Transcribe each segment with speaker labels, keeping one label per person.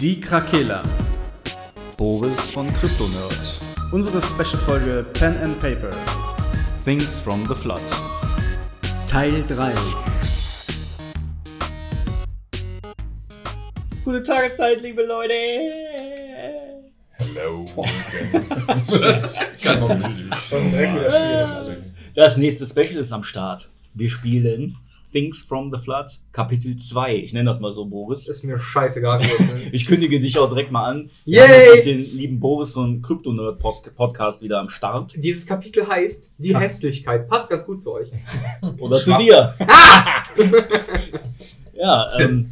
Speaker 1: Die Krakela.
Speaker 2: Boris von CryptoNerd.
Speaker 1: Unsere Special-Folge Pen and Paper.
Speaker 2: Things from the Flood.
Speaker 3: Teil 3.
Speaker 4: Gute Tageszeit, liebe Leute.
Speaker 5: Hello.
Speaker 6: Schon direkt wieder schwierig.
Speaker 4: Das nächste Special ist am Start. Wir spielen Things from the Flood Kapitel 2. Ich nenne das mal so, Boris.
Speaker 6: Ist mir scheißegal gewesen.
Speaker 4: Ich kündige dich auch direkt mal an. Wir
Speaker 6: Yay!
Speaker 4: haben natürlich den lieben Boris von Kryptonerd Podcast wieder am Start.
Speaker 6: Dieses Kapitel heißt Die
Speaker 4: Ja.
Speaker 6: Hässlichkeit. Passt ganz gut zu euch.
Speaker 4: Oder zu dir. ja, ähm,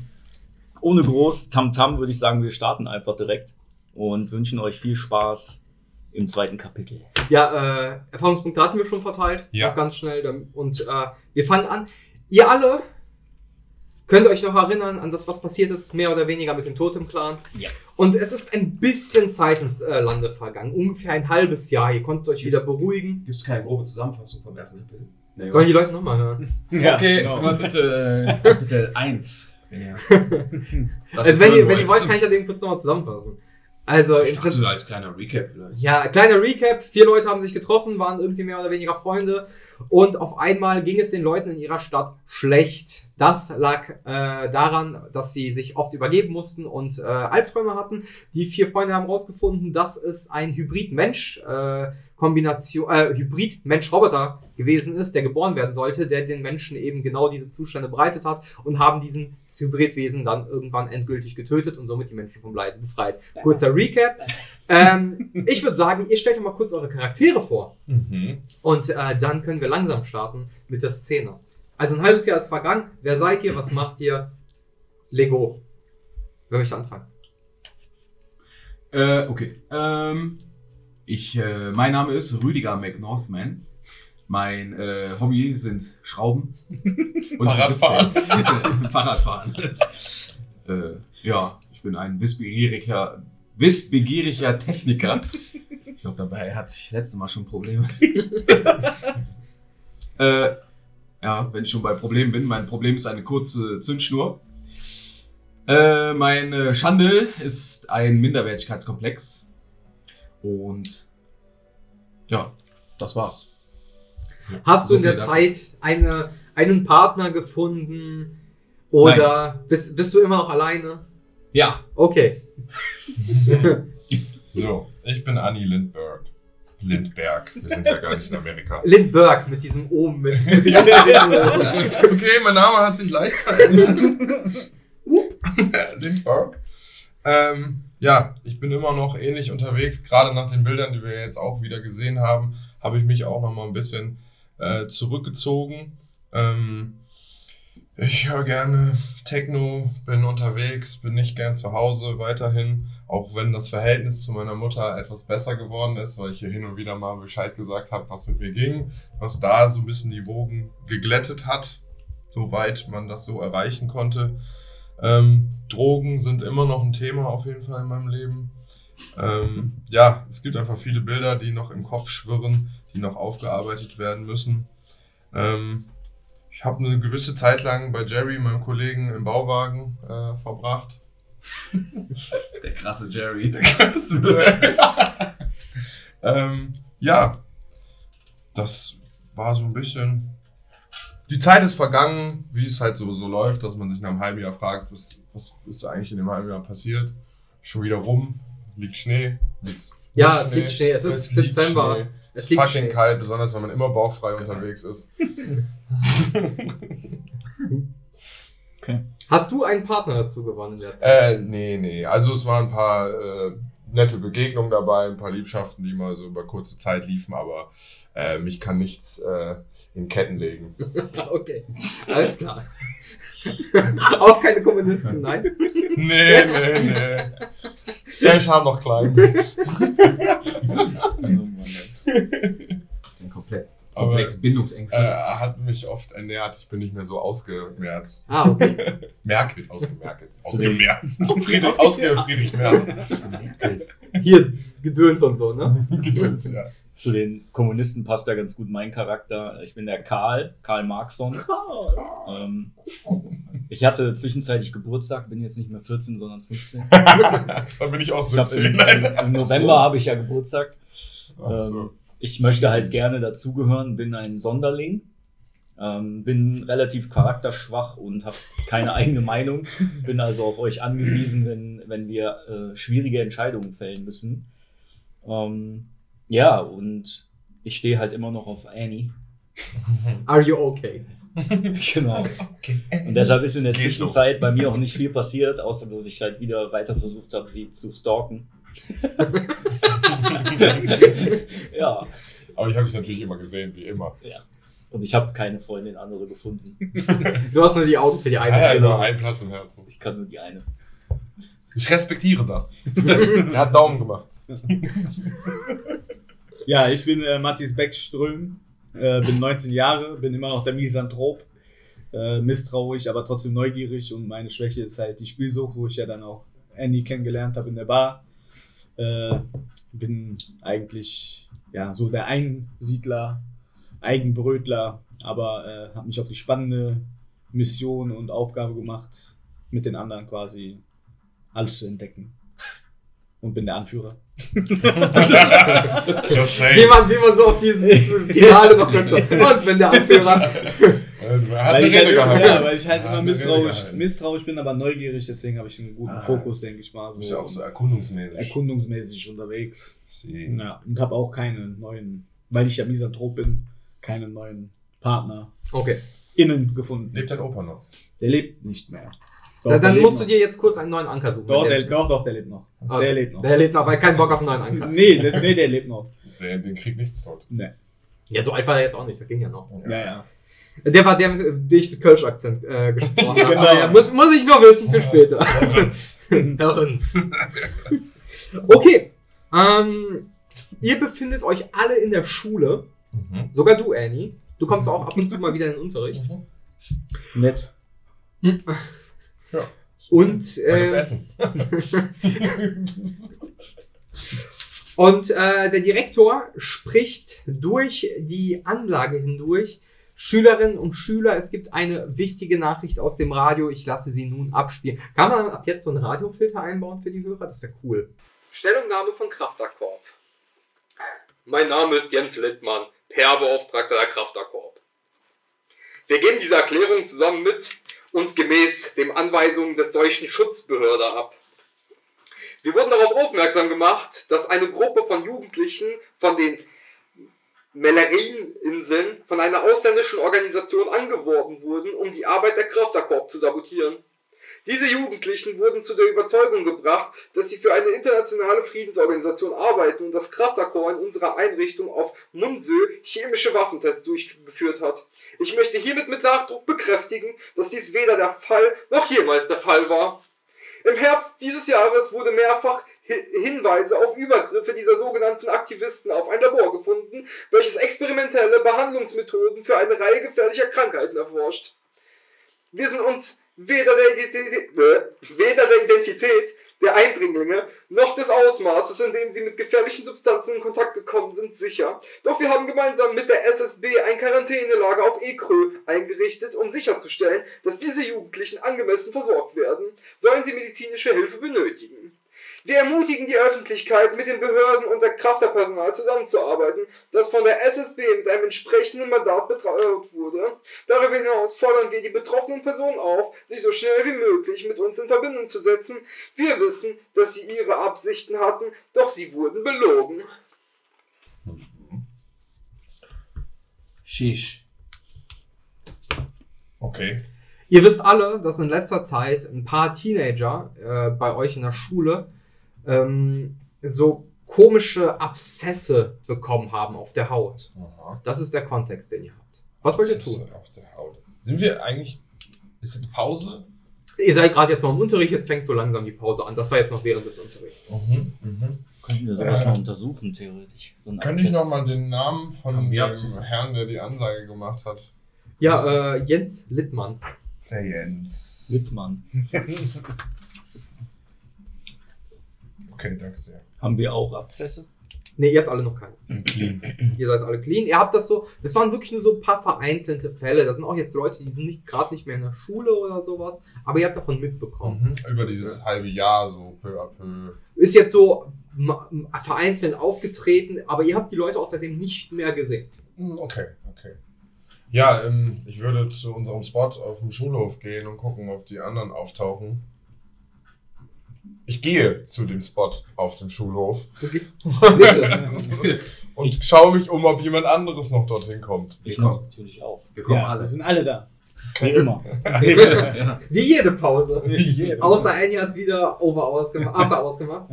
Speaker 4: ohne groß Tamtam würde ich sagen, wir starten einfach direkt und wünschen euch viel Spaß im zweiten Kapitel.
Speaker 6: Ja, äh, Erfahrungspunkte hatten wir schon verteilt.
Speaker 5: Ja.
Speaker 6: Auch ganz schnell. dann- Und äh, wir fangen an. Ihr alle könnt euch noch erinnern an das, was passiert ist, mehr oder weniger mit dem Totem-Clan.
Speaker 4: Ja.
Speaker 6: Und es ist ein bisschen Zeit ins äh, Lande vergangen. Ungefähr ein halbes Jahr. Ihr konntet euch wieder beruhigen.
Speaker 7: Gibt es keine grobe Zusammenfassung vom ersten Kapitel? Nee,
Speaker 6: Sollen die Leute nochmal hören?
Speaker 7: okay, aber bitte äh, Kapitel 1. Ja.
Speaker 6: Also wenn Äh, ihr, wenn ihr wollt, kann ich ja den kurz nochmal zusammenfassen. Also
Speaker 7: ich
Speaker 6: im
Speaker 7: dachte,
Speaker 6: Prinzip.
Speaker 7: so als kleiner Recap vielleicht.
Speaker 6: Ja, kleiner Recap. Vier Leute haben sich getroffen, waren irgendwie mehr oder weniger Freunde. Und auf einmal ging es den Leuten in ihrer Stadt schlecht. Das lag äh, daran, dass sie sich oft übergeben mussten und äh, Albträume hatten. Die vier Freunde haben herausgefunden, dass es ein Hybrid-Mensch-Kombination, äh, Hybrid-Mensch-Roboter gewesen ist, der geboren werden sollte, der den Menschen eben genau diese Zustände bereitet hat und haben diesen Hybridwesen dann irgendwann endgültig getötet und somit die Menschen vom Leiden befreit. Kurzer Recap. Ähm, ich würde sagen, ihr stellt euch mal kurz eure Charaktere vor
Speaker 5: Mhm.
Speaker 6: und äh, dann können wir langsam starten mit der Szene. Also ein halbes Jahr ist vergangen. Wer seid ihr? Was macht ihr? Lego. Wer möchte anfangen?
Speaker 7: Äh, okay. Ähm, ich, äh, mein Name ist Rüdiger McNorthman. Mein äh, Hobby sind Schrauben und
Speaker 5: Fahrradfahren.
Speaker 7: Sitzen. Fahrradfahren. äh, ja, ich bin ein wissbegieriger, wissbegieriger Techniker. Ich glaube, dabei hatte ich letztes Mal schon Probleme. äh, ja, wenn ich schon bei Problemen bin, mein Problem ist eine kurze Zündschnur. Äh, meine Schande ist ein Minderwertigkeitskomplex. Und ja, das war's.
Speaker 6: Hast
Speaker 7: So
Speaker 6: du in der
Speaker 7: viel dazu.
Speaker 6: Zeit eine, einen Partner gefunden? Oder bist, bist du immer noch alleine?
Speaker 7: Ja,
Speaker 6: Okay.
Speaker 5: So, ich bin Anni Lindberg. Lindberg. Wir sind ja gar nicht in Amerika.
Speaker 6: Lindbergh mit diesem O mit. mit dem
Speaker 5: Okay, mein Name hat sich leicht verändert. Upp. Lindberg. Ähm, ja, ich bin immer noch ähnlich unterwegs. Gerade nach den Bildern, die wir jetzt auch wieder gesehen haben, habe ich mich auch noch mal ein bisschen äh, zurückgezogen. Ähm, ich höre gerne Techno, bin unterwegs, bin nicht gern zu Hause weiterhin, auch wenn das Verhältnis zu meiner Mutter etwas besser geworden ist, weil ich hier hin und wieder mal Bescheid gesagt habe, was mit mir ging, was da so ein bisschen die Wogen geglättet hat, soweit man das so erreichen konnte. Ähm, Drogen sind immer noch ein Thema auf jeden Fall in meinem Leben. Ähm, ja, es gibt einfach viele Bilder, die noch im Kopf schwirren, die noch aufgearbeitet werden müssen. Ähm, ich habe eine gewisse Zeit lang bei Jerry, meinem Kollegen, im Bauwagen äh, verbracht.
Speaker 7: der krasse Jerry.
Speaker 5: ähm, ja, das war so ein bisschen. Die Zeit ist vergangen, wie es halt sowieso läuft, dass man sich nach einem halben Jahr fragt, was, was ist eigentlich in dem halben Jahr passiert? Schon wieder rum, liegt Schnee. Liegt
Speaker 6: Ja,
Speaker 5: nicht
Speaker 6: es liegt Schnee, es ist
Speaker 5: liegt
Speaker 6: Dezember.
Speaker 5: Schnee.
Speaker 6: Es
Speaker 5: Es ist
Speaker 6: liegt
Speaker 5: fucking
Speaker 6: Schnee. Genau.
Speaker 5: kalt, besonders wenn man immer bauchfrei unterwegs ist.
Speaker 6: Hast du einen Partner dazu gewonnen in der Zeit?
Speaker 5: Äh, nee, nee. Also es waren ein paar äh, nette Begegnungen dabei, ein paar Liebschaften, die mal so über kurze Zeit liefen, aber äh, mich kann nichts äh, in Ketten legen.
Speaker 7: Äh.
Speaker 6: Okay. Alles klar. Auch keine Kommunisten, nein.
Speaker 5: Nee, nee, nee. Ja, ich habe noch klein.
Speaker 4: Also,
Speaker 7: Das sind komplett
Speaker 5: Aber äh,
Speaker 7: komplex Bindungsängste.
Speaker 5: hat mich oft ernährt. Ich bin nicht mehr so ausgemerzt.
Speaker 6: Ah, okay.
Speaker 5: Merkel, ausgemerkt.
Speaker 7: Zudem.
Speaker 5: Ausgemerzt. Friedrich, ausge Friedrich Merz.
Speaker 6: Hier, Gedöns und so, ne?
Speaker 5: Gedöns, ja.
Speaker 4: Zu den Kommunisten passt ja ganz gut mein Charakter. Ich bin der Karl, Karl Marxson. Ähm, Ich hatte zwischenzeitlich Geburtstag, bin jetzt nicht mehr 14, sondern 15.
Speaker 5: Dann bin ich auch
Speaker 4: Ich hab im,
Speaker 5: 17.
Speaker 4: im, Im November habe ich ja Geburtstag.
Speaker 5: Ach so.
Speaker 4: Ich möchte halt gerne dazugehören, bin ein Sonderling, ähm, bin relativ charakterschwach und habe keine eigene Meinung, bin also auf euch angewiesen, wenn, wenn wir äh, schwierige Entscheidungen fällen müssen. Ähm, ja, und ich stehe halt immer noch auf Annie.
Speaker 6: Are you okay?
Speaker 4: Genau. Und deshalb ist in der
Speaker 5: Geht so.
Speaker 4: Zwischenzeit bei mir auch nicht viel passiert, außer dass ich halt wieder weiter versucht habe, sie zu stalken. ja,
Speaker 5: Aber ich habe es natürlich immer gesehen, wie immer.
Speaker 4: ja. Und ich habe keine Freundin andere gefunden.
Speaker 6: Du hast nur die Augen für die eine.
Speaker 5: Ja, genau. ja, nur einen Platz im Herzen.
Speaker 4: Ich kann nur die eine.
Speaker 5: Ich respektiere das. er hat Daumen gemacht.
Speaker 1: Ja, ich bin äh, Matthias Beckström, äh, bin 19 Jahre, bin immer noch der Misanthrop, äh, misstrauisch, aber trotzdem neugierig und meine Schwäche ist halt die Spielsucht, wo ich ja dann auch Annie kennengelernt habe in der Bar. Äh, bin eigentlich ja so der Einsiedler, Eigenbrötler, aber äh, habe mich auf die spannende Mission und Aufgabe gemacht, mit den anderen quasi alles zu entdecken. Und bin der Anführer.
Speaker 5: Just
Speaker 6: Wie
Speaker 5: saying.
Speaker 6: man, wie man so auf diesen diesen Finale noch ganz so. Und wenn der Anführer.
Speaker 5: Er hat
Speaker 1: Weil
Speaker 5: eine
Speaker 1: ich, halt,
Speaker 5: Rede
Speaker 1: immer-
Speaker 5: gehabt.
Speaker 1: ja, weil ich halt immer
Speaker 5: Ja, eine Rede
Speaker 1: misstrauisch,
Speaker 5: gehalten.
Speaker 1: misstrauisch bin, aber neugierig, deswegen habe ich einen guten
Speaker 5: Ah.
Speaker 1: Fokus, denke ich mal.
Speaker 5: Du bist ja auch so
Speaker 1: So
Speaker 5: erkundungsmäßig.
Speaker 1: erkundungsmäßig unterwegs.
Speaker 5: Sie-
Speaker 1: Ja, und habe auch keine neuen, weil ich ja Misanthrop bin, keine neuen Partner
Speaker 6: Okay.
Speaker 1: innen gefunden.
Speaker 5: Lebt dein Opa noch?
Speaker 1: Der lebt nicht mehr. Doch,
Speaker 6: Dann,
Speaker 1: der
Speaker 6: dann
Speaker 1: lebt
Speaker 6: musst du
Speaker 1: noch.
Speaker 6: dir jetzt kurz einen neuen Anker suchen.
Speaker 1: Doch,
Speaker 6: wenn
Speaker 1: der,
Speaker 6: der nicht mehr-
Speaker 1: doch, doch, der lebt noch.
Speaker 6: Okay.
Speaker 1: Der lebt noch.
Speaker 6: Der lebt noch, weil kein Bock auf einen neuen Anker.
Speaker 1: Nee, der, nee, der lebt noch.
Speaker 5: Der, den kriegt nichts tot.
Speaker 1: Nee.
Speaker 6: Ja, so einfach jetzt auch nicht, das ging ja noch.
Speaker 1: Ja, ja.
Speaker 6: Der war der, mit dem ich mit Kölsch-Akzent äh, gesprochen habe.
Speaker 1: Genau.
Speaker 6: Aber ja, muss, muss ich nur wissen für später. Herr Rins. okay. Ähm, ihr befindet euch alle in der Schule.
Speaker 5: Mhm.
Speaker 6: Sogar du, Annie. Du kommst auch ab und zu mal wieder in den Unterricht.
Speaker 1: Nett.
Speaker 6: Und,
Speaker 5: Da
Speaker 1: Ähm,
Speaker 5: gibt's
Speaker 6: äh,
Speaker 5: Essen.
Speaker 6: und äh, der Direktor spricht durch die Anlage hindurch. Schülerinnen und Schüler, es gibt eine wichtige Nachricht aus dem Radio. Ich lasse sie nun abspielen. Kann man ab jetzt so einen Radiofilter einbauen für die Hörer? Das wäre cool. Stellungnahme von Kraftakorp. Mein Name ist Jens Littmann, PR-Beauftragter der Kraftakorp. Wir geben diese Erklärung zusammen mit und gemäß den Anweisungen des solchen Schutzbehörde ab. Wir wurden darauf aufmerksam gemacht, dass eine Gruppe von Jugendlichen von den Mellerininseln von einer ausländischen Organisation angeworben wurden, um die Arbeit der Kraftakorp zu sabotieren. Diese Jugendlichen wurden zu der Überzeugung gebracht, dass sie für eine internationale Friedensorganisation arbeiten und das Kraftakorp in unserer Einrichtung auf Mundsö chemische Waffentests durchgeführt hat. Ich möchte hiermit mit Nachdruck bekräftigen, dass dies weder der Fall noch jemals der Fall war. Im Herbst dieses Jahres wurde mehrfach Hi- Hinweise auf Übergriffe dieser sogenannten Aktivisten auf ein Labor gefunden, welches experimentelle Behandlungsmethoden für eine Reihe gefährlicher Krankheiten erforscht. Wir sind uns weder der Identität, äh, weder der, Identität der Eindringlinge noch des Ausmaßes, in dem sie mit gefährlichen Substanzen in Kontakt gekommen sind, sicher. Doch wir haben gemeinsam mit der SSB ein Quarantänelager auf Ekrö eingerichtet, um sicherzustellen, dass diese Jugendlichen angemessen versorgt werden, sollen sie medizinische Hilfe benötigen. Wir ermutigen die Öffentlichkeit, mit den Behörden und der Kraft der Personal zusammenzuarbeiten, das von der SSB mit einem entsprechenden Mandat betraut wurde. Darüber hinaus fordern wir die betroffenen Personen auf, sich so schnell wie möglich mit uns in Verbindung zu setzen. Wir wissen, dass sie ihre Absichten hatten, doch sie wurden belogen.
Speaker 7: Sheesh.
Speaker 5: Okay.
Speaker 6: Ihr wisst alle, dass in letzter Zeit ein paar Teenager äh, bei euch in der Schule ähm, so komische Abszesse bekommen haben auf der Haut.
Speaker 5: Aha.
Speaker 6: Das ist der Kontext, den ihr habt. Was wollt ihr tun?
Speaker 5: Auf der Haut. Sind wir eigentlich. Ist es Pause?
Speaker 6: Ihr seid gerade jetzt noch im Unterricht, jetzt fängt so langsam die Pause an. Das war jetzt noch während des Unterrichts.
Speaker 5: Mhm. Mhm.
Speaker 4: Könnten wir sowas
Speaker 5: Äh.
Speaker 4: mal untersuchen, theoretisch. So einen
Speaker 5: Könnte ich
Speaker 4: Abtest.
Speaker 5: nochmal den Namen von
Speaker 7: Ja,
Speaker 5: dem
Speaker 7: Susan.
Speaker 5: Herrn, der die Ansage gemacht hat?
Speaker 6: Ja, äh, Jens Littmann.
Speaker 5: Der Jens.
Speaker 4: Littmann.
Speaker 5: Okay, danke sehr.
Speaker 4: Haben wir auch Abzesse?
Speaker 6: Ne, ihr habt alle noch keine.
Speaker 5: Sind clean.
Speaker 6: Ihr seid alle clean. Ihr habt das so, das waren wirklich nur so ein paar vereinzelte Fälle. Das sind auch jetzt Leute, die sind nicht gerade nicht mehr in der Schule oder sowas, aber ihr habt davon mitbekommen.
Speaker 5: Mhm. Über dieses halbe Jahr so peu à peu.
Speaker 6: Ist jetzt so ma- ma- vereinzelt aufgetreten, aber ihr habt die Leute außerdem nicht mehr gesehen.
Speaker 5: Hm, Okay, okay. Ja, ähm, ich würde zu unserem Spot auf dem Schulhof gehen und gucken, ob die anderen auftauchen. Ich gehe zu dem Spot auf dem Schulhof
Speaker 6: Wirklich? Bitte.
Speaker 5: und schaue mich um, ob jemand anderes noch dorthin kommt.
Speaker 4: Ich
Speaker 7: Genau.
Speaker 4: natürlich auch.
Speaker 7: Wir kommen
Speaker 1: ja,
Speaker 7: alle.
Speaker 1: Wir sind alle da.
Speaker 4: Wie immer.
Speaker 6: Wie jede Pause.
Speaker 5: Jeder.
Speaker 6: Außer Annie hat wieder Over ausgemacht, After ausgemacht.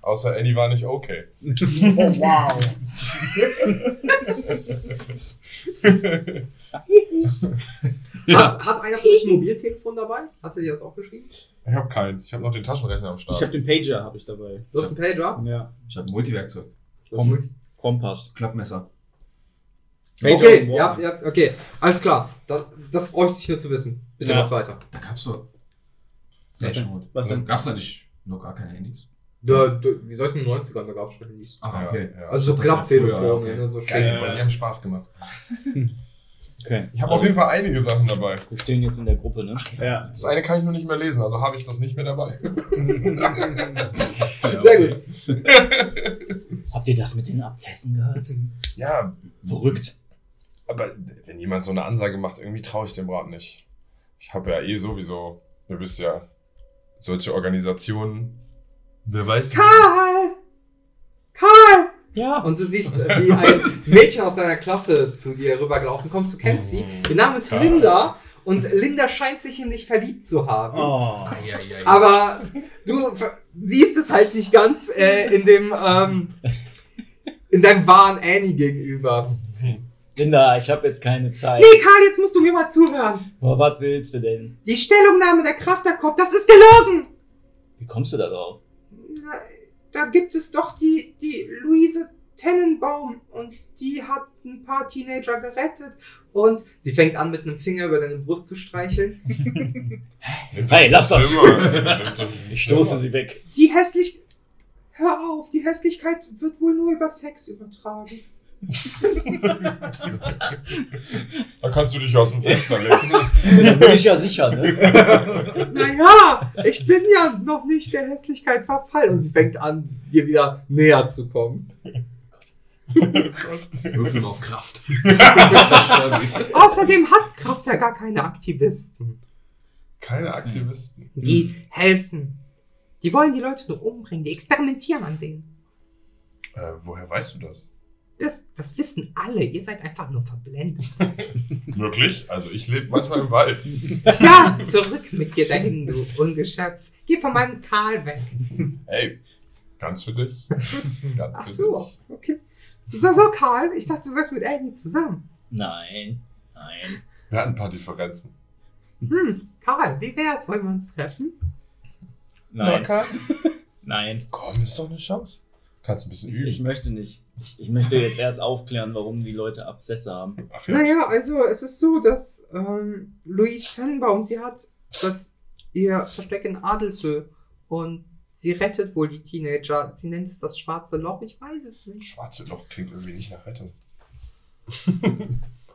Speaker 5: Außer Annie war nicht okay.
Speaker 1: wow.
Speaker 7: Ja.
Speaker 6: Hast, hat einer von euch ein Mobiltelefon dabei? Hat sie dir das auch geschrieben?
Speaker 5: Ich habe keins. Ich habe noch den Taschenrechner am
Speaker 1: Ich
Speaker 5: Start.
Speaker 1: habe den Pager hab ich dabei.
Speaker 6: Du hast einen Pager?
Speaker 1: Ja.
Speaker 7: Ich habe ein Multiwerkzeug.
Speaker 6: Das
Speaker 1: Um,
Speaker 6: ist gut.
Speaker 4: Kompass.
Speaker 7: Klappmesser.
Speaker 1: Pager
Speaker 6: Okay,
Speaker 1: und
Speaker 6: ihr habt,
Speaker 1: Walker.
Speaker 6: ihr habt, okay, alles klar. Das, das bräuchte ich nur zu wissen. Bitte
Speaker 1: Ja.
Speaker 6: macht weiter.
Speaker 7: Da gab's
Speaker 1: Was
Speaker 7: doch. Ja,
Speaker 1: denn?
Speaker 7: schon gut.
Speaker 1: Was denn?
Speaker 7: Gab's da nicht noch gar keine Handys?
Speaker 6: Da, da, wir sollten in den 90ern, da gab es schon Handys.
Speaker 7: Ah,
Speaker 5: Ja,
Speaker 7: okay.
Speaker 5: ja.
Speaker 6: Also so
Speaker 7: Das war früher,
Speaker 6: Klapptelefone,
Speaker 7: okay.
Speaker 6: ne, so
Speaker 5: Geil,
Speaker 6: schick.
Speaker 5: Mann, die haben Spaß gemacht.
Speaker 4: Okay.
Speaker 5: Ich habe auf jeden Fall einige Sachen dabei.
Speaker 4: Wir stehen jetzt in der Gruppe, ne?
Speaker 1: Ja.
Speaker 5: Das eine kann ich nur nicht mehr lesen, also habe ich das nicht mehr dabei.
Speaker 7: Ja,
Speaker 6: Sehr
Speaker 7: okay.
Speaker 6: gut.
Speaker 4: Habt ihr das mit den Abzessen gehört?
Speaker 5: Ja,
Speaker 4: Verrückt.
Speaker 5: aber wenn jemand so eine Ansage macht, irgendwie traue ich dem Rat nicht. Ich habe ja eh sowieso, ihr wisst ja, solche Organisationen. Wer weiß.
Speaker 6: Karl! Karl!
Speaker 4: Ja.
Speaker 6: Und du siehst, äh, wie ein Mädchen aus deiner Klasse zu dir rübergelaufen kommt. Du kennst sie. Ihr Name ist
Speaker 5: Oh. Karl.
Speaker 6: Linda und Linda scheint sich in dich verliebt zu haben.
Speaker 1: Oh.
Speaker 7: Ah, ja, ja, ja.
Speaker 6: Aber du ver- siehst es halt nicht ganz äh, in dem ähm, in deinem wahren Annie gegenüber.
Speaker 4: Linda, ich habe jetzt keine Zeit.
Speaker 6: Nee, Karl, jetzt musst du mir mal zuhören.
Speaker 4: Aber was willst du denn?
Speaker 6: Die Stellungnahme der Krafterkorb, das ist genau gelogen.
Speaker 4: Wie kommst du da drauf?
Speaker 6: Na, Da gibt es doch die, die Luise Tennenbaum und die hat ein paar Teenager gerettet. Und sie fängt an, mit einem Finger über deine Brust zu streicheln.
Speaker 4: Hey, lass das.
Speaker 5: das.
Speaker 4: Ich stoße sie weg.
Speaker 6: Die hässlich... Hör auf, die Hässlichkeit wird wohl nur über Sex übertragen.
Speaker 5: Da kannst du dich aus dem Fenster legen.
Speaker 4: Da bin ich ja sicher, ne?
Speaker 6: Naja, ich bin ja noch nicht der Hässlichkeit verfallen. Und sie fängt an, dir wieder näher zu kommen.
Speaker 7: Würfeln auf Kraft.
Speaker 6: Außerdem hat Kraft ja gar keine Aktivisten.
Speaker 5: Keine Aktivisten.
Speaker 6: Die helfen. Die wollen die Leute nur umbringen. Die experimentieren an denen.
Speaker 5: Äh, woher weißt du das?
Speaker 6: Das, das wissen alle. Ihr seid einfach nur verblendet.
Speaker 5: Wirklich? Also ich lebe manchmal im Wald.
Speaker 6: Ja, zurück mit dir dahin, du Ungeschöpf. Geh von meinem Karl weg.
Speaker 5: Hey, ganz für dich. Ganz
Speaker 6: Ach
Speaker 5: für
Speaker 6: so,
Speaker 5: dich.
Speaker 6: okay. So, so, Karl. Ich dachte, du wärst mit Annie zusammen.
Speaker 4: Nein. Nein.
Speaker 5: Wir hatten ein paar Differenzen.
Speaker 6: Hm, Karl, wie wär's? Wollen wir uns treffen?
Speaker 4: Nein.
Speaker 5: Locker?
Speaker 4: Nein.
Speaker 5: Komm, ist doch eine Chance. Kannst ein bisschen
Speaker 4: Ich,
Speaker 5: üben.
Speaker 4: ich möchte nicht. Ich, ich möchte jetzt erst aufklären, warum die Leute Abszesse haben.
Speaker 5: Ach ja.
Speaker 6: Naja, also es ist so, dass ähm, Louise Tannenbaum, sie hat das, ihr Versteck in Adelshöhe und sie rettet wohl die Teenager. Sie nennt es das schwarze Loch, ich weiß es nicht.
Speaker 5: Schwarze Loch klingt irgendwie nicht nach Rettung.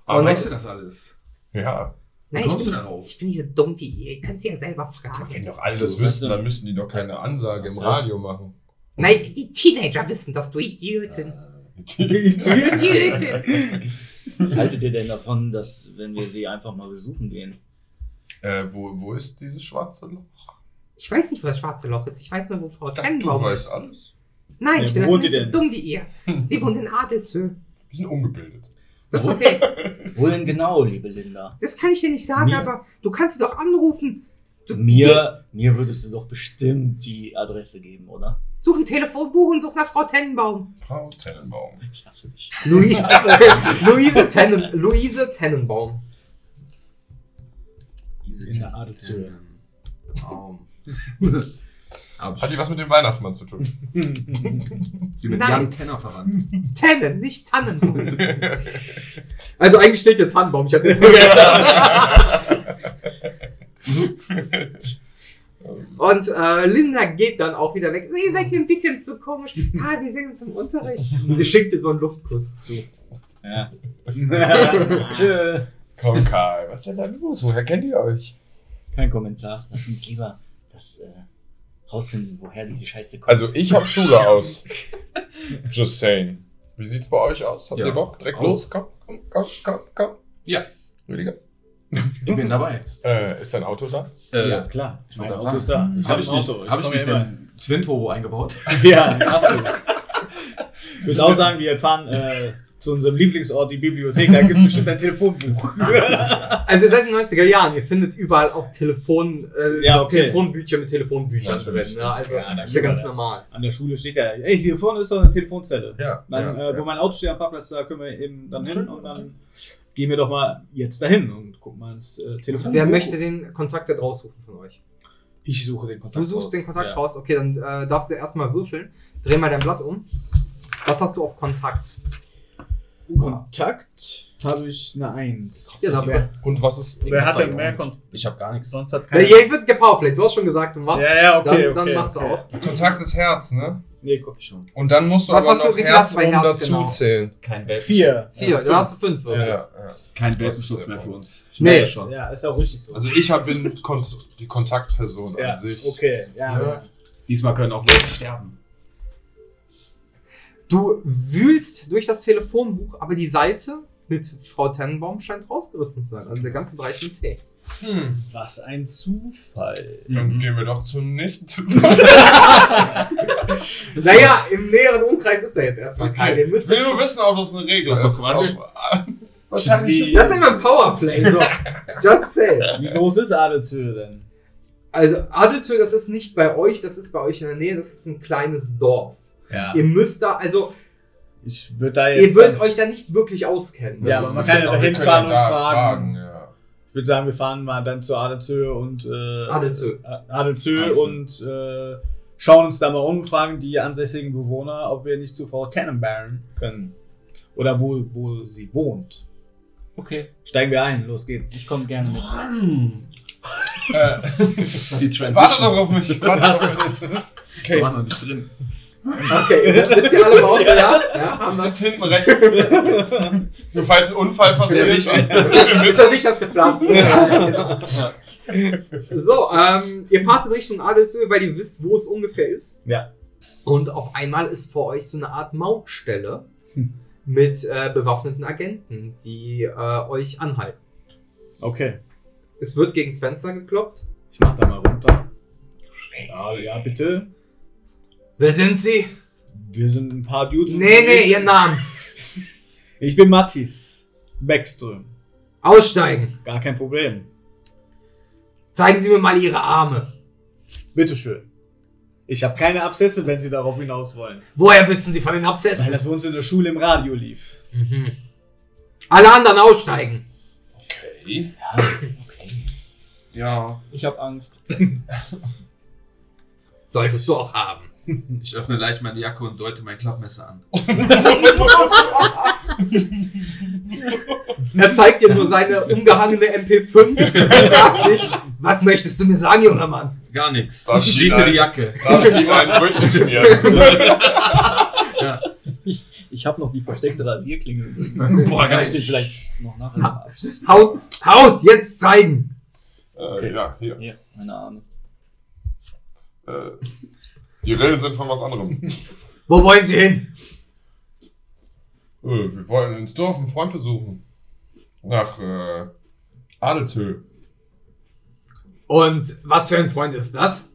Speaker 7: Aber weißt du das alles?
Speaker 5: Ja,
Speaker 6: Nein,
Speaker 7: Wie
Speaker 6: ich
Speaker 7: kommst
Speaker 6: bin,
Speaker 7: du
Speaker 6: nicht,
Speaker 7: darauf?
Speaker 6: ich bin nicht so dumm wie ihr. Ihr könnt sie ja selber fragen.
Speaker 5: wenn doch alle
Speaker 4: So,
Speaker 5: das
Speaker 4: weißt du-
Speaker 5: wüssten, dann müssten die doch
Speaker 4: weißt
Speaker 5: keine
Speaker 4: du-
Speaker 5: Ansage im
Speaker 4: weißt du-
Speaker 5: Radio machen.
Speaker 6: Nein, die Teenager wissen das, du Idiotin. Du Idiotin.
Speaker 4: Was haltet ihr denn davon, dass, wenn wir sie einfach mal besuchen gehen?
Speaker 5: äh, wo, wo ist dieses schwarze Loch?
Speaker 6: Ich weiß nicht, wo das schwarze Loch ist. Ich weiß nur, wo Frau
Speaker 5: Ich dachte, du
Speaker 6: Tannenbaum
Speaker 5: weißt
Speaker 6: ist.
Speaker 5: alles.
Speaker 6: Nein,
Speaker 1: Ja,
Speaker 6: ich
Speaker 1: wo
Speaker 6: bin
Speaker 1: wohnt
Speaker 6: einfach nicht
Speaker 1: ihr
Speaker 6: so
Speaker 1: denn?
Speaker 6: dumm wie ihr. Sie wohnt in Adelshöhe.
Speaker 5: Wir sind ungebildet.
Speaker 6: Das ist okay.
Speaker 4: Wo denn genau, liebe Linda?
Speaker 6: Das kann ich dir nicht sagen,
Speaker 4: Mir.
Speaker 6: aber du kannst sie doch anrufen. Du,
Speaker 4: Mir, mir würdest du doch bestimmt die Adresse geben, oder?
Speaker 6: Such ein Telefonbuch und such nach Frau Tennenbaum.
Speaker 5: Frau Tennenbaum.
Speaker 4: Ich hasse dich.
Speaker 6: Luise, Luise, Tennen, Luise Tennenbaum.
Speaker 1: In der Adelshöhe.
Speaker 7: Raum.
Speaker 5: Hat
Speaker 7: Aber
Speaker 5: die was mit dem Weihnachtsmann zu tun?
Speaker 7: sie mit
Speaker 6: Nein.
Speaker 7: Jan Tenner verwandt.
Speaker 6: Tennen, nicht Tannenbaum. Also eigentlich steht hier Tannenbaum, ich hab's jetzt geändert.
Speaker 5: Ähm,
Speaker 6: Oh, Und äh, Linda geht dann auch wieder weg. Ihr seid mir ein bisschen zu komisch. Ah, wir sehen uns im Unterricht. Und sie schickt ihr so einen Luftkuss zu.
Speaker 4: Ja.
Speaker 1: Tschö.
Speaker 4: Tschö.
Speaker 5: Komm, Karl, was ist denn da los? Woher kennt ihr euch?
Speaker 4: Kein Kommentar. Lass uns lieber das äh, rausfinden, woher diese Scheiße kommt.
Speaker 5: Also,
Speaker 6: Oh,
Speaker 5: ich habe Schule aus. Just saying. Wie sieht's bei euch aus? Habt
Speaker 7: Ja.
Speaker 5: ihr Bock? Direkt
Speaker 7: Auch.
Speaker 5: los, komm, komm, komm, komm, komm.
Speaker 7: Ja.
Speaker 5: Rüdiger?
Speaker 7: Ich bin dabei.
Speaker 5: Äh, ist dein Auto da?
Speaker 7: Äh,
Speaker 4: ja, klar. Ich
Speaker 7: wollte
Speaker 4: meine,
Speaker 7: gerade
Speaker 4: Auto ist da.
Speaker 7: sagen,
Speaker 1: Ich
Speaker 7: Habe
Speaker 1: hab
Speaker 7: ich
Speaker 1: ein
Speaker 7: nicht,
Speaker 1: Auto. Ich
Speaker 7: hab ich
Speaker 1: komm
Speaker 7: nicht
Speaker 1: ja
Speaker 7: den Twin-Turbo eingebaut?
Speaker 1: Ja, hast du. Ich würde auch sagen, wir fahren äh, zu unserem Lieblingsort, die Bibliothek. Da gibt es bestimmt ein Telefonbuch.
Speaker 6: Also ihr seid in den 90er Jahren, ihr findet überall auch Telefon, äh,
Speaker 1: Ja, okay.
Speaker 6: Telefonbücher mit Telefonbüchern
Speaker 5: Natürlich.
Speaker 6: drin. Ne? Also
Speaker 1: Ja, na
Speaker 6: ist ja
Speaker 1: klar,
Speaker 6: ganz
Speaker 1: ja.
Speaker 6: normal.
Speaker 1: An der Schule steht ja, ey, hier vorne ist doch eine Telefonzelle.
Speaker 5: Ja.
Speaker 1: Dann,
Speaker 5: ja,
Speaker 1: äh, Wo mein Auto steht am Parkplatz, da können wir eben dann hin und dann gehen wir doch mal jetzt dahin und gucken mal ins äh, Telefon.
Speaker 6: Wer möchte den Kontakt da draus suchen von euch?
Speaker 1: Ich suche den Kontakt.
Speaker 6: Du suchst
Speaker 1: raus.
Speaker 6: den Kontakt
Speaker 1: ja.
Speaker 6: raus. Okay, dann äh, darfst du erstmal würfeln. Dreh mal dein Blatt um. Was hast du auf Kontakt?
Speaker 1: Kontakt habe ich eine Eins.
Speaker 6: Ja, darfst du.
Speaker 5: Und was ist.
Speaker 8: Wer hat denn mehr
Speaker 7: Kontakt?
Speaker 8: Kontakt?
Speaker 7: Ich habe gar nichts.
Speaker 8: Sonst hat
Speaker 6: Ja,
Speaker 8: keiner.
Speaker 6: hier wird gepowerplayt. Du hast schon gesagt, du machst.
Speaker 8: ja, ja, okay.
Speaker 6: dann, dann
Speaker 8: okay,
Speaker 6: machst
Speaker 8: okay.
Speaker 6: du auch.
Speaker 5: Kontakt ist Herz, ne?
Speaker 1: Nee, guck schon.
Speaker 5: Und dann musst du
Speaker 6: Was
Speaker 5: aber
Speaker 6: hast du-
Speaker 5: noch
Speaker 6: wie viel
Speaker 5: Herz
Speaker 6: hast du bei
Speaker 5: oben
Speaker 6: Herz
Speaker 5: dazu
Speaker 6: genau?
Speaker 5: zählen.
Speaker 7: Kein Welpenschutz,
Speaker 1: Vier.
Speaker 6: Vier, dann hast du fünf
Speaker 5: Ja,
Speaker 6: Würfel.
Speaker 5: ja, ja.
Speaker 7: Kein Welpenschutz mehr für uns. Ich
Speaker 6: Nee.
Speaker 7: merke das schon.
Speaker 1: Ja, ist ja auch richtig so.
Speaker 5: Also ich hab, bin Kon die Kontaktperson
Speaker 1: ja,
Speaker 6: also
Speaker 5: an sich.
Speaker 1: okay. Ja,
Speaker 6: ne?
Speaker 5: Ja.
Speaker 7: Diesmal können auch Leute sterben.
Speaker 6: Du wühlst durch das Telefonbuch, aber die Seite mit Frau Tannenbaum scheint rausgerissen zu sein. Also der ganze Bereich mit T.
Speaker 5: Hm.
Speaker 1: Was ein Zufall.
Speaker 5: Dann
Speaker 7: Mhm.
Speaker 5: gehen wir doch zum nächsten Typ.
Speaker 6: Naja, im näheren Umkreis ist da jetzt erstmal keiner. Ihr
Speaker 5: Ich
Speaker 6: müsst
Speaker 5: will nur wissen, ob das eine Regel
Speaker 7: Was
Speaker 5: ist.
Speaker 7: ist doch Quatsch?
Speaker 5: Ob- Wahrscheinlich ist
Speaker 6: Das ist immer ein Powerplay, so. Just say.
Speaker 1: Wie groß ist Adelshöhe denn?
Speaker 6: Also, Adelshöhe, das ist nicht bei euch, das ist bei euch in der Nähe, das ist ein kleines Dorf.
Speaker 1: Ja.
Speaker 6: Ihr müsst da, also,
Speaker 1: Ich würde da jetzt.
Speaker 6: ihr würdet euch da nicht wirklich auskennen.
Speaker 1: Ja,
Speaker 6: Das
Speaker 1: aber man
Speaker 6: ist-
Speaker 1: kann ja da
Speaker 5: Aber wir können
Speaker 1: hinfahren und
Speaker 5: da
Speaker 1: fragen.
Speaker 5: ja.
Speaker 1: Ich würde sagen, wir fahren mal dann zur Adelshöhe und. Äh,
Speaker 6: Adelshöhe.
Speaker 1: Adelshöhe und äh, schauen uns da mal um, fragen die ansässigen Bewohner, ob wir nicht zu Frau Tannenbaum können. Oder wo, wo sie wohnt.
Speaker 4: Okay,
Speaker 1: Steigen wir ein, los geht's.
Speaker 4: ich komme gerne mit.
Speaker 5: Äh,
Speaker 7: Die Transition.
Speaker 5: warte doch auf mich. Warte auf mich.
Speaker 7: Wir waren noch nicht drin.
Speaker 6: Okay, ihr sitzt hier alle im Auto, ja? ja
Speaker 5: Ich
Speaker 6: haben wir.
Speaker 5: sitze hinten rechts. Nur falls ein Unfall
Speaker 7: Das ist sehr wichtig.
Speaker 5: passiert. wir
Speaker 6: Ist
Speaker 5: müssen-
Speaker 6: der sicherste Platz. Ja, genau. So, ähm, ihr fahrt in Richtung Adelshöhe, weil ihr wisst, wo es ungefähr ist.
Speaker 1: Ja.
Speaker 6: Und auf einmal ist vor euch so eine Art Mautstelle mit äh, bewaffneten Agenten, die äh, euch anhalten.
Speaker 1: Okay,
Speaker 6: Es wird gegens Fenster geklopft.
Speaker 1: ich mach da mal runter. Ja, ja, bitte.
Speaker 6: Wer sind Sie?
Speaker 1: Wir sind ein paar Dudes.
Speaker 6: Nee, nee, Ihr Name.
Speaker 1: Ich bin Mathis Beckström.
Speaker 6: Aussteigen.
Speaker 1: Gar kein Problem.
Speaker 6: Zeigen Sie mir mal Ihre Arme.
Speaker 1: Bitteschön. Ich habe keine Abszesse, wenn Sie darauf hinaus wollen.
Speaker 6: Woher wissen Sie von den
Speaker 1: Weil
Speaker 6: Absessen?
Speaker 1: das bei uns in der Schule im Radio lief.
Speaker 6: Mhm. Alle anderen aussteigen.
Speaker 5: Okay.
Speaker 7: Ja.
Speaker 4: Ich habe Angst.
Speaker 6: Solltest du auch haben.
Speaker 7: Ich öffne leicht meine Jacke und deute mein Klappmesser an.
Speaker 6: Er zeigt dir nur seine umgehangene MP5 und fragt dich, was möchtest du mir sagen, junger Mann?
Speaker 7: Gar nichts.
Speaker 5: Was?
Speaker 7: Ich schließe
Speaker 5: Nein.
Speaker 7: die Jacke.
Speaker 5: Da habe ich lieber ein Brötchen schmieren.
Speaker 4: Ich habe noch die versteckte Rasierklinge übrigens.
Speaker 7: Boah,
Speaker 4: Kann
Speaker 7: geil.
Speaker 4: ich den vielleicht noch nachher mal abstechen?
Speaker 6: Haut, haut, jetzt zeigen!
Speaker 5: Äh, ja, hier.
Speaker 4: Hier, meine Arme.
Speaker 5: Äh, die Rillen sind von was anderem. Äh,
Speaker 6: Wo wollen Sie hin?
Speaker 5: wir wollten ins Dorf einen Freund besuchen. Nach äh, Adelshöhe.
Speaker 6: Und was für ein Freund ist das?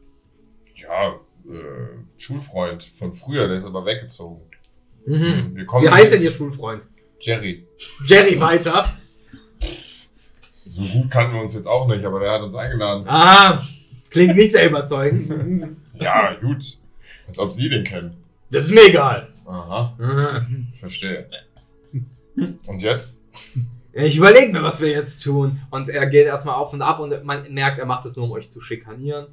Speaker 5: Ja, äh, Schulfreund von früher, der ist aber weggezogen.
Speaker 6: Mhm.
Speaker 5: Wir kommen
Speaker 6: Wie heißt denn
Speaker 5: jetzt-
Speaker 6: Ihr Schulfreund?
Speaker 5: Jerry.
Speaker 6: Jerry weiter.
Speaker 5: So gut kannten wir uns jetzt auch nicht, aber der hat uns eingeladen.
Speaker 6: Ah, klingt nicht sehr überzeugend.
Speaker 5: Ja, gut. Als ob Sie den kennen.
Speaker 6: Das ist mir egal.
Speaker 5: Aha,
Speaker 6: Mhm.
Speaker 5: ich verstehe. Und jetzt?
Speaker 6: Ich überlege mir, was wir jetzt tun. Und er geht erstmal auf und ab und man merkt, er macht es nur, um euch zu schikanieren.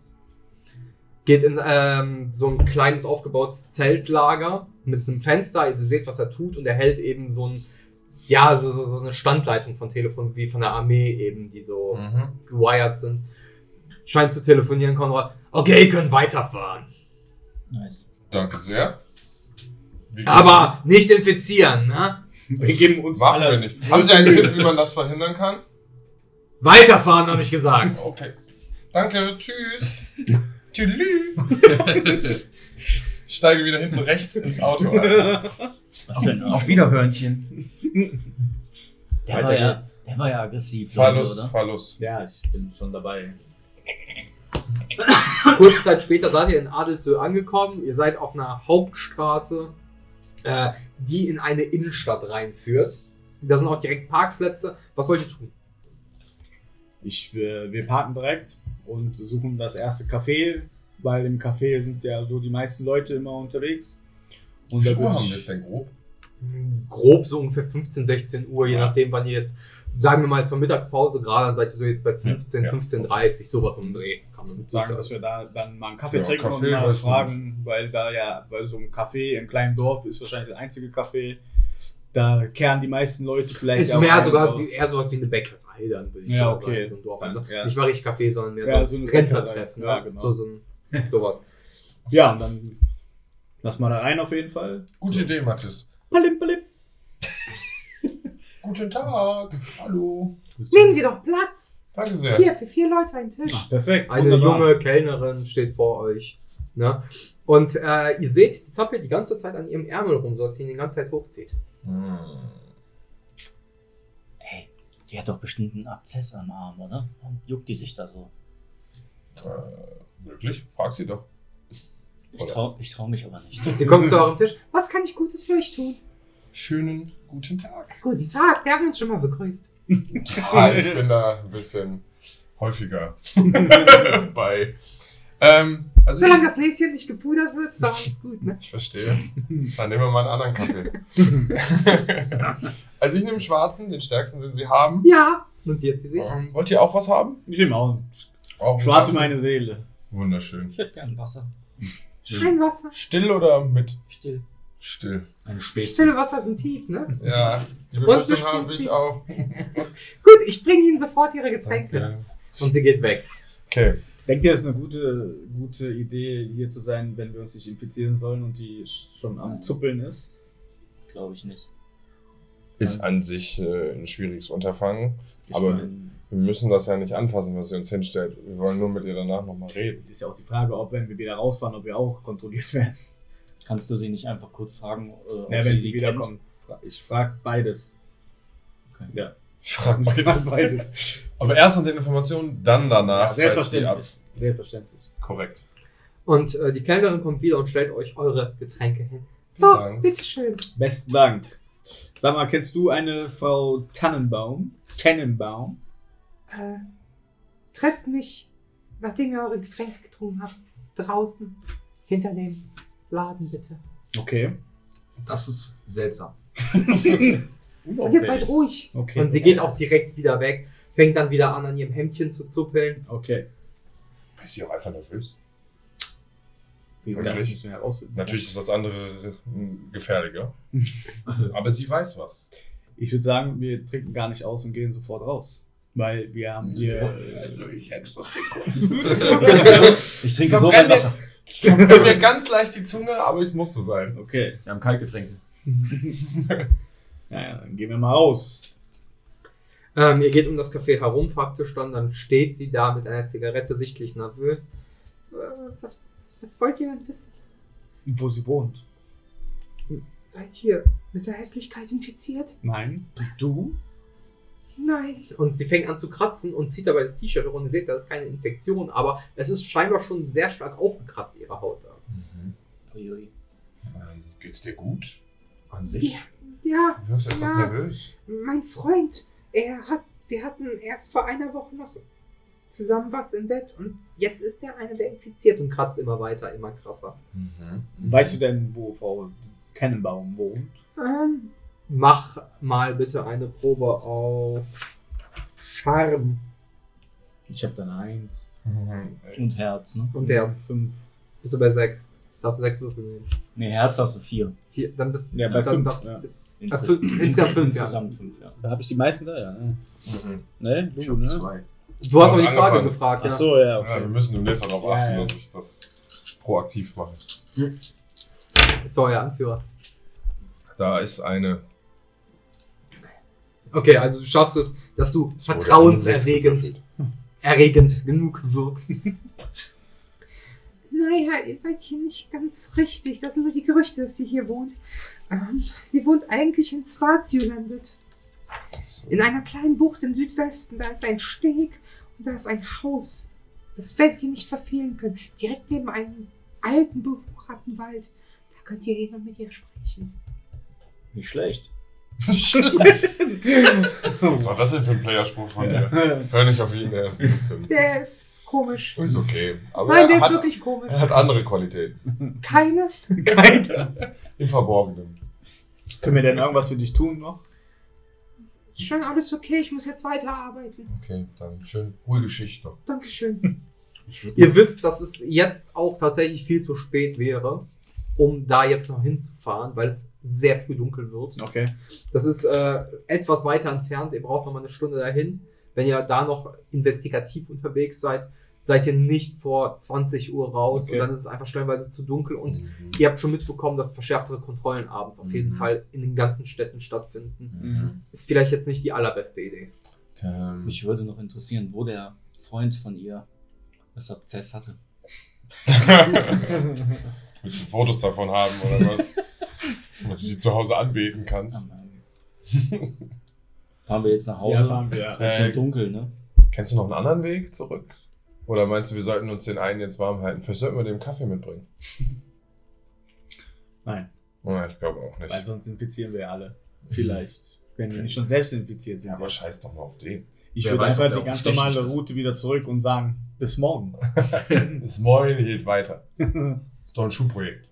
Speaker 6: Geht in ähm, so ein kleines aufgebautes Zeltlager mit einem Fenster. Also ihr seht, was er tut und er hält eben so ein, ja, so, so, so eine Standleitung von Telefon wie von der Armee eben, die so
Speaker 5: Mhm.
Speaker 6: gewired sind. scheint zu telefonieren, Konrad. Okay, ihr könnt weiterfahren.
Speaker 4: Nice.
Speaker 5: Danke sehr. Wie
Speaker 6: Aber nicht infizieren, ne?
Speaker 1: Wir geben uns
Speaker 5: Warten wir
Speaker 1: alle.
Speaker 5: nicht. Haben Sie einen Tipp, wie man das verhindern kann?
Speaker 6: Weiterfahren, habe ich gesagt.
Speaker 5: Okay. Danke, tschüss. Tschüss. Ich steige wieder hinten rechts ins Auto ein.
Speaker 4: Was für ein Arsch.
Speaker 8: Auf Wiederhörnchen.
Speaker 4: Der war,
Speaker 1: Weiter
Speaker 4: ja,
Speaker 1: geht's.
Speaker 4: der war ja aggressiv,
Speaker 5: Fahr
Speaker 4: Leute,
Speaker 5: los,
Speaker 4: oder?
Speaker 5: fahr los.
Speaker 1: Ja, ich bin schon dabei.
Speaker 6: Kurze Zeit später seid ihr in Adelshöhe angekommen. Ihr seid auf einer Hauptstraße, äh, die in eine Innenstadt reinführt. Da sind auch direkt Parkplätze. Was wollt ihr tun?
Speaker 1: Ich, äh, wir, wir parken direkt und suchen das erste Café, weil im Café sind ja so die meisten Leute immer unterwegs. Und da
Speaker 5: Wie Uhr
Speaker 1: bin
Speaker 5: haben wir es
Speaker 1: ich,
Speaker 5: denn grob?
Speaker 6: Hm, Grob so ungefähr 15, 16 Uhr, je
Speaker 5: Ja.
Speaker 6: nachdem, wann ihr jetzt, sagen wir mal jetzt von Mittagspause gerade, dann seid ihr so jetzt bei 15,
Speaker 5: ja.
Speaker 6: 15.30 sowas um den Dreh. Kann man
Speaker 1: sagen, dass wir da dann mal einen Kaffee
Speaker 5: Ja,
Speaker 1: trinken
Speaker 5: Kaffee
Speaker 1: und mal
Speaker 5: weiß
Speaker 1: fragen, weil da ja bei so einem Café im kleinen Dorf ist wahrscheinlich das einzige Café. Da kehren die meisten Leute vielleicht
Speaker 6: ist
Speaker 1: auch
Speaker 6: mehr
Speaker 1: ein-
Speaker 6: sogar
Speaker 1: aus.
Speaker 6: wie, eher sowas wie eine Bäckerei, dann würde ich
Speaker 1: Ja,
Speaker 6: so
Speaker 1: okay.
Speaker 6: sagen. so ein Dorf.
Speaker 1: Dann,
Speaker 6: Also
Speaker 1: ja.
Speaker 6: nicht mal richtig Kaffee, sondern mehr
Speaker 1: Ja,
Speaker 6: so
Speaker 1: so
Speaker 6: ein
Speaker 1: eine
Speaker 6: Rentnertreffen.
Speaker 1: Bäckerei. Ja,
Speaker 6: ne?
Speaker 1: genau.
Speaker 6: so, so ein, sowas.
Speaker 1: Ja, und dann lass mal da rein auf jeden Fall.
Speaker 5: Gute Idee, Mathis.
Speaker 1: Palim, palim.
Speaker 5: Guten Tag. Hallo.
Speaker 9: Nehmen Sie doch Platz.
Speaker 5: Danke sehr.
Speaker 9: Hier, für vier Leute ein Tisch.
Speaker 1: Ah, perfekt.
Speaker 6: Eine
Speaker 1: wunderbar.
Speaker 6: junge Kellnerin steht vor euch. Ne? Und äh, ihr seht, die zappelt die ganze Zeit an ihrem Ärmel rum, sodass sie ihn die ganze Zeit hochzieht.
Speaker 5: Hm.
Speaker 4: Ey, die hat doch bestimmt einen Abzess am Arm, oder? Warum juckt die sich da so?
Speaker 5: Äh, wirklich? Frag sie doch.
Speaker 4: Ich
Speaker 5: Oder?
Speaker 4: trau, ich trau mich aber nicht.
Speaker 6: Sie kommt zu eurem Tisch.
Speaker 9: Was kann ich Gutes für euch tun?
Speaker 5: Schönen guten Tag.
Speaker 9: Guten Tag, wir haben uns schon mal begrüßt.
Speaker 5: Ah, ich bin da ein bisschen häufiger bei. Ähm, also
Speaker 9: Solange
Speaker 5: ich,
Speaker 9: das Näschen nicht gepudert wird, ist doch alles gut, ne?
Speaker 5: ich verstehe. Dann nehmen wir mal einen anderen Kaffee. also ich nehme einen schwarzen, den stärksten, den sie haben.
Speaker 9: Ja,
Speaker 6: Und jetzt sie sich.
Speaker 5: Ähm, wollt ihr auch was haben?
Speaker 1: Ich nehme auch.
Speaker 5: Auch einen
Speaker 1: Schwarz für
Speaker 5: Kaffee?
Speaker 1: meine Seele.
Speaker 5: Wunderschön.
Speaker 4: Ich hätte gern Wasser.
Speaker 9: ein Wasser.
Speaker 5: Still oder mit?
Speaker 4: Still.
Speaker 5: Still.
Speaker 7: Eine Spezi.
Speaker 9: Stille Wasser sind tief, ne?
Speaker 5: Ja, die
Speaker 6: Und
Speaker 5: Befürchtung habe
Speaker 6: bestimmt
Speaker 5: ich auch.
Speaker 9: Gut, ich bringe Ihnen sofort Ihre Getränke.
Speaker 6: Und sie geht weg.
Speaker 5: Okay.
Speaker 1: Denkt ihr, es ist eine gute, gute Idee, hier zu sein, wenn wir uns nicht infizieren sollen und die schon am Zuppeln ist?
Speaker 4: Glaube ich nicht.
Speaker 5: Ist an sich äh, ein schwieriges Unterfangen.
Speaker 1: Ich
Speaker 5: Aber
Speaker 1: meine,
Speaker 5: Wir müssen das ja nicht anfassen, was sie uns hinstellt. Wir wollen nur mit ihr danach nochmal reden.
Speaker 1: ist ja auch die Frage, ob wenn wir wieder rausfahren, ob wir auch kontrolliert werden.
Speaker 4: Kannst du sie nicht einfach kurz fragen, äh, ob
Speaker 1: Ja, wenn sie
Speaker 4: sie kennt?
Speaker 1: wiederkommt. Fra- Ich frage beides.
Speaker 4: Okay.
Speaker 1: Ja,
Speaker 5: Ich frage
Speaker 1: ich frage
Speaker 5: mal.
Speaker 1: beides.
Speaker 5: Aber erst nach den Informationen, dann danach.
Speaker 1: Ja,
Speaker 5: falls die
Speaker 1: selbstverständlich. Selbstverständlich.
Speaker 5: Ab. Korrekt.
Speaker 6: Und äh, die Kellnerin kommt wieder und stellt euch eure Getränke hin.
Speaker 9: So,
Speaker 5: Dank.
Speaker 9: bitteschön.
Speaker 1: Besten Dank. Sag mal, kennst du eine Frau Tannenbaum? Tannenbaum?
Speaker 9: Äh, trefft mich, nachdem ihr eure Getränke getrunken habt, draußen hinter dem Laden, bitte.
Speaker 1: Okay.
Speaker 7: Das ist seltsam.
Speaker 9: Und jetzt seid ruhig.
Speaker 1: Okay.
Speaker 6: Und sie geht auch direkt wieder weg, fängt dann wieder an, an ihrem Hemdchen zu zuppeln.
Speaker 1: Okay.
Speaker 5: Ist sie auch einfach nervös?
Speaker 1: Wie
Speaker 5: das müssen
Speaker 1: wir herausfinden.
Speaker 5: Natürlich ist das andere mh, gefährlicher. Aber sie weiß was.
Speaker 1: Ich würde sagen, wir trinken gar nicht aus und gehen sofort raus. Weil wir haben hier.
Speaker 5: Also ich extra
Speaker 4: Ich trinke so viel Wasser.
Speaker 5: Ich habe mir ganz leicht die Zunge, aber ich musste sein.
Speaker 1: Okay.
Speaker 7: Wir haben Kaltgetränke.
Speaker 1: Naja, dann gehen wir mal raus.
Speaker 6: Ähm, ihr geht um das Café herum, faktisch dann, dann steht sie da mit einer Zigarette, sichtlich nervös.
Speaker 9: Äh, Was, was, was wollt ihr denn wissen?
Speaker 1: Wo sie wohnt.
Speaker 9: Seid ihr mit der Hässlichkeit infiziert?
Speaker 1: Nein. Du?
Speaker 9: Nein.
Speaker 6: Und sie fängt an zu kratzen und zieht dabei das T-Shirt hoch und ihr seht, das ist keine Infektion, aber es ist scheinbar schon sehr stark aufgekratzt, ihre Haut da.
Speaker 4: Uiui.
Speaker 5: Mhm. Ähm, geht's dir gut?
Speaker 7: An sich.
Speaker 9: Ja,
Speaker 5: Du wirkst etwas
Speaker 9: Ja.
Speaker 5: nervös.
Speaker 9: mein Freund, er hat, wir hatten erst vor einer Woche noch zusammen was im Bett und
Speaker 6: Jetzt ist er einer, der infiziert und kratzt immer weiter, immer krasser.
Speaker 5: Mhm.
Speaker 1: Mhm. Weißt du denn, wo Frau Tannenbaum wohnt?
Speaker 9: ähm,
Speaker 6: Mach mal bitte eine Probe auf Charme
Speaker 1: Ich habe dann eins.
Speaker 5: Mhm.
Speaker 4: Und Herz, ne?
Speaker 6: und Herz.
Speaker 1: Fünf.
Speaker 6: Bist du bei sechs? Darfst du sechs Würfel nehmen?
Speaker 4: Nee, Herz hast du vier.
Speaker 6: Vier, dann bist
Speaker 1: Ja, bei
Speaker 6: dann
Speaker 1: fünf,
Speaker 6: darfst-
Speaker 1: ja.
Speaker 6: Ah,
Speaker 5: Mhm.
Speaker 6: fünf- insgesamt fünf, ja.
Speaker 4: Insgesamt fünf, ja.
Speaker 1: Da habe ich die meisten da, ja.
Speaker 5: Mhm.
Speaker 1: Ne?
Speaker 7: Ich
Speaker 1: Du,
Speaker 7: hab
Speaker 1: ne?
Speaker 7: zwei.
Speaker 6: Du hast
Speaker 5: Hast
Speaker 6: aber die Frage
Speaker 5: Also angefangen.
Speaker 6: gefragt, ja.
Speaker 1: Achso, ja,
Speaker 5: Ja, wir
Speaker 1: okay.
Speaker 5: müssen demnächst darauf
Speaker 1: Ja,
Speaker 5: achten,
Speaker 1: ja.
Speaker 5: dass ich das proaktiv mache.
Speaker 6: Ist doch euer Anführer.
Speaker 5: Da ist eine.
Speaker 6: Okay, also du schaffst es, dass du
Speaker 5: es wurde eine Sechs
Speaker 6: vertrauenserregend
Speaker 5: gewürfelt.
Speaker 6: erregend genug wirkst.
Speaker 9: Naja, ihr seid hier nicht ganz richtig. Das sind nur die Gerüchte, dass sie hier wohnt. Ähm, sie wohnt eigentlich in Swazilandet. In einer kleinen Bucht im Südwesten. Da ist ein Steg und da ist ein Haus. Das werdet ihr nicht verfehlen können. Direkt neben einem alten, bewucherten Wald. Da könnt ihr hin und mit ihr sprechen.
Speaker 4: Nicht schlecht.
Speaker 5: Was war das denn für ein Playerspruch von dir? Hör nicht auf ihn, er ist ein bisschen.
Speaker 9: Der ist komisch.
Speaker 5: Ist okay. Aber
Speaker 9: Nein,
Speaker 5: er,
Speaker 9: der ist
Speaker 5: hat,
Speaker 9: wirklich komisch.
Speaker 5: er hat andere Qualitäten.
Speaker 9: Keine.
Speaker 5: Im Verborgenen.
Speaker 1: Können wir denn irgendwas für dich tun noch?
Speaker 9: Ist schon alles okay. Ich muss jetzt weiterarbeiten.
Speaker 5: Okay, dann schön. Ruhige Schicht noch.
Speaker 9: Dankeschön.
Speaker 6: Ihr wisst, dass es jetzt auch tatsächlich viel zu spät wäre, um da jetzt noch hinzufahren, weil es sehr früh dunkel wird.
Speaker 1: Okay.
Speaker 6: Das ist äh, etwas weiter entfernt. Ihr braucht noch mal eine Stunde dahin. Wenn ihr da noch investigativ unterwegs seid, seid ihr nicht vor 20 Uhr raus
Speaker 1: Okay.
Speaker 6: und dann ist es einfach stellenweise zu dunkel und
Speaker 5: Mhm.
Speaker 6: ihr habt schon mitbekommen, dass verschärftere Kontrollen abends auf jeden
Speaker 5: Mhm.
Speaker 6: Fall in den ganzen Städten stattfinden.
Speaker 1: Mhm.
Speaker 6: Ist vielleicht jetzt nicht die allerbeste Idee.
Speaker 5: Ähm,
Speaker 4: Mich würde noch interessieren, wo der Freund von ihr das Abzess hatte.
Speaker 5: Willst du Fotos davon haben oder was? Damit du die zu Hause anbeten kannst.
Speaker 4: Fahren wir jetzt nach Hause?
Speaker 1: Ja, fahren wir.
Speaker 4: Wird
Speaker 5: Äh,
Speaker 4: schon dunkel, ne?
Speaker 5: Kennst du noch einen anderen Weg zurück? Oder meinst du, wir sollten uns den einen jetzt warm halten? Vielleicht sollten wir dem Kaffee mitbringen.
Speaker 1: Nein,
Speaker 5: Nein, ich glaube auch
Speaker 1: weil
Speaker 5: nicht.
Speaker 1: sonst infizieren wir alle. Vielleicht. Wenn wir nicht schon selbst infiziert sind.
Speaker 5: Ja, aber scheiß doch mal auf den.
Speaker 1: ich
Speaker 7: wer
Speaker 1: würde
Speaker 7: weiß, ob
Speaker 1: einfach
Speaker 7: der
Speaker 1: die ganz
Speaker 7: bestechlich
Speaker 1: normale
Speaker 7: ist.
Speaker 1: Route wieder zurück und sagen, bis morgen.
Speaker 5: Das Moin geht weiter. Ist doch ein Schuhprojekt.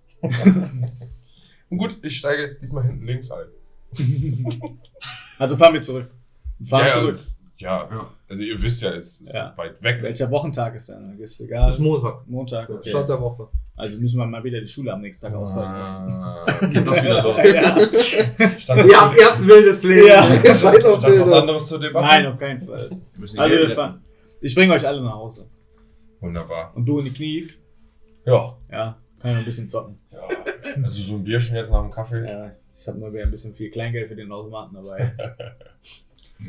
Speaker 5: Und gut, ich steige diesmal hinten links ein.
Speaker 1: also fahren wir zurück. Fahren
Speaker 5: ja,
Speaker 1: zurück.
Speaker 5: Ja,
Speaker 7: Ja.
Speaker 5: also ihr wisst ja, es ist
Speaker 1: Ja.
Speaker 5: weit weg.
Speaker 1: Welcher Wochentag ist denn? Ist
Speaker 6: Das ist
Speaker 1: egal.
Speaker 6: Montag.
Speaker 1: Montag, okay.
Speaker 6: Start der Woche.
Speaker 1: Also müssen wir mal wieder die Schule am nächsten Tag ausfallen.
Speaker 5: Ah,
Speaker 7: Geht das wieder los?
Speaker 1: Ja.
Speaker 5: stand das
Speaker 6: Ihr habt, ihr habt ein wildes Leben.
Speaker 1: Ja.
Speaker 6: Ich weiß auch
Speaker 5: stand was
Speaker 6: Bilder.
Speaker 5: anderes zur Debatte?
Speaker 1: Nein, auf keinen Fall.
Speaker 7: Wir müssen
Speaker 1: Also
Speaker 7: hier-
Speaker 1: wir fahren. Ich bringe euch alle nach Hause.
Speaker 5: Wunderbar.
Speaker 1: Und du in die Knief.
Speaker 5: Ja.
Speaker 1: Ja, kann ja ein bisschen zocken.
Speaker 5: ja. Also so ein Bierchen jetzt nach dem Kaffee.
Speaker 1: Ja, ich habe nur wieder ein bisschen viel Kleingeld für den Automaten dabei.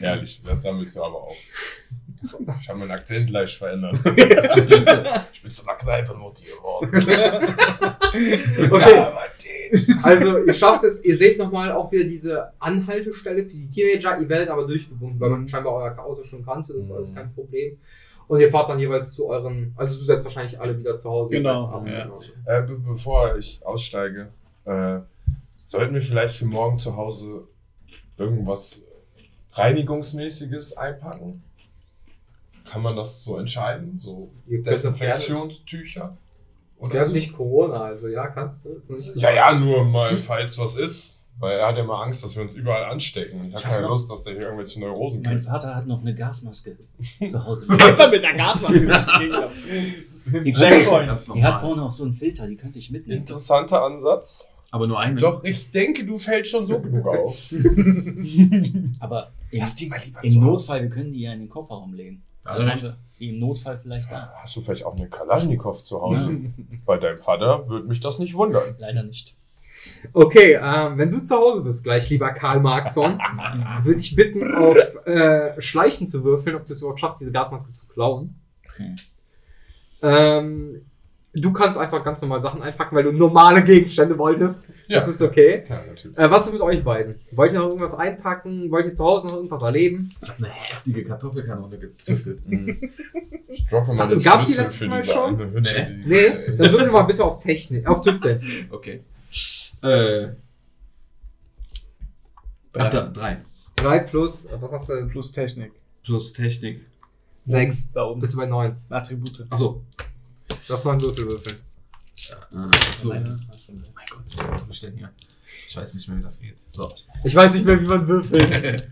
Speaker 5: Ehrlich, das sammelst du aber auch. Ich habe meinen Akzent leicht verändert. ich bin zu einer Kneipenmutti geworden.
Speaker 6: Okay.
Speaker 5: aber den.
Speaker 6: Also, ihr schafft es, ihr seht nochmal auch wieder diese Anhaltestelle für die Teenager, ihr werdet aber durchgewunken,
Speaker 1: Mhm.
Speaker 6: weil man scheinbar euer Auto schon kannte, das ist alles kein Problem. Und ihr fahrt dann jeweils zu euren, also du setzt wahrscheinlich alle wieder zu Hause.
Speaker 1: Genau,
Speaker 6: jeweils ab.
Speaker 1: ja.
Speaker 6: Genau.
Speaker 5: Äh, be bevor ich aussteige, äh, sollten wir vielleicht für morgen zu Hause irgendwas äh, Reinigungsmäßiges einpacken? Kann man das so entscheiden? So
Speaker 6: Ihr könnt das gerne.
Speaker 5: Desinfektionstücher?
Speaker 6: Wir haben nicht Hm? Corona, also ja, kannst du. Ist nicht so
Speaker 5: Ja, ja, nur mal, falls was ist. Weil er hat ja mal Angst, dass wir uns überall anstecken. Ich habe keine Lust, dass der hier irgendwelche Neurosen
Speaker 4: Mein
Speaker 5: kriegt.
Speaker 4: Vater hat noch eine Gasmaske zu Hause.
Speaker 1: Einfach mit der Gasmaske durchgehen.
Speaker 4: Die,
Speaker 1: Checkpoint.
Speaker 7: Ganz
Speaker 4: die hat
Speaker 7: normal.
Speaker 4: vorne auch so einen Filter, die könnte ich mitnehmen.
Speaker 5: Interessanter Ansatz.
Speaker 7: Aber nur
Speaker 6: Hm.
Speaker 7: eine.
Speaker 5: Doch, ich denke, du fällst schon so genug auf.
Speaker 4: Aber im,
Speaker 5: die mal lieber
Speaker 4: im Notfall, wir können die ja in den Kofferraum legen.
Speaker 7: Alle recht.
Speaker 4: Die im Notfall vielleicht da.
Speaker 5: Hast du vielleicht auch eine Kalaschnikow zu Hause? Bei deinem Vater würde mich das nicht wundern.
Speaker 4: Leider nicht.
Speaker 6: Okay, ähm, wenn du zu Hause bist gleich, lieber Karl Marxson, würde ich bitten, auf äh, Schleichen zu würfeln, ob du es überhaupt schaffst, diese Gasmaske zu klauen.
Speaker 4: Okay.
Speaker 6: Ähm, du kannst einfach ganz normal Sachen einpacken, weil du normale Gegenstände wolltest.
Speaker 5: Ja.
Speaker 6: Das ist okay.
Speaker 5: Ja, natürlich.
Speaker 6: Äh, was ist mit euch beiden? Wollt ihr noch irgendwas einpacken? Wollt ihr zu Hause noch irgendwas erleben?
Speaker 7: Ich hab eine heftige Kartoffelkanone gezüchtelt.
Speaker 5: Ich droppe mal
Speaker 6: Ach,
Speaker 5: den
Speaker 6: gab's die
Speaker 5: Schlüssel
Speaker 6: letztes
Speaker 5: für
Speaker 6: Mal
Speaker 5: diese
Speaker 6: schon?
Speaker 5: eine Hütte,
Speaker 7: Nee.
Speaker 5: die-
Speaker 6: Nee, dann würfel mal bitte auf Technik, auf Tüfteln.
Speaker 7: Okay. Äh. Ach, da, drei.
Speaker 6: Drei plus, äh, was hast du?
Speaker 1: Plus Technik.
Speaker 7: Plus Technik.
Speaker 6: Sechs.
Speaker 1: Da oben.
Speaker 6: Bist du bei neun.
Speaker 1: Attribute.
Speaker 7: Achso.
Speaker 6: Lass mal einen Würfel würfeln.
Speaker 7: Ah, so.
Speaker 4: Alleine
Speaker 7: Mein
Speaker 4: war schon weg.
Speaker 7: Gott, so dumme Stellen hier. Ich weiß nicht mehr, wie das geht. So.
Speaker 6: Ich weiß nicht mehr, wie man würfelt.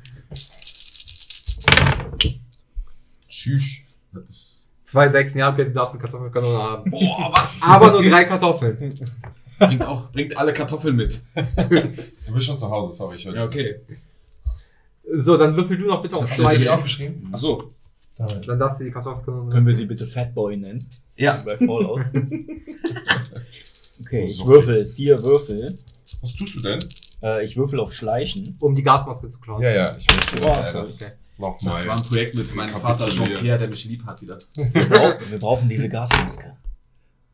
Speaker 7: Tschüss. Das ist.
Speaker 6: Zwei Sechsen, ja, okay, du darfst eine Kartoffelkanone haben.
Speaker 7: Boah, was?
Speaker 6: Aber nur drei Kartoffeln.
Speaker 7: Bringt, auch, bringt alle Kartoffeln mit.
Speaker 5: Du bist schon zu Hause, sorry. Ich höre dich nicht.
Speaker 6: So, dann würfel du noch bitte auf
Speaker 7: Ich hab
Speaker 5: Hast du dir
Speaker 6: Fleisch.
Speaker 5: nicht aufgeschrieben?
Speaker 7: Achso.
Speaker 5: Damit.
Speaker 6: Dann darfst du die Kartoffelkanone.
Speaker 4: Können wir sie bitte Fatboy nennen?
Speaker 7: Ja.
Speaker 4: Wie Bei Fallout. okay, ich
Speaker 5: So.
Speaker 4: würfel vier Würfel.
Speaker 5: Was tust du denn?
Speaker 4: Äh, ich würfel auf Schleichen.
Speaker 6: Um die Gasmaske zu klauen.
Speaker 5: Ja, ja, ich möchte, dass
Speaker 4: Oh,
Speaker 5: er
Speaker 4: so,
Speaker 5: das
Speaker 6: okay.
Speaker 5: nochmal.
Speaker 7: Das war ein Projekt mit meinem Vater
Speaker 5: Kapitel hier.
Speaker 7: Jean-Pierre, der mich lieb hat wieder.
Speaker 4: Wir brauchen, wir brauchen diese Gasmaske.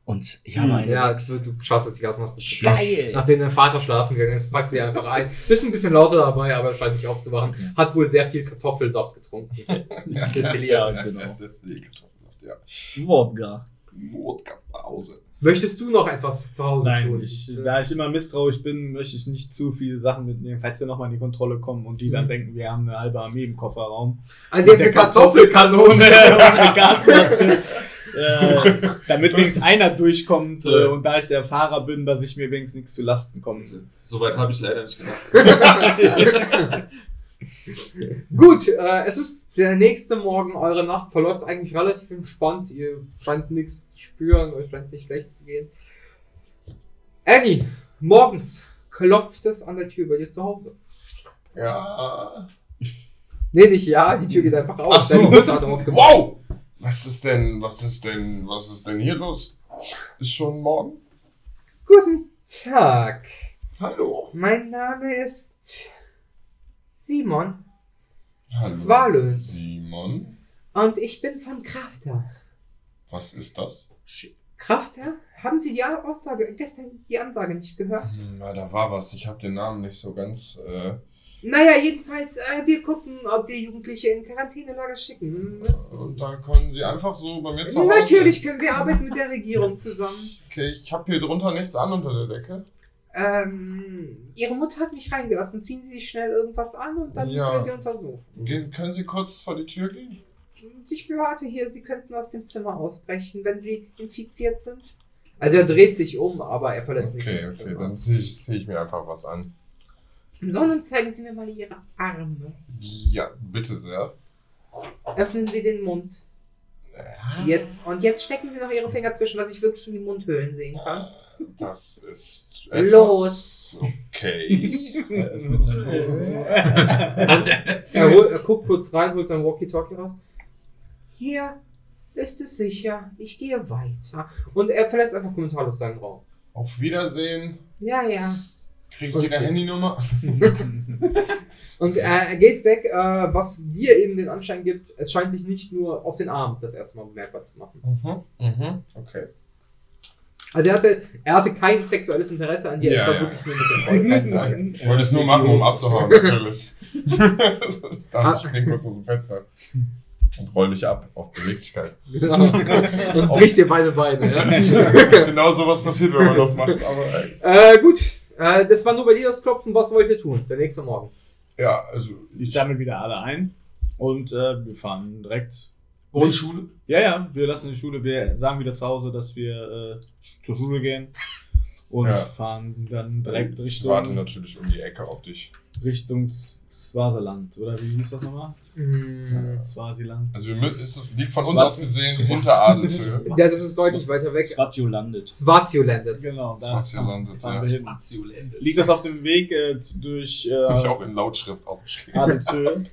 Speaker 4: Und ich
Speaker 5: Hm.
Speaker 4: habe eine.
Speaker 6: Ja,
Speaker 4: Sechs.
Speaker 6: du, du schaffst es, die Gasmaske zu klauen.
Speaker 4: Geil!
Speaker 6: Nachdem dein Vater schlafen gegangen ist, packst du die einfach ein. Bist ein bisschen lauter dabei, aber scheint nicht aufzuwachen. Hat wohl sehr viel Kartoffelsaft getrunken.
Speaker 4: Ja,
Speaker 5: Ja,
Speaker 4: genau.
Speaker 5: Deswegen Kartoffelsaft, ja.
Speaker 4: Wodka.
Speaker 5: Wodka-Pause.
Speaker 6: Möchtest du noch etwas zu Hause
Speaker 1: Nein,
Speaker 6: tun?
Speaker 1: ich,
Speaker 6: Äh,
Speaker 1: da ich immer misstrauisch bin, möchte ich nicht zu viele Sachen mitnehmen, falls wir nochmal in die Kontrolle kommen und die dann
Speaker 6: Mhm.
Speaker 1: denken, wir haben eine halbe Armee im Kofferraum.
Speaker 6: also ihr habt
Speaker 1: der
Speaker 6: eine Kartoffelkanone.
Speaker 1: Kanone und eine Gasmaske. äh, damit wenigstens einer durchkommt äh, und da ich der Fahrer bin, dass ich mir wenigstens nichts zu Lasten komme.
Speaker 7: Soweit habe ich leider nicht gedacht.
Speaker 6: Gut, äh, es ist der nächste Morgen. Eure Nacht verläuft eigentlich relativ entspannt. Ihr scheint nichts zu spüren, euch scheint es nicht schlecht zu gehen. Annie, morgens klopft es an der Tür bei dir zu Hause.
Speaker 5: Ja.
Speaker 6: Nee, nicht ja, die Tür geht einfach auf.
Speaker 5: Ach so.
Speaker 6: Deine Mutter hat drauf gemacht.
Speaker 5: Wow! Was ist denn, was ist denn, was ist denn hier los? Ist schon morgen?
Speaker 6: Guten Tag.
Speaker 5: Hallo.
Speaker 6: Mein Name ist Simon
Speaker 5: Hallo.
Speaker 6: Swallows.
Speaker 5: Simon.
Speaker 6: und ich bin von Krafter.
Speaker 5: Was ist das?
Speaker 6: Krafter? Haben Sie die Aussage gestern die Ansage nicht gehört?
Speaker 5: Hm, na, da war was. Ich habe den Namen nicht so ganz. Äh,
Speaker 6: Naja, jedenfalls, äh, wir gucken, ob wir Jugendliche in Quarantänelager schicken. Das
Speaker 5: und da können sie einfach so bei mir zu Hause.
Speaker 6: Natürlich
Speaker 5: sitzen.
Speaker 6: können wir arbeiten mit der Regierung zusammen.
Speaker 5: Okay, ich habe hier drunter nichts an unter der Decke.
Speaker 6: Ähm, Ihre Mutter hat mich reingelassen. Ziehen Sie sich schnell irgendwas an und dann
Speaker 5: Ja.
Speaker 6: müssen wir Sie untersuchen.
Speaker 5: Gehen, können Sie kurz vor die Tür gehen?
Speaker 6: Und Ich bewarte hier, Sie könnten aus dem Zimmer ausbrechen, wenn Sie infiziert sind. Also er dreht sich um, aber er verlässt nicht
Speaker 5: Okay,
Speaker 6: das
Speaker 5: okay,
Speaker 6: Zimmer.
Speaker 5: dann ziehe ich, zieh ich mir einfach was an.
Speaker 6: So, nun zeigen Sie mir mal Ihre Arme.
Speaker 5: Ja, bitte sehr.
Speaker 6: Öffnen Sie den Mund. Jetzt, und jetzt stecken Sie noch Ihre Finger zwischen, dass ich wirklich in die Mundhöhlen sehen kann.
Speaker 5: Das ist
Speaker 6: Los.
Speaker 5: Okay.
Speaker 7: Er öffnet seine Hose.
Speaker 6: Er, hol, er guckt kurz rein, holt sein Walkie-Talkie raus. Hier ist es sicher. Ich gehe weiter. Und er verlässt einfach kommentarlos seinen Raum.
Speaker 5: Auf Wiedersehen.
Speaker 6: Ja, ja.
Speaker 5: Kriege ich Ihre
Speaker 6: Okay.
Speaker 5: Handynummer?
Speaker 6: Und äh, er geht weg, äh, was dir eben den Anschein gibt, es scheint sich nicht nur auf den Arm das erste Mal bemerkbar zu machen.
Speaker 5: Mhm, mhm, okay.
Speaker 6: Also er hatte, er hatte kein sexuelles Interesse an dir,
Speaker 5: Ja,
Speaker 6: es war
Speaker 5: ja.
Speaker 6: wirklich nur mit der Freundschaft.
Speaker 5: Ich wollte es nur machen, um abzuhauen, natürlich. da ich spring kurz aus dem Fenster. Und roll dich ab auf Beweglichkeit.
Speaker 6: genau. Und bricht dir beide Beine. Ja?
Speaker 5: genau sowas passiert, wenn man das macht. Aber äh,
Speaker 6: äh, gut, äh, das war nur bei dir das Klopfen. Was wollt ihr tun? Der nächste Morgen.
Speaker 5: ja, also
Speaker 1: Ich sammle wieder alle ein und äh, wir fahren direkt.
Speaker 7: Ohne Schule.
Speaker 1: Ja, ja, wir lassen die Schule, wir sagen wieder zu Hause, dass wir äh, zur Schule gehen und
Speaker 5: Ja.
Speaker 1: fahren dann direkt
Speaker 5: äh, ich warte
Speaker 1: Richtung,
Speaker 5: natürlich um die Ecke auf dich.
Speaker 1: Richtung Z- Swaziland. Oder wie hieß das nochmal?
Speaker 6: Hm.
Speaker 1: Swaziland.
Speaker 5: Also wir mü- ist das liegt von uns
Speaker 4: Was?
Speaker 5: aus gesehen hinter Adelshöhe.
Speaker 6: Ja, das ist deutlich weiter weg.
Speaker 4: Swatio landet.
Speaker 6: Swazio landet.
Speaker 1: Genau, da.
Speaker 5: Schwarzwald, ja.
Speaker 1: fahren wir
Speaker 5: Habe
Speaker 1: hin. Liegt das auf dem Weg äh, durch
Speaker 5: ich
Speaker 1: äh,
Speaker 5: auch in Lautschrift aufgeschrieben.
Speaker 1: Adelshöhe?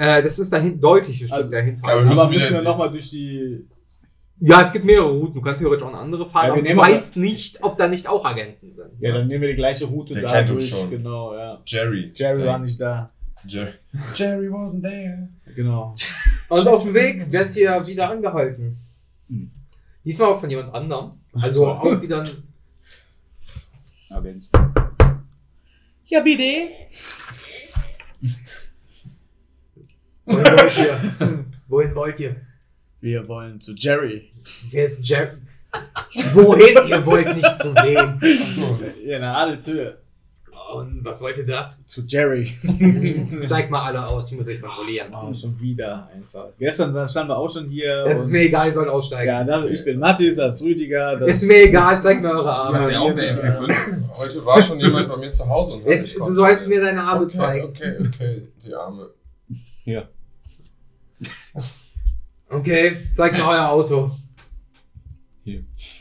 Speaker 6: Äh, das ist dahin, deutlich ein Stück
Speaker 1: Also-
Speaker 6: dahinter.
Speaker 5: Aber
Speaker 1: Aber
Speaker 5: wir müssen
Speaker 1: müssen
Speaker 5: wieder-
Speaker 1: wir nochmal durch die
Speaker 6: Ja, es gibt mehrere Routen. Du kannst theoretisch auch eine andere fahren,
Speaker 1: Ja, wir
Speaker 6: aber du
Speaker 1: nehmen
Speaker 6: weißt nicht, ob da nicht auch Agenten sind.
Speaker 1: Ja, dann nehmen wir die gleiche Route
Speaker 5: Der
Speaker 1: da
Speaker 5: kennt uns
Speaker 1: durch.
Speaker 5: schon.
Speaker 1: Genau, ja.
Speaker 5: Jerry. Äh,
Speaker 1: Jerry war nicht da.
Speaker 5: Jerry. Jerry wasn't there.
Speaker 1: Genau.
Speaker 6: Und auf dem Weg werdet ihr wieder angehalten.
Speaker 4: Hm.
Speaker 6: Diesmal aber von jemand anderem. Also auch wieder ein.
Speaker 4: Agent.
Speaker 9: Ja, bitte.
Speaker 6: Wohin wollt ihr? Wohin wollt ihr?
Speaker 1: Wir wollen zu Jerry.
Speaker 6: Wer ist Jerry? Wohin? ihr wollt nicht zu wem?
Speaker 5: So,
Speaker 1: Ja, na, alle zu,
Speaker 6: Und was wollt ihr da?
Speaker 1: zu Jerry.
Speaker 6: Steigt mal alle aus, ich muss euch kontrollieren.
Speaker 1: Oh, schon wieder einfach. Gestern sa- standen wir auch schon hier.
Speaker 6: Das ist
Speaker 1: und-
Speaker 6: mir egal, ihr sollt aussteigen.
Speaker 1: ja, das, ich bin Mathis, das ist Rüdiger. Das
Speaker 6: ist mir egal, zeigt mir eure Arme.
Speaker 7: Hat der auch eine MP5?
Speaker 5: heute war schon jemand bei mir zu Hause und hat
Speaker 6: Es,
Speaker 5: mich
Speaker 6: du
Speaker 5: kontrolliert.
Speaker 6: sollst mir deine Arme
Speaker 5: okay,
Speaker 6: zeigen.
Speaker 5: okay, okay, die Arme.
Speaker 6: Okay, zeig mir euer Auto.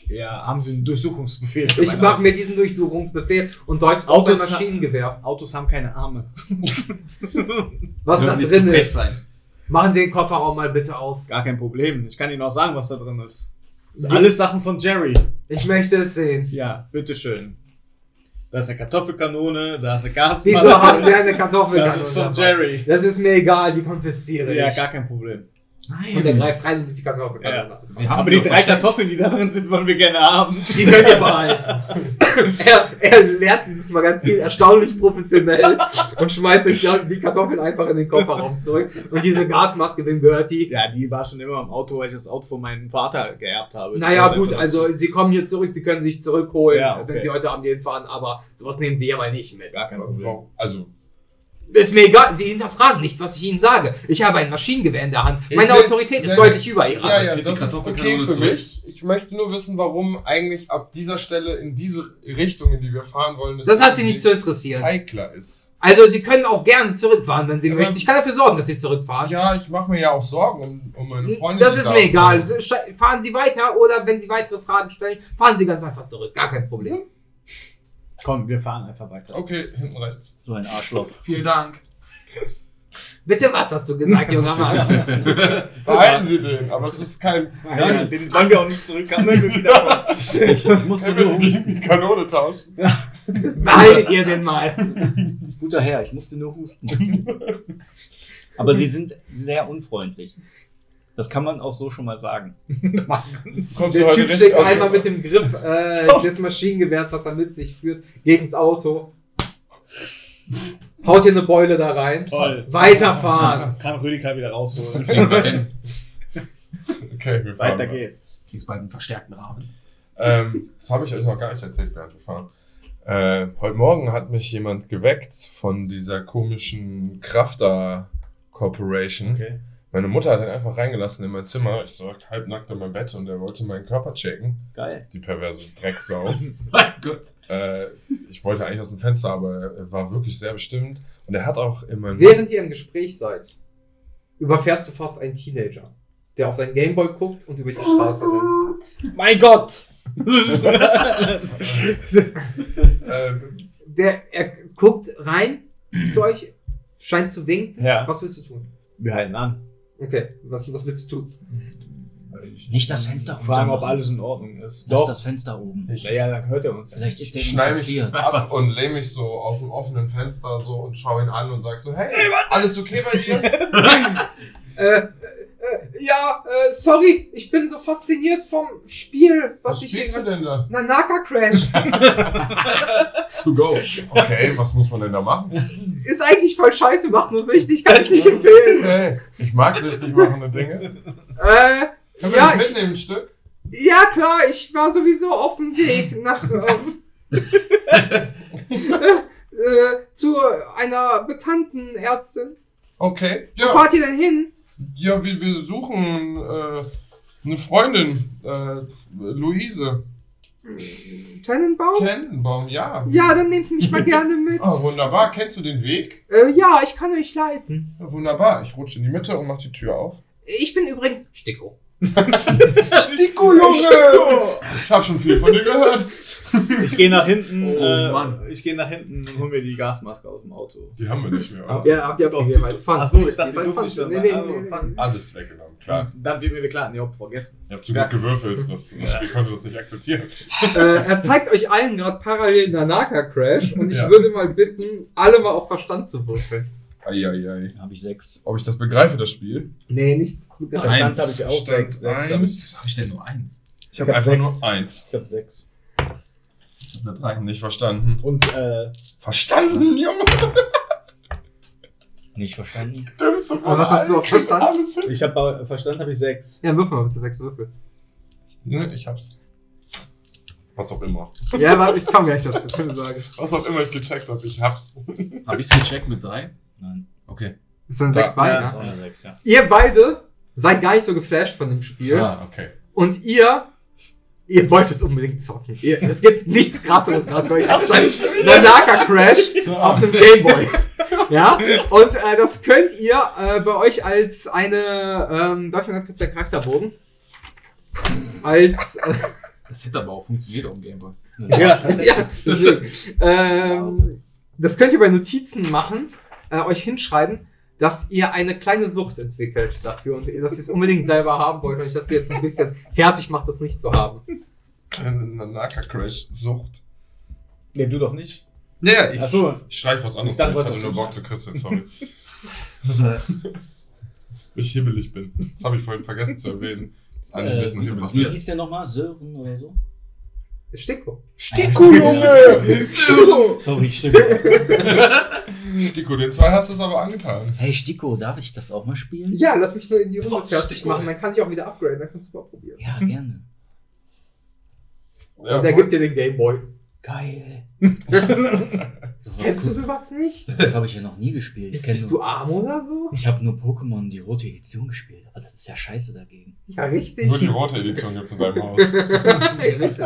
Speaker 1: ja, haben sie einen Durchsuchungsbefehl. für
Speaker 6: Ich
Speaker 1: mein
Speaker 6: mache mir diesen Durchsuchungsbefehl und deute auf sein
Speaker 1: Autos-
Speaker 6: Maschinengewehr.
Speaker 1: Auto. Autos haben keine Arme.
Speaker 6: Was da
Speaker 7: Dürfen nicht
Speaker 6: drin
Speaker 7: zu frech
Speaker 6: ist.
Speaker 7: Sein.
Speaker 6: Machen Sie den Kofferraum mal bitte auf.
Speaker 1: Gar kein Problem. Ich kann Ihnen auch sagen, was da drin ist. Das ist
Speaker 6: Sie-
Speaker 1: alles Sachen von Jerry.
Speaker 6: Ich möchte es sehen.
Speaker 1: Ja, bitteschön. Da ist eine Kartoffelkanone, da ist eine Gasmaske.
Speaker 6: Wieso haben Sie eine Kartoffel?
Speaker 1: Das ist von Jerry.
Speaker 6: Das ist mir egal, die konfisziere ich.
Speaker 1: Ja, gar kein Problem.
Speaker 6: und er greift rein und nimmt die Kartoffel.
Speaker 1: Ja.
Speaker 7: Wir haben
Speaker 1: Aber die
Speaker 7: doch
Speaker 1: drei
Speaker 7: versteckt.
Speaker 1: Kartoffeln, die da drin sind, wollen wir gerne haben.
Speaker 6: Die könnt ihr behalten. er, er leert dieses Magazin erstaunlich professionell und schmeißt euch die- die Kartoffeln einfach in den Kofferraum zurück. Und diese Gasmaske, wem gehört die?
Speaker 1: Ja, die war schon immer im Auto, weil ich das Auto von meinem Vater geerbt habe.
Speaker 6: Naja,
Speaker 1: Das
Speaker 6: gut,
Speaker 1: einfach-
Speaker 6: also sie kommen hier zurück, sie können sich zurückholen,
Speaker 1: Ja, okay.
Speaker 6: wenn sie heute Abend hier hinfahren, aber sowas nehmen sie ja mal nicht mit.
Speaker 1: Gar kein Problem.
Speaker 5: Warum- Also,
Speaker 6: Ist mir egal, sie hinterfragen nicht, was ich ihnen sage. Ich habe ein Maschinengewehr in der Hand. Meine
Speaker 5: will-
Speaker 6: Autorität ist
Speaker 5: Ja,
Speaker 6: deutlich über ihrer.
Speaker 5: ja, ja,
Speaker 7: steht die
Speaker 5: das ist okay
Speaker 7: Kartoffelkanone
Speaker 5: für
Speaker 7: zurück.
Speaker 5: mich. Ich möchte nur wissen, warum eigentlich ab dieser Stelle in diese Richtung, in die wir fahren wollen,
Speaker 6: Das hat sie nicht zu interessieren.
Speaker 5: heikler ist.
Speaker 6: Also sie können auch gerne zurückfahren, wenn sie
Speaker 5: Ja,
Speaker 6: möchten.
Speaker 5: aber-
Speaker 6: Ich kann dafür sorgen, dass sie zurückfahren. Hm,
Speaker 5: Ja, ich mache mir ja auch Sorgen um, um meine Freundin.
Speaker 6: Das
Speaker 5: die
Speaker 6: ist
Speaker 5: da
Speaker 6: mir egal. So,
Speaker 5: sind.
Speaker 6: sta- Fahren Sie weiter oder wenn Sie weitere Fragen stellen, fahren Sie ganz einfach zurück. Gar kein
Speaker 5: Hm.
Speaker 6: Problem.
Speaker 1: Komm, wir fahren einfach weiter.
Speaker 5: Okay, hinten rechts.
Speaker 4: So ein Arschloch.
Speaker 7: Vielen Dank.
Speaker 6: Bitte, was hast du gesagt, junger Mann?
Speaker 5: Behalten Sie den, aber es ist kein.
Speaker 1: Ja, den wollen wir auch nicht zurückhaben, wenn wir wiederkommen.
Speaker 4: Ich musste
Speaker 5: Er will
Speaker 4: nur
Speaker 5: die
Speaker 4: husten.
Speaker 5: gegen um die Kanone tauschen.
Speaker 6: Behaltet ihr den mal.
Speaker 4: Guter Herr, ich musste nur husten. Aber sie sind sehr unfreundlich. Das kann man auch so schon mal sagen.
Speaker 5: Kommst
Speaker 6: Der Typ
Speaker 5: richtig
Speaker 6: steckt
Speaker 5: aus-
Speaker 6: einmal mit dem Griff äh, des Maschinengewehrs, was er mit sich führt, gegens Auto. Haut hier eine Beule da rein.
Speaker 1: Toll.
Speaker 6: Weiterfahren.
Speaker 1: Kann Rüdiger wieder rausholen.
Speaker 7: Du
Speaker 5: Okay, wir fahren.
Speaker 1: Weiter
Speaker 5: mal.
Speaker 1: geht's.
Speaker 7: kriegst bald einen verstärkten Rahmen.
Speaker 5: Ähm, das habe ich euch noch gar nicht erzählt, während wir fahren. Äh, heute Morgen hat mich jemand geweckt von dieser komischen Krafter Corporation.
Speaker 1: Okay.
Speaker 5: Meine Mutter hat ihn einfach reingelassen in mein Zimmer. Ich lag halbnackt in meinem Bett und er wollte meinen Körper checken.
Speaker 4: Geil.
Speaker 5: Die perverse Drecksau.
Speaker 7: Mein Gott.
Speaker 5: äh, ich wollte eigentlich aus dem Fenster, aber er war wirklich sehr bestimmt. Und er hat auch in meinem.
Speaker 6: Während ihr im Gespräch seid, überfährst du fast einen Teenager, der auf seinen Gameboy guckt und über die Straße rennt.
Speaker 1: Mein Gott!
Speaker 5: Ähm,
Speaker 6: Der, er guckt rein zu euch, scheint zu winken.
Speaker 1: Ja.
Speaker 6: Was willst du tun?
Speaker 1: Wir halten an.
Speaker 6: Okay, was, was willst du tun?
Speaker 4: Nicht das Fenster
Speaker 1: Fragen, ob
Speaker 4: runtermachen.
Speaker 1: alles in Ordnung ist.
Speaker 4: Lass das Fenster oben.
Speaker 5: ich
Speaker 1: Naja, dann hört er uns. ja.
Speaker 4: Vielleicht ist der
Speaker 5: schneide mich
Speaker 4: infiziert.
Speaker 5: ab und lehne mich so aus dem offenen Fenster so und schaue ihn an und sage so: Hey, alles okay bei dir?
Speaker 6: Äh, äh, äh, ja, äh, sorry, ich bin so fasziniert vom Spiel, was,
Speaker 5: Was
Speaker 6: ich hier
Speaker 5: spielst du
Speaker 6: gerade.
Speaker 5: denn da?
Speaker 6: Nanaka Crash
Speaker 7: To go.
Speaker 5: Okay, was muss man denn da machen?
Speaker 6: ist eigentlich voll scheiße, macht nur süchtig, kann ich nicht empfehlen.
Speaker 5: Okay, ich mag süchtig machende Dinge. Können
Speaker 6: Äh,
Speaker 5: wir
Speaker 6: Ja,
Speaker 5: das mitnehmen, ein Stück?
Speaker 6: Ja, klar, ich war sowieso auf dem Weg nach. Ähm, äh, zu einer bekannten Ärztin.
Speaker 5: Okay.
Speaker 6: Wo
Speaker 5: Ja,
Speaker 6: fahrt ihr denn hin?
Speaker 5: ja wir, wir suchen äh, eine Freundin, äh, Luise.
Speaker 6: Tannenbaum?
Speaker 5: Tannenbaum, ja.
Speaker 6: ja, dann nehmt mich mal gerne mit.
Speaker 5: Ah, wunderbar. Kennst du den Weg?
Speaker 6: Äh, ja, ich kann euch leiten.
Speaker 5: Ja, wunderbar. Ich rutsche in die Mitte und mache die Tür auf.
Speaker 6: Ich bin übrigens Sticko.
Speaker 5: Sticko, Junge! Ich habe schon viel von dir gehört.
Speaker 1: Ich gehe nach hinten.
Speaker 7: Oh,
Speaker 1: äh,
Speaker 7: Mann.
Speaker 1: Ich gehe nach hinten und hol mir die Gasmaske aus dem Auto.
Speaker 5: Die haben wir nicht mehr. oder?
Speaker 6: Ja, habt ihr aber jeweils Pfand.
Speaker 1: Achso, ich dachte,
Speaker 6: Jeweils
Speaker 1: du durfte
Speaker 6: Pfand.
Speaker 1: nicht
Speaker 6: Nee,
Speaker 1: mehr.
Speaker 6: nee, nee, nee.
Speaker 5: Alles weggenommen, klar.
Speaker 1: Dann wird mir wir klar, ich hab vergessen.
Speaker 5: Ich habe zu gut gewürfelt. Das, das Spiel konnte das nicht akzeptieren.
Speaker 6: äh, er zeigt euch allen gerade parallel Nanaka Crash und ich
Speaker 5: Ja.
Speaker 6: würde mal bitten, alle mal auf Verstand zu würfeln.
Speaker 5: Eieiei.
Speaker 4: Habe ich sechs.
Speaker 5: Ob ich das begreife, das Spiel?
Speaker 6: Nee, nicht das mit
Speaker 1: Verstand
Speaker 7: Eins,
Speaker 1: habe ich auch.
Speaker 5: Stand
Speaker 1: sechs, sechs hab ich.
Speaker 5: eins.
Speaker 7: Hab ich denn nur eins?
Speaker 5: Ich habe
Speaker 1: hab
Speaker 5: einfach
Speaker 1: sechs.
Speaker 5: nur eins.
Speaker 1: Ich hab sechs.
Speaker 7: Ich hab nur drei.
Speaker 5: Nicht verstanden.
Speaker 1: Und äh,
Speaker 5: Verstanden, Junge!
Speaker 4: Nicht verstanden.
Speaker 5: Dümmste von
Speaker 6: Aber was hast du
Speaker 5: allen.
Speaker 6: auf Verstand?
Speaker 5: Alles hin.
Speaker 1: ich habe Verstand habe ich sechs.
Speaker 6: Ja, würfel mal bitte sechs Würfel.
Speaker 5: Ne, ich hab's. Was auch immer.
Speaker 6: Ja, warte, ich komme gleich dazu, keine Sorge.
Speaker 5: Was auch immer ich gecheckt habe, ich hab's.
Speaker 7: Hab ich's gecheckt mit drei?
Speaker 4: Nein.
Speaker 7: Okay.
Speaker 6: Ist dann
Speaker 5: Ja,
Speaker 6: sechs Beine.
Speaker 4: Ist auch eine sechs, ja.
Speaker 6: Ihr beide seid gar nicht so geflasht von dem Spiel.
Speaker 5: Ah, okay.
Speaker 6: Und ihr, ihr wollt es unbedingt zocken. Ihr, es gibt nichts krasseres gerade für euch als scheiß Nanaka Crash auf dem Gameboy. Ja, und äh, das könnt ihr äh, bei euch als eine, ähm, darf ich mal ganz kurz den Charakterbogen? Als, äh,
Speaker 7: Das hätte aber auch funktioniert auf dem Gameboy.
Speaker 4: Ist eine sechs.
Speaker 6: ja, deswegen. Ähm, das könnt ihr bei Notizen machen, äh, euch hinschreiben, dass ihr eine kleine Sucht entwickelt dafür und dass ihr es unbedingt selber haben wollt und ich das jetzt ein bisschen fertig macht, das nicht zu haben.
Speaker 5: Kleine Nanaka-Crash-Sucht.
Speaker 1: Nee, du doch nicht.
Speaker 5: Ja, ja, ich,
Speaker 1: Ach so.
Speaker 5: ich streich was anderes.
Speaker 1: Ich dachte,
Speaker 5: an.
Speaker 1: du wolltest
Speaker 5: ich hatte nur
Speaker 1: das
Speaker 5: Bock zu kritzeln, sorry. ich hibbelig bin. Das habe ich vorhin vergessen zu erwähnen. Das ist eigentlich
Speaker 1: Äh,
Speaker 5: ein bisschen hibbelig.
Speaker 4: Äh, wie hieß der nochmal? Sören oder so? Ah,
Speaker 6: Sticko.
Speaker 4: Sticko,
Speaker 5: Junge!
Speaker 4: Sorry, stimmt.
Speaker 5: Stiko, den zwei hast du es aber angetan.
Speaker 4: Hey, Stiko, darf ich das auch mal spielen?
Speaker 6: Ja, lass mich nur in die Runde
Speaker 5: Boah,
Speaker 6: fertig
Speaker 5: Sticko,
Speaker 6: machen,
Speaker 5: ey.
Speaker 6: dann kann ich auch wieder upgraden, dann kannst du mal probieren.
Speaker 4: Ja, gerne.
Speaker 5: Ja,
Speaker 6: Und er gibt dir den Gameboy.
Speaker 4: Geil. so,
Speaker 9: Kennst
Speaker 4: was
Speaker 9: du sowas nicht?
Speaker 4: cool. Das habe ich ja noch nie gespielt. Ich,
Speaker 6: Bist,
Speaker 4: kenn
Speaker 6: bist
Speaker 4: nur-
Speaker 6: du arm oder so?
Speaker 4: ich habe nur Pokémon die rote Edition gespielt, aber das ist ja scheiße dagegen.
Speaker 6: Ja,
Speaker 5: nur die
Speaker 6: richtig.
Speaker 5: rote Edition gibt es in deinem Haus.
Speaker 6: Hey, richtig.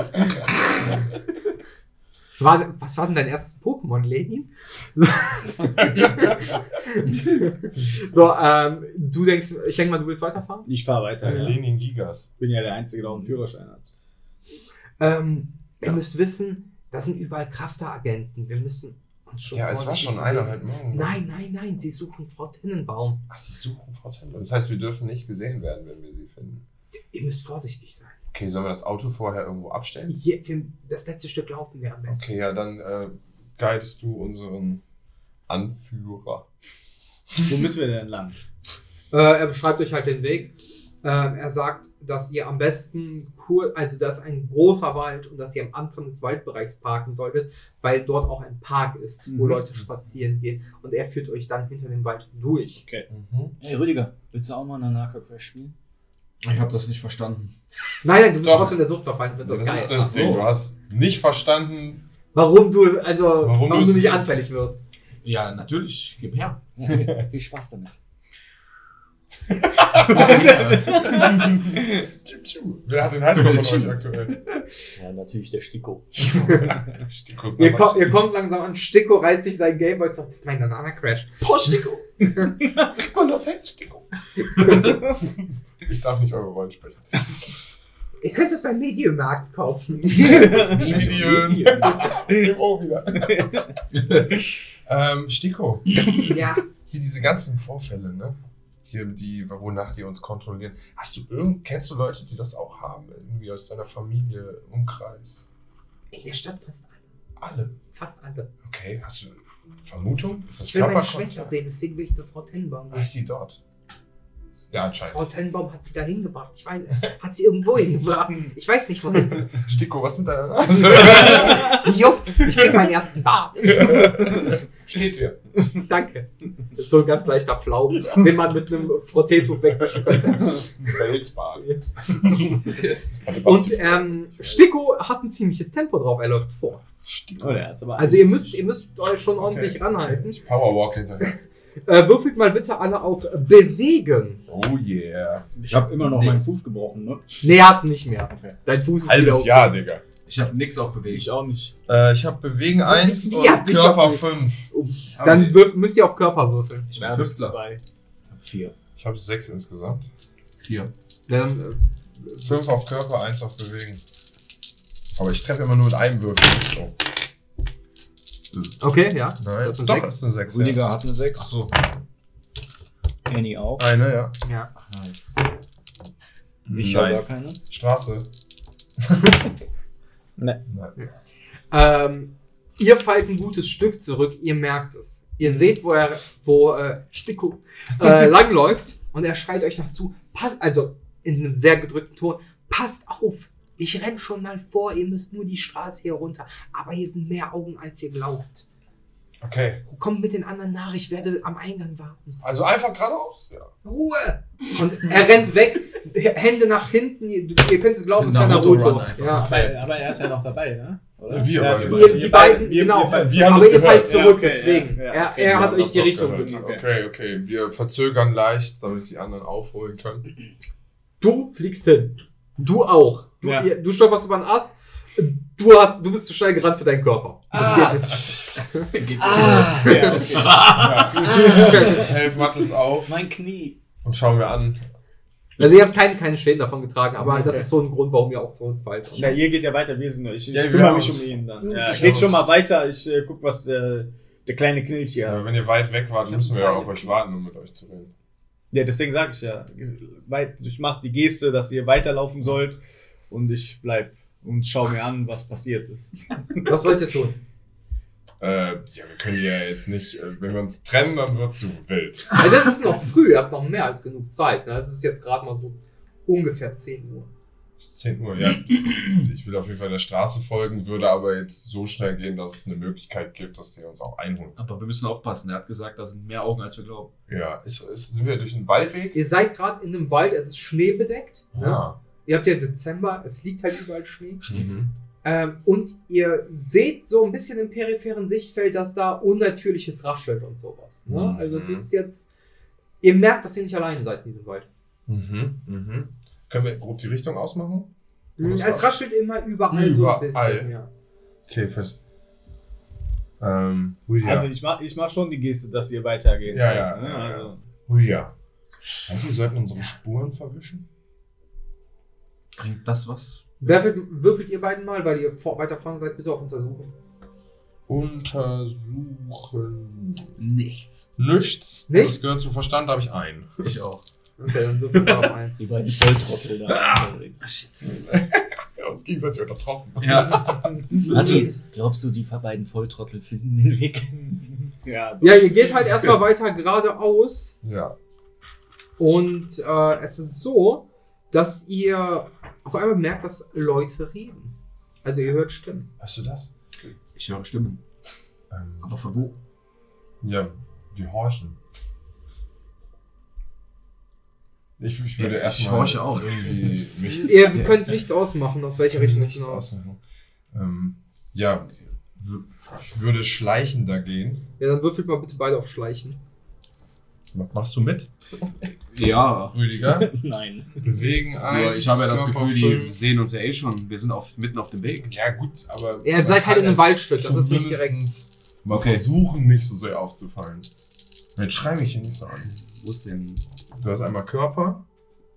Speaker 6: War, was war denn dein erstes Pokémon, Lenin? so, ähm, du denkst, ich denke mal, du willst weiterfahren?
Speaker 1: Ich fahre weiter. Ja.
Speaker 5: Lenin Gigas.
Speaker 1: bin ja der Einzige, der auch einen Führerschein hat.
Speaker 6: Ähm, ihr müsst wissen, das sind überall Krafter-Agenten. Wir müssen uns schon.
Speaker 5: Ja, es war
Speaker 6: vorsichtig
Speaker 5: schon einer halt. heute Morgen. ne?
Speaker 6: Nein, nein, nein, sie suchen Frau Tennenbaum.
Speaker 5: Ach, sie suchen Frau Tendler. Das heißt, wir dürfen nicht gesehen werden, wenn wir sie finden.
Speaker 6: Ihr müsst vorsichtig sein.
Speaker 5: Okay, sollen wir das Auto vorher irgendwo abstellen?
Speaker 6: Hier, wir, das letzte Stück laufen wir am besten.
Speaker 5: Okay, ja, dann äh, guidest du unseren Anführer.
Speaker 1: Wo müssen wir denn lang?
Speaker 6: Äh, er beschreibt euch halt den Weg. Ähm, er sagt, dass ihr am besten, kur also da ist ein großer Wald und dass ihr am Anfang des Waldbereichs parken solltet, weil dort auch ein Park ist, wo
Speaker 1: Mhm.
Speaker 6: Leute spazieren gehen und er führt euch dann hinter dem Wald durch.
Speaker 5: Mhm.
Speaker 4: Hey, Rüdiger, willst du auch mal Nanaka Crash spielen?
Speaker 7: Ich habe das nicht verstanden.
Speaker 6: Nein, nein, du bist
Speaker 5: Doch.
Speaker 6: trotzdem der Sucht verfallen, wird
Speaker 5: Das,
Speaker 6: das,
Speaker 5: ist
Speaker 6: geil.
Speaker 5: das
Speaker 4: Ach so.
Speaker 5: Ding. Du hast nicht verstanden.
Speaker 6: Warum du, also, warum,
Speaker 5: du
Speaker 6: du
Speaker 5: es-
Speaker 6: nicht anfällig wirst.
Speaker 7: Ja, natürlich. Gib her.
Speaker 4: Ja, viel, viel Spaß damit.
Speaker 5: Wer hat den Highscore von euch aktuell?
Speaker 4: Ja, natürlich der Stiko.
Speaker 5: Stikus
Speaker 6: Ihr, kommt, ihr kommt langsam an, Sticko reißt sich sein Gameboy zurück. Das ist mein Banana Crash.
Speaker 5: Gib mal das Handy, Stiko. ich darf nicht eure Rollen sprechen.
Speaker 6: Ihr könnt es beim Medienmarkt kaufen.
Speaker 5: Medien. Im Ohr wieder. ähm, Stiko,
Speaker 6: ja,
Speaker 5: hier diese ganzen Vorfälle, ne? Hier, die, wonach die uns kontrollieren. Hast du irgend, kennst du Leute, die das auch haben? Irgendwie aus deiner Familie, Umkreis?
Speaker 6: in der Stadt fast alle.
Speaker 5: Alle.
Speaker 6: Fast alle.
Speaker 5: Okay, hast du Vermutung? Ist das
Speaker 6: Ich will meine
Speaker 5: Körperkontakt?
Speaker 6: Schwester sehen, deswegen will ich zu Frau Tennenbaum
Speaker 5: Ah,
Speaker 6: gehen.
Speaker 5: ist sie dort? Ja,
Speaker 6: Frau
Speaker 5: anscheinend.
Speaker 6: Tennenbaum hat sie da hingebracht. Ich weiß, hat sie irgendwo hingebracht. Ich weiß nicht wohin.
Speaker 5: Stiko, was mit deiner Nase?
Speaker 6: Die juckt. Ich krieg meinen ersten Bart.
Speaker 5: Steht dir.
Speaker 6: Danke. Das ist so ein ganz leichter Pflaumen, den man mit einem Frotteetuch wegwischen könnte.
Speaker 5: Felsbad.
Speaker 6: Und ähm, Sticko hat ein ziemliches Tempo drauf. Er läuft vor.
Speaker 5: Stiko.
Speaker 1: Oh, der hat's aber
Speaker 6: Also ihr müsst, ihr müsst euch schon
Speaker 5: Okay,
Speaker 6: ordentlich ranhalten.
Speaker 5: Ich Powerwalk hinterher.
Speaker 6: Äh, würfelt mal bitte alle auf Bewegen.
Speaker 5: Oh yeah.
Speaker 4: Ich habe immer noch meinen Fuß gebrochen, ne?
Speaker 6: Nee, hast nicht mehr.
Speaker 4: Okay.
Speaker 6: Dein Fuß ist
Speaker 5: Halbes
Speaker 6: wieder
Speaker 5: Jahr, Digga.
Speaker 7: Ich habe nichts auf Bewegung.
Speaker 1: ich auch nicht.
Speaker 5: Äh, ich habe Bewegen 1
Speaker 6: Wie
Speaker 5: und
Speaker 6: habt ihr's
Speaker 5: Körper
Speaker 6: doch
Speaker 5: 5.
Speaker 7: Hab
Speaker 6: Dann
Speaker 7: ich.
Speaker 6: würf, müsst ihr auf Körper würfeln.
Speaker 7: ich bin Tüftler.
Speaker 1: Zwei.
Speaker 4: Vier.
Speaker 5: Ich habe 6 insgesamt.
Speaker 7: Vier.
Speaker 6: Dann,
Speaker 5: 5 auf Körper, 1 auf Bewegen. Aber ich treffe immer nur mit einem Würfel. Oh,
Speaker 6: äh, okay, ja.
Speaker 5: nein,
Speaker 6: Das sind
Speaker 5: doch,
Speaker 6: sechs.
Speaker 5: das ist eine 6. Ja.
Speaker 4: Rüdiger hat eine 6.
Speaker 5: Achso,
Speaker 4: Annie auch.
Speaker 5: eine, ja.
Speaker 6: ja.
Speaker 7: Nice.
Speaker 4: Ich habe gar
Speaker 5: nein.
Speaker 4: keine.
Speaker 5: Straße.
Speaker 1: Ne.
Speaker 5: Nein.
Speaker 6: Ähm, ihr fallt ein gutes Stück zurück, ihr merkt es. Ihr seht, wo er, wo äh, Sticko äh, langläuft und er schreit euch noch zu, passt, also in einem sehr gedrückten Ton, passt auf, ich renn schon mal vor, ihr müsst nur die Straße hier runter, aber hier sind mehr Augen, als ihr glaubt.
Speaker 5: Okay,
Speaker 6: Kommt mit den anderen nach, ich werde am Eingang warten.
Speaker 5: also einfach geradeaus. Ja.
Speaker 6: Ruhe! Und er rennt weg, Hände nach hinten, ihr, ihr könnt es glauben, es ist
Speaker 7: Naruto
Speaker 6: Naruto.
Speaker 7: Run einfach.
Speaker 6: Ja.
Speaker 1: Aber, Äh, aber er ist ja noch dabei, ne? Oder?
Speaker 5: Wir beide.
Speaker 1: wir-
Speaker 5: Ihr-
Speaker 1: wir
Speaker 6: die beiden, genau.
Speaker 5: Wir haben
Speaker 6: Aber
Speaker 5: es
Speaker 6: ihr
Speaker 5: gehört.
Speaker 6: fallt zurück,
Speaker 1: Ja, okay,
Speaker 6: deswegen.
Speaker 1: ja, ja,
Speaker 6: er
Speaker 1: okay, genau,
Speaker 6: er hat
Speaker 5: Wir haben
Speaker 6: euch die
Speaker 5: das
Speaker 6: Richtung
Speaker 5: gehört.
Speaker 6: gegeben.
Speaker 5: Okay, okay. Wir verzögern leicht, damit die anderen aufholen können.
Speaker 6: Du fliegst hin. Du auch. Du,
Speaker 1: Ja.
Speaker 6: ihr, du stolperst über einen Ast. Du, hast, du bist zu schnell gerannt für deinen Körper. Das
Speaker 1: Ah.
Speaker 6: geht nicht.
Speaker 7: Geht
Speaker 1: Ja, okay.
Speaker 5: Ich helfe Mattes auf
Speaker 4: Mein Knie.
Speaker 5: und schauen wir an.
Speaker 6: Also ihr habt keinen, keinen Schäden davon getragen, aber das ist so ein Grund, warum ihr auch zurückfallt.
Speaker 1: Na, ihr geht ja weiter, wir sind ich, ich
Speaker 5: Ja, wir
Speaker 1: kümmere
Speaker 5: haben
Speaker 1: mich
Speaker 5: uns-
Speaker 1: um ihn dann.
Speaker 5: wir
Speaker 1: Ja,
Speaker 5: haben uns-
Speaker 1: geht schon mal weiter, ich äh, guck, was äh, Der kleine Knilch hier.
Speaker 5: Aber Äh, wenn ihr weit weg wart, müssen wir ja auf euch warten, um mit euch zu reden.
Speaker 1: Ja, deswegen sage ich ja. Weit, ich mache die Geste, dass ihr weiterlaufen sollt und ich bleib und schau mir an, was passiert ist.
Speaker 6: Was wollt ihr tun?
Speaker 5: Äh, ja, wir können ja jetzt nicht, äh, wenn wir uns trennen, dann wird zu wild.
Speaker 6: Also es ist noch früh, ihr habt noch mehr als genug Zeit. Ne? Es ist jetzt gerade mal so ungefähr 10 Uhr.
Speaker 5: Es ist 10 Uhr, ja. Also Ich will auf jeden Fall der Straße folgen, würde aber jetzt so schnell gehen, dass es eine Möglichkeit gibt, dass sie uns auch einholen.
Speaker 7: Aber wir müssen aufpassen. Er hat gesagt, da sind mehr Augen, als wir glauben.
Speaker 5: Ja, ist, ist, sind wir durch den Waldweg?
Speaker 6: Ihr seid gerade in einem Wald, es ist schneebedeckt.
Speaker 1: Ah.
Speaker 6: Ne?
Speaker 5: Ja.
Speaker 6: Ihr habt ja Dezember, es liegt halt überall Schnee.
Speaker 5: Mhm.
Speaker 6: Ähm, und ihr seht so ein bisschen im peripheren Sichtfeld, dass da unnatürliches raschelt und sowas. Ne?
Speaker 5: Mhm.
Speaker 6: Also es ist jetzt. Ihr merkt, dass ihr nicht alleine seid in diesem Wald.
Speaker 5: Mhm. Mhm. Können wir grob die Richtung ausmachen? Mhm.
Speaker 6: Es raschelt immer überall so ein
Speaker 5: Überall.
Speaker 6: bisschen. Ja.
Speaker 5: Okay, fest. Ähm, Julia.
Speaker 1: Also ich mach, ich mach schon die Geste, dass ihr weitergeht.
Speaker 5: Ja, ja, ja, ja.
Speaker 1: Also,
Speaker 5: Julia. Meinst du, Also, wir sollten unsere Spuren verwischen?
Speaker 7: Bringt das was?
Speaker 6: Würfelt, würfelt ihr beiden mal, weil ihr vor, weiter vorne seid, bitte auf Untersuchen.
Speaker 5: Untersuchen.
Speaker 7: Nichts.
Speaker 5: Nichts.
Speaker 6: Nichts?
Speaker 5: Das gehört zu Verstand, da habe ich einen.
Speaker 7: Ich auch.
Speaker 6: Okay, dann würfelt mal auf einen.
Speaker 4: Die beiden Volltrottel da.
Speaker 5: Wir haben uns gegenseitig untertroffen.
Speaker 7: Ja.
Speaker 4: Matthias, glaubst du, die beiden Volltrottel finden den Weg?
Speaker 1: ja,
Speaker 6: Ja, ihr geht halt erstmal weiter geradeaus
Speaker 5: Ja.
Speaker 6: und äh, es ist so, dass ihr auf einmal merkt, dass Leute reden. Also ihr hört Stimmen.
Speaker 5: Hörst du das?
Speaker 7: Ich höre Stimmen.
Speaker 5: Ähm,
Speaker 7: Aber von wo?
Speaker 5: ja, wir horchen. Ich, ich würde
Speaker 7: Ja, ich
Speaker 5: erstmal
Speaker 7: horche auch.
Speaker 5: irgendwie mich
Speaker 6: Ihr könnt nichts ausmachen, aus welcher Richtung es
Speaker 5: nichts
Speaker 6: genau ist.
Speaker 5: ausmachen. Ähm, ja, w- ich würde schleichender gehen.
Speaker 6: Ja, dann würfelt mal bitte beide auf Schleichen.
Speaker 5: Machst du mit,
Speaker 7: Ja.
Speaker 5: Rüdiger?
Speaker 4: Nein.
Speaker 5: Bewegen ein.
Speaker 7: Nur ich habe ja das Gefühl, die sehen uns ja eh schon. Wir sind auf, mitten auf dem Weg.
Speaker 5: Ja, gut, aber.
Speaker 6: Ihr seid halt in
Speaker 5: also
Speaker 6: einem Waldstück, das ist nicht direkt.
Speaker 5: Zumindest Mal
Speaker 7: Okay.
Speaker 5: versuchen, nicht so sehr aufzufallen. Jetzt schrei mich hier nicht so an.
Speaker 7: Wo ist denn?
Speaker 5: Du hast einmal Körper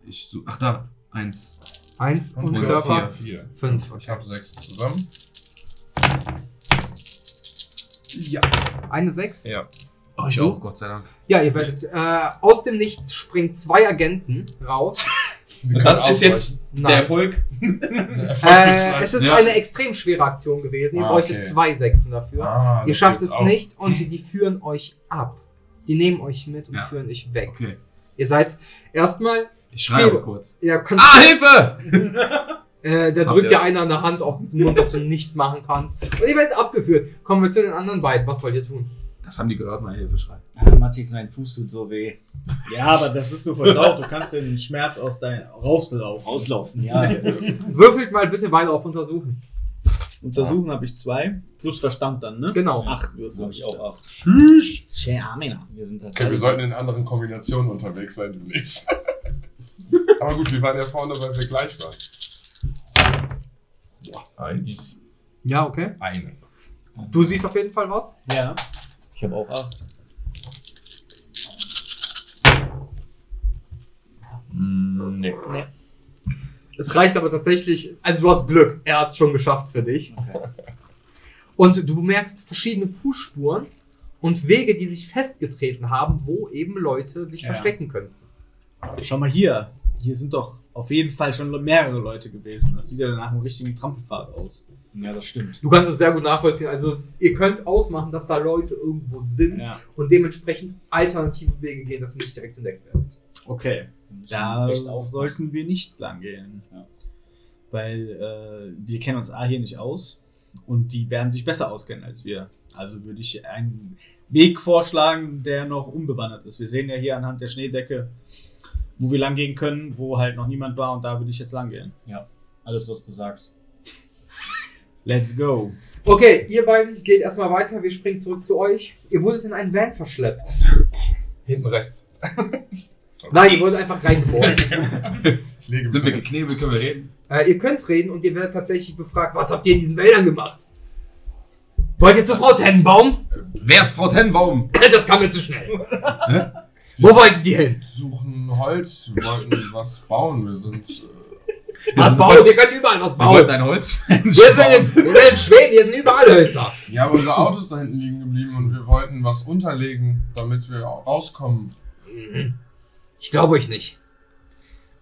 Speaker 7: Ich such, ach da. Eins.
Speaker 6: Eins und,
Speaker 5: und
Speaker 6: Körper.
Speaker 5: Körper vier.
Speaker 6: Fünf,
Speaker 5: Ich
Speaker 6: okay.
Speaker 5: habe sechs zusammen.
Speaker 6: Ja. Eine Sechs.
Speaker 5: Ja.
Speaker 7: Oh, ich auch, Gott sei Dank.
Speaker 6: Ja, ihr werdet. Äh, aus dem Nichts springen zwei Agenten raus.
Speaker 5: Wir
Speaker 7: Und
Speaker 5: können
Speaker 7: das ist
Speaker 5: ausweichen.
Speaker 7: jetzt
Speaker 6: Nein.
Speaker 7: der Erfolg.
Speaker 5: Der Erfolg
Speaker 6: Äh, es
Speaker 5: ist
Speaker 6: ist
Speaker 7: Ja.
Speaker 6: eine extrem schwere Aktion gewesen. Ihr
Speaker 5: Ah,
Speaker 6: bräuchtet
Speaker 5: okay.
Speaker 6: zwei Sechsen dafür.
Speaker 5: Ah,
Speaker 6: ihr
Speaker 5: das
Speaker 6: schafft
Speaker 5: geht's
Speaker 6: es
Speaker 5: auch.
Speaker 6: nicht und die führen euch ab. Die nehmen euch mit und
Speaker 7: Ja.
Speaker 6: führen euch weg.
Speaker 7: Okay.
Speaker 6: Ihr seid erstmal.
Speaker 7: Ich schreie
Speaker 6: Spiele.
Speaker 7: mal kurz.
Speaker 6: Ja, könnt,
Speaker 7: Ah, Hilfe!
Speaker 6: Äh, da
Speaker 7: Habt
Speaker 6: drückt
Speaker 7: ihr-
Speaker 6: dir einer an der Hand auf den Mund, dass du nichts machen kannst. Und ihr werdet abgeführt. Kommen wir zu den anderen beiden. Was wollt ihr tun?
Speaker 7: Das haben die gehört, mein Hilfeschrei.
Speaker 4: Ah, Matthias, mein Fuß tut so weh.
Speaker 1: ja, aber das ist nur verdaut. Du kannst den Schmerz aus deinem rauslaufen.
Speaker 4: Rauslaufen, ja.
Speaker 6: Würfelt mal bitte weiter auf Untersuchen.
Speaker 1: Untersuchen habe ich zwei. Plus Verstand dann, ne?
Speaker 6: Genau.
Speaker 1: Acht Würfel
Speaker 4: Hab ich auch acht.
Speaker 5: Tschüss.
Speaker 4: Wir sind halt
Speaker 5: Okay, wir sollten in anderen Kombinationen unterwegs sein demnächst. aber gut, wir waren ja vorne, weil wir gleich waren. Eins.
Speaker 6: Ja, okay.
Speaker 5: Eine.
Speaker 6: Du siehst auf jeden Fall was.
Speaker 1: Ja.
Speaker 4: Ich habe auch acht.
Speaker 5: Nee.
Speaker 6: Es reicht aber tatsächlich. Also du hast Glück. Er hat es schon geschafft für dich.
Speaker 4: Okay.
Speaker 6: Und du bemerkst verschiedene Fußspuren und Wege, die sich festgetreten haben, wo eben Leute sich
Speaker 1: Ja.
Speaker 6: verstecken können.
Speaker 1: Schau mal hier. Hier sind doch auf jeden Fall schon mehrere Leute gewesen. Das sieht ja nach einem richtigen Trampelpfad aus.
Speaker 4: Ja, das stimmt.
Speaker 6: Du kannst es sehr gut nachvollziehen. Also ihr könnt ausmachen, dass da Leute irgendwo sind
Speaker 1: Ja.
Speaker 6: und dementsprechend alternative Wege gehen, dass ihr nicht direkt entdeckt werdet.
Speaker 1: Okay.
Speaker 4: Wir müssen
Speaker 1: Da
Speaker 4: echt aufpassen.
Speaker 1: sollten wir nicht lang gehen.
Speaker 4: Ja.
Speaker 1: Weil äh, wir kennen uns A hier nicht aus und die werden sich besser auskennen als wir. Also würde ich einen Weg vorschlagen, der noch unbewandert ist. Wir sehen ja hier anhand der Schneedecke, wo wir lang gehen können, wo halt noch niemand war und da würde ich jetzt lang gehen.
Speaker 4: Alles, was du sagst.
Speaker 1: Let's go.
Speaker 6: Okay, ihr beiden geht erstmal weiter. Wir springen zurück zu euch. Ihr wurdet in einen Van verschleppt.
Speaker 5: Hinten rechts. Sorry.
Speaker 6: Nein, ihr wurdet einfach reingeboren.
Speaker 5: Ich lege
Speaker 7: Sind wir
Speaker 5: mich-
Speaker 7: geknebelt, können wir reden?
Speaker 6: äh, ihr könnt reden und ihr werdet tatsächlich befragt, was habt ihr in diesen Wäldern gemacht? Wollt ihr zu Frau Tennenbaum?
Speaker 7: Wer ist Frau Tennenbaum?
Speaker 6: Das kam mir zu schnell. Wo wollt ihr hin?
Speaker 5: suchen Holz, wir wollten was bauen. Wir sind äh,
Speaker 7: Was
Speaker 6: baut? Wir
Speaker 7: baut?
Speaker 6: können überall was
Speaker 7: Wir
Speaker 6: bauen.
Speaker 7: wollten ein Holz.
Speaker 6: Wir sind, in, wir sind in Schweden, hier sind überall Hölzer.
Speaker 5: Ja, aber unser Auto ist da hinten liegen geblieben und wir wollten was unterlegen, damit wir rauskommen.
Speaker 6: Ich glaube euch nicht.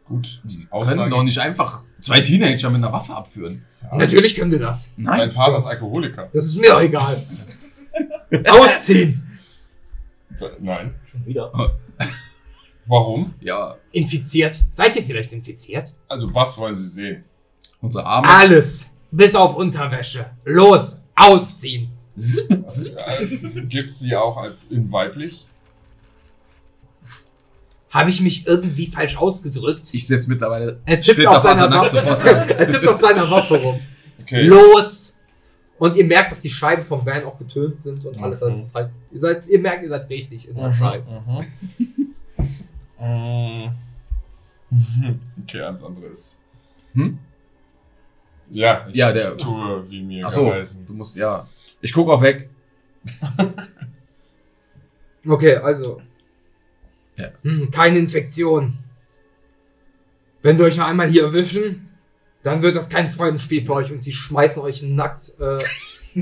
Speaker 5: Gut,
Speaker 7: Die
Speaker 5: Aussage.
Speaker 7: können doch nicht einfach zwei Teenager mit einer Waffe abführen.
Speaker 5: Ja.
Speaker 6: Natürlich können wir das.
Speaker 5: Dein Vater ist Alkoholiker.
Speaker 6: Das ist mir doch egal. Ausziehen.
Speaker 5: Nein.
Speaker 4: Schon wieder.
Speaker 5: Warum?
Speaker 7: Ja,
Speaker 6: Infiziert. Seid ihr vielleicht infiziert?
Speaker 5: Also, was wollen sie sehen?
Speaker 7: unser Arm.
Speaker 6: Alles. Bis auf Unterwäsche. Los. Ausziehen.
Speaker 7: Zip, zip.
Speaker 5: Äh, Gibt's sie auch als in weiblich?
Speaker 6: Habe ich mich irgendwie falsch ausgedrückt?
Speaker 7: Ich setze mittlerweile.
Speaker 6: Er tippt
Speaker 7: Steht
Speaker 6: auf
Speaker 7: auf
Speaker 6: seiner
Speaker 7: Asernackt sofort.
Speaker 6: Waffe. er tippt auf seiner Waffe rum.
Speaker 5: Okay.
Speaker 6: Los! Und ihr merkt, dass die Scheiben vom Van auch getönt sind und alles. Also
Speaker 5: Mhm.
Speaker 6: es ist halt, ihr, seid, ihr merkt, ihr seid richtig in der Scheiße.
Speaker 5: Mhm. Mhm. okay, alles andere ist.
Speaker 7: Hm?
Speaker 5: Ja, ich,
Speaker 7: Ja, der-
Speaker 5: ich tue, wie mir
Speaker 7: Achso,
Speaker 5: geheißen.
Speaker 7: du musst ja. Ich gucke auch weg.
Speaker 6: Okay, also.
Speaker 7: Ja.
Speaker 6: Hm, keine Infektion. Wenn wir euch noch einmal hier erwischen, dann wird das kein Freudenspiel für euch und sie schmeißen euch nackt, äh,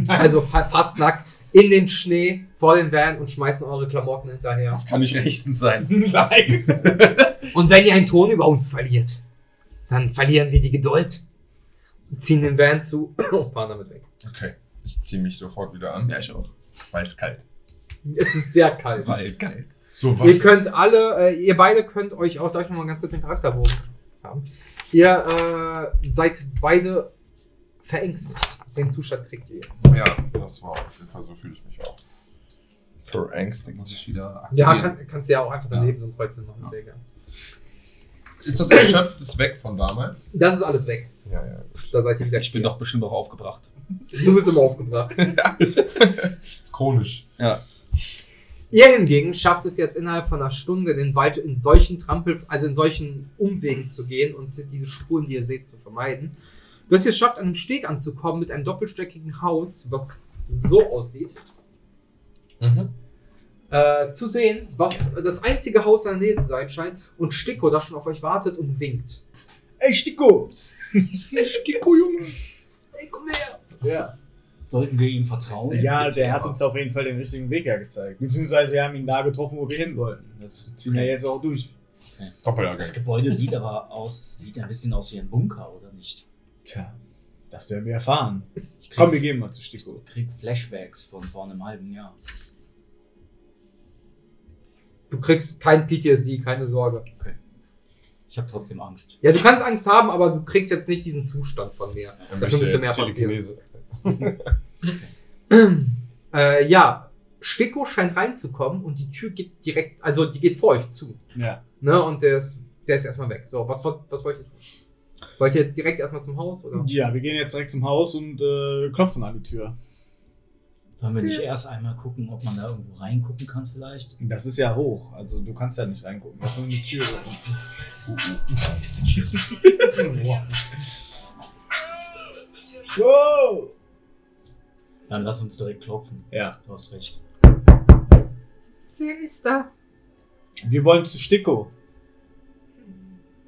Speaker 6: also fa- fast nackt, in den Schnee vor den Van und schmeißen eure Klamotten hinterher.
Speaker 7: Das kann nicht rechtens sein.
Speaker 6: Und wenn ihr einen Ton über uns verliert, dann verlieren wir die Geduld. Und ziehen den Van zu und fahren damit weg.
Speaker 5: Okay, ich ziehe mich sofort wieder an,
Speaker 7: Ja, ich auch.
Speaker 5: weil es kalt.
Speaker 6: Es ist sehr kalt.
Speaker 7: Weil geil.
Speaker 5: So,
Speaker 6: Ihr
Speaker 5: was?
Speaker 6: könnt alle, äh, ihr beide könnt euch auch, darf ich nochmal ganz kurz den Charakterbogen haben? Ihr äh, seid beide verängstigt. Den Zustand kriegt ihr jetzt.
Speaker 5: Ja, das war auf jeden Fall, so fühle ich mich auch. Für Angst, denke
Speaker 7: Muss
Speaker 5: ich.
Speaker 7: ich wieder
Speaker 6: Ja,
Speaker 7: aktivieren.
Speaker 6: kann, kannst du ja auch einfach dein
Speaker 7: Ja.
Speaker 6: Leben so ein Kreuzchen machen,
Speaker 7: Ja.
Speaker 6: sehr gerne.
Speaker 5: Ist das erschöpftes Weg von damals?
Speaker 6: Das ist alles weg.
Speaker 5: Ja, ja.
Speaker 6: Da seid ihr wieder.
Speaker 7: Ich bin doch bestimmt auch aufgebracht.
Speaker 6: Du bist immer aufgebracht.
Speaker 5: Ist chronisch.
Speaker 6: Ihr hingegen schafft es jetzt innerhalb von einer Stunde, den Wald in solchen Trampel, also in solchen Umwegen zu gehen und diese Spuren, die ihr seht, zu vermeiden. Dass ihr es schafft, an einem Steg anzukommen mit einem doppelstöckigen Haus, was so aussieht. Äh, zu sehen, was das einzige Haus in der Nähe zu sein scheint und Sticko da schon auf euch wartet und winkt. Ey, Sticko! Sticko, Junge! Ey, komm her!
Speaker 1: Ja,
Speaker 4: Sollten wir ihm vertrauen?
Speaker 1: Oh, ja der hat uns auf jeden Fall den richtigen Weg ja gezeigt. Beziehungsweise wir haben ihn da getroffen, wo wir hin wollten. Das ziehen wir jetzt auch durch.
Speaker 4: Das
Speaker 5: Doppelagent.
Speaker 4: Gebäude sieht aber aus, sieht ein bisschen aus wie ein Bunker, oder nicht?
Speaker 1: Tja, das werden wir erfahren.
Speaker 4: Ich krieg,
Speaker 1: Komm, wir gehen mal zu Stichwort.
Speaker 4: krieg Flashbacks von vor einem halben Jahr.
Speaker 6: Du kriegst kein PTSD, keine Sorge.
Speaker 4: Ich habe trotzdem Angst.
Speaker 6: Ja, du kannst Angst haben, aber du kriegst jetzt nicht diesen Zustand von mir. Dafür müsste mehr passieren. Äh, ja, Sticko scheint reinzukommen und die Tür geht direkt, also die geht vor euch zu.
Speaker 1: Ja.
Speaker 6: Ne? Und der ist, der ist erstmal weg. So, was, wollt- was wollt ihr tun? Wollt ihr jetzt direkt erstmal zum Haus? Oder?
Speaker 1: ja, wir gehen jetzt direkt zum Haus und äh, klopfen an die Tür.
Speaker 4: Sollen wir nicht erst einmal gucken, ob man da irgendwo reingucken kann vielleicht?
Speaker 1: Das ist ja hoch, also du kannst ja nicht reingucken. Das ist nur eine Tür. wow!
Speaker 4: Dann lass uns direkt klopfen.
Speaker 1: Ja,
Speaker 4: Du hast recht.
Speaker 9: Wer ist da?
Speaker 1: wir wollen zu Sticko.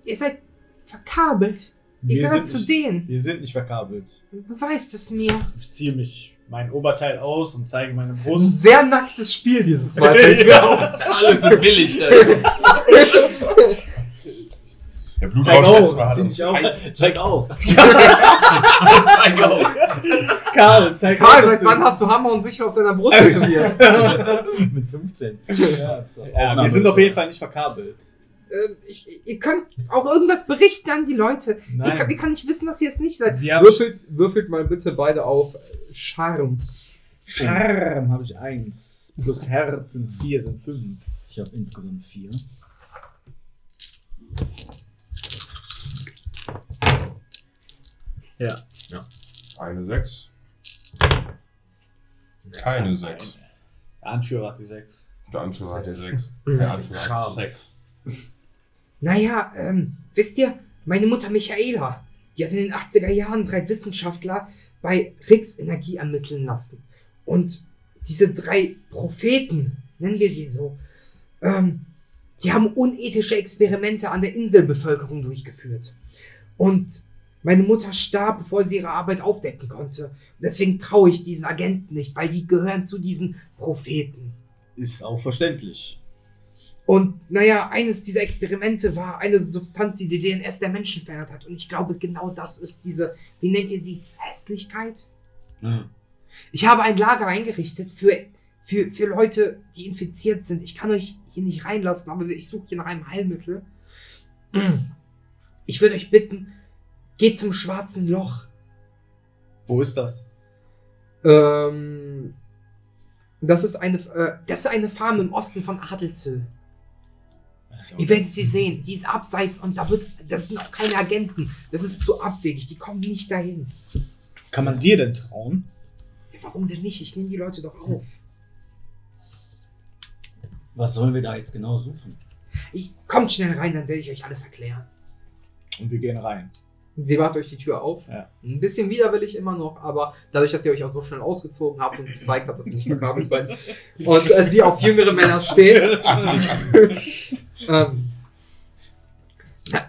Speaker 9: Ihr seid verkabelt. Ihr
Speaker 1: Wir sind,
Speaker 9: gehört zu
Speaker 1: nicht,
Speaker 9: denen.
Speaker 1: wir sind nicht verkabelt.
Speaker 9: Beweist es mir.
Speaker 1: Ich ziehe mich mein Oberteil aus und zeige meine
Speaker 6: Ein
Speaker 1: Brust.
Speaker 6: sehr nacktes Spiel dieses Mal. fällt mir auf.
Speaker 7: Alles sind billig. Alter.
Speaker 5: Der Blut
Speaker 1: Zeig
Speaker 5: jetzt
Speaker 1: auf,
Speaker 5: mal.
Speaker 1: zieh dich auf.
Speaker 4: Zeig auf!
Speaker 7: Zeig auf.
Speaker 1: Karl, zeig auf,
Speaker 6: Karl, seit
Speaker 1: dass
Speaker 6: wann
Speaker 1: du-
Speaker 6: hast du Hammer und sicher auf deiner Brust tätowiert?
Speaker 4: Mit 15. Ja,
Speaker 1: ja, wir sind auf jeden Fall nicht verkabelt.
Speaker 9: Ähm, ich, ihr könnt auch irgendwas berichten an die Leute. Wie kann, wie
Speaker 1: Nein.
Speaker 9: kann ich wissen, dass ihr es nicht seid?
Speaker 1: Wir haben
Speaker 6: würfelt, würfelt mal bitte beide auf Charme.
Speaker 1: Charme habe ich eins. Plus Herz sind vier, sind fünf.
Speaker 4: Ich habe insgesamt vier.
Speaker 1: Ja.
Speaker 5: Eine 6. Keine 6.
Speaker 1: Der Anführer hat die sechs.
Speaker 5: Der Anführer hat die 6.
Speaker 6: Mhm.
Speaker 5: Der Anführer hat
Speaker 1: Scham.
Speaker 5: 6.
Speaker 9: Naja, ähm, wisst ihr, meine Mutter Michaela, die hat in den 80er Jahren drei Wissenschaftler bei Rix Energie ermitteln lassen. Und diese drei Propheten, nennen wir sie so, ähm, die haben unethische Experimente an der Inselbevölkerung durchgeführt.
Speaker 6: Und meine Mutter starb, bevor sie ihre Arbeit aufdecken konnte. Und deswegen traue ich diesen Agenten nicht, weil die gehören zu diesen Propheten.
Speaker 1: Ist auch verständlich.
Speaker 6: Und naja, eines dieser Experimente war eine Substanz, die die DNS der Menschen verändert hat. Und ich glaube, genau das ist diese, wie nennt ihr sie, Hässlichkeit? Ich habe ein Lager eingerichtet für, für, für Leute, die infiziert sind. Ich kann euch hier nicht reinlassen, aber ich suche hier nach einem Heilmittel. Ich würde euch bitten, geht zum schwarzen Loch.
Speaker 1: Wo ist das?
Speaker 6: Ähm, das, ist eine, äh, das ist eine Farm im Osten von Adelzö. Ihr werdet sie sehen. Die ist abseits und da wird. Das sind auch keine Agenten. Das ist zu abwegig. Die kommen nicht dahin.
Speaker 1: Kann man dir denn trauen?
Speaker 6: Ja, warum denn nicht? Ich nehme die Leute doch auf.
Speaker 4: Was sollen wir da jetzt genau suchen?
Speaker 6: Ich, kommt schnell rein, dann werde ich euch alles erklären.
Speaker 1: Und wir gehen rein.
Speaker 10: Sie wart euch die Tür auf.
Speaker 4: Ja.
Speaker 10: Ein bisschen widerwillig immer noch, aber dadurch, dass ihr euch auch so schnell ausgezogen habt und gezeigt habt, dass ihr nicht verkabelt seid und äh, sie auf jüngere Männer steht. ähm, na,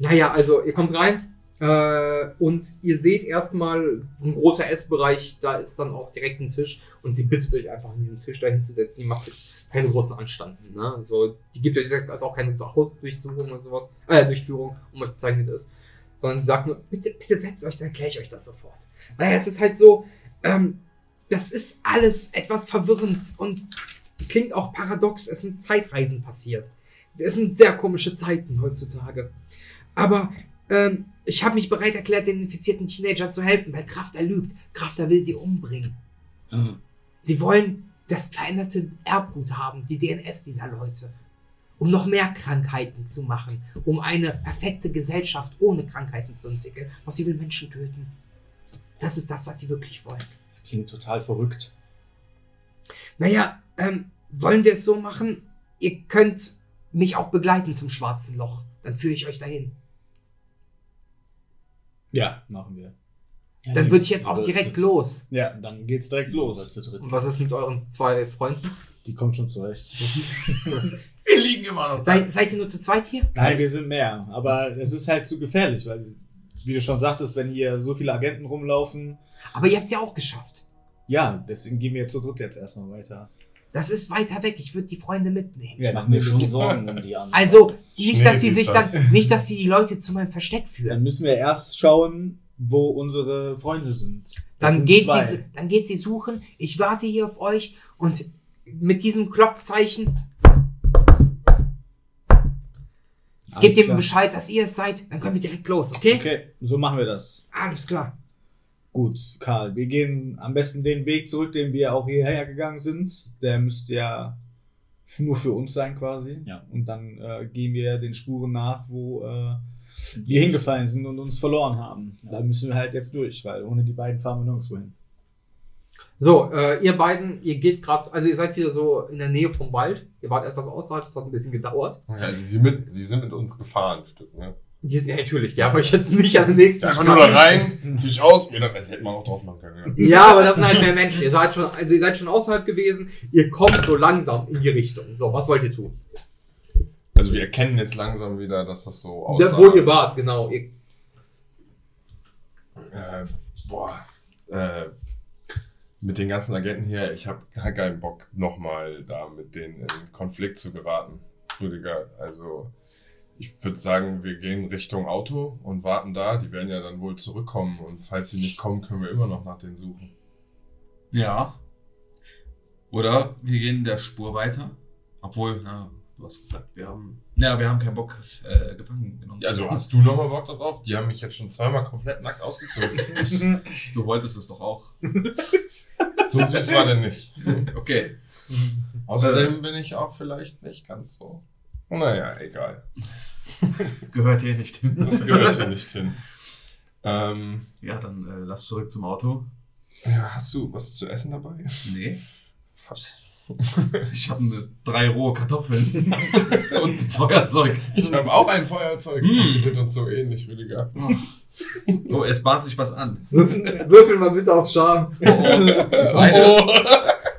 Speaker 10: naja, also ihr kommt rein äh, und ihr seht erstmal ein großer Essbereich, da ist dann auch direkt ein Tisch und sie bittet euch einfach an diesen Tisch dahin zu setzen. Die macht jetzt keine großen Anstalten. Ne? Also, die gibt euch also auch keine Hausdurchsuchung oder sowas, äh, Durchführung, um euch zu zeigen, wie das ist sondern sie sagt nur,
Speaker 6: Bitte, bitte setzt euch, dann erkläre ich euch das sofort. Naja, es ist halt so, ähm, das ist alles etwas verwirrend und klingt auch paradox. Es sind Zeitreisen passiert. Es sind sehr komische Zeiten heutzutage. Aber ähm, ich habe mich bereit erklärt, den infizierten Teenagern zu helfen, weil Krafter lügt. Krafter will sie umbringen.
Speaker 4: Ah.
Speaker 6: Sie wollen das veränderte Erbgut haben, die DNS dieser Leute, um noch mehr Krankheiten zu machen, um eine perfekte Gesellschaft ohne Krankheiten zu entwickeln. Doch sie will Menschen töten. Das ist das, was sie wirklich wollen.
Speaker 4: Das klingt total verrückt.
Speaker 6: Naja, ähm, wollen wir es so machen? Ihr könnt mich auch begleiten zum schwarzen Loch. Dann führe ich euch dahin.
Speaker 1: Ja, machen wir.
Speaker 6: Dann würde ich jetzt auch direkt los.
Speaker 1: Ja, dann geht's direkt los.
Speaker 10: und was ist mit euren zwei Freunden?
Speaker 4: Die kommt schon zurecht.
Speaker 7: Wir liegen immer noch.
Speaker 6: Sei, seid ihr nur zu zweit hier?
Speaker 1: Nein, wir sind mehr. Aber es ist halt zu gefährlich, weil, wie du schon sagtest, wenn hier so viele Agenten rumlaufen.
Speaker 6: Aber ihr habt es ja auch geschafft.
Speaker 1: Ja, deswegen gehen wir zu dritt jetzt erstmal weiter.
Speaker 6: Das ist weiter weg. Ich würde die Freunde mitnehmen.
Speaker 1: Ja,
Speaker 4: Ich mache mir schon Sorgen um die anderen.
Speaker 6: Also, nicht, dass sie
Speaker 5: Schnell
Speaker 6: sich
Speaker 5: geht das.
Speaker 6: dann, nicht, dass sie die Leute zu meinem Versteck führen.
Speaker 1: Dann müssen wir erst schauen, wo unsere Freunde sind. Das
Speaker 6: Dann
Speaker 1: sind
Speaker 6: geht,
Speaker 1: zwei.
Speaker 6: sie, dann geht sie suchen. Ich warte hier auf euch und mit diesem Klopfzeichen
Speaker 1: Alles
Speaker 6: gebt ihr mir
Speaker 1: klar.
Speaker 6: Bescheid, dass ihr es seid. Dann können wir direkt los, okay?
Speaker 1: Okay, so machen wir das.
Speaker 6: Alles klar.
Speaker 1: Gut, Karl, wir gehen am besten den Weg zurück, den wir auch hierher gegangen sind. Der müsste ja f- nur für uns sein quasi.
Speaker 4: Ja.
Speaker 1: Und dann äh, gehen wir den Spuren nach, wo äh, wir hingefallen sind und uns verloren haben. Da müssen wir halt jetzt durch, weil ohne die beiden fahren wir nirgendwo hin.
Speaker 10: So, äh, ihr beiden, ihr geht gerade, also ihr seid wieder so in der Nähe vom Wald. Ihr wart etwas außerhalb, das hat ein bisschen gedauert.
Speaker 5: Ja, also sie, mit, sie sind mit uns gefahren, ein Stück. Ne?
Speaker 10: Die, ja, natürlich, die haben euch jetzt nicht an den nächsten
Speaker 5: Ja, Einfach nur da rein, sich aus. Ja, das hätte man auch draus machen können.
Speaker 10: Ja, aber das sind halt mehr Menschen. Ihr seid schon, also ihr seid schon außerhalb gewesen. Ihr kommt so langsam in die Richtung. So, was wollt ihr tun?
Speaker 5: Ja. Also wir erkennen jetzt langsam wieder, dass das so aussah.
Speaker 10: Da, wo ihr wart, genau. Ihr,
Speaker 5: Äh, boah. Äh, mit den ganzen Agenten hier, ich habe gar keinen Bock, nochmal da mit denen in Konflikt zu geraten. Rüdiger, also ich würde sagen, wir gehen Richtung Auto und warten da. Die werden ja dann wohl zurückkommen. Und falls sie nicht kommen, können wir immer noch nach denen suchen.
Speaker 7: Ja. Oder wir gehen der Spur weiter. Obwohl, na, du hast gesagt, wir haben. Ja, wir haben keinen Bock, äh, gefangen genommen zu
Speaker 5: Also
Speaker 7: werden.
Speaker 5: hast du nochmal Bock darauf? Die haben mich jetzt schon zweimal komplett nackt ausgezogen.
Speaker 7: Du wolltest es doch auch.
Speaker 5: so süß war der nicht.
Speaker 7: Okay.
Speaker 5: Außerdem bin ich auch vielleicht nicht ganz so. Naja, egal.
Speaker 7: Gehört hier nicht hin.
Speaker 5: Das gehört hier nicht hin. Ähm,
Speaker 7: Ja, dann äh, lass zurück zum Auto.
Speaker 5: ja, hast du was zu essen dabei?
Speaker 7: Nee. Ich habe ne, drei rohe Kartoffeln und ein Feuerzeug.
Speaker 5: Ich habe auch ein Feuerzeug.
Speaker 7: Hm.
Speaker 5: Die sind uns so ähnlich, Rüdiger.
Speaker 7: Oh. So, es bahnt sich was an.
Speaker 10: würfel, würfel mal bitte auf Scham.
Speaker 7: Oh, oh. Beide,
Speaker 5: Oh,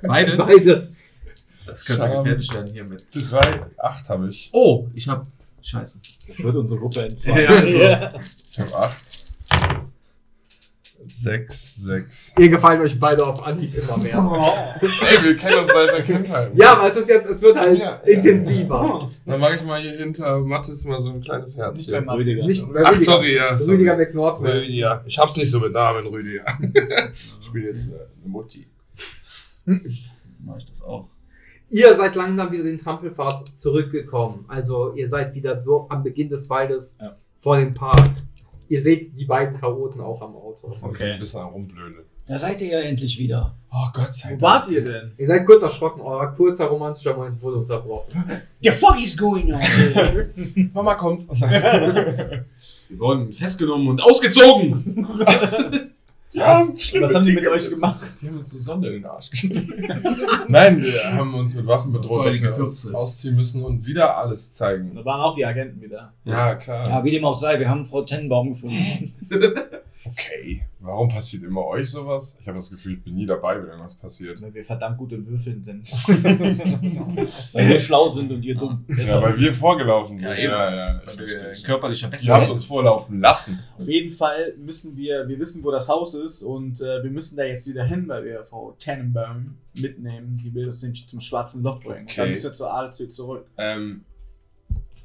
Speaker 7: beide.
Speaker 10: Beide.
Speaker 7: Das könnte
Speaker 5: Scham.
Speaker 7: gefährlich werden hiermit.
Speaker 5: drei, acht habe ich.
Speaker 7: Oh, ich habe Scheiße.
Speaker 4: Das wird unsere Gruppe entzweien.
Speaker 7: Ja, also,
Speaker 5: Ich habe 8. 6, 6.
Speaker 6: Ihr gefallen euch beide auf Anhieb immer mehr.
Speaker 5: Ey, wir kennen uns seit der Kindheit.
Speaker 6: Ja, aber es ist jetzt, es wird halt
Speaker 5: Ja, ja.
Speaker 6: intensiver.
Speaker 5: Dann mache ich mal hier hinter Mattes mal so ein kleines Herz.
Speaker 1: Nicht
Speaker 5: hier.
Speaker 1: bei Martin.
Speaker 6: Nicht bei
Speaker 5: Ach,
Speaker 6: Rüdiger-
Speaker 5: sorry, ja.
Speaker 6: Rüdiger
Speaker 5: Sorry.
Speaker 6: McNorthman.
Speaker 5: Rüdiger. Ich hab's nicht so mit Namen, Rüdiger. ich spiele jetzt äh, eine Mutti.
Speaker 4: Mach ich das auch.
Speaker 6: Ihr seid langsam wieder den Trampelpfad zurückgekommen. Also ihr seid wieder so am Beginn des Waldes
Speaker 4: Ja.
Speaker 6: vor dem Park. Ihr seht die beiden Chaoten auch am Auto.
Speaker 5: Okay. Ein bisschen herumblöde.
Speaker 4: Da seid ihr ja endlich wieder.
Speaker 5: Oh Gott
Speaker 1: Wo
Speaker 5: sei Dank.
Speaker 1: wart ihr denn?
Speaker 6: Ihr seid kurz erschrocken, euer kurzer romantischer Moment wurde unterbrochen.
Speaker 1: The fuck is going on?
Speaker 5: Mama kommt.
Speaker 7: Wir wurden festgenommen und ausgezogen.
Speaker 5: Ja,
Speaker 1: Was haben die mit euch gemacht?
Speaker 5: Die haben uns eine Sonde in den Arsch geschnitten. Nein, wir haben uns mit Waffen bedroht, dass
Speaker 7: Feige
Speaker 5: wir uns
Speaker 7: Fürze.
Speaker 5: ausziehen müssen und wieder alles zeigen.
Speaker 1: Da waren auch die Agenten wieder.
Speaker 5: Ja, klar.
Speaker 4: Ja, wie dem auch sei, wir haben Frau Tenbaum gefunden.
Speaker 5: Okay. Warum passiert immer euch sowas? Ich habe das Gefühl, ich bin nie dabei, wenn irgendwas passiert.
Speaker 1: Weil wir verdammt gut im Würfeln sind.
Speaker 4: Weil wir schlau sind und ihr dumm.
Speaker 5: Ja, weil wir vorgelaufen sind.
Speaker 7: Ja, eben.
Speaker 5: ja,
Speaker 7: Weil
Speaker 5: richtig.
Speaker 7: wir körperlicher
Speaker 5: Ihr habt
Speaker 7: Besserheit.
Speaker 5: uns vorlaufen lassen.
Speaker 1: Auf jeden Fall müssen wir, wir wissen, wo das Haus ist und äh, wir müssen da jetzt wieder hin, weil wir Frau Tannenbaum mitnehmen. Die will uns nämlich zum schwarzen Loch bringen. Und dann
Speaker 5: Okay.
Speaker 1: müssen wir zur Adelzeit zurück.
Speaker 5: Ähm,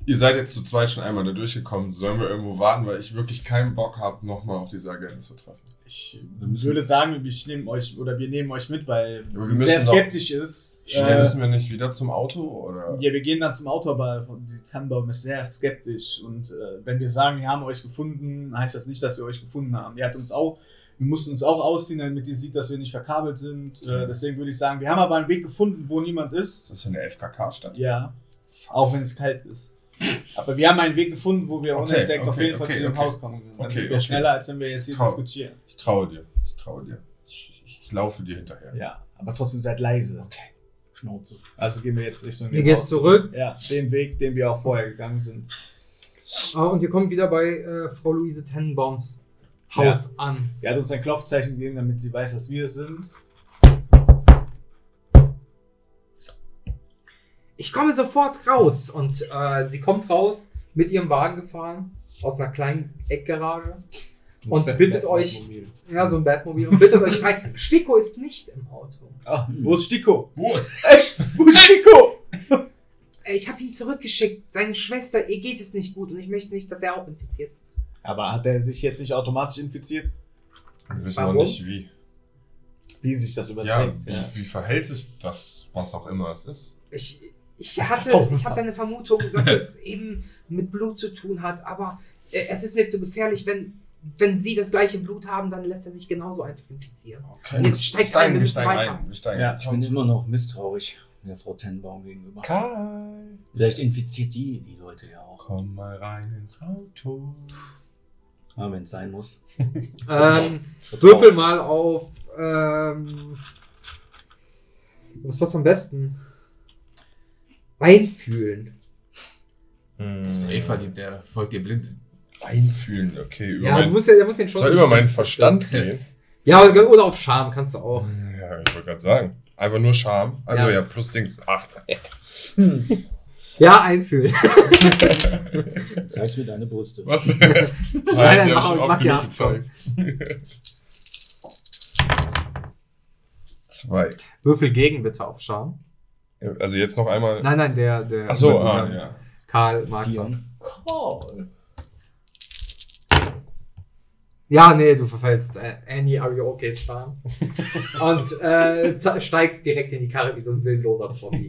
Speaker 5: ihr seid jetzt zu zweit schon einmal da durchgekommen. Sollen wir irgendwo warten, weil ich wirklich keinen Bock habe, nochmal auf diese Agenten zu treffen.
Speaker 1: Ich würde sagen, ich nehme euch oder wir nehmen euch mit, weil
Speaker 5: Aber wir
Speaker 1: sie
Speaker 5: müssen
Speaker 1: sehr
Speaker 5: doch-
Speaker 1: skeptisch ist.
Speaker 5: Schnell
Speaker 1: Äh,
Speaker 5: müssen wir nicht wieder zum Auto, oder?
Speaker 1: Ja, wir gehen dann zum Auto, aber die Tannenbaum ist sehr skeptisch. Und äh, wenn wir sagen, wir haben euch gefunden, heißt das nicht, dass wir euch gefunden haben. Ihr hat uns auch, wir mussten uns auch ausziehen, damit ihr sieht, dass wir nicht verkabelt sind.
Speaker 5: Mhm.
Speaker 1: Äh, deswegen würde ich sagen, wir haben aber einen Weg gefunden, wo niemand ist.
Speaker 5: Das ist ja eine FKK-Stadt.
Speaker 1: Ja, auch wenn es kalt ist. Aber wir haben einen Weg gefunden, wo wir
Speaker 5: Okay,
Speaker 1: unentdeckt auf
Speaker 5: okay,
Speaker 1: jeden Fall
Speaker 5: okay,
Speaker 1: zu dem
Speaker 5: okay.
Speaker 1: Haus kommen können. Dann
Speaker 5: Okay,
Speaker 1: sind wir
Speaker 5: okay.
Speaker 1: schneller, als wenn wir jetzt hier
Speaker 5: Toll.
Speaker 1: diskutieren.
Speaker 5: Ich traue dir. Ich traue dir. Ich, ich, ich laufe dir hinterher.
Speaker 1: Ja, aber trotzdem seid leise. Okay. Schnauze. Also gehen wir jetzt Richtung
Speaker 6: Wir
Speaker 1: dem
Speaker 6: gehen
Speaker 1: Haus
Speaker 6: zurück.
Speaker 1: Ja, den Weg, den wir auch vorher gegangen sind.
Speaker 6: Äh, Und ihr kommt wieder bei äh, Frau Luise Tannenbaums Haus an.
Speaker 1: Er hat uns ein Klopfzeichen gegeben, damit sie weiß, dass wir es sind.
Speaker 6: Ich komme sofort raus. Und äh, sie kommt raus, mit ihrem Wagen gefahren, aus einer kleinen Eckgarage. Und bittet euch, ja, so ein Batmobil, und bittet euch rein. Stiko ist nicht im Auto.
Speaker 1: Ah, Wo ist Stiko?
Speaker 5: Wo?
Speaker 1: Echt? Wo ist Stiko?
Speaker 6: Äh, Ich habe ihn zurückgeschickt. Seine Schwester, ihr geht es nicht gut und ich möchte nicht, dass er auch infiziert. wird.
Speaker 1: Aber hat er sich jetzt nicht automatisch infiziert?
Speaker 5: Wir wissen
Speaker 6: Warum?
Speaker 5: noch nicht, wie.
Speaker 1: Wie sich das
Speaker 5: Ja,
Speaker 1: überträgt.
Speaker 5: wie, wie verhält sich das, was auch immer es ist?
Speaker 6: Ich, ich hatte, ich habe eine Vermutung, dass es eben mit Blut zu tun hat, aber äh, es ist mir zu gefährlich, wenn, wenn sie das gleiche Blut haben, dann lässt er sich genauso einfach infizieren.
Speaker 5: Okay.
Speaker 6: Jetzt steigt ein, wir
Speaker 5: wir
Speaker 6: müssen
Speaker 5: steigen
Speaker 6: weiter.
Speaker 5: ein. Wir steigen
Speaker 4: Ja,
Speaker 5: ein.
Speaker 4: ich bin immer noch misstrauisch der Frau Tenbaum gegenüber.
Speaker 5: Kai,
Speaker 4: Vielleicht infiziert die die Leute ja auch.
Speaker 5: komm mal rein ins Auto.
Speaker 4: Ja, wenn es Ah, sein muss.
Speaker 6: Ähm,
Speaker 4: Vertrauen.
Speaker 6: würfel mal auf. Ähm, was passt am besten? Einfühlen.
Speaker 7: Das ist der Eva, die- der folgt ihr blind.
Speaker 5: Einfühlen, okay. Über
Speaker 6: Ja, du
Speaker 5: mein,
Speaker 6: musst, ja, du musst den schon.
Speaker 5: soll über meinen Verstand gehen.
Speaker 6: Ja, oder auf Charme kannst du auch.
Speaker 5: Ja, ich wollte gerade sagen. Einfach nur Charme. Also
Speaker 6: Ja.
Speaker 5: ja, plus Dings 8.
Speaker 6: Ja, einfühlen.
Speaker 4: Zeig mir deine Brüste.
Speaker 5: Was? Nein,
Speaker 6: Nein,
Speaker 5: die hab ich
Speaker 6: mach-
Speaker 5: schon
Speaker 6: mach
Speaker 5: oft
Speaker 6: die
Speaker 5: genug
Speaker 6: ab.
Speaker 5: gezeigt. Zwei.
Speaker 6: Würfel gegen bitte auf Charme.
Speaker 5: Also jetzt noch einmal.
Speaker 6: Nein, nein, der, der
Speaker 5: Ach so,
Speaker 6: der-
Speaker 5: ah,
Speaker 6: der-
Speaker 5: ja.
Speaker 6: Karl
Speaker 4: Vier.
Speaker 6: Marxon. Ja, nee, du verfällst äh, Annie, are you okay, Charme. Und äh, ze- steigst direkt in die Karre wie so ein willenloser Zombie.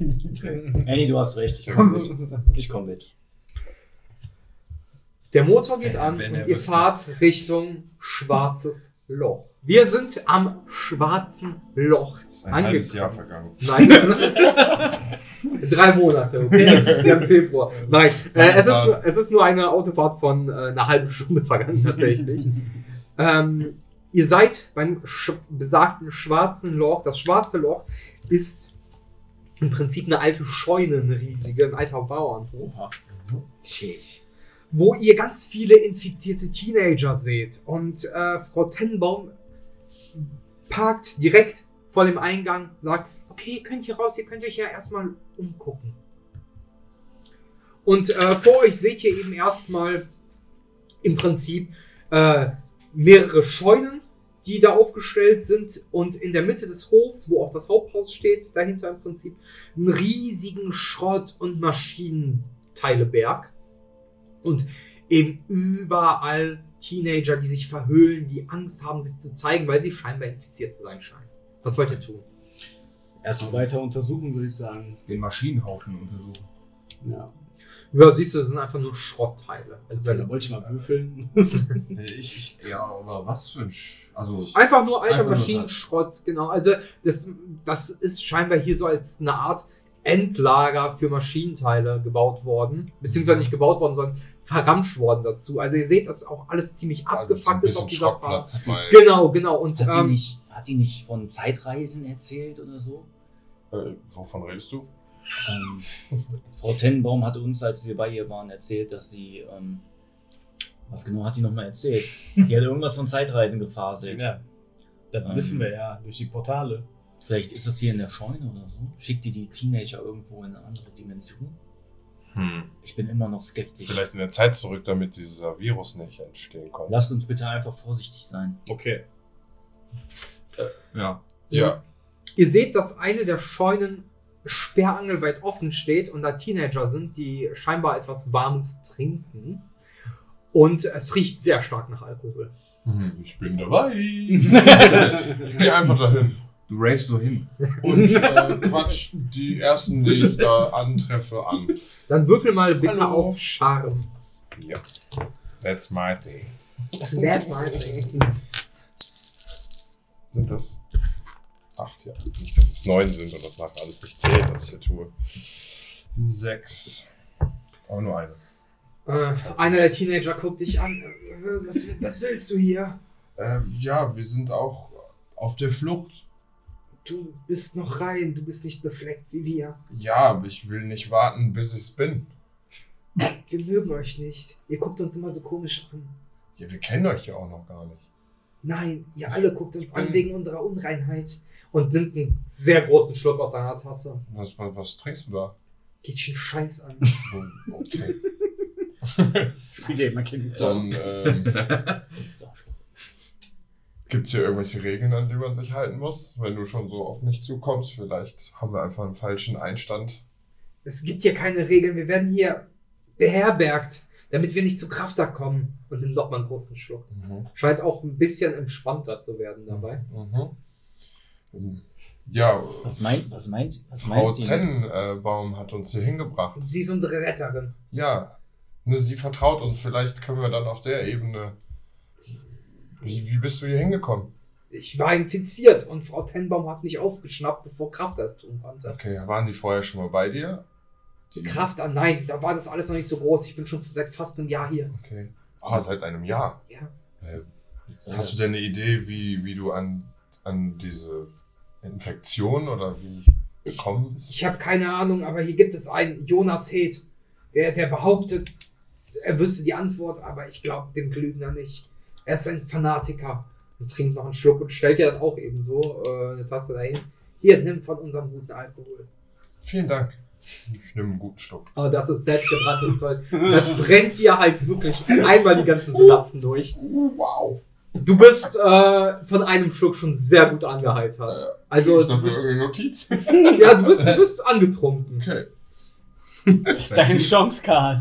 Speaker 4: Annie, du hast recht. Ich komme mit. Ich komm mit.
Speaker 6: Der Motor geht
Speaker 5: Wenn-
Speaker 6: an
Speaker 5: wenn
Speaker 6: und
Speaker 5: er
Speaker 6: ihr
Speaker 5: wüsste.
Speaker 6: fahrt Richtung Schwarzes Loch. Wir sind am Schwarzen Loch
Speaker 5: Ist ein halbes Jahr
Speaker 6: angekommen.
Speaker 5: vergangen.
Speaker 6: Nein, es ist- Drei Monate, okay? Wir haben Februar. Nein, äh, es, ist, nur- es ist nur eine Autofahrt von äh, einer halben Stunde vergangen, tatsächlich. ähm, ihr seid beim sch besagten schwarzen Loch. Das schwarze Loch ist im Prinzip eine alte Scheune, eine riesige, ein alter Bauernhof
Speaker 4: Schick.
Speaker 6: wo ihr ganz viele infizierte Teenager seht. Und äh, Frau Tenbaum parkt direkt vor dem Eingang, sagt, okay, ihr könnt hier raus, ihr könnt euch ja erstmal umgucken. Und äh, vor euch seht ihr eben erstmal im Prinzip äh, mehrere Scheunen, die da aufgestellt sind und in der Mitte des Hofs, wo auch das Haupthaus steht, dahinter im Prinzip, einen riesigen Schrott- und Maschinenteileberg und eben überall Teenager, die sich verhüllen, die Angst haben, sich zu zeigen, weil sie scheinbar infiziert zu sein scheinen. Was wollt ihr tun?
Speaker 8: Erstmal weiter untersuchen, würde ich sagen.
Speaker 7: Den Maschinenhaufen untersuchen.
Speaker 8: Ja.
Speaker 6: Ja, siehst du, das sind einfach nur Schrottteile. Also
Speaker 8: Da wollte ich mal würfeln.
Speaker 7: Äh, Ich, ich, ja, aber was für ein. Sch also,
Speaker 6: Einfach nur alter
Speaker 7: Einfach nur
Speaker 6: Maschinenschrott, genau. Also das, das ist scheinbar hier so als eine Art Endlager für Maschinenteile gebaut worden. Beziehungsweise nicht gebaut worden, sondern verramscht worden dazu. Also ihr seht, dass auch alles ziemlich
Speaker 5: also
Speaker 6: abgefuckt ist auf dieser Fahrt.
Speaker 5: Schrottplatz. Weil,
Speaker 6: Genau, genau. Und
Speaker 4: Hat, die
Speaker 6: ähm,
Speaker 4: nicht, hat die nicht von Zeitreisen erzählt oder so?
Speaker 5: äh, wovon redest du?
Speaker 4: Ähm, Frau Tenenbaum hatte uns, als wir bei ihr waren, erzählt, dass sie. Ähm, was genau hat die nochmal erzählt? Die hat irgendwas von Zeitreisen gefaselt.
Speaker 8: Ja. Das
Speaker 4: Ähm.
Speaker 8: wissen wir ja, durch die Portale.
Speaker 4: Vielleicht ist das hier in der Scheune oder so. Schickt die die Teenager irgendwo in eine andere Dimension?
Speaker 5: Hm.
Speaker 4: Ich bin immer noch skeptisch.
Speaker 5: Vielleicht in der Zeit zurück, damit dieser Virus nicht entstehen kann.
Speaker 4: Lasst uns bitte einfach vorsichtig sein.
Speaker 8: Okay.
Speaker 7: ja.
Speaker 5: Ja,
Speaker 6: ihr seht, dass eine der Scheunen sperrangelweit offen steht und da Teenager sind, die scheinbar etwas Warmes trinken. Und es riecht sehr stark nach Alkohol.
Speaker 5: Hm, ich bin dabei. ich geh einfach dahin.
Speaker 7: Du ravest so hin.
Speaker 5: Und äh, quatsch die ersten, die ich da antreffe, an.
Speaker 6: Dann würfel mal bitte
Speaker 5: Hallo.
Speaker 6: auf Charme.
Speaker 5: Ja. That's my thing.
Speaker 6: Bad Marketing.
Speaker 5: Sind das acht, ja. Nicht, dass es neun sind und das macht alles nicht zählt, was ich hier tue. Sechs. Aber nur eine.
Speaker 6: Äh, einer der Teenager guckt dich an. Äh, Was, will- was willst du hier?
Speaker 5: Ähm, ja, wir sind auch auf der Flucht.
Speaker 6: Du bist noch rein, du bist nicht befleckt wie wir.
Speaker 5: Ja, aber ich will nicht warten, bis ich's bin.
Speaker 6: Wir mögen euch nicht. Ihr guckt uns immer so komisch an.
Speaker 5: Ja, wir kennen euch ja auch noch gar nicht.
Speaker 6: Nein, ihr alle guckt uns an
Speaker 5: Mhm.
Speaker 6: wegen unserer Unreinheit. Und nimmt einen sehr großen Schluck aus seiner Tasse.
Speaker 5: Was, was, was trinkst du da?
Speaker 6: Geht schon Scheiß an.
Speaker 5: Oh, Okay.
Speaker 8: Spiel dir mal Kind.
Speaker 5: Dann ähm, gibt's hier irgendwelche Regeln, an die man sich halten muss. Wenn du schon so auf mich zukommst, vielleicht haben wir einfach einen falschen Einstand.
Speaker 6: Es gibt hier keine Regeln. Wir werden hier beherbergt, damit wir nicht zu Krafter kommen. Und nimmt nochmal einen großen Schluck.
Speaker 5: Mhm.
Speaker 6: Scheint auch ein bisschen entspannter zu werden dabei.
Speaker 5: Mhm. Ja,
Speaker 4: Was meint, was meint, was
Speaker 5: Frau
Speaker 4: meint die?
Speaker 5: Tennenbaum hat uns hier hingebracht.
Speaker 6: Sie ist unsere Retterin.
Speaker 5: Ja, ne, sie vertraut uns. Vielleicht können wir dann auf der Ebene. Wie, wie bist du hier hingekommen?
Speaker 6: Ich war infiziert und Frau Tenbaum hat mich aufgeschnappt, bevor Kraft das tun konnte.
Speaker 5: Okay, waren die vorher schon mal bei dir? Die-
Speaker 6: Kraft, ah nein, da war das alles noch nicht so groß. Ich bin schon seit fast einem Jahr hier.
Speaker 5: Okay. Ah, seit einem Jahr.
Speaker 6: Ja.
Speaker 5: Äh, hast du denn eine Idee, wie, wie du an, an diese Infektion oder wie gekommen bist?
Speaker 6: Ich habe keine Ahnung, aber hier gibt es einen Jonas Heth, der, der behauptet, er wüsste die Antwort, aber ich glaube dem Lügner nicht. Er ist ein Fanatiker und trinkt noch einen Schluck und stellt ja dann auch eben so äh, eine Tasse dahin. Hier, nimm von unserem guten Alkohol.
Speaker 5: Vielen Dank. Ich nehme einen guten Schluck.
Speaker 6: Oh, das ist selbstgebranntes Zeug. Da brennt dir halt wirklich einmal die ganzen Synapsen durch.
Speaker 5: Wow.
Speaker 6: Du bist äh, von einem Schluck schon sehr gut angeheitert. Also,
Speaker 5: ich
Speaker 6: du
Speaker 5: dafür
Speaker 6: bist,
Speaker 5: irgendeine Notiz.
Speaker 6: ja, du bist, du bist angetrunken.
Speaker 5: Okay.
Speaker 8: Das ist deine Chance, Karl.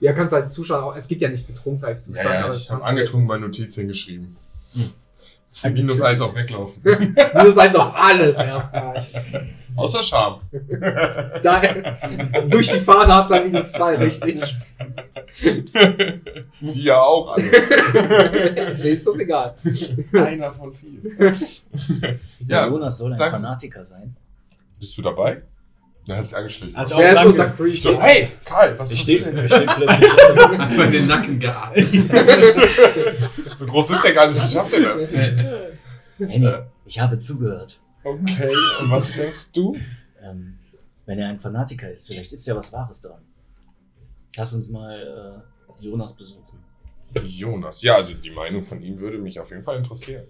Speaker 6: Ja, kannst als Zuschauer auch, es gibt ja nicht betrunken als Zuschauer.
Speaker 5: Ja, ja,
Speaker 6: aber
Speaker 5: ich
Speaker 6: kannst
Speaker 5: habe
Speaker 6: du-
Speaker 5: angetrunken bei Notiz hingeschrieben. Minus eins auf weglaufen.
Speaker 6: Minus eins auf alles erstmal.
Speaker 5: Außer Scham.
Speaker 6: Da, durch die Fahne hast du dann minus zwei, richtig.
Speaker 5: Die ja auch alle.
Speaker 6: Nee, ist das egal.
Speaker 5: Einer von vielen.
Speaker 4: Dieser
Speaker 5: Ja,
Speaker 4: Jonas soll ein
Speaker 5: danke.
Speaker 4: Fanatiker sein.
Speaker 5: Bist du dabei? Er hat sich angeschlichen.
Speaker 8: Also auch
Speaker 6: Wer ist unser
Speaker 8: danke.
Speaker 5: Ich
Speaker 6: Creature?
Speaker 5: so, hey, Karl,
Speaker 4: Also
Speaker 5: was
Speaker 8: Ich
Speaker 5: ist
Speaker 8: stehe
Speaker 5: denn?
Speaker 8: ich steh plötzlich.
Speaker 7: Einfach in den Nacken geatmet.
Speaker 5: So groß ist der gar nicht. Wie schafft er das?
Speaker 4: Henny, ich habe zugehört.
Speaker 5: Okay, und was denkst du?
Speaker 4: Ähm, wenn er ein Fanatiker ist, vielleicht ist ja was Wahres dran. Lass uns mal äh, Jonas besuchen.
Speaker 5: Jonas. Ja, also die Meinung von ihm würde mich auf jeden Fall interessieren.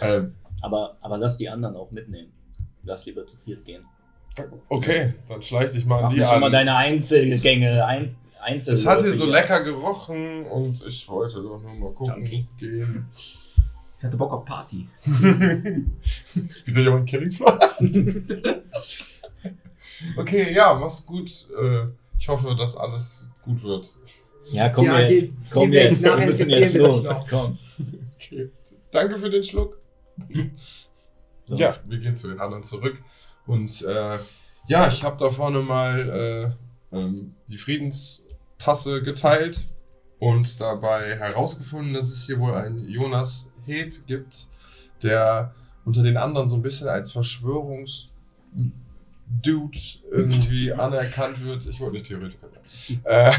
Speaker 5: Ähm,
Speaker 4: Aber, aber lass die anderen auch mitnehmen. Lass lieber zu viert gehen.
Speaker 5: okay, dann schleich dich mal
Speaker 4: Mach
Speaker 5: an die
Speaker 4: nicht immer
Speaker 5: an.
Speaker 4: deine Einzelgänge ein, einzelne.
Speaker 5: Es hat hier so lecker gerochen und ich wollte doch nur mal gucken
Speaker 4: Junkie.
Speaker 5: gehen.
Speaker 7: Ich hatte Bock auf Party.
Speaker 5: Spielt da jemand Killing Floor? okay, ja, mach's gut. Äh, Ich hoffe, dass alles gut wird.
Speaker 4: Ja, komm
Speaker 6: Ja,
Speaker 4: wir jetzt.
Speaker 6: geh-
Speaker 4: Komm
Speaker 6: geh
Speaker 4: wir
Speaker 6: weg,
Speaker 4: jetzt.
Speaker 6: nachher
Speaker 4: Wir müssen
Speaker 6: erzählen
Speaker 4: jetzt
Speaker 6: wir
Speaker 4: los.
Speaker 6: das noch.
Speaker 4: Komm.
Speaker 5: Okay. Danke für den Schluck.
Speaker 4: So.
Speaker 5: Ja, wir gehen zu den anderen zurück. Und äh, ja, ich habe da vorne mal äh, ähm, die Friedenstasse geteilt und dabei herausgefunden, dass es hier wohl einen Jonas Heeth gibt, der unter den anderen so ein bisschen als Verschwörungsdude irgendwie anerkannt wird. Ich wollte nicht Theoretiker sein. Äh,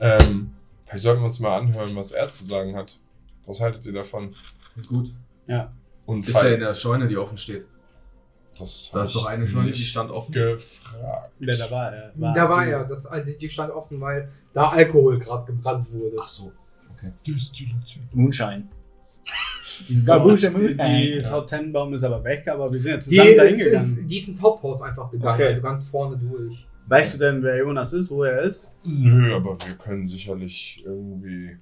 Speaker 5: ähm, vielleicht sollten wir uns mal anhören, was er zu sagen hat. Was haltet ihr davon?
Speaker 7: Ist gut.
Speaker 5: Und
Speaker 7: Ist
Speaker 5: fall-
Speaker 7: ja in der Scheune, die offen steht.
Speaker 5: das
Speaker 7: Da
Speaker 5: hab
Speaker 7: ist doch
Speaker 5: ich
Speaker 7: eine Scheune, die
Speaker 5: nicht
Speaker 7: stand offen.
Speaker 5: gefragt.
Speaker 8: Ja, da war er.
Speaker 6: Da war er, das, also die stand offen, weil da Alkohol gerade gebrannt wurde.
Speaker 7: Ach so.
Speaker 5: Destillation.
Speaker 4: Moonshine.
Speaker 8: Ja, Bush, die, die
Speaker 4: Moonshine.
Speaker 8: Frau Tennenbaum ist aber weg, aber wir sind ja
Speaker 6: Die
Speaker 8: zusammen da
Speaker 6: ist,
Speaker 8: hingegangen.
Speaker 6: ins, die ist ins Haupthaus einfach gegangen,
Speaker 8: Okay.
Speaker 6: also ganz vorne durch.
Speaker 8: Weißt du denn, wer Jonas ist, wo er ist?
Speaker 5: Nö, aber wir können sicherlich irgendwie.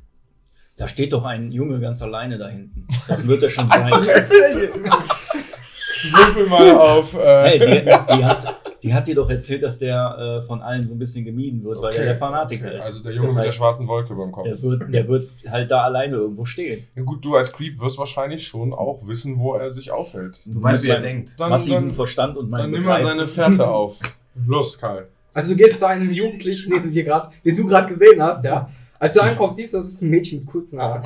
Speaker 4: Da steht doch ein Junge ganz alleine da hinten. Das wird er schon
Speaker 5: Einfach
Speaker 4: sein.
Speaker 5: Würfel mal auf.
Speaker 4: Hey, die,
Speaker 5: Äh,
Speaker 4: die, hat, die hat dir doch erzählt, dass der äh, von allen so ein bisschen gemieden wird, weil er der Fanatiker
Speaker 5: okay.
Speaker 4: ist.
Speaker 5: Also der Junge
Speaker 4: das
Speaker 5: mit der
Speaker 4: heißt,
Speaker 5: schwarzen Wolke über dem Kopf.
Speaker 4: der wird, der wird halt da alleine irgendwo stehen.
Speaker 5: Ja, gut, du als Creep wirst wahrscheinlich schon auch wissen, wo er sich aufhält.
Speaker 7: Du weißt, wie er
Speaker 4: Mit meinem
Speaker 7: denkt.
Speaker 5: Dann,
Speaker 4: Massiven
Speaker 5: dann,
Speaker 4: Verstand und
Speaker 5: dann
Speaker 4: meinem
Speaker 5: nimm mal
Speaker 4: Begreifen.
Speaker 5: seine Fährte auf. Los, Karl.
Speaker 6: Also du gehst zu einem Jugendlichen, den du dir gerade, den du gerade gesehen hast, ja. Als du ankommst, siehst du, das ist ein Mädchen mit kurzen Haaren.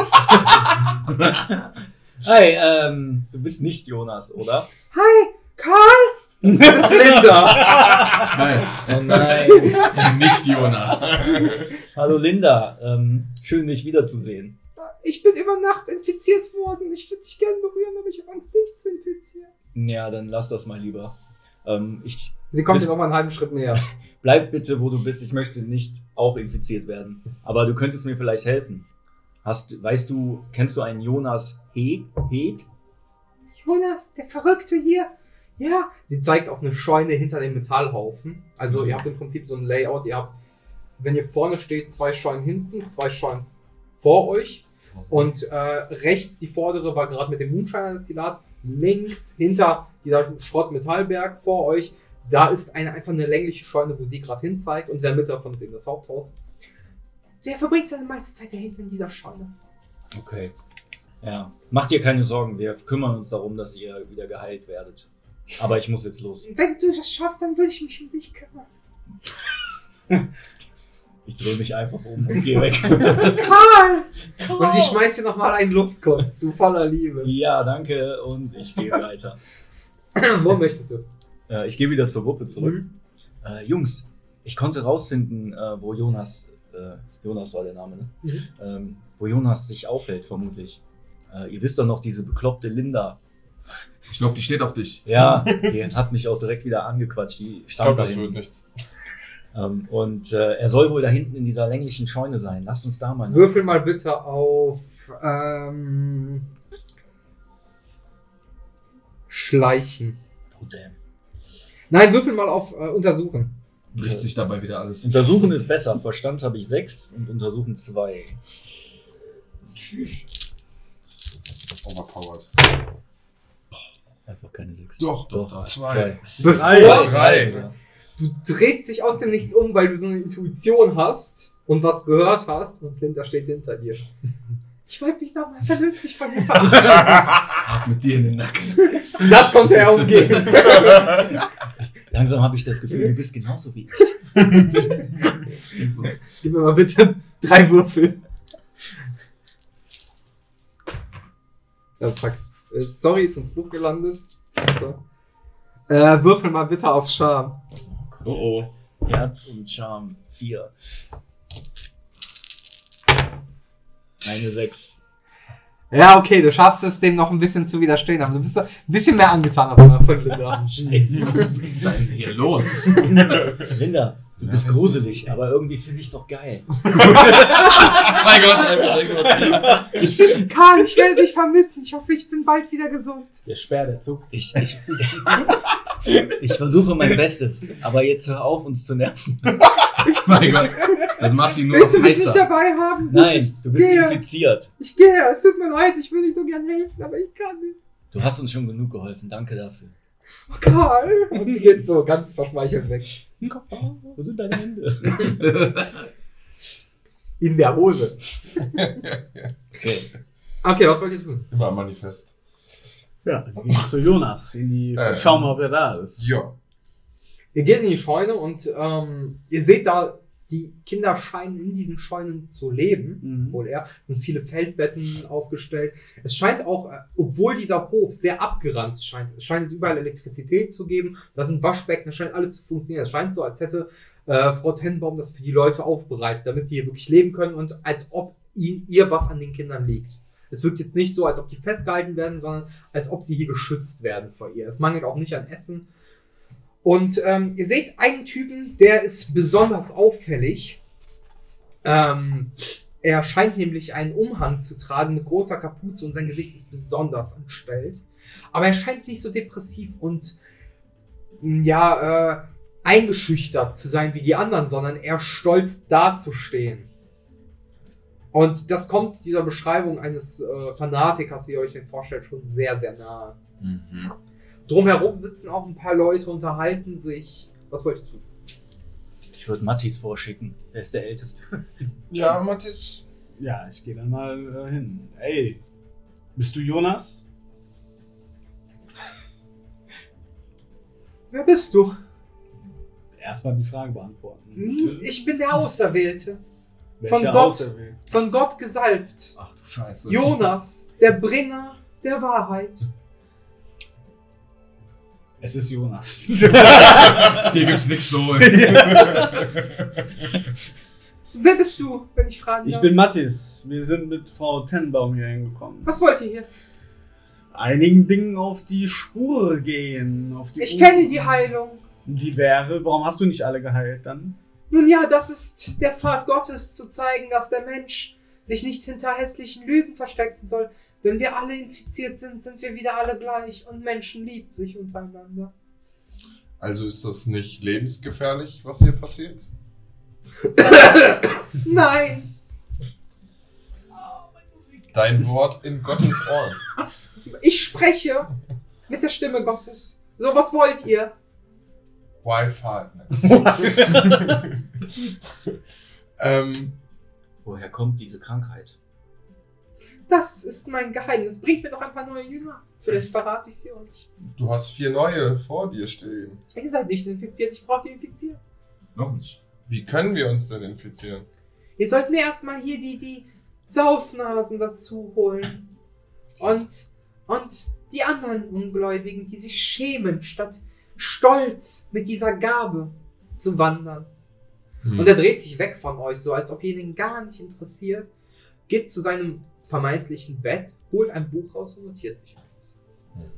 Speaker 4: Hey, ähm, du bist nicht Jonas, oder?
Speaker 6: Hi, Karl! Das ist Linda!
Speaker 7: Nein,
Speaker 4: Oh nein.
Speaker 7: nicht Jonas.
Speaker 4: Hallo Linda, ähm, schön dich wiederzusehen.
Speaker 6: Ich bin über Nacht infiziert worden. Ich würde dich gerne berühren, aber ich habe Angst, dich zu infizieren.
Speaker 4: Ja, dann lass das mal lieber. Ähm, ich
Speaker 6: Sie kommt
Speaker 4: Bist-
Speaker 6: jetzt auch mal einen halben Schritt näher.
Speaker 4: bleib bitte, wo du bist. Ich möchte nicht auch infiziert werden. Aber du könntest mir vielleicht helfen. Hast, weißt du, kennst du einen Jonas Heed? Heed?
Speaker 9: Jonas, der Verrückte hier.
Speaker 6: Ja, sie zeigt auf eine Scheune hinter dem Metallhaufen. Also ihr habt im Prinzip so ein Layout. Ihr habt, wenn ihr vorne steht, zwei Scheunen hinten, zwei Scheunen vor euch. Und äh, rechts die vordere war gerade mit dem Moonshine-Destillat. Links hinter dieser Schrottmetallberg vor euch, da ist eine einfach eine längliche Scheune, wo sie gerade hinzeigt. Und in der Mitte davon ist eben das Haupthaus.
Speaker 9: Der verbringt seine meiste Zeit da hinten in dieser Scheune.
Speaker 4: Okay. Ja. Mach dir keine Sorgen. Wir kümmern uns darum, dass ihr wieder geheilt werdet. Aber ich muss jetzt los.
Speaker 9: Wenn du das schaffst, dann würde ich mich um dich kümmern.
Speaker 4: Ich drehe mich einfach um und gehe weg.
Speaker 9: Karl!
Speaker 6: Und sie schmeißt hier nochmal einen Luftkuss zu, voller Liebe.
Speaker 4: ja, danke. Und ich gehe weiter.
Speaker 6: Wo möchtest du?
Speaker 4: Äh, ich gehe wieder zur Gruppe zurück. Äh, Jungs, ich konnte rausfinden, äh, wo Jonas, äh, Jonas war der Name, ne?
Speaker 6: Mhm.
Speaker 4: ähm, wo Jonas sich aufhält, vermutlich. Äh, ihr wisst doch noch, diese bekloppte Linda.
Speaker 7: Ich glaube, die steht auf dich.
Speaker 4: Ja, die hat mich auch direkt wieder angequatscht. Die
Speaker 5: Ich glaube,
Speaker 4: stand da
Speaker 5: das wird
Speaker 4: hinten.
Speaker 5: nichts.
Speaker 4: Ähm, und äh, er soll wohl da hinten in dieser länglichen Scheune sein. Lasst uns da mal.
Speaker 6: Würfel mal bitte auf ähm, Schleichen.
Speaker 4: Oh, damn.
Speaker 6: Nein, würfel mal auf äh, Untersuchen.
Speaker 7: Bricht sich dabei wieder alles.
Speaker 4: Untersuchen ist besser. Verstand habe ich sechs und untersuchen zwei.
Speaker 5: Overpowered.
Speaker 4: Einfach keine sechs.
Speaker 5: Doch,
Speaker 4: Doch,
Speaker 5: zwei.
Speaker 6: Bevor
Speaker 5: Drei.
Speaker 4: sogar.
Speaker 6: du drehst dich aus dem Nichts um, weil du so eine Intuition hast und was gehört hast und Linda steht hinter dir.
Speaker 9: Ich wollte mich nochmal vernünftig von dir verabschieden.
Speaker 7: Hat mit dir in den Nacken.
Speaker 6: Das konnte er umgehen.
Speaker 4: Langsam habe ich das Gefühl, du bist genauso wie ich.
Speaker 7: So.
Speaker 6: Gib mir mal bitte drei Würfel. Oh, fuck. Äh, Sorry, ist ins Buch gelandet. So. Äh, würfel mal bitte auf Charme.
Speaker 7: Oh oh.
Speaker 4: Herz und Charme. Vier. Eine sechs.
Speaker 6: Ja, okay, du schaffst es, dem noch ein bisschen zu widerstehen, aber du bist ein bisschen mehr angetan davon, von Linda.
Speaker 7: Was ist denn hier los?
Speaker 4: Linda, Du bist gruselig, aber irgendwie finde ich es doch geil.
Speaker 5: mein Gott, einfach retroaktiv.
Speaker 9: Karl, ich werde dich vermissen. Ich hoffe, ich bin bald wieder gesund.
Speaker 1: Der Speer, der zuckt.
Speaker 4: Ich, ich, ich versuche mein Bestes, aber jetzt hör auf, uns zu nerven.
Speaker 7: Oh Mein Gott. Das macht ihn nur
Speaker 9: Willst du
Speaker 7: noch
Speaker 9: mich nicht
Speaker 7: heißer.
Speaker 9: dabei haben?
Speaker 4: Nein, du bist
Speaker 9: Ja.
Speaker 4: infiziert.
Speaker 9: Ich gehe, es tut mir leid, ich würde dich so gern helfen, aber ich kann nicht.
Speaker 4: Du hast uns schon genug geholfen, danke dafür.
Speaker 9: Oh, Karl.
Speaker 6: Und sie geht so ganz verschmeichelt weg.
Speaker 4: Wo sind deine Hände?
Speaker 6: In der Hose.
Speaker 4: Okay.
Speaker 6: Okay, was wollt ihr tun?
Speaker 5: Immer am Manifest.
Speaker 8: Ja, dann geh ich zu Jonas. In die,
Speaker 5: Äh.
Speaker 8: Schauen wir, ob er da ist.
Speaker 5: Ja.
Speaker 6: Ihr geht in die Scheune und ähm, ihr seht da, die Kinder scheinen in diesen Scheunen zu leben.
Speaker 8: Mhm.
Speaker 6: Wohl eher. Sind viele Feldbetten aufgestellt. Es scheint auch, äh, obwohl dieser Hof sehr abgeranzt scheint, es scheint es überall Elektrizität zu geben. Da sind Waschbecken, da scheint alles zu funktionieren. Es scheint so, als hätte äh, Frau Tenbaum das für die Leute aufbereitet, damit sie hier wirklich leben können und als ob ihnen ihr was an den Kindern liegt. Es wirkt jetzt nicht so, als ob die festgehalten werden, sondern als ob sie hier geschützt werden vor ihr. Es mangelt auch nicht an Essen. Und ähm, ihr seht einen Typen, der ist besonders auffällig. Ähm, er scheint nämlich einen Umhang zu tragen mit großer Kapuze und sein Gesicht ist besonders entstellt. Aber er scheint nicht so depressiv und mh, ja, äh, eingeschüchtert zu sein wie die anderen, sondern eher stolz dazustehen. Und das kommt dieser Beschreibung eines äh, Fanatikers, wie ihr euch den vorstellt, schon sehr, sehr nahe.
Speaker 7: Mhm.
Speaker 6: Drumherum sitzen auch ein paar Leute, unterhalten sich. Was wollt ihr tun?
Speaker 4: Ich würde Mattis vorschicken. Er ist der Älteste.
Speaker 5: Ja, Matthias.
Speaker 8: Ja, ich gehe dann mal äh, hin. Ey, bist du Jonas?
Speaker 6: Wer bist du?
Speaker 8: Erstmal die Frage beantworten.
Speaker 6: Hm, Ich bin der Auserwählte.
Speaker 8: Welcher
Speaker 6: Gott.
Speaker 8: Auserwählte?
Speaker 6: Von Gott gesalbt.
Speaker 7: Ach du Scheiße.
Speaker 6: Jonas, der Bringer der Wahrheit.
Speaker 8: Es ist Jonas.
Speaker 7: Hier gibt's nichts so.
Speaker 6: Wer bist du, wenn ich fragen
Speaker 8: Ich
Speaker 6: darf?
Speaker 8: bin Mattis. Wir sind mit Frau Tenbaum hier hingekommen.
Speaker 6: Was wollt ihr hier?
Speaker 8: Einigen Dingen auf die Spur gehen. Auf die
Speaker 6: Ich
Speaker 8: Uhr.
Speaker 6: kenne die Heilung.
Speaker 8: Die wäre, warum hast du nicht alle geheilt dann?
Speaker 6: Nun ja, das ist der Pfad Gottes, zu zeigen, dass der Mensch sich nicht hinter hässlichen Lügen verstecken soll. Wenn wir alle infiziert sind, sind wir wieder alle gleich und Menschen liebt sich untereinander.
Speaker 5: Also ist das nicht lebensgefährlich, was hier passiert?
Speaker 6: Nein!
Speaker 5: Dein Wort in Gottes Ohren.
Speaker 6: Ich spreche mit der Stimme Gottes. So, was wollt ihr?
Speaker 5: Wi-Fi. ähm,
Speaker 4: Woher kommt diese Krankheit?
Speaker 6: Das ist mein Geheimnis. Bringt mir doch ein paar neue Jünger. Vielleicht verrate ich sie euch.
Speaker 5: du hast vier neue vor dir stehen.
Speaker 6: Ihr seid nicht infiziert, ich brauche die infiziert.
Speaker 7: Noch nicht.
Speaker 5: Wie können wir uns denn infizieren?
Speaker 6: Ihr sollt mir erstmal hier die, die Saufnasen dazu holen. Und, und die anderen Ungläubigen, die sich schämen, statt stolz mit dieser Gabe zu wandern.
Speaker 5: Hm.
Speaker 6: Und er dreht sich weg von euch, so als ob ihr ihn gar nicht interessiert. Geht zu seinem vermeintlichen Bett, holt ein Buch raus und notiert sich etwas.
Speaker 5: Mhm.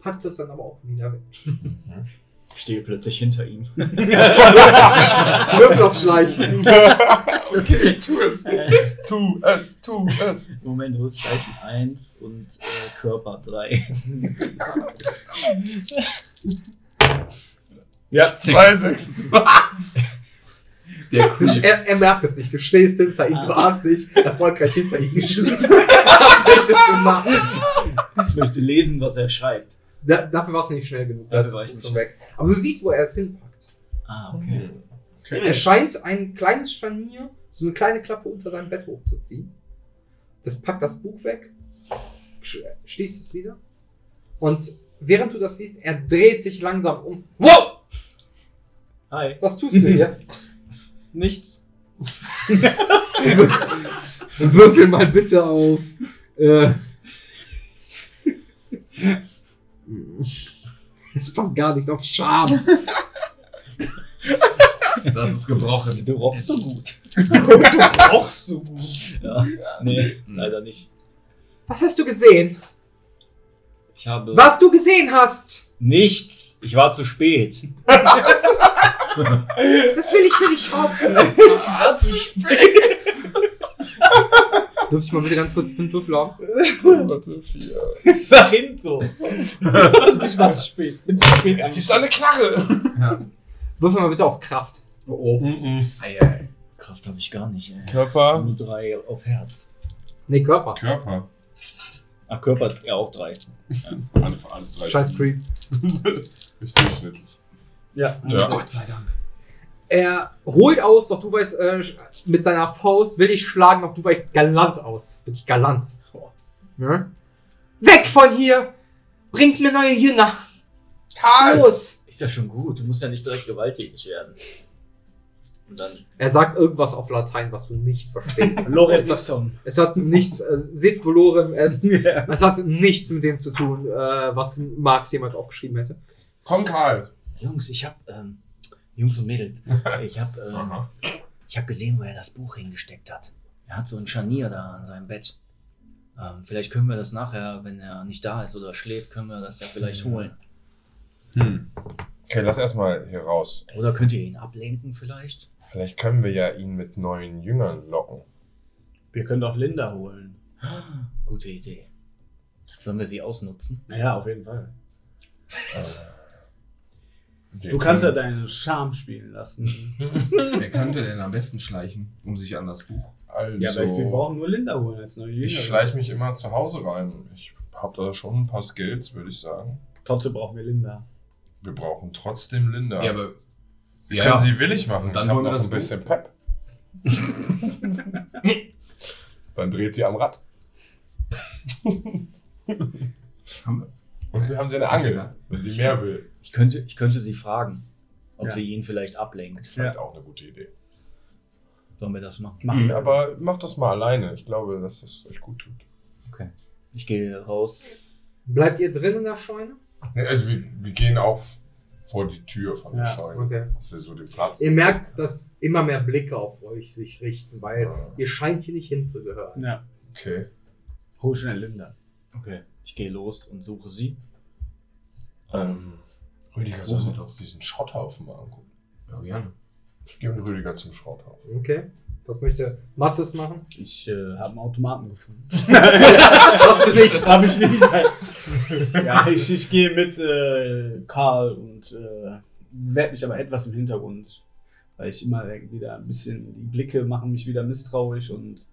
Speaker 6: Packt es dann aber auch wieder weg.
Speaker 5: Mhm.
Speaker 4: Ich stehe plötzlich hinter ihm.
Speaker 6: Würfel auf Schleichen.
Speaker 5: okay, tu es. Tu es, tu es.
Speaker 4: Moment, wo ist Speichen 1 und äh, Körper 3?
Speaker 7: Ja,
Speaker 5: Zwei Sechsen.
Speaker 7: der
Speaker 6: Du,
Speaker 7: Kuh.
Speaker 6: er, er merkt es nicht. Du stehst hinter ihm. Du
Speaker 4: Ah.
Speaker 6: hast dich erfolgreich hinter ihm geschlichen. Was möchtest du machen?
Speaker 4: Ich möchte lesen, was er schreibt.
Speaker 6: Da, dafür warst du nicht schnell genug.
Speaker 4: Dafür
Speaker 6: Das
Speaker 4: war ich
Speaker 6: ist
Speaker 4: nicht
Speaker 6: schon weg. Aber du siehst, wo er es hinpackt.
Speaker 4: Ah, okay.
Speaker 6: Er scheint ein kleines Scharnier, so eine kleine Klappe unter seinem Bett hochzuziehen. Das packt das Buch weg, sch- schließt es wieder. Und während du das siehst, er dreht sich langsam um. Wow!
Speaker 4: Hi.
Speaker 6: Was tust du hier?
Speaker 4: Nichts.
Speaker 6: Würfel mal bitte auf. Äh. Es passt gar nichts auf Scham.
Speaker 7: Das ist gebrochen.
Speaker 4: Also, Du rockst so gut.
Speaker 8: Brauchst du gut.
Speaker 4: Ja. Nee, leider nicht.
Speaker 6: Was hast du gesehen?
Speaker 4: Ich habe.
Speaker 6: Was du gesehen hast!
Speaker 4: Nichts. Ich war zu spät.
Speaker 9: Das will ich für dich hoffen.
Speaker 6: Dürfte ich mal bitte ganz kurz fünf Würfel haben?
Speaker 5: Warte, vier.
Speaker 1: Verhinnt so. ich war zu spät. Bin zu spät
Speaker 5: Er zieht seine Knarre.
Speaker 6: Würfel mal bitte auf Kraft.
Speaker 4: Oh, oh.
Speaker 7: Ei, ei.
Speaker 4: Kraft habe ich gar nicht. Ey.
Speaker 5: Mhm. Körper.
Speaker 4: Nur drei auf Herz.
Speaker 6: Nee, Körper.
Speaker 5: Körper.
Speaker 4: Ach, Körper ist ja auch drei.
Speaker 5: Alle, alles drei.
Speaker 6: Scheiß Creep.
Speaker 5: Ist durchschnittlich.
Speaker 4: Ja.
Speaker 5: Ja.
Speaker 6: Gott sei Dank. Er holt aus, doch du weißt, äh, mit seiner Faust will ich schlagen, doch du weißt galant aus. Wirklich galant. Ne? Weg von hier! Bringt mir neue Jünger! Los!
Speaker 4: Ist ja schon gut. Du musst ja nicht direkt gewalttätig werden. Und dann.
Speaker 6: Er sagt irgendwas auf Latein, was du nicht verstehst.
Speaker 1: Lorenz Ibsen.
Speaker 6: es hat nichts, äh, Sid Dolorem, es, es hat nichts mit dem zu tun, äh, was Marx jemals aufgeschrieben hätte.
Speaker 5: Komm, Karl.
Speaker 4: Jungs, ich hab. Ähm, Jungs und Mädels, ich hab. Ähm,
Speaker 5: Aha.
Speaker 4: Ich habe gesehen, wo er das Buch hingesteckt hat. Er hat so ein Scharnier da an seinem Bett. Ähm, vielleicht können wir das nachher, wenn er nicht da ist oder schläft, können wir das ja vielleicht holen.
Speaker 5: Hm. Okay, lass erstmal hier raus.
Speaker 4: Oder könnt ihr ihn ablenken vielleicht?
Speaker 5: Vielleicht können wir ja ihn mit neuen Jüngern locken.
Speaker 1: Wir können doch Linda holen.
Speaker 4: Gute Idee. Sollen wir sie ausnutzen?
Speaker 1: Naja, auf jeden Fall.
Speaker 5: Äh, Wir
Speaker 1: Du kannst ja
Speaker 5: können-
Speaker 1: deinen Charme spielen lassen.
Speaker 7: Wer könnte denn am besten schleichen, um sich an das Buch?
Speaker 5: Also,
Speaker 1: Ja, aber wir brauchen nur Linda holen als neue Jünger.
Speaker 5: ich schleiche mich immer zu Hause rein. Ich habe da schon ein paar Skills, würde ich sagen.
Speaker 1: Trotzdem brauchen wir Linda.
Speaker 5: Wir brauchen trotzdem Linda.
Speaker 7: Ja, aber
Speaker 5: wir
Speaker 7: klar.
Speaker 5: können sie willig machen.
Speaker 7: Und dann
Speaker 5: Ich hab
Speaker 7: wollen wir
Speaker 5: noch
Speaker 7: das
Speaker 5: ein bisschen Pep. dann dreht sie am Rad.
Speaker 7: haben wir.
Speaker 5: Und wir haben sie eine
Speaker 7: Hast du
Speaker 5: Angel, wenn sie mehr will.
Speaker 4: Ich könnte, ich könnte sie fragen, ob
Speaker 1: Ja.
Speaker 4: sie ihn vielleicht ablenkt.
Speaker 5: Vielleicht auch eine gute Idee.
Speaker 4: Sollen wir das machen?
Speaker 1: Machen wir.
Speaker 5: Aber macht das mal alleine. Ich glaube, dass das euch gut tut.
Speaker 4: Okay. Ich gehe raus.
Speaker 6: Bleibt ihr drin in der Scheune?
Speaker 5: Ne, Also wir, wir gehen auch vor die Tür von der
Speaker 1: Ja,
Speaker 5: Scheune,
Speaker 6: Okay.
Speaker 5: dass wir so den Platz.
Speaker 6: Ihr merkt, dass immer mehr Blicke auf euch sich richten, weil
Speaker 5: Ja.
Speaker 6: ihr scheint hier nicht hinzugehören.
Speaker 1: Ja.
Speaker 5: Okay.
Speaker 1: Hol schnell Linda.
Speaker 4: Okay. Ich gehe los und suche sie.
Speaker 5: Ähm, Rüdiger,
Speaker 7: Wo
Speaker 5: sollst
Speaker 7: sind
Speaker 5: du
Speaker 7: das?
Speaker 5: uns diesen Schrotthaufen mal angucken?
Speaker 7: Ja, gerne.
Speaker 5: Ich gehe mit Rüdiger zum Schrotthaufen.
Speaker 6: Okay. Was möchte Mathis machen?
Speaker 1: Ich äh, habe einen Automaten gefunden.
Speaker 6: Hast du nicht.
Speaker 1: Hab ich nicht. ja, ich, ich gehe mit äh, Karl und äh, werde mich aber etwas im Hintergrund, weil ich immer wieder ein bisschen, die Blicke machen mich wieder misstrauisch und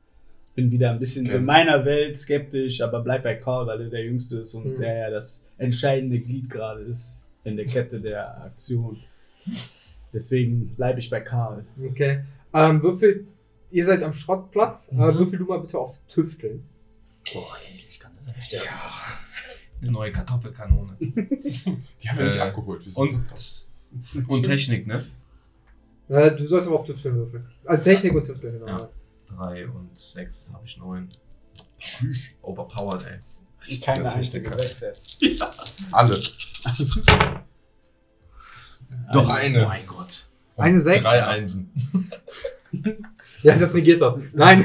Speaker 1: bin wieder ein bisschen so in meiner Welt skeptisch, aber bleib bei Karl, weil er der Jüngste ist und
Speaker 6: Mhm.
Speaker 1: der ja das entscheidende Glied gerade ist in der Kette der Aktion. Deswegen bleibe ich bei Karl.
Speaker 6: Okay. Ähm, würfel, ihr seid am Schrottplatz. Äh, würfel du mal bitte auf Tüfteln.
Speaker 4: Boah, endlich kann das ja sterben.
Speaker 7: Eine neue Kartoffelkanone.
Speaker 5: Die haben wir nicht
Speaker 7: Äh,
Speaker 5: abgeholt. Wir sind so dumm.
Speaker 7: Und, und Technik, ne?
Speaker 6: Äh, du sollst aber auf Tüfteln würfeln. Also Technik und Tüfteln, genau.
Speaker 7: Ja. Drei und sechs habe ich neun. Overpowered, ey.
Speaker 1: Ich keine
Speaker 5: ganz
Speaker 1: einzige
Speaker 5: richtig.
Speaker 1: Wechsel.
Speaker 5: alle.
Speaker 7: Doch
Speaker 5: eine.
Speaker 7: Mein Gott.
Speaker 5: Und
Speaker 6: Eine Sechs?
Speaker 5: Drei Einsen.
Speaker 6: Ja, das negiert das. Nein.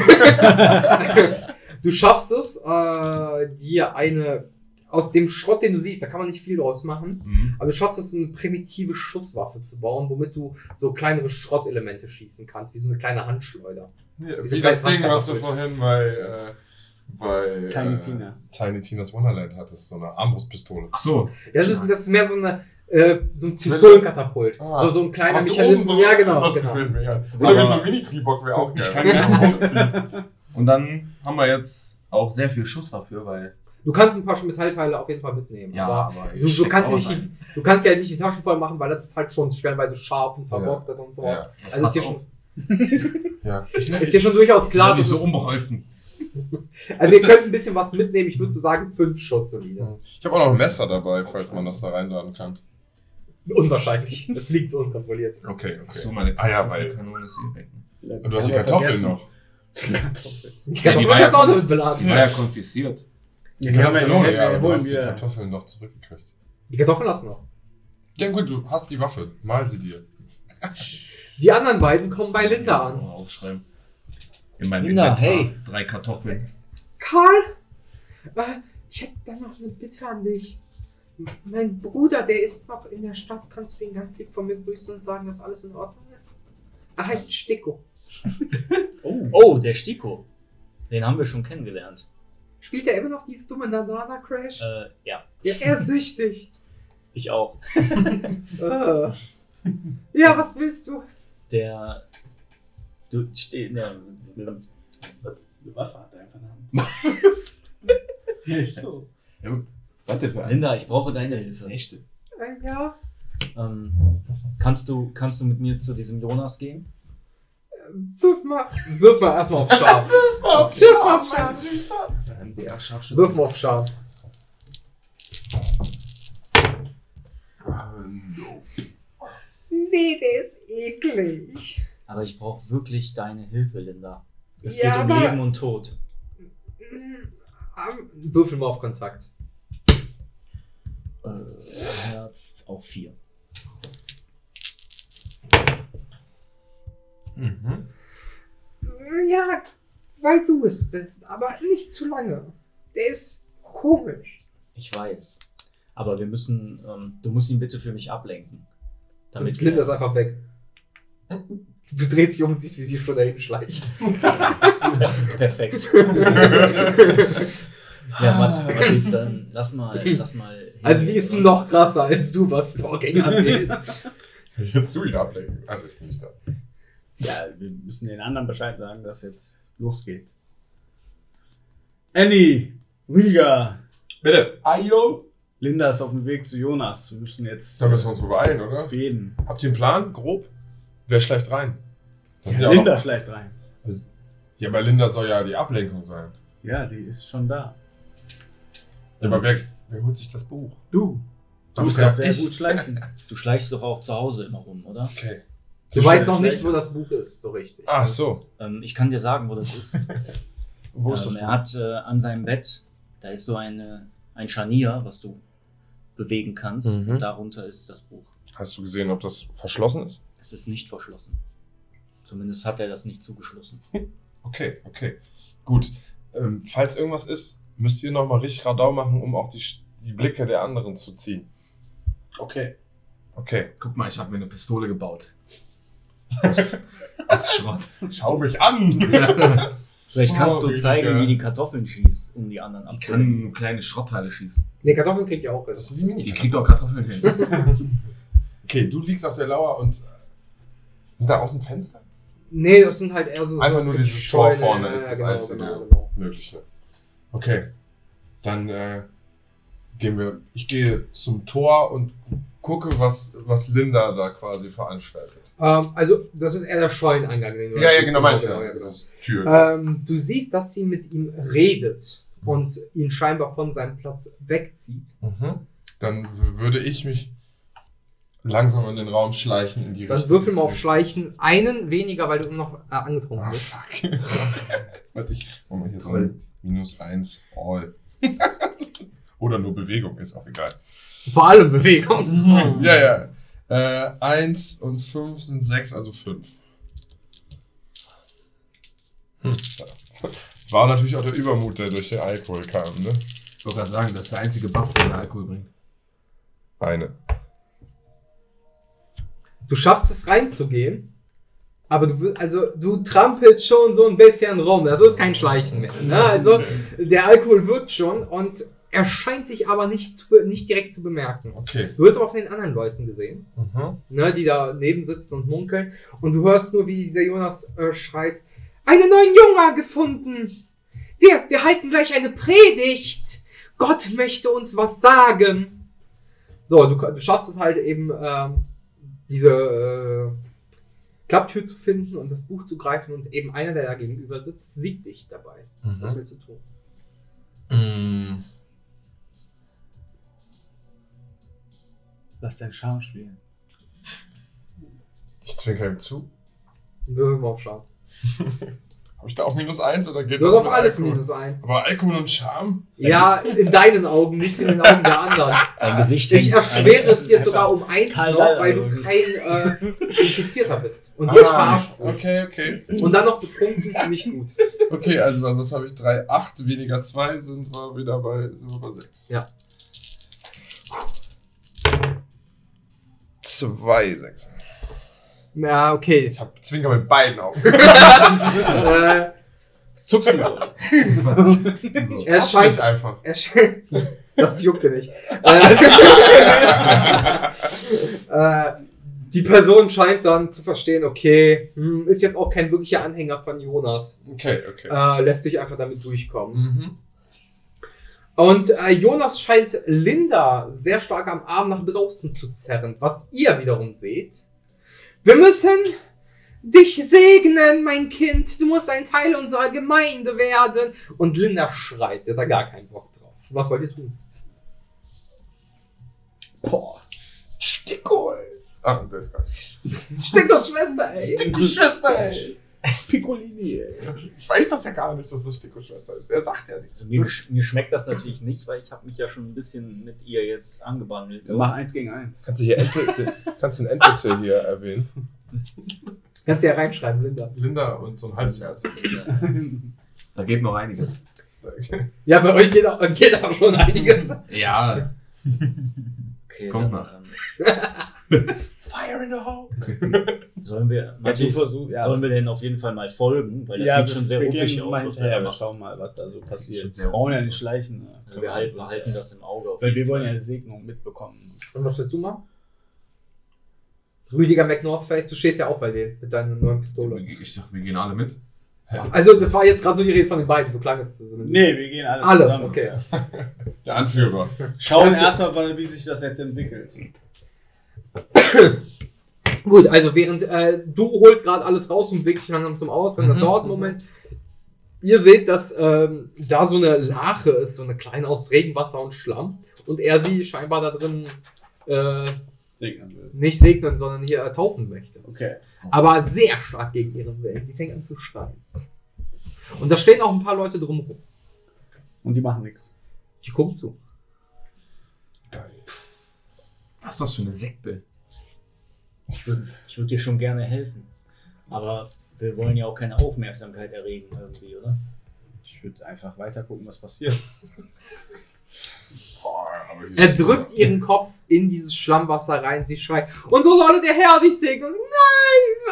Speaker 6: du schaffst es, äh, dir eine. Aus dem Schrott, den du siehst, da kann man nicht viel draus machen.
Speaker 5: Mhm.
Speaker 6: Aber du schaffst es, eine primitive Schusswaffe zu bauen, womit du so kleinere Schrottelemente schießen kannst, wie so eine kleine Handschleuder.
Speaker 5: Ja,
Speaker 6: ist
Speaker 5: wie
Speaker 6: gleich
Speaker 5: das Ding, was du
Speaker 6: abgeholt.
Speaker 5: vorhin bei, äh, bei
Speaker 1: Tiny
Speaker 5: äh,
Speaker 1: Tina.
Speaker 5: Tiny Tinas Wonderland hattest. So eine Armbrustpistole.
Speaker 7: Ach so.
Speaker 6: Das ist, das ist mehr so, eine, äh, so ein Pistolenkatapult.
Speaker 5: Ah.
Speaker 6: So, so ein kleiner
Speaker 5: Hast du
Speaker 6: Mechanismus. ja, genau.
Speaker 5: Das
Speaker 6: genau.
Speaker 5: gefällt mir ja. Oder wie so ein Mini-Triebock wäre auch
Speaker 1: Ich
Speaker 5: geil.
Speaker 1: kann
Speaker 7: Und dann haben wir jetzt auch sehr viel Schuss dafür, weil.
Speaker 6: Du kannst ein paar schon Metallteile auf jeden Fall mitnehmen. aber
Speaker 7: aber
Speaker 6: du, du, kannst nicht die, du kannst ja nicht die Taschen voll machen, weil das ist halt schon stellenweise scharf und verrostet und sowas.
Speaker 5: ja.
Speaker 6: Also ist
Speaker 7: Pass
Speaker 6: dir,
Speaker 7: auf.
Speaker 6: schon,
Speaker 5: ja.
Speaker 6: ist dir schon durchaus
Speaker 7: Klar,
Speaker 6: klar.
Speaker 7: nicht
Speaker 6: dass
Speaker 7: so
Speaker 6: es-
Speaker 7: um- unbeholfen.
Speaker 6: also ihr könnt ein bisschen was mitnehmen. Ich würde so sagen, fünf Schuss solide.
Speaker 5: Ich habe auch noch ein Messer dabei, falls man das da reinladen kann.
Speaker 6: Unwahrscheinlich. Das fliegt so unkontrolliert.
Speaker 5: Okay, okay.
Speaker 7: Ach so, meine
Speaker 5: Ah ja, weil-
Speaker 7: Kanone ist eh weg.
Speaker 5: Und du hast die Kartoffeln noch.
Speaker 6: Ich
Speaker 7: Ja,
Speaker 6: kann
Speaker 7: die
Speaker 6: ja,
Speaker 7: war
Speaker 6: kannst
Speaker 7: ja-
Speaker 6: auch damit beladen.
Speaker 7: War ja konfisziert.
Speaker 1: Ja, die haben wir,
Speaker 5: Kanone,
Speaker 1: wir,
Speaker 5: ja,
Speaker 1: wir
Speaker 5: aber du
Speaker 1: holen
Speaker 5: hast die
Speaker 1: wieder.
Speaker 5: Kartoffeln noch zurückgekriegt.
Speaker 6: Die Kartoffeln lassen noch.
Speaker 5: Ja gut, du hast die Waffe. Mal sie dir.
Speaker 6: Die anderen beiden kommen bei Linda an.
Speaker 7: Mal Aufschreiben. In meinem
Speaker 4: Linda,
Speaker 7: Inventar.
Speaker 4: hey.
Speaker 7: Drei Kartoffeln.
Speaker 9: Karl, äh, ich hätte dann noch eine Bitte an dich. Mein Bruder, der ist noch in der Stadt. Kannst du ihn ganz lieb von mir grüßen und sagen, dass alles in Ordnung ist? Er heißt Sticko.
Speaker 4: Oh, der Stiko. Den haben wir schon kennengelernt.
Speaker 9: Spielt er immer noch dieses dumme Nanana Crash?
Speaker 4: Äh, ja,
Speaker 9: Ja, er ist süchtig.
Speaker 4: ich auch.
Speaker 6: Ah.
Speaker 9: Äh. Ja, was willst du?
Speaker 4: Der. Du stehst.
Speaker 1: Die Waffe hat einfach einen
Speaker 8: So.
Speaker 7: Warte, für
Speaker 4: Linda, ich brauche deine Hilfe.
Speaker 7: Echte.
Speaker 9: Äh, ja,
Speaker 4: Ähm, kannst, du, kannst du mit mir zu diesem Jonas gehen?
Speaker 9: wirf mal.
Speaker 6: Wirf mal erstmal auf scharf.
Speaker 9: Wirf mal auf Schaden.
Speaker 7: MDR Scharfschütze.
Speaker 6: Wirf mal auf scharf.
Speaker 9: Nee, der ist eklig.
Speaker 4: Aber ich brauche wirklich deine Hilfe, Linda. Es
Speaker 9: Ja,
Speaker 4: geht um
Speaker 9: aber-
Speaker 4: Leben und Tod.
Speaker 9: Mm, ähm,
Speaker 6: Würfel mal auf Kontakt.
Speaker 4: Äh, Herz auf vier.
Speaker 5: Mhm.
Speaker 9: Ja, weil du es bist, aber nicht zu lange. Der ist komisch.
Speaker 4: Ich weiß. Aber wir müssen. Ähm, du musst ihn bitte für mich ablenken. Damit
Speaker 6: Linda ist
Speaker 4: wir,
Speaker 6: einfach weg. Du drehst dich um und siehst, wie sie schon dahin schleicht.
Speaker 4: Perfekt. ja, Matt, Matthias, dann lass mal. Lass mal
Speaker 6: Also die ist noch krasser als du, was Stalking angeht.
Speaker 5: Ich jetzt du ihn ablenken. Also ich bin nicht da.
Speaker 1: Ja, wir müssen den anderen Bescheid sagen, dass jetzt losgeht. Annie, Riga,
Speaker 7: Bitte.
Speaker 5: Ayo!
Speaker 1: Linda ist auf dem Weg zu Jonas. Wir müssen jetzt
Speaker 5: Da müssen wir uns beeilen, oder?
Speaker 1: auf jeden.
Speaker 5: Habt ihr einen Plan? Grob? Wer schleicht rein? Das sind ja,
Speaker 1: Linda
Speaker 5: auch
Speaker 1: schleicht rein.
Speaker 5: noch... Ja, aber Linda soll ja die Ablenkung sein.
Speaker 1: Ja, die ist schon da.
Speaker 5: Ja, aber wer, wer holt sich das Buch?
Speaker 1: Du. Du
Speaker 5: Doch,
Speaker 1: musst
Speaker 5: ja,
Speaker 1: doch sehr
Speaker 5: ich.
Speaker 1: gut schleichen.
Speaker 4: Du schleichst doch auch zu Hause immer rum, oder?
Speaker 5: Okay.
Speaker 6: Du weißt noch nicht, wo das Buch ist, so richtig.
Speaker 5: Ach so.
Speaker 4: Ähm, ich kann dir sagen, wo das ist.
Speaker 5: Wo ist
Speaker 4: ähm,
Speaker 5: das
Speaker 4: er
Speaker 5: Buch?
Speaker 4: hat äh, an seinem Bett, da ist so eine, ein Scharnier, was du bewegen kannst.
Speaker 5: Mhm.
Speaker 4: Und darunter ist das Buch.
Speaker 5: Hast du gesehen, ob das verschlossen ist?
Speaker 4: Es ist nicht verschlossen. Zumindest hat er das nicht zugeschlossen.
Speaker 5: Okay, okay. Gut. Ähm, falls irgendwas ist, müsst ihr nochmal richtig Radau machen, um auch die, Sch- die Blicke der anderen zu ziehen.
Speaker 1: Okay.
Speaker 5: Okay.
Speaker 7: Guck mal, ich habe mir eine Pistole gebaut. Aus, aus Schrott.
Speaker 5: Schau mich an!
Speaker 7: Ja.
Speaker 4: Vielleicht kannst
Speaker 5: Oh,
Speaker 4: du
Speaker 5: wie
Speaker 4: zeigen,
Speaker 5: geil.
Speaker 4: wie die Kartoffeln schießt, um die anderen
Speaker 7: Die
Speaker 4: abzulenken.
Speaker 7: kann kleine Schrottteile schießen.
Speaker 6: Ne, Kartoffeln kriegt ihr auch.
Speaker 5: Das
Speaker 6: Das
Speaker 5: sind wie Mini.
Speaker 7: Die ne? kriegt auch Kartoffeln hin.
Speaker 5: Okay, du liegst auf der Lauer und äh, sind da außen Fenster?
Speaker 6: nee, das sind halt eher so.
Speaker 5: Einfach
Speaker 6: so
Speaker 5: nur dieses Tor
Speaker 6: Scheune.
Speaker 5: vorne
Speaker 6: Ja,
Speaker 5: ist
Speaker 6: ja,
Speaker 5: das
Speaker 6: genau,
Speaker 5: einzige.
Speaker 6: Genau, genau.
Speaker 5: Mögliche. ne. Okay. Dann äh, gehen wir. Ich gehe zum Tor und gucke, was, was Linda da quasi veranstaltet.
Speaker 6: Ähm, also, das ist eher der Scheuneneingang. Den du da siehst.
Speaker 5: meinst du,
Speaker 6: ja, genau.
Speaker 5: Das ist Tür.
Speaker 6: Ähm, du siehst, dass sie mit ihm redet und ihn scheinbar von seinem Platz wegzieht.
Speaker 5: Mhm. Dann w- würde ich mich langsam in den Raum schleichen in die
Speaker 6: Dann
Speaker 5: Richtung.
Speaker 6: würfel mal auf Schleichen. Einen weniger, weil du noch äh, angetrunken
Speaker 5: Ah,
Speaker 6: bist.
Speaker 5: fuck. Warte, ich mach mal hier so ein Minus eins All. Oder nur Bewegung, ist auch egal.
Speaker 6: Vor allem Bewegung.
Speaker 5: Ja, ja. Äh, eins und fünf sind sechs, also fünf. Hm. War natürlich auch der Übermut, der durch den Alkohol kam, ne?
Speaker 7: Ich wollte gerade sagen, das ist der einzige Buff, den der Alkohol bringt.
Speaker 5: Eine.
Speaker 6: Du schaffst es reinzugehen, aber du, wi- also, du trampelst schon so ein bisschen rum. Das ist kein Schleichen mehr. Ne? Also, der Alkohol wirkt schon und er scheint dich aber nicht, zu, be- nicht direkt zu bemerken.
Speaker 5: Okay.
Speaker 6: Du wirst auch von den anderen Leuten gesehen.
Speaker 5: Mhm.
Speaker 6: ne, die daneben sitzen und munkeln. Und du hörst nur, wie dieser Jonas äh, schreit, einen neuen Junger gefunden. Wir, wir halten gleich eine Predigt. Gott möchte uns was sagen. So, du, ka- du schaffst es halt eben, ähm, diese äh, Klapptür zu finden und das Buch zu greifen und eben einer, der da gegenüber sitzt, sieht dich dabei. Was willst du tun?
Speaker 5: Mhm.
Speaker 1: Lass deinen Charme spielen.
Speaker 5: Ich zwinker ihm zu.
Speaker 6: Würfel mal auf Schaden.
Speaker 5: Habe ich da auch minus eins oder geht
Speaker 6: Du hast
Speaker 5: das
Speaker 6: auf
Speaker 5: mit
Speaker 6: alles
Speaker 5: Alkohol?
Speaker 6: minus eins.
Speaker 5: Aber Alkohol und Scham?
Speaker 6: Ja, in deinen Augen, nicht in den Augen der anderen.
Speaker 4: Dein Gesicht
Speaker 6: Ich
Speaker 4: hängt-
Speaker 6: erschwere es dir
Speaker 4: Einfach-
Speaker 6: sogar um eins
Speaker 4: Karl
Speaker 6: noch, weil du
Speaker 4: Lauer.
Speaker 6: kein äh, Infizierter bist.
Speaker 4: Ah,
Speaker 6: Und dich verarscht wird.
Speaker 5: okay, okay.
Speaker 6: Und dann noch betrunken, nicht gut.
Speaker 5: Okay, also was, was habe ich? 3, 8 weniger 2 sind wir wieder bei, sind wir bei 6.
Speaker 6: Ja.
Speaker 5: Zwei Sechsen.
Speaker 6: Ja, okay.
Speaker 5: Ich hab Zwinker mit beiden Augen.
Speaker 6: äh,
Speaker 4: Zuckst du so.
Speaker 6: er
Speaker 5: Hab's nicht
Speaker 6: scheint.
Speaker 5: einfach.
Speaker 6: Er scheint das juckte nicht. Äh, äh, die Person scheint dann zu verstehen, okay, hm, ist jetzt auch kein wirklicher Anhänger von Jonas.
Speaker 5: Okay, okay.
Speaker 6: Äh, lässt sich einfach damit durchkommen.
Speaker 5: Mhm.
Speaker 6: Und äh, Jonas scheint Linda sehr stark am Arm nach draußen zu zerren, was ihr wiederum seht. Wir müssen dich segnen, mein Kind. Du musst ein Teil unserer Gemeinde werden. Und Linda schreit, sie hat da gar keinen Bock drauf. Was wollt ihr tun?
Speaker 5: Boah. Stickohl. Ach, Ah, der ist gar nicht.
Speaker 6: Stinkos Schwester, ey.
Speaker 5: Sticko-Schwester, ey.
Speaker 1: Piccolini, ey.
Speaker 5: Ich weiß das ja gar nicht, dass das Sticko-Schwester ist. Er sagt ja nichts.
Speaker 4: Also mir, gesch- mir schmeckt das natürlich nicht, weil ich habe mich ja schon ein bisschen mit ihr jetzt angebandelt. So.
Speaker 1: Mach eins gegen eins.
Speaker 5: Kannst du hier kannst den NPC hier erwähnen?
Speaker 6: Kannst du ja reinschreiben, Linda.
Speaker 5: Linda und so ein halbes Herz.
Speaker 7: Da geht noch einiges.
Speaker 6: Ja, bei euch geht auch, geht auch schon einiges.
Speaker 7: Ja.
Speaker 4: Okay, dann-
Speaker 7: Kommt nach.
Speaker 4: dann
Speaker 5: Fire in the hole.
Speaker 4: Sollen wir,
Speaker 1: Ja, du
Speaker 4: Matthias,
Speaker 1: versuch, ja.
Speaker 4: sollen wir denen auf jeden Fall mal folgen, weil das sieht schon sehr
Speaker 1: wir
Speaker 4: ruppig
Speaker 1: gehen
Speaker 4: aus,
Speaker 1: mal
Speaker 4: was der
Speaker 1: hinterher.
Speaker 4: da
Speaker 1: Wir
Speaker 4: macht.
Speaker 1: schauen mal, was da so
Speaker 7: schon
Speaker 1: passiert.
Speaker 7: sehr
Speaker 1: Wir brauchen ja
Speaker 7: ruppig
Speaker 1: nicht
Speaker 7: aus.
Speaker 1: schleichen. ne?
Speaker 4: Also wir halten, halten das im Auge. auf
Speaker 1: Weil wir
Speaker 4: jeden
Speaker 1: wollen
Speaker 4: Fall.
Speaker 1: ja Segnung mitbekommen.
Speaker 6: Und was willst du machen? Rüdiger McNorthface, du stehst ja auch bei denen mit deiner neuen Pistole.
Speaker 7: Ich dachte, wir gehen alle mit.
Speaker 6: Also, das war jetzt gerade nur die Rede von den beiden, so klang es zumindest.
Speaker 1: Nee, wir gehen alle,
Speaker 6: Alle,
Speaker 1: zusammen.
Speaker 6: okay.
Speaker 5: Der Anführer.
Speaker 1: Schauen erstmal, wie sich das jetzt entwickelt.
Speaker 6: Gut, also während äh, du holst gerade alles raus und bewegst dich langsam zum Ausgang, das dauert einen Moment. Ihr seht, dass ähm, da so eine Lache ist, so eine kleine aus Regenwasser und Schlamm. Und er sie scheinbar da drin äh,
Speaker 1: Segnen will.
Speaker 6: nicht segnen, sondern hier äh, taufen möchte.
Speaker 1: Okay.
Speaker 6: aber sehr stark gegen ihren Willen. Sie fängt an zu schreien. Und da stehen auch ein paar Leute drumherum.
Speaker 1: Und die machen nichts.
Speaker 6: Die gucken zu.
Speaker 7: Was ist das für eine Sekte?
Speaker 4: Ich würde ich würd dir schon gerne helfen. Aber wir wollen ja auch keine Aufmerksamkeit erregen irgendwie, oder?
Speaker 1: Ich würde einfach weiter gucken, was passiert.
Speaker 6: Er drückt ihren Kopf in dieses Schlammwasser rein. Sie schreit. Und so solle der Herr dich segnen.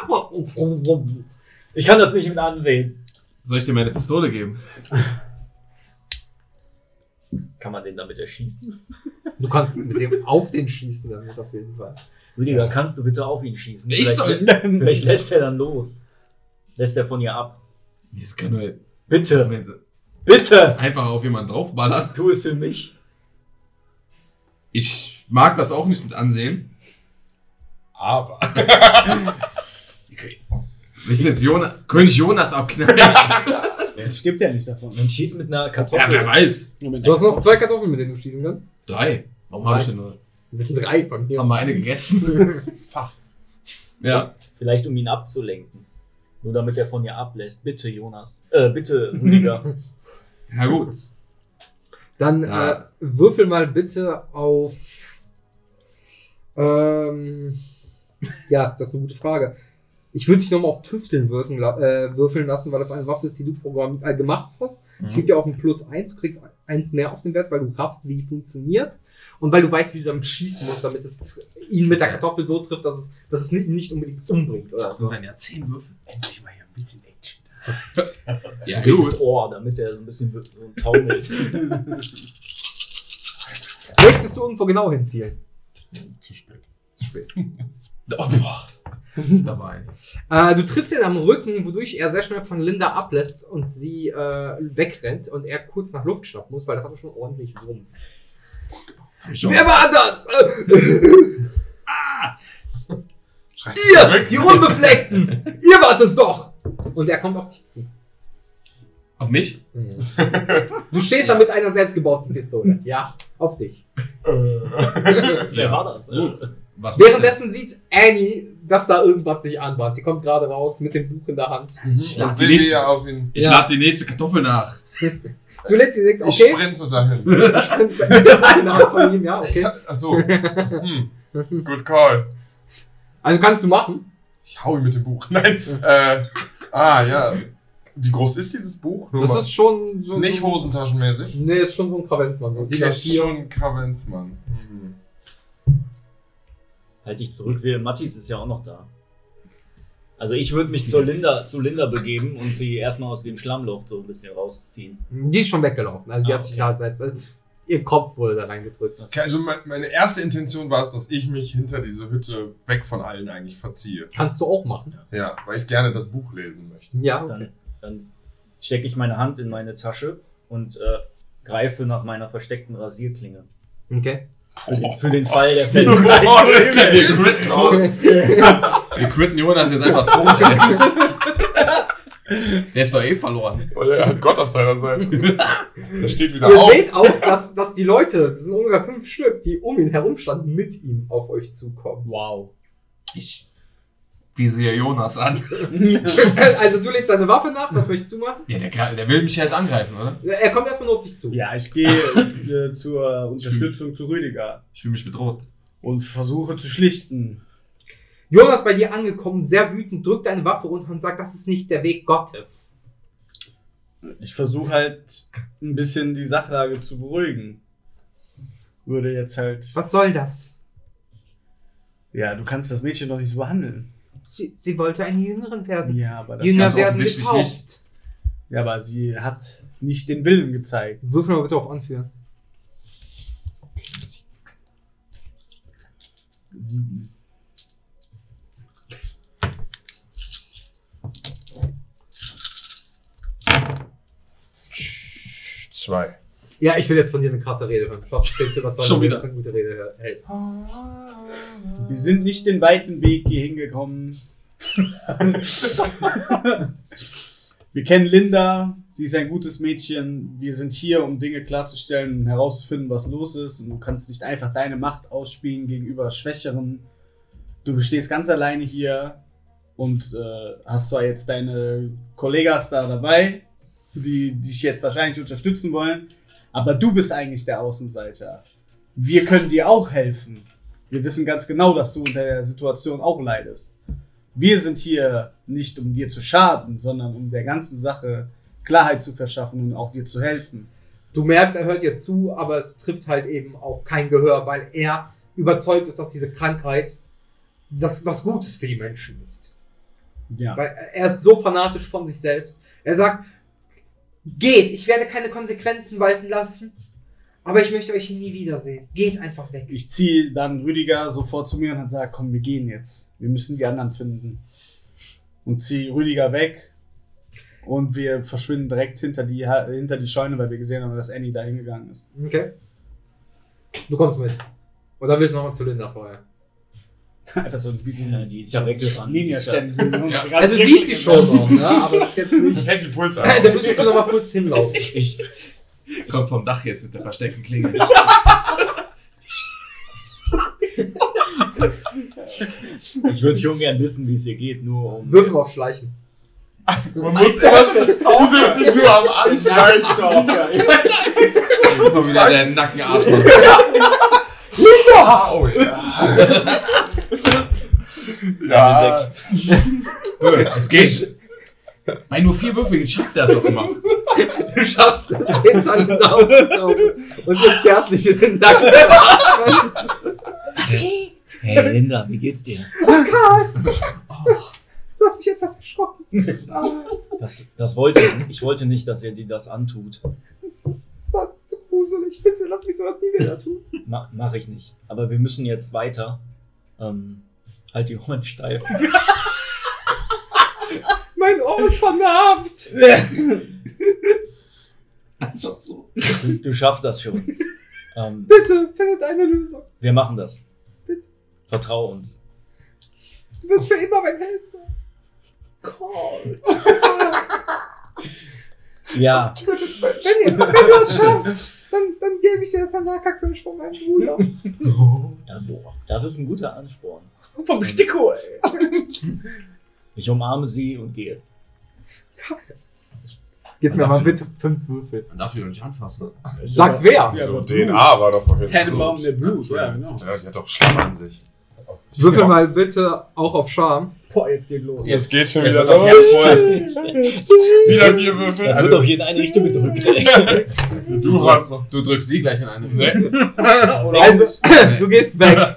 Speaker 6: Nein!
Speaker 4: Ich kann das nicht mit ansehen.
Speaker 7: Soll ich dir meine Pistole geben?
Speaker 4: Kann man den damit erschießen?
Speaker 6: Du kannst mit dem auf den schießen damit auf jeden Fall.
Speaker 4: Rüdiger, kannst du bitte auf ihn schießen?
Speaker 7: Ich
Speaker 4: vielleicht,
Speaker 7: soll-
Speaker 4: vielleicht lässt er dann los. Lässt er von ihr ab.
Speaker 7: Das kann nur
Speaker 4: Bitte, bitte,
Speaker 7: einfach auf jemanden draufballern.
Speaker 4: tu es für mich.
Speaker 7: Ich mag das auch nicht mit ansehen.
Speaker 5: Aber.
Speaker 7: Willst du jetzt Jona König Jonas abknallen? ja,
Speaker 1: Der stirbt ja nicht davon.
Speaker 4: Man schießt mit einer Kartoffel.
Speaker 7: wer weiß.
Speaker 6: Du hast noch zwei Kartoffeln, mit denen du schießen kannst.
Speaker 7: Drei. Warum habe ich denn nur?
Speaker 6: Mit drei von mir.
Speaker 7: Haben wir eine gegessen?
Speaker 5: Fast.
Speaker 7: Ja.
Speaker 4: Vielleicht um ihn abzulenken. Nur damit er von ihr ablässt. Bitte, Jonas. Äh, bitte, Rüdiger.
Speaker 7: Ja, gut.
Speaker 6: Dann
Speaker 7: Ja.
Speaker 6: äh, würfel mal bitte auf. Ähm, ja, das ist eine gute Frage. Ich würde dich nochmal auf Tüfteln wirken, la- äh, würfeln lassen, weil das eine Waffe ist, die du programm äh, gemacht hast.
Speaker 7: Mhm.
Speaker 6: Ich gebe dir auch ein Plus eins, du kriegst eins mehr auf den Wert, weil du raffst, wie die funktioniert. Und weil du weißt, wie du damit schießen musst, damit es tr- ihn mit der Kartoffel so trifft, dass es, dass es ihn nicht unbedingt umbringt. Oder
Speaker 7: Das
Speaker 6: so.
Speaker 7: sind dann ja zehn Würfel.
Speaker 1: Endlich mal hier ein bisschen Action.
Speaker 7: Ja,
Speaker 4: Ins
Speaker 7: gut.
Speaker 4: Ohr, damit er so ein bisschen be- so taumelt.
Speaker 6: Möchtest du irgendwo genau hinzielen?
Speaker 5: Zu spät.
Speaker 7: Oh, boah. Dabei.
Speaker 6: Äh, du triffst ihn am Rücken, wodurch er sehr schnell von Linda ablässt und sie äh, wegrennt und er kurz nach Luft schnappen muss, weil das hat schon ordentlich Wumms.
Speaker 7: Schon.
Speaker 6: Wer war das?
Speaker 5: Scheiße.
Speaker 6: Ihr,
Speaker 5: zurück.
Speaker 6: die Unbefleckten! Ihr wart es doch! Und er kommt auf dich zu.
Speaker 7: Auf mich?
Speaker 6: Du stehst da mit einer selbstgebauten Pistole. Ja, auf dich.
Speaker 4: Wer war das?
Speaker 7: Gut.
Speaker 4: Äh,
Speaker 7: Was
Speaker 6: Währenddessen sieht Annie, dass da irgendwas sich anbahnt. Die kommt gerade raus mit dem Buch in der Hand.
Speaker 7: Ich
Speaker 5: Und
Speaker 7: lade die,
Speaker 5: sehe wir
Speaker 7: nächste-
Speaker 5: ja auf ihn.
Speaker 7: ich
Speaker 6: Ja.
Speaker 7: lad die nächste Kartoffel nach.
Speaker 6: Du lädst sie sechs,
Speaker 5: Ich
Speaker 6: okay?
Speaker 5: sprinte dahin.
Speaker 6: Ich springst mit der einen Hand von ihm, ja, okay.
Speaker 5: Achso. Hm. Good call.
Speaker 6: Also kannst du machen.
Speaker 5: Ich hau ihn mit dem Buch. Nein. Äh, ah, ja. Wie groß ist dieses Buch? Nur
Speaker 6: Das
Speaker 5: mal-
Speaker 6: ist schon so.
Speaker 5: nicht hosentaschenmäßig.
Speaker 6: Nee, ist schon so ein Kravenzmann. So ein DIN
Speaker 5: Okay,
Speaker 6: A4.
Speaker 5: schon Kavenzmann. Hm.
Speaker 4: Halt dich zurück, wir, Mattis ist ja auch noch da. Also ich würde mich zur Linda, zu Linda begeben und sie erstmal aus dem Schlammloch so ein bisschen rausziehen.
Speaker 7: Oh.
Speaker 6: Die ist schon weggelaufen. Also sie
Speaker 4: Ah,
Speaker 6: hat sich
Speaker 4: okay.
Speaker 6: da selbst. Also ihr Kopf wurde da reingedrückt.
Speaker 5: Okay, also mein, meine erste Intention war es, dass ich mich hinter diese Hütte weg von allen eigentlich verziehe.
Speaker 6: Kannst du auch machen.
Speaker 5: Ja, weil ich gerne das Buch lesen möchte.
Speaker 6: Ja, okay.
Speaker 4: Dann, dann stecke ich meine Hand in meine Tasche und äh, greife nach meiner versteckten Rasierklinge.
Speaker 6: okay.
Speaker 4: Für den Fall der
Speaker 5: Oh,
Speaker 4: Fälle.
Speaker 5: das geht jetzt mit raus.
Speaker 7: Wir quitten Jonas jetzt einfach tot. ey. Der ist doch eh verloren.
Speaker 5: Weil er hat Gott auf seiner Seite. Das steht wieder
Speaker 6: Ihr
Speaker 5: auf.
Speaker 6: seht auch, dass, dass die Leute, das sind ungefähr fünf Stück, die um ihn herumstanden, mit ihm auf euch zukommen.
Speaker 4: Wow.
Speaker 7: Ich visiere Jonas an.
Speaker 6: also du legst deine Waffe nach, das möchtest du machen.
Speaker 7: Ja, der, Kerl- der will mich ja jetzt angreifen, oder?
Speaker 6: Er kommt erstmal nur auf dich zu.
Speaker 1: Ja, ich gehe äh, zur Unterstützung zu Rüdiger
Speaker 7: Ich fühle mich bedroht.
Speaker 1: und versuche zu schlichten.
Speaker 6: Jonas bei dir angekommen, sehr wütend, drückt deine Waffe runter und sagt, das ist nicht der Weg Gottes.
Speaker 1: Ich versuche halt ein bisschen die Sachlage zu beruhigen. Würde jetzt halt.
Speaker 6: Was soll das?
Speaker 1: Ja, du kannst das Mädchen doch nicht so behandeln.
Speaker 6: Sie, sie wollte eine Jüngeren werden.
Speaker 1: Ja, aber das
Speaker 6: Jünger
Speaker 7: ganz
Speaker 6: werden
Speaker 7: offensichtlich
Speaker 6: getauft.
Speaker 1: Ja, aber sie hat nicht den Willen gezeigt.
Speaker 6: Würfel mal bitte auf Anführen.
Speaker 1: Sieben.
Speaker 5: Zwei.
Speaker 6: Ja, ich will jetzt von dir eine krasse Rede hören. Ich hoffe, du bist überzeugt, dass
Speaker 7: Schon
Speaker 6: du
Speaker 7: wieder.
Speaker 6: jetzt eine gute Rede hältst.
Speaker 1: Wir sind nicht den weiten Weg hier hingekommen. Wir kennen Linda, sie ist ein gutes Mädchen. Wir sind hier, um Dinge klarzustellen und herauszufinden, was los ist. Und du kannst nicht einfach deine Macht ausspielen gegenüber Schwächeren. Du bestehst ganz alleine hier und äh, hast zwar jetzt deine Kollegas da dabei, die dich jetzt wahrscheinlich unterstützen wollen, aber du bist eigentlich der Außenseiter. Wir können dir auch helfen. Wir wissen ganz genau, dass du unter der Situation auch leidest. Wir sind hier nicht, um dir zu schaden, sondern um der ganzen Sache Klarheit zu verschaffen und auch dir zu helfen.
Speaker 6: Du merkst, er hört dir zu, aber es trifft halt eben auf kein Gehör, weil er überzeugt ist, dass diese Krankheit das was Gutes für die Menschen ist.
Speaker 1: Ja.
Speaker 6: Weil er ist so fanatisch von sich selbst. Er sagt, geht, ich werde keine Konsequenzen walten lassen, aber ich möchte euch nie wiedersehen. Geht einfach weg.
Speaker 1: Ich ziehe dann Rüdiger sofort zu mir und sage, komm, wir gehen jetzt. Wir müssen die anderen finden. Und ziehe Rüdiger weg und wir verschwinden direkt hinter die, hinter die Scheune, weil wir gesehen haben, dass Annie da hingegangen ist.
Speaker 6: Okay. Du kommst mit. Oder willst du nochmal zu Linda vorher?
Speaker 1: Einfach so wie so
Speaker 4: Ja,
Speaker 1: ein
Speaker 4: die ist ja weggerannt. Die ist ja,
Speaker 1: Ninja-Ständen.
Speaker 6: Also du siehst sie schon noch, ne? aber das ist jetzt nicht.
Speaker 5: Ich hätte die Puls an.
Speaker 6: da müsstest du nochmal kurz hinlaufen.
Speaker 4: ich,
Speaker 7: Kommt vom Dach jetzt mit der versteckten Klinge.
Speaker 4: ich würde schon gern wissen, wie es ihr geht, nur um.
Speaker 6: Würfel mal auf Schleichen.
Speaker 5: Man muss immer Du sitzt nicht nur am Anschleichen.
Speaker 7: Immer wieder der Nacken atmen.
Speaker 5: Wow, ja. ja.
Speaker 4: sechs.
Speaker 7: Es geht. Bei nur vier Würfeln schafft er es doch immer.
Speaker 6: Du schaffst es hinter den Daumen zu tauchen und dir zärtlich in den Nacken. zu atmen.
Speaker 4: Hey Linda, wie geht's dir?
Speaker 6: Oh
Speaker 4: Oh.
Speaker 6: Du hast mich etwas erschrocken.
Speaker 4: Das, das wollte ich. Ich wollte nicht, dass ihr dir das antut.
Speaker 6: Das, das war zu gruselig. Bitte lass mich sowas nie wieder tun.
Speaker 4: Ma mach ich nicht. Aber wir müssen jetzt weiter. Ähm, halt die Ohren steif.
Speaker 6: Mein Ohr ist vernarbt.
Speaker 7: Einfach so.
Speaker 4: Du, du schaffst das schon. Ähm,
Speaker 6: Bitte findet eine Lösung.
Speaker 4: wir machen das.
Speaker 6: Bitte.
Speaker 4: Vertrau uns.
Speaker 6: Du wirst für immer mein Held sein.
Speaker 4: Ja,
Speaker 6: Wenn, wenn du es schaffst, dann, dann gebe ich dir das Nanaka-Crash von meinem Bruder.
Speaker 4: das ist, das ist ein guter Ansporn.
Speaker 1: Vom Sticko, ey.
Speaker 4: Ich umarme sie und gehe.
Speaker 6: Gib
Speaker 7: mir mal bitte
Speaker 6: fünf Würfel.
Speaker 7: Man darf ihn doch nicht anfassen.
Speaker 6: Sagt wer?
Speaker 1: Ja,
Speaker 5: So,
Speaker 1: aber
Speaker 5: DNA war doch vorhin.
Speaker 1: Tannenbaum der Blut, ja,
Speaker 5: Entschuldigung.
Speaker 1: genau.
Speaker 5: Ja, die hat doch Schlamm an sich.
Speaker 6: Würfel mal bitte auch auf Charme.
Speaker 1: Boah, jetzt geht los.
Speaker 5: Jetzt geht schon
Speaker 7: Jetzt
Speaker 5: wieder
Speaker 7: wird das
Speaker 5: los.
Speaker 7: Herz
Speaker 5: Wieder vier Würfel.
Speaker 4: Das wird
Speaker 5: Also,
Speaker 4: doch jeden eine Richtung gedrückt. ey.
Speaker 5: du warst noch.
Speaker 7: Du drückst sie gleich in eine Richtung.
Speaker 5: Ne?
Speaker 1: Oder
Speaker 6: Also, du gehst Also, weg.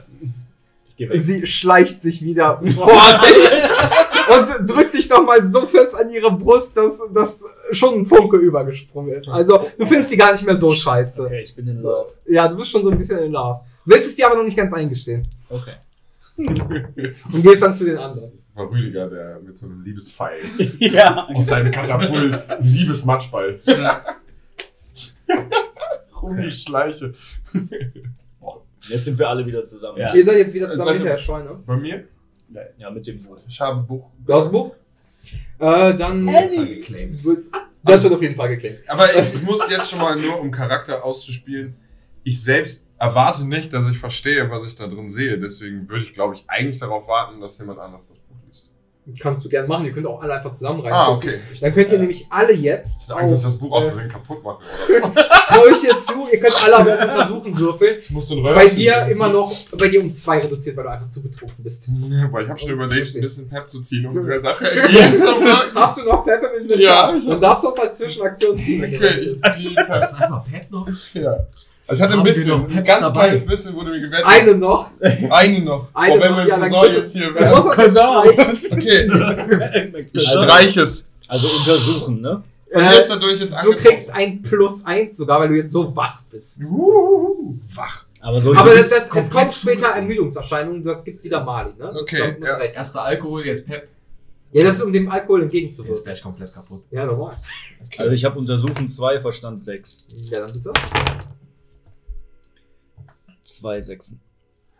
Speaker 4: Geh weg.
Speaker 6: Sie schleicht sich wieder vor dich und drückt dich nochmal so fest an ihre Brust, dass, dass schon ein Funke übergesprungen ist. Also, du findest sie gar nicht mehr so scheiße.
Speaker 4: Okay, ich bin in Love.
Speaker 6: Ja, du bist schon so ein bisschen in Love. Willst es dir aber noch nicht ganz eingestehen.
Speaker 4: Okay.
Speaker 6: Und gehst dann zu den anderen.
Speaker 5: Das war Rüdiger, der mit so einem Liebespfeil
Speaker 1: Ja.
Speaker 5: aus seinem Katapult einen Liebesmatschball. Rudi Schleiche.
Speaker 4: Jetzt sind wir alle wieder zusammen.
Speaker 1: Ja.
Speaker 6: Ihr seid jetzt wieder zusammen
Speaker 5: Seid ihr-
Speaker 6: hinter der Scheune.
Speaker 5: Bei mir?
Speaker 4: Ja, mit dem Buch.
Speaker 5: Ich habe ein Buch.
Speaker 6: Du hast ein Buch? Äh, dann.
Speaker 7: Geclaimed.
Speaker 6: wird- Das wird auf jeden Fall geklärt.
Speaker 5: Aber ich, ich muss jetzt schon mal nur, um Charakter auszuspielen, ich selbst erwarte nicht, dass ich verstehe, was ich da drin sehe. Deswegen würde ich, glaube ich, eigentlich darauf warten, dass jemand anders das Buch liest.
Speaker 6: Kannst du gern machen. Ihr könnt auch alle einfach zusammen rein.
Speaker 5: Ah, okay. Ich
Speaker 6: Dann könnt ihr nämlich alle jetzt.
Speaker 5: hatte Angst, dass ich
Speaker 6: auf-
Speaker 5: das Buch aus
Speaker 6: äh,
Speaker 5: Versehen kaputt mache. Oder?
Speaker 6: Traue ich dir zu, ihr könnt alle aber auch untersuchen würfeln.
Speaker 5: Ich muss den
Speaker 6: Bei dir immer noch, bei dir um zwei reduziert, weil du einfach zu betrunken bist.
Speaker 5: Weil ich habe schon überlegt, ein bisschen Pep zu ziehen, um der Sache entgegen zu wirken.
Speaker 6: Hast du noch Pepper im Inventar?
Speaker 5: Ja, ich hab-
Speaker 6: Dann darfst du das als Zwischenaktion ziehen, wenn du
Speaker 5: Okay, ich
Speaker 6: möchtest.
Speaker 5: ziehe Pep.
Speaker 7: Ist einfach Pep noch?
Speaker 5: Ja. Also ich hatte ein
Speaker 7: Haben wir
Speaker 5: bisschen,
Speaker 7: noch
Speaker 5: ein
Speaker 7: Peps
Speaker 5: ganz
Speaker 7: dabei?
Speaker 5: kleines bisschen wurde mir gewettet.
Speaker 6: Eine noch.
Speaker 5: Eine noch.
Speaker 6: Eine
Speaker 5: oh, wenn
Speaker 6: noch,
Speaker 5: mein
Speaker 6: ja, dann
Speaker 5: Cousin
Speaker 6: kriegst du-
Speaker 5: jetzt hier
Speaker 6: Du
Speaker 5: wäre.
Speaker 6: musst das jetzt
Speaker 5: Genau.
Speaker 1: Cousin.
Speaker 6: streichen.
Speaker 5: Okay, ich
Speaker 4: Also-
Speaker 5: streiche es.
Speaker 4: Also untersuchen, ne?
Speaker 5: Bin ich
Speaker 6: Äh,
Speaker 5: dadurch jetzt
Speaker 6: Du
Speaker 5: angezogen?
Speaker 6: kriegst ein Plus eins sogar, weil du jetzt so wach bist.
Speaker 5: Uhuhu. Wach.
Speaker 4: Aber so
Speaker 6: Aber das, das, es
Speaker 7: komplett
Speaker 6: kommt später
Speaker 7: zurück.
Speaker 6: Ermüdungserscheinungen, das gibt wieder Mali, ne? Das
Speaker 5: Okay,
Speaker 6: kommt- muss
Speaker 5: ja.
Speaker 6: recht.
Speaker 7: Erster Alkohol, jetzt Pep.
Speaker 6: ja, das ist um dem Alkohol
Speaker 7: Der ist
Speaker 6: entgegenzuwirken.
Speaker 7: gleich komplett kaputt.
Speaker 6: Ja, normal.
Speaker 4: Also ich habe untersuchen 2, Verstand 6.
Speaker 6: Ja, dann bitte.
Speaker 4: 2 Sechsen.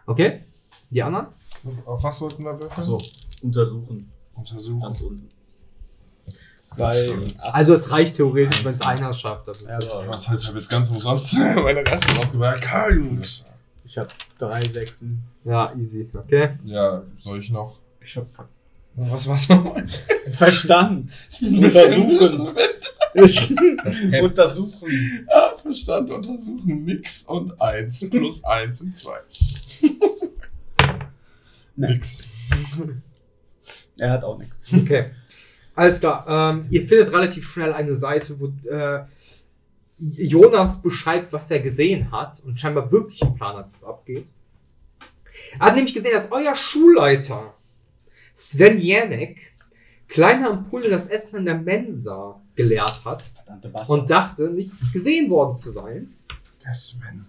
Speaker 6: Okay. Die anderen?
Speaker 5: Auf was sollten wir würfeln?
Speaker 7: Achso,
Speaker 4: Untersuchen.
Speaker 5: Untersuchen.
Speaker 4: Ganz unten. 2 und 8.
Speaker 6: Also es reicht theoretisch, wenn es einer schafft. Das ist
Speaker 5: Was heißt, ich habe jetzt ganz umsonst meine Reste rausgebracht. Karl-Jungs.
Speaker 8: Ich habe drei Sechsen.
Speaker 6: ja, easy. Okay.
Speaker 5: Ja, soll ich noch?
Speaker 8: Ich habe
Speaker 5: Was war's nochmal?
Speaker 1: Verstand.
Speaker 5: Ich bin ein bisschen
Speaker 1: Untersuchen. Untersuchen.
Speaker 5: Ja, Verstand, untersuchen, nix und eins. Plus eins und zwei. Nix.
Speaker 1: Er hat auch nichts.
Speaker 6: Okay. Alles klar. Ähm, ihr findet relativ schnell eine Seite, wo äh, Jonas beschreibt, was er gesehen hat und scheinbar wirklich einen Plan hat, was abgeht. Er hat nämlich gesehen, dass euer Schulleiter Sven Janek kleiner Ampulle das Essen in der Mensa gelehrt hat
Speaker 1: Verdammte Wasser.
Speaker 6: und dachte, nicht gesehen worden zu sein.
Speaker 5: Der Sven.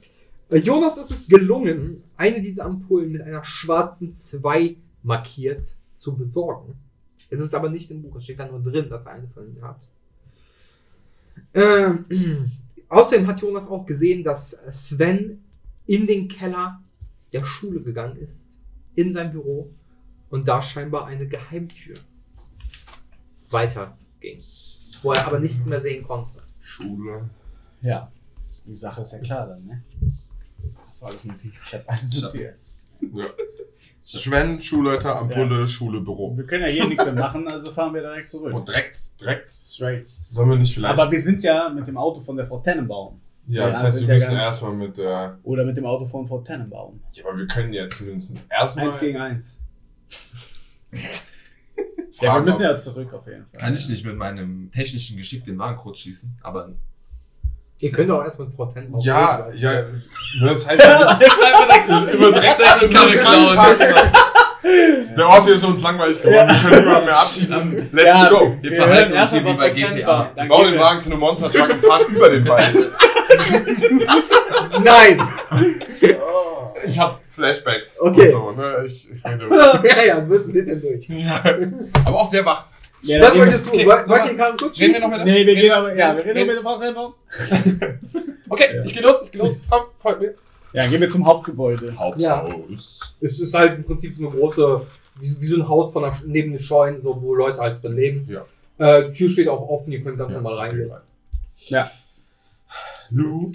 Speaker 6: Äh, Jonas ist es gelungen, eine dieser Ampullen mit einer schwarzen 2 markiert zu besorgen. Es ist aber nicht im Buch, es steht da nur drin, dass er eine von ihnen hat. Ähm, außerdem hat Jonas auch gesehen, dass Sven in den Keller der Schule gegangen ist, in sein Büro und da scheinbar eine Geheimtür weiterging, wo er aber nichts mehr sehen konnte.
Speaker 5: Schule.
Speaker 1: Ja. Die Sache ist ja klar dann, ne? Hast du alles notiert? Ich hab alles notiert.
Speaker 5: Ja. Sven, Schulleiter, Ampulle, Schule, Büro.
Speaker 1: Wir können ja hier nichts mehr machen, also fahren wir direkt zurück.
Speaker 5: Und direkt, direkt.
Speaker 1: Straight.
Speaker 5: Sollen wir nicht vielleicht.
Speaker 1: Aber wir sind ja mit dem Auto von der Frau Tannenbaum.
Speaker 5: ja, das
Speaker 1: Ja,
Speaker 5: heißt,
Speaker 1: sind
Speaker 5: wir
Speaker 1: ja
Speaker 5: müssen
Speaker 1: gar nicht-
Speaker 5: erstmal mit der.
Speaker 1: Oder mit dem Auto von Frau Tannenbaum.
Speaker 5: Ja, aber wir können ja zumindest erstmal.
Speaker 1: Eins gegen eins.
Speaker 5: fragen,
Speaker 1: Ja, wir müssen
Speaker 5: ob-
Speaker 1: ja zurück auf jeden Fall.
Speaker 7: kann ich nicht mit meinem technischen Geschick den Wagen kurz schießen, aber
Speaker 6: Ihr könnt auch erstmal mit Frau Tenbaum
Speaker 5: Ja,
Speaker 6: reden.
Speaker 5: ja. ne, Das heißt ja nicht. Immer direkt an den Karre
Speaker 7: genau.
Speaker 5: klauen. Der Ort hier ist uns langweilig geworden. Wir können niemanden mehr abschießen. Let's
Speaker 1: Ja,
Speaker 5: go.
Speaker 7: wir
Speaker 1: hören
Speaker 7: verhalten uns
Speaker 1: erst
Speaker 7: hier
Speaker 1: mal,
Speaker 7: wie
Speaker 1: was
Speaker 7: bei
Speaker 1: Frau
Speaker 7: GTA.
Speaker 1: Tannenbaum-
Speaker 5: Wir
Speaker 1: dann
Speaker 5: bauen
Speaker 1: gehen
Speaker 5: den
Speaker 1: wir-
Speaker 5: Wagen zu einem Monster Truck und fahren über den Wald.
Speaker 6: Nein!
Speaker 5: Ich hab Flashbacks
Speaker 6: Okay.
Speaker 5: und so, ne? Ich, ich rede.
Speaker 6: ja, ja, du bist ein bisschen durch.
Speaker 5: Ja. Aber auch sehr wach.
Speaker 1: Ja,
Speaker 6: Was
Speaker 1: dann
Speaker 6: wollt
Speaker 1: gehen
Speaker 6: ihr
Speaker 1: wir-
Speaker 6: tun?
Speaker 5: okay,
Speaker 6: Wollt
Speaker 5: sag
Speaker 6: wollt
Speaker 5: mal,
Speaker 6: ihr den Karren kurz
Speaker 5: Reden
Speaker 6: schieben?
Speaker 5: wir noch mit
Speaker 1: Nee, wir gehen aber.
Speaker 5: wir-
Speaker 1: Ja, wir
Speaker 5: reden-
Speaker 1: reden mit der Frau Tannenbaum.
Speaker 5: Okay, ich geh los, ich geh los. Komm, folgt mir.
Speaker 1: Ja, gehen wir zum Hauptgebäude.
Speaker 5: Haupthaus.
Speaker 6: Es ist halt im Prinzip so eine große, wie, so- wie so ein Haus von einer, Sch- neben den Scheunen, so, wo Leute halt drin leben.
Speaker 5: Ja.
Speaker 6: Äh, Tür steht auch offen, ihr könnt ganz normal reingehen.
Speaker 1: Ja.
Speaker 5: Lou.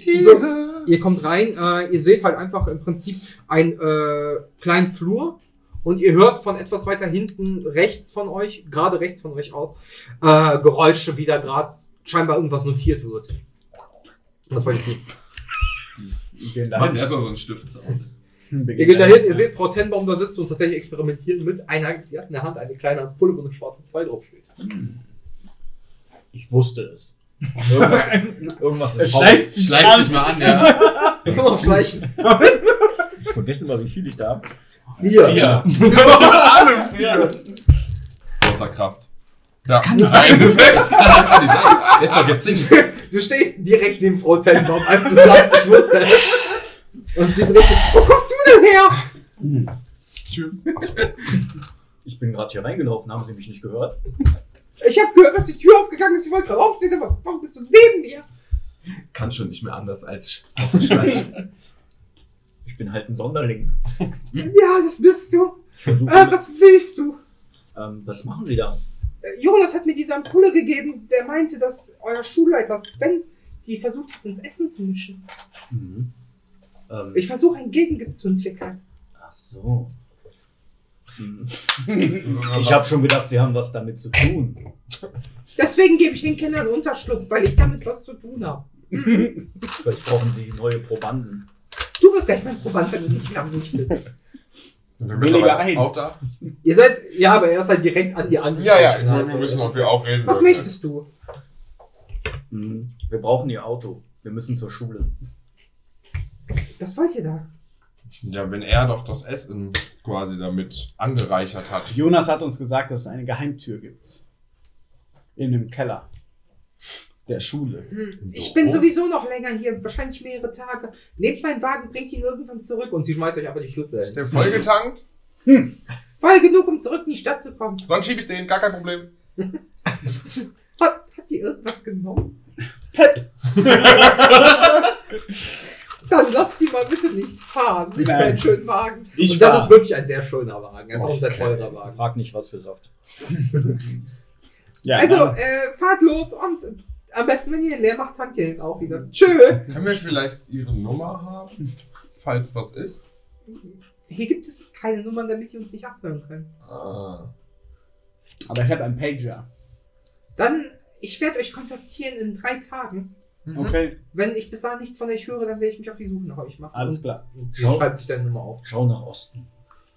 Speaker 6: Ihr kommt rein, äh, ihr seht halt einfach im Prinzip einen äh, kleinen Flur und ihr hört von etwas weiter hinten rechts von euch, gerade rechts von euch aus, äh, Geräusche, wie da gerade scheinbar irgendwas notiert wird. Das wollte ich nicht.
Speaker 1: Wir gehen da
Speaker 7: Mann,
Speaker 1: hin.
Speaker 7: erstmal so einen Stiftsound.
Speaker 1: Wir
Speaker 6: Ihr geht da hin, ihr seht Frau Tenbaum da sitzen und tatsächlich experimentieren mit einer, sie hat in der Hand eine kleine Ampulle, wo eine schwarze 2 draufsteht.
Speaker 4: Ich wusste es. Irgendwas, irgendwas
Speaker 1: Es
Speaker 4: ist
Speaker 1: schleicht sich
Speaker 7: Schleich dich
Speaker 1: an.
Speaker 7: mal an, ja.
Speaker 6: Kann man auch schleichen.
Speaker 4: Ich vergesse immer, wie viel ich da habe.
Speaker 5: Vier. Vier. Alle vier. Außer Kraft. Das kann nicht sein.
Speaker 7: Das kann nicht sein. Deshalb jetzt nicht.
Speaker 6: Du stehst direkt neben Frau Tenbaum, als du sagst, ich wusste es. Und sie dreht sich, wo kommst du denn her?
Speaker 4: Ich bin gerade hier reingelaufen, haben Sie mich nicht gehört?
Speaker 9: Ich habe gehört, dass die Tür aufgegangen ist. Ich wollte gerade aufstehen, aber warum bist du neben mir?
Speaker 7: Kann schon nicht mehr anders als ausgeschleicht.
Speaker 4: Ich bin halt ein Sonderling.
Speaker 9: Ja, das bist du.
Speaker 4: Ich
Speaker 9: Äh,
Speaker 4: versuche,
Speaker 9: was willst du?
Speaker 4: ähm, was machen Sie da?
Speaker 9: Äh, Jonas hat mir diese Ampulle gegeben. Der meinte, dass euer Schulleiter Sven die versucht hat, ins Essen zu mischen.
Speaker 4: Mhm. Ähm,
Speaker 9: Ich versuche ein Gegengift zu entwickeln.
Speaker 4: ach so. Hm. Ich habe schon gedacht, Sie haben was damit zu tun.
Speaker 9: Deswegen gebe ich den Kindern Unterschlupf, weil ich damit was zu tun habe.
Speaker 4: Vielleicht brauchen Sie neue Probanden.
Speaker 9: Du wirst gleich mein Proband, wenn du nicht lang nicht bist.
Speaker 5: Weniger ein. Auch da?
Speaker 6: Ihr seid, ja, aber er ist halt direkt an die
Speaker 5: Ja, ja, ich
Speaker 6: angesprochen.
Speaker 5: wollte nur wissen, ob wir auch reden
Speaker 9: Was
Speaker 5: dürfen.
Speaker 9: möchtest du?
Speaker 4: Hm. Wir brauchen Ihr Auto. Wir müssen zur Schule.
Speaker 9: Was wollt ihr da?
Speaker 5: Ja, wenn er doch das Essen quasi damit angereichert hat.
Speaker 1: Jonas hat uns gesagt, dass es eine Geheimtür gibt. In dem Keller. Der Schule.
Speaker 9: Hm, Ich bin sowieso noch länger hier, wahrscheinlich mehrere Tage. Nehmt meinen Wagen, bringt ihn irgendwann zurück.
Speaker 6: Und sie schmeißt euch einfach die Schlüssel
Speaker 5: Ist
Speaker 6: hin.
Speaker 5: der vollgetankt?
Speaker 9: Voll genug, um zurück in die Stadt zu kommen.
Speaker 5: Sonst schieb ich den, gar kein Problem.
Speaker 9: Hat, hat die irgendwas genommen? Pep! Dann lass sie mal bitte nicht fahren. Nicht
Speaker 1: Nein.
Speaker 9: meinen schönen Wagen.
Speaker 1: Ich
Speaker 6: und das
Speaker 1: war-
Speaker 6: ist wirklich ein sehr schöner Wagen. Es ist auch ein sehr teurer Wagen.
Speaker 4: Frag nicht, was für Saft.
Speaker 1: ja,
Speaker 9: Also,
Speaker 1: na,
Speaker 9: äh, fahrt los und äh, am besten, wenn ihr ihn leer macht, tankt ihr ihn auch wieder. Tschö!
Speaker 5: Können wir vielleicht ihre Nummer haben? Falls was ist?
Speaker 9: Hier gibt es keine Nummern, damit die uns nicht abhören können.
Speaker 5: Ah.
Speaker 1: aber ich habe einen Pager.
Speaker 9: Dann, ich werde euch kontaktieren in drei Tagen.
Speaker 6: Mhm.
Speaker 1: Okay,
Speaker 9: Wenn ich bis dahin nichts von euch höre, dann werde ich mich auf die Suche nach euch machen.
Speaker 1: alles klar.
Speaker 6: Und Sie
Speaker 4: Schau.
Speaker 6: schreibt sich deine Nummer auf.
Speaker 4: Schau nach Osten.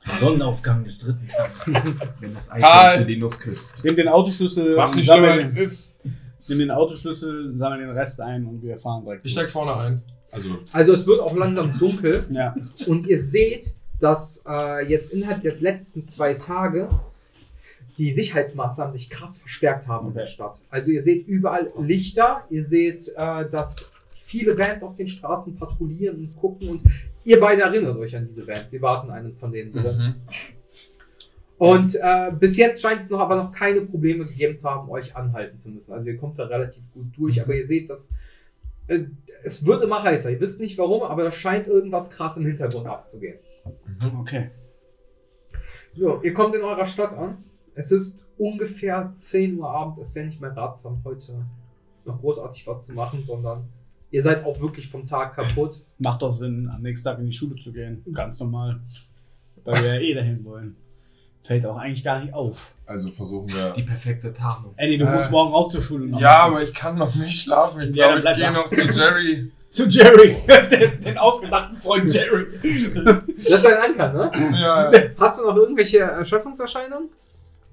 Speaker 4: Der Sonnenaufgang des dritten Tages.
Speaker 7: Wenn das
Speaker 5: Karl.
Speaker 7: Eichhörnchen die Nuss küsst.
Speaker 1: Ich nehme den Autoschlüssel,
Speaker 5: Mach's nicht
Speaker 1: sammel
Speaker 5: schlimmer, als es
Speaker 1: den,
Speaker 5: ist.
Speaker 1: ich nehm den Autoschlüssel, sammle den Rest ein und wir fahren direkt.
Speaker 5: Ich
Speaker 1: los.
Speaker 5: steig vorne ein. Also,
Speaker 6: Also es wird auch langsam dunkel.
Speaker 1: Ja,
Speaker 6: Und ihr seht, dass äh, jetzt innerhalb der letzten zwei Tage die Sicherheitsmaßnahmen sich krass verstärkt haben in der Stadt. Also ihr seht überall Lichter, ihr seht, äh, dass viele Vans auf den Straßen patrouillieren und gucken und ihr beide erinnert euch an diese Vans. Ihr wart in einem von denen
Speaker 5: Mhm.
Speaker 6: drin. Und äh, bis jetzt scheint es noch aber noch keine Probleme gegeben zu haben, euch anhalten zu müssen. Also ihr kommt da relativ gut durch, aber ihr seht, dass äh, es wird immer heißer. Ihr wisst nicht warum, aber es scheint irgendwas krass im Hintergrund abzugehen.
Speaker 1: okay.
Speaker 6: So, ihr kommt in eurer Stadt an. Es ist ungefähr 10 Uhr abends. Es wäre nicht mehr ratsam, heute noch großartig was zu machen, sondern ihr seid auch wirklich vom Tag kaputt.
Speaker 1: Macht doch Sinn, am nächsten Tag in die Schule zu gehen. Ganz normal. Weil wir ja eh dahin wollen. Fällt auch eigentlich gar nicht auf.
Speaker 5: also versuchen wir.
Speaker 7: Die perfekte Tarnung.
Speaker 1: Andy, du
Speaker 5: Äh,
Speaker 1: musst morgen auch zur Schule noch.
Speaker 5: Ja, aber ich kann noch nicht schlafen. Ich
Speaker 1: Ja,
Speaker 5: glaube,
Speaker 1: dann
Speaker 5: ich gehe
Speaker 1: bleib
Speaker 5: noch zu Jerry.
Speaker 1: Zu Jerry. den, den ausgedachten Freund Jerry.
Speaker 6: Das ist dein Anker, ne?
Speaker 5: ja,
Speaker 6: Hast du noch irgendwelche Erschöpfungserscheinungen?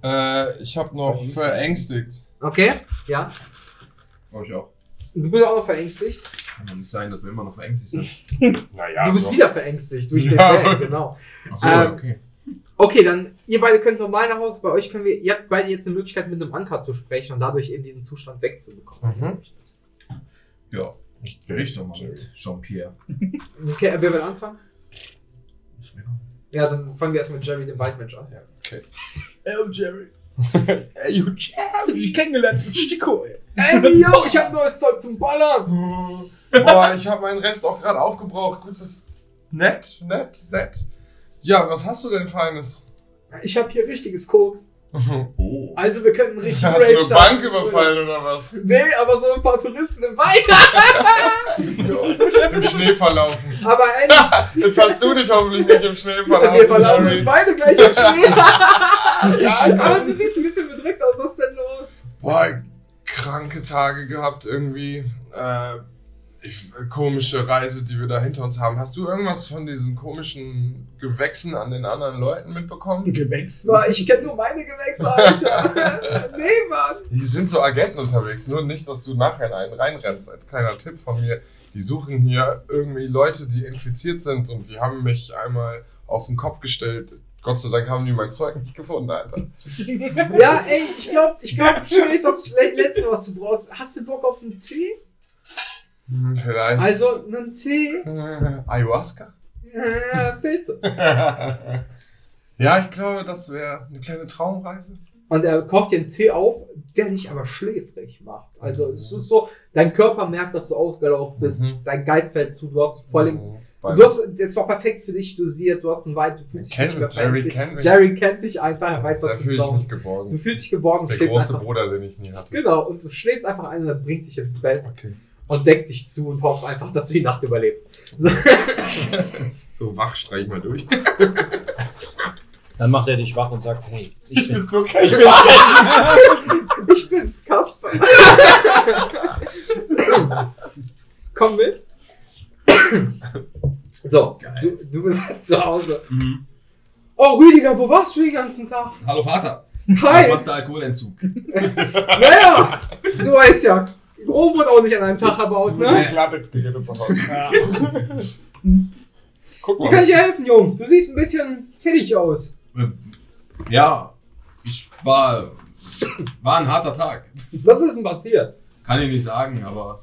Speaker 5: ja. Äh, ich habe noch verängstigt.
Speaker 6: Okay, ja.
Speaker 7: Brauche ich auch.
Speaker 6: Du bist auch noch verängstigt.
Speaker 7: Kann doch nicht sein, dass wir immer noch verängstigt sind.
Speaker 5: Naja,
Speaker 6: du bist
Speaker 5: so.
Speaker 6: wieder verängstigt durch den
Speaker 5: Ja.
Speaker 6: Van, genau.
Speaker 7: Ach
Speaker 6: Ähm,
Speaker 7: okay.
Speaker 6: Okay, dann, ihr beide könnt normal nach Hause. Bei euch können wir, ihr habt beide jetzt eine Möglichkeit, mit einem Anker zu sprechen und dadurch eben diesen Zustand wegzubekommen.
Speaker 5: Mhm.
Speaker 7: Ja. Ich berichte nochmal mit Jean-Pierre.
Speaker 6: Okay, wer will anfangen?
Speaker 7: Ist mir egal.
Speaker 6: Ja, dann fangen wir erstmal mit Jerry, dem Waldmensch, an.
Speaker 5: Ja, okay.
Speaker 1: Oh, Jerry.
Speaker 5: Ey, you Jerry.
Speaker 1: Ich hab dich kennengelernt mit Stiko, ey.
Speaker 6: Ey, yo, ich hab neues Zeug zum Ballern!
Speaker 5: Boah, ich habe meinen Rest auch gerade aufgebraucht. Gut, das ist nett, nett, nett. Ja, was hast du denn Feines?
Speaker 6: Ich hab hier richtiges Koks.
Speaker 5: Oh.
Speaker 6: Also wir können richtig
Speaker 5: Hast du eine Bank überfallen oder was?
Speaker 6: Nee, aber so ein paar Touristen im Wald.
Speaker 5: Ja, Im Schnee verlaufen.
Speaker 6: Aber ey,
Speaker 5: Jetzt hast du dich hoffentlich nicht im Schnee verlaufen.
Speaker 6: wir verlaufen
Speaker 5: Jerry.
Speaker 6: uns beide gleich im Schnee. aber du siehst ein bisschen bedrückt aus. Was ist denn los?
Speaker 5: Boah, kranke Tage gehabt irgendwie. Äh, ich, komische Reise, die wir da hinter uns haben. Hast du irgendwas von diesen komischen Gewächsen an den anderen Leuten mitbekommen?
Speaker 1: Gewächs.
Speaker 6: Na, ich kenne nur meine Gewächse, Alter. nee, Mann.
Speaker 5: Hier sind so Agenten unterwegs, nur nicht, dass du nachher in einen reinrennst. Ein kleiner Tipp von mir. Die suchen hier irgendwie Leute, die infiziert sind und die haben mich einmal auf den Kopf gestellt. Gott sei Dank haben die mein Zeug nicht gefunden, Alter.
Speaker 6: Ja, ey, ich glaube, ich glaube, Tee ist das schle- Letzte, was du brauchst. Hast du Bock auf einen Tee?
Speaker 5: Hm, Vielleicht.
Speaker 6: Also, einen Tee?
Speaker 5: Äh, Ayahuasca?
Speaker 6: Äh, Pilze.
Speaker 5: ja, ich glaube, das wäre eine kleine Traumreise.
Speaker 6: Und er kocht dir einen Tee auf, der dich aber schläfrig macht. Also, es ist so, dein Körper merkt, dass du ausgelaugt bist.
Speaker 5: Mhm.
Speaker 6: Dein Geist fällt zu. Du hast voll den
Speaker 5: Oh, Weil-
Speaker 6: Du hast, das war perfekt für dich dosiert, du hast einen Vibe, du fühlst dich
Speaker 5: Kennt-
Speaker 6: nicht mehr
Speaker 5: Jerry
Speaker 6: fancy.
Speaker 5: kennt mich.
Speaker 6: Jerry kennt dich einfach, er weiß,
Speaker 5: da
Speaker 6: was du
Speaker 5: fühle ich mich
Speaker 6: brauchst.
Speaker 5: geborgen.
Speaker 6: Du fühlst dich geborgen und
Speaker 5: der
Speaker 6: schläfst
Speaker 5: große
Speaker 6: einfach.
Speaker 5: Bruder, den ich nie hatte.
Speaker 6: Genau, und du schläfst einfach ein und er bringt dich ins Bett
Speaker 5: Okay.
Speaker 6: und deckt dich zu und hofft einfach, dass du die Nacht überlebst.
Speaker 5: So wach streich ich mal durch.
Speaker 4: Dann macht er dich wach und sagt, hey, ich bin's.
Speaker 5: nur kein
Speaker 6: Ich bin's, Kasper. Komm mit. So, du, du bist zu Hause.
Speaker 7: Mhm.
Speaker 6: Oh, Rüdiger, wo warst du den ganzen Tag?
Speaker 7: Hallo Vater, was
Speaker 6: Hi!
Speaker 7: macht der Alkoholentzug?
Speaker 6: Ah, Naja, du weißt ja, Rom wird auch nicht an einem Tag erbaut, ne?
Speaker 5: Guck
Speaker 6: Wie
Speaker 5: mal.
Speaker 6: kann ich dir helfen, Jung? Du siehst ein bisschen fertig aus.
Speaker 7: Ähm, Ja, ich war, war ein harter Tag.
Speaker 6: Was ist denn passiert?
Speaker 7: Kann ich nicht sagen, aber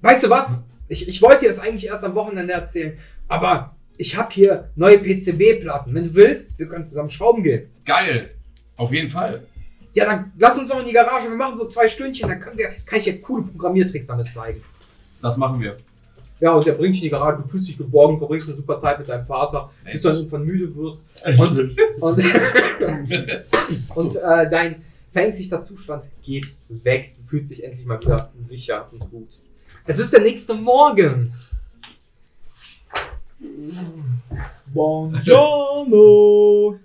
Speaker 6: Weißt du was? Ich, ich wollte dir das eigentlich erst am Wochenende erzählen, aber ich habe hier neue PCB-Platten. Wenn du willst, wir können zusammen schrauben gehen.
Speaker 7: geil. Auf jeden Fall.
Speaker 6: Ja, dann lass uns doch in die Garage. Wir machen so zwei Stündchen, dann können wir, kann ich dir coole Programmiertricks damit zeigen.
Speaker 7: Das machen wir.
Speaker 6: Ja, und der bringt dich in die Garage, du fühlst dich geborgen, verbringst eine super Zeit mit deinem Vater, bis du dann irgendwann müde wirst. Und, und, und äh, dein verängstigter Zustand geht weg. Du fühlst dich endlich mal wieder sicher und gut. Es ist der nächste Morgen.
Speaker 1: Buongiorno!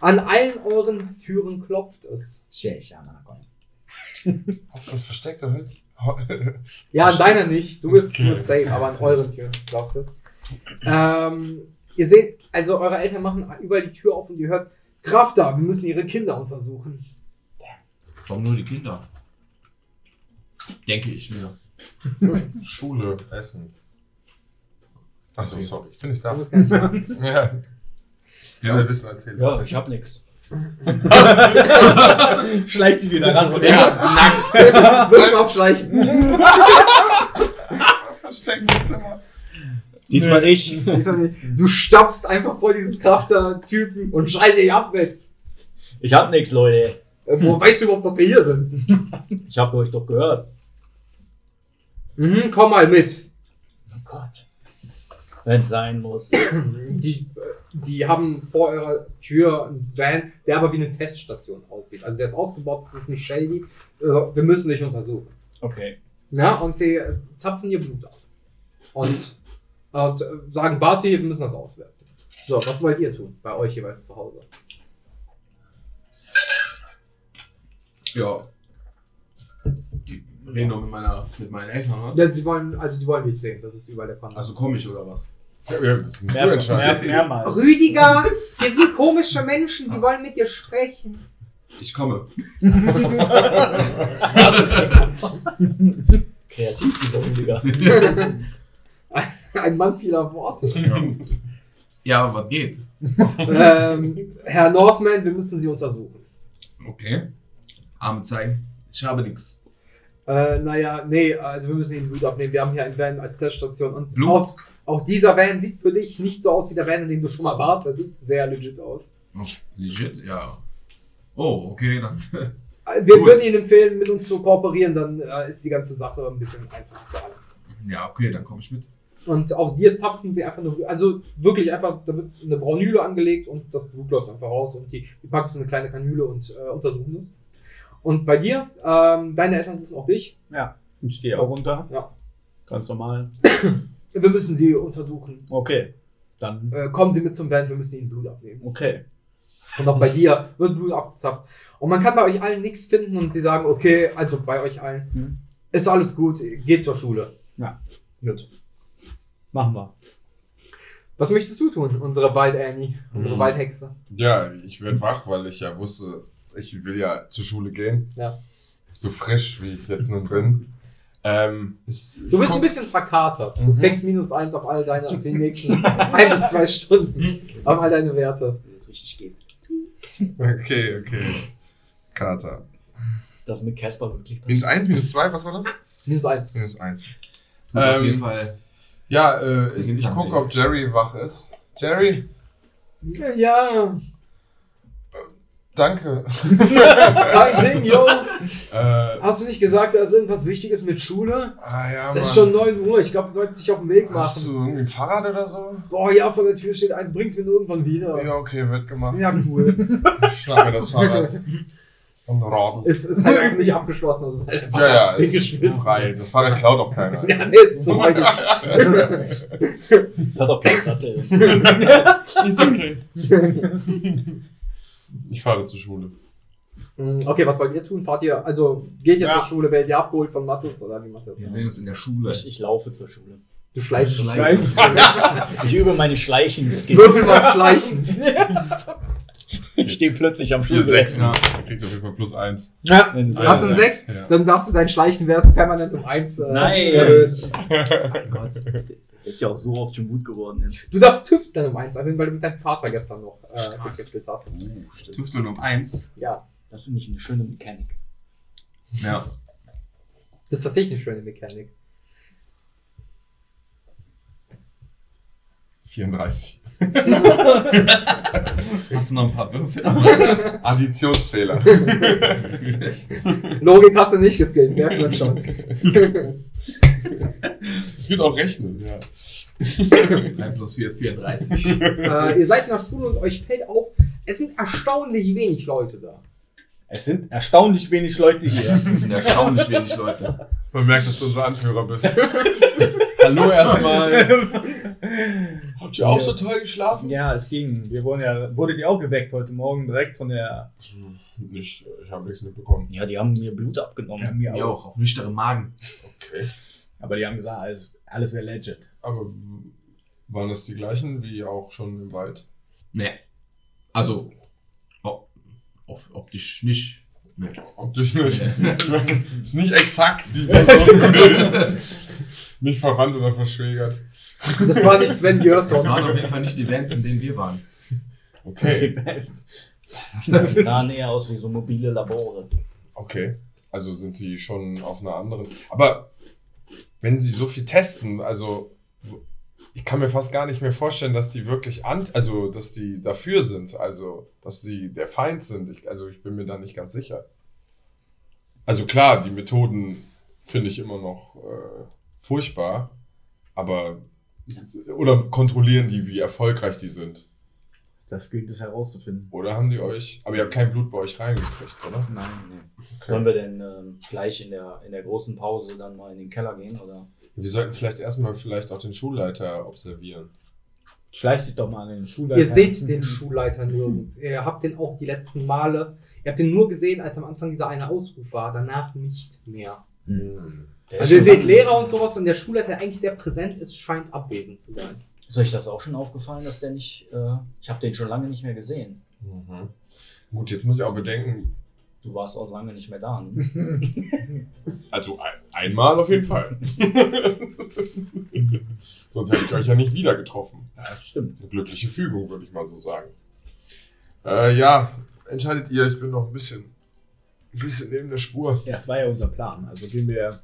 Speaker 6: An allen euren Türen klopft es.
Speaker 5: Das versteckte Holz.
Speaker 6: Ja, an deiner nicht. Du bist,
Speaker 5: Okay.
Speaker 6: du bist safe, aber an euren Türen klopft es. Ähm, ihr seht, also eure Eltern machen überall die Tür auf und ihr hört, Kraft da, wir müssen ihre Kinder untersuchen.
Speaker 7: Warum nur die Kinder? Denke ich mir.
Speaker 5: Schule, Essen. Achso,
Speaker 7: Okay.
Speaker 5: sorry, ich bin nicht
Speaker 6: Du
Speaker 5: da.
Speaker 6: bist gar nicht da.
Speaker 5: Ja, ja. wir wissen, erzähl.
Speaker 4: Ja, ich hab nix.
Speaker 1: Schleicht sich wieder ran.
Speaker 6: Würfel auf Schleichen.
Speaker 5: Verstecken im Zimmer.
Speaker 4: Diesmal ich.
Speaker 6: Du stapfst einfach vor diesen Krafter-Typen und schreist dich ab mit.
Speaker 4: Ich hab nix, Leute.
Speaker 6: Äh, Wo weißt du überhaupt, dass wir hier sind?
Speaker 4: Ich hab euch doch gehört.
Speaker 6: Mhm, komm mal mit.
Speaker 4: Oh Gott. Wenn's sein muss.
Speaker 6: Die, äh, die haben vor eurer Tür einen Van, der aber wie eine Teststation aussieht. Also der ist ausgebaut, das ist nicht shady. Äh, Wir müssen dich untersuchen.
Speaker 4: Okay.
Speaker 6: Ja, und sie äh, zapfen ihr Blut ab. Und, und äh, sagen, warte hier, wir müssen das auswerten. So, was wollt ihr tun? Bei euch jeweils zu Hause.
Speaker 7: Ja. Die reden doch mit, meiner, mit meinen Eltern, oder?
Speaker 6: Ja, sie wollen, also die wollen dich sehen, das ist überall der Plan.
Speaker 7: Also komme ich oder was?
Speaker 5: Ja, ja, das musst
Speaker 1: Mehr,
Speaker 5: du entscheiden.
Speaker 1: mehr, mehrmals.
Speaker 6: Rüdiger, hier sind komische Menschen, sie wollen mit dir sprechen.
Speaker 7: Ich komme.
Speaker 4: Kreativ, dieser Rüdiger.
Speaker 6: Ein Mann vieler Worte.
Speaker 7: Ja, aber was geht?
Speaker 6: ähm, Herr Northman, wir müssen sie untersuchen.
Speaker 7: Okay. Arme zeigen. Ich habe nichts.
Speaker 6: Äh, naja, nee, also wir müssen ihnen Blut abnehmen. Wir haben hier einen Van als Teststation. Und
Speaker 7: Blut?
Speaker 6: Auch, auch dieser Van sieht für dich nicht so aus wie der Van, in dem du schon mal warst. Der sieht sehr legit aus.
Speaker 7: Legit? Ja. Oh, okay. Das,
Speaker 6: Äh, Wir
Speaker 7: Cool.
Speaker 6: würden Ihnen empfehlen, mit uns zu kooperieren, dann äh, ist die ganze Sache ein bisschen einfacher für alle.
Speaker 7: ja, okay, dann komme ich mit.
Speaker 6: Und auch dir zapfen sie einfach nur, also wirklich einfach, da wird eine Braunüle angelegt und das Blut läuft einfach raus und die, die packen so eine kleine Kanüle und äh, untersuchen das. Und bei dir, ähm, deine Eltern rufen auch dich.
Speaker 1: Ich gehe auch runter.
Speaker 6: Ja.
Speaker 1: Ganz normal.
Speaker 6: Wir müssen sie untersuchen.
Speaker 1: Okay. Dann.
Speaker 6: Äh, kommen sie mit zum Van, wir müssen ihnen Blut abnehmen.
Speaker 1: Okay.
Speaker 6: Und auch bei dir wird Blut abgezapft. Und man kann bei euch allen nichts finden und sie sagen, okay, also bei euch allen
Speaker 1: Mhm.
Speaker 6: ist alles gut, geht zur Schule.
Speaker 1: Gut. Machen wir.
Speaker 6: Was möchtest du tun, unsere Wald-Annie, unsere
Speaker 5: Mhm.
Speaker 6: Waldhexe?
Speaker 5: Ja, ich werde wach, weil ich ja wusste, ich will ja zur Schule gehen.
Speaker 6: Ja.
Speaker 5: So frisch, wie ich jetzt nun bin. Ähm, es
Speaker 6: Du bist ein bisschen verkatert. Du
Speaker 5: Mhm.
Speaker 6: kriegst minus eins auf all deine, auf die nächsten ein bis zwei Stunden. Auf all deine Werte.
Speaker 4: Wenn es richtig geht.
Speaker 5: Okay, okay. Kater.
Speaker 4: Ist das mit Casper wirklich
Speaker 5: Minus 1, minus 2, was war das?
Speaker 6: Minus eins.
Speaker 5: Minus 1.
Speaker 7: Tut auf
Speaker 5: Ähm,
Speaker 7: jeden Fall.
Speaker 5: Ja, äh,
Speaker 7: Wir
Speaker 5: ich,
Speaker 7: sind
Speaker 5: ich
Speaker 7: am
Speaker 5: gucke,
Speaker 7: Weg.
Speaker 5: ob Jerry wach ist. Jerry,
Speaker 6: Ja,
Speaker 5: danke.
Speaker 6: kein Ding, yo.
Speaker 5: äh, ah
Speaker 6: Hast du nicht gesagt, da ist irgendwas Wichtiges mit Schule?
Speaker 5: ja, Oh Mann.
Speaker 6: Es ist schon 9 Uhr. Ich glaube, du solltest dich auf den Weg
Speaker 5: Hast
Speaker 6: machen.
Speaker 5: du irgendwie ein Fahrrad oder so?
Speaker 6: Boah, ja, vor der Tür steht eins. Bring's mir nur irgendwann wieder.
Speaker 5: Ja, okay, wird gemacht.
Speaker 6: Ja, cool.
Speaker 5: Ich schnapp mir das Fahrrad. Und Raben.
Speaker 6: Es ist halt auch nicht abgeschlossen. Das ist halt einfach
Speaker 5: Ja, ja, ist
Speaker 6: hingeschmissen.
Speaker 5: frei. Das Fahrrad klaut auch keiner.
Speaker 6: Ja, nee, es ist so weit.
Speaker 4: Es hat auch keinen Sattel.
Speaker 8: Ist okay.
Speaker 5: Ich fahre zur Schule.
Speaker 6: Mm, Okay, was wollt ihr tun? Fahrt ihr, also geht ihr
Speaker 8: Ja.
Speaker 6: zur Schule, werdet ihr abgeholt von Mathis oder wie macht ihr
Speaker 7: Wir
Speaker 6: das?
Speaker 7: sehen uns in der Schule.
Speaker 4: Ich, ich laufe zur Schule.
Speaker 6: Du schleichst.
Speaker 7: Schleichen.
Speaker 4: Ich übe meine Schleichen-Skills.
Speaker 6: Würfel mal schleichen.
Speaker 4: Ich stehe plötzlich am
Speaker 5: 4, 6.
Speaker 4: Flugrechten.
Speaker 5: Ja. Er kriegt auf jeden Fall plus 1.
Speaker 6: Ja.
Speaker 4: Wenn sie-
Speaker 6: Hast du einen
Speaker 5: Ja.
Speaker 6: 6?
Speaker 5: Ja.
Speaker 6: Dann darfst du deinen Schleichenwert permanent um 1 äh,
Speaker 4: Nein.
Speaker 6: erhöhen.
Speaker 4: Mein Gott. Ist ja auch so oft schon gut geworden. Ist.
Speaker 6: Du darfst Tüfteln um 1 erhöhen, weil du mit deinem Vater gestern noch äh, getüftelt hast.
Speaker 7: Tüfteln um eins.
Speaker 6: Ja,
Speaker 4: Das ist nicht eine schöne Mechanik.
Speaker 7: Ja.
Speaker 6: das ist tatsächlich eine schöne Mechanik.
Speaker 5: 34.
Speaker 7: Hast du noch ein paar Würfel?
Speaker 5: Additionsfehler.
Speaker 6: Logik hast du nicht geskillt, merkt man Äh, schon.
Speaker 5: Es gibt auch Rechnen, ja.
Speaker 7: 3 plus 4 ist 34.
Speaker 6: äh, ihr seid in der Schule und euch fällt auf, es sind erstaunlich wenig Leute da.
Speaker 1: Es sind erstaunlich wenig Leute hier.
Speaker 7: Das sind erstaunlich wenig Leute.
Speaker 5: Man merkt, dass du unser Anführer bist. Hallo erstmal. Habt ihr auch so toll geschlafen?
Speaker 1: ja, es ging. Wir wurden ja, wurdet ihr auch geweckt heute Morgen direkt von der
Speaker 5: Ich, ich habe nichts mitbekommen.
Speaker 4: Ja, die haben mir Blut abgenommen.
Speaker 1: ja, mir
Speaker 7: Ja,
Speaker 1: auch.
Speaker 7: auch auf nüchternem Magen.
Speaker 5: Okay.
Speaker 1: Aber die haben gesagt, alles, alles wäre legit.
Speaker 5: Aber w- waren das die gleichen wie auch schon im Wald?
Speaker 7: Nee. Also, oh, auf, optisch nicht. Nee.
Speaker 5: Optisch nicht. Ist nicht exakt die Person gewesen. Nicht verwandt oder verschwägert.
Speaker 6: Das war nicht Sven Jörsson.
Speaker 7: Das waren auf jeden Fall nicht die Vans, in denen wir waren.
Speaker 1: Also
Speaker 5: Okay.
Speaker 4: Die sahen eher aus wie so mobile Labore.
Speaker 5: Okay. Also sind sie schon auf einer anderen. Aber wenn sie so viel testen, also ich kann mir fast gar nicht mehr vorstellen, dass die wirklich an, also dass die dafür sind, also dass sie der Feind sind. Ich, also ich bin mir da nicht ganz sicher. Also klar, die Methoden finde ich immer noch äh, furchtbar, aber oder kontrollieren die, wie erfolgreich die sind?
Speaker 1: Das gilt es herauszufinden.
Speaker 5: Oder haben die euch? Aber ihr habt kein Blut bei euch reingekriegt, oder?
Speaker 1: Nein, nee.
Speaker 4: Sollen wir denn ähm, gleich in der, in der großen Pause dann mal in den Keller gehen? Oder?
Speaker 5: Wir sollten vielleicht erstmal vielleicht auch den Schulleiter observieren.
Speaker 1: Schleich dich doch mal an den Schulleiter.
Speaker 6: Ihr seht
Speaker 1: Mhm.
Speaker 6: den Schulleiter nirgends. Ihr habt den auch die letzten Male. Ihr habt den nur gesehen, als am Anfang dieser eine Ausruf war. Danach nicht mehr.
Speaker 7: Hm.
Speaker 6: Also ihr seht Lehrer und sowas und der Schulleiter, der eigentlich sehr präsent ist, scheint abwesend zu sein.
Speaker 4: Ist euch das auch schon aufgefallen, dass der nicht. Äh, ich habe den schon lange nicht mehr gesehen.
Speaker 5: Mhm. Gut, jetzt muss ich auch bedenken,
Speaker 4: Du warst auch lange nicht mehr da. Ne?
Speaker 5: also ein, einmal auf jeden Fall. Sonst hätte ich euch ja nicht wieder getroffen.
Speaker 4: Ja, stimmt.
Speaker 5: Eine glückliche Fügung, würde ich mal so sagen. Äh, ja, entscheidet ihr, ich bin noch ein bisschen, ein bisschen neben der Spur.
Speaker 1: Ja, das war ja unser Plan. Also gehen wir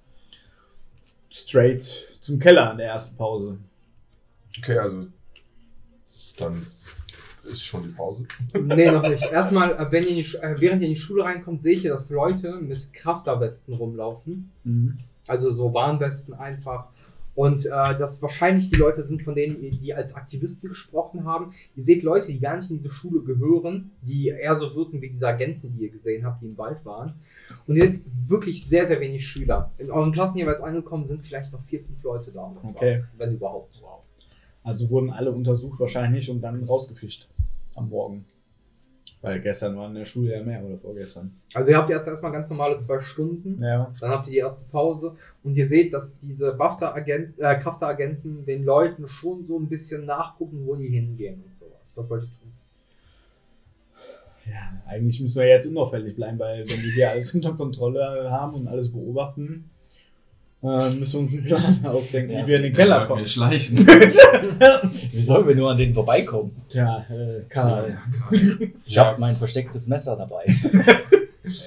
Speaker 1: straight zum Keller an der ersten Pause.
Speaker 5: Okay, also dann ist schon die Pause.
Speaker 6: Nee, noch nicht. Erstmal, äh, wenn ihr in die, Schu- äh, während ihr in die Schule reinkommt, seht ihr, dass Leute mit Krafterwesten rumlaufen.
Speaker 1: Mhm.
Speaker 6: Also so Warnwesten einfach. Und äh, das wahrscheinlich die Leute sind, von denen ihr die als Aktivisten gesprochen haben. Ihr seht Leute, die gar nicht in diese Schule gehören, die eher so wirken wie diese Agenten, die ihr gesehen habt, die im Wald waren. Und ihr seht wirklich sehr, sehr wenig Schüler. In euren Klassen jeweils angekommen sind vielleicht noch vier, fünf Leute da. Und das
Speaker 1: Okay.
Speaker 6: war's, wenn überhaupt.
Speaker 1: Also wurden alle untersucht wahrscheinlich und dann rausgefischt am Morgen. Weil gestern waren in der Schule ja mehr oder vorgestern.
Speaker 6: Also ihr habt jetzt erstmal ganz normale zwei Stunden.
Speaker 1: Ja.
Speaker 6: Dann habt ihr die erste Pause und ihr seht, dass diese Bafta-Agenten, äh, Krafter-Agenten den Leuten schon so ein bisschen nachgucken, wo die hingehen und sowas. Was wollt ihr tun?
Speaker 1: ja. Eigentlich müssen wir jetzt unauffällig bleiben, weil wenn wir hier alles unter Kontrolle haben und alles beobachten, Äh, müssen wir uns einen Plan ausdenken,
Speaker 4: Ja.
Speaker 1: wie wir in den
Speaker 7: Keller
Speaker 1: Keller
Speaker 7: sagt mir
Speaker 1: kommen.
Speaker 7: schleichen.
Speaker 4: Wie sollen wir nur an denen vorbeikommen?
Speaker 1: Tja, äh, Karl.
Speaker 4: Ich
Speaker 5: Ja.
Speaker 4: habe mein verstecktes Messer dabei.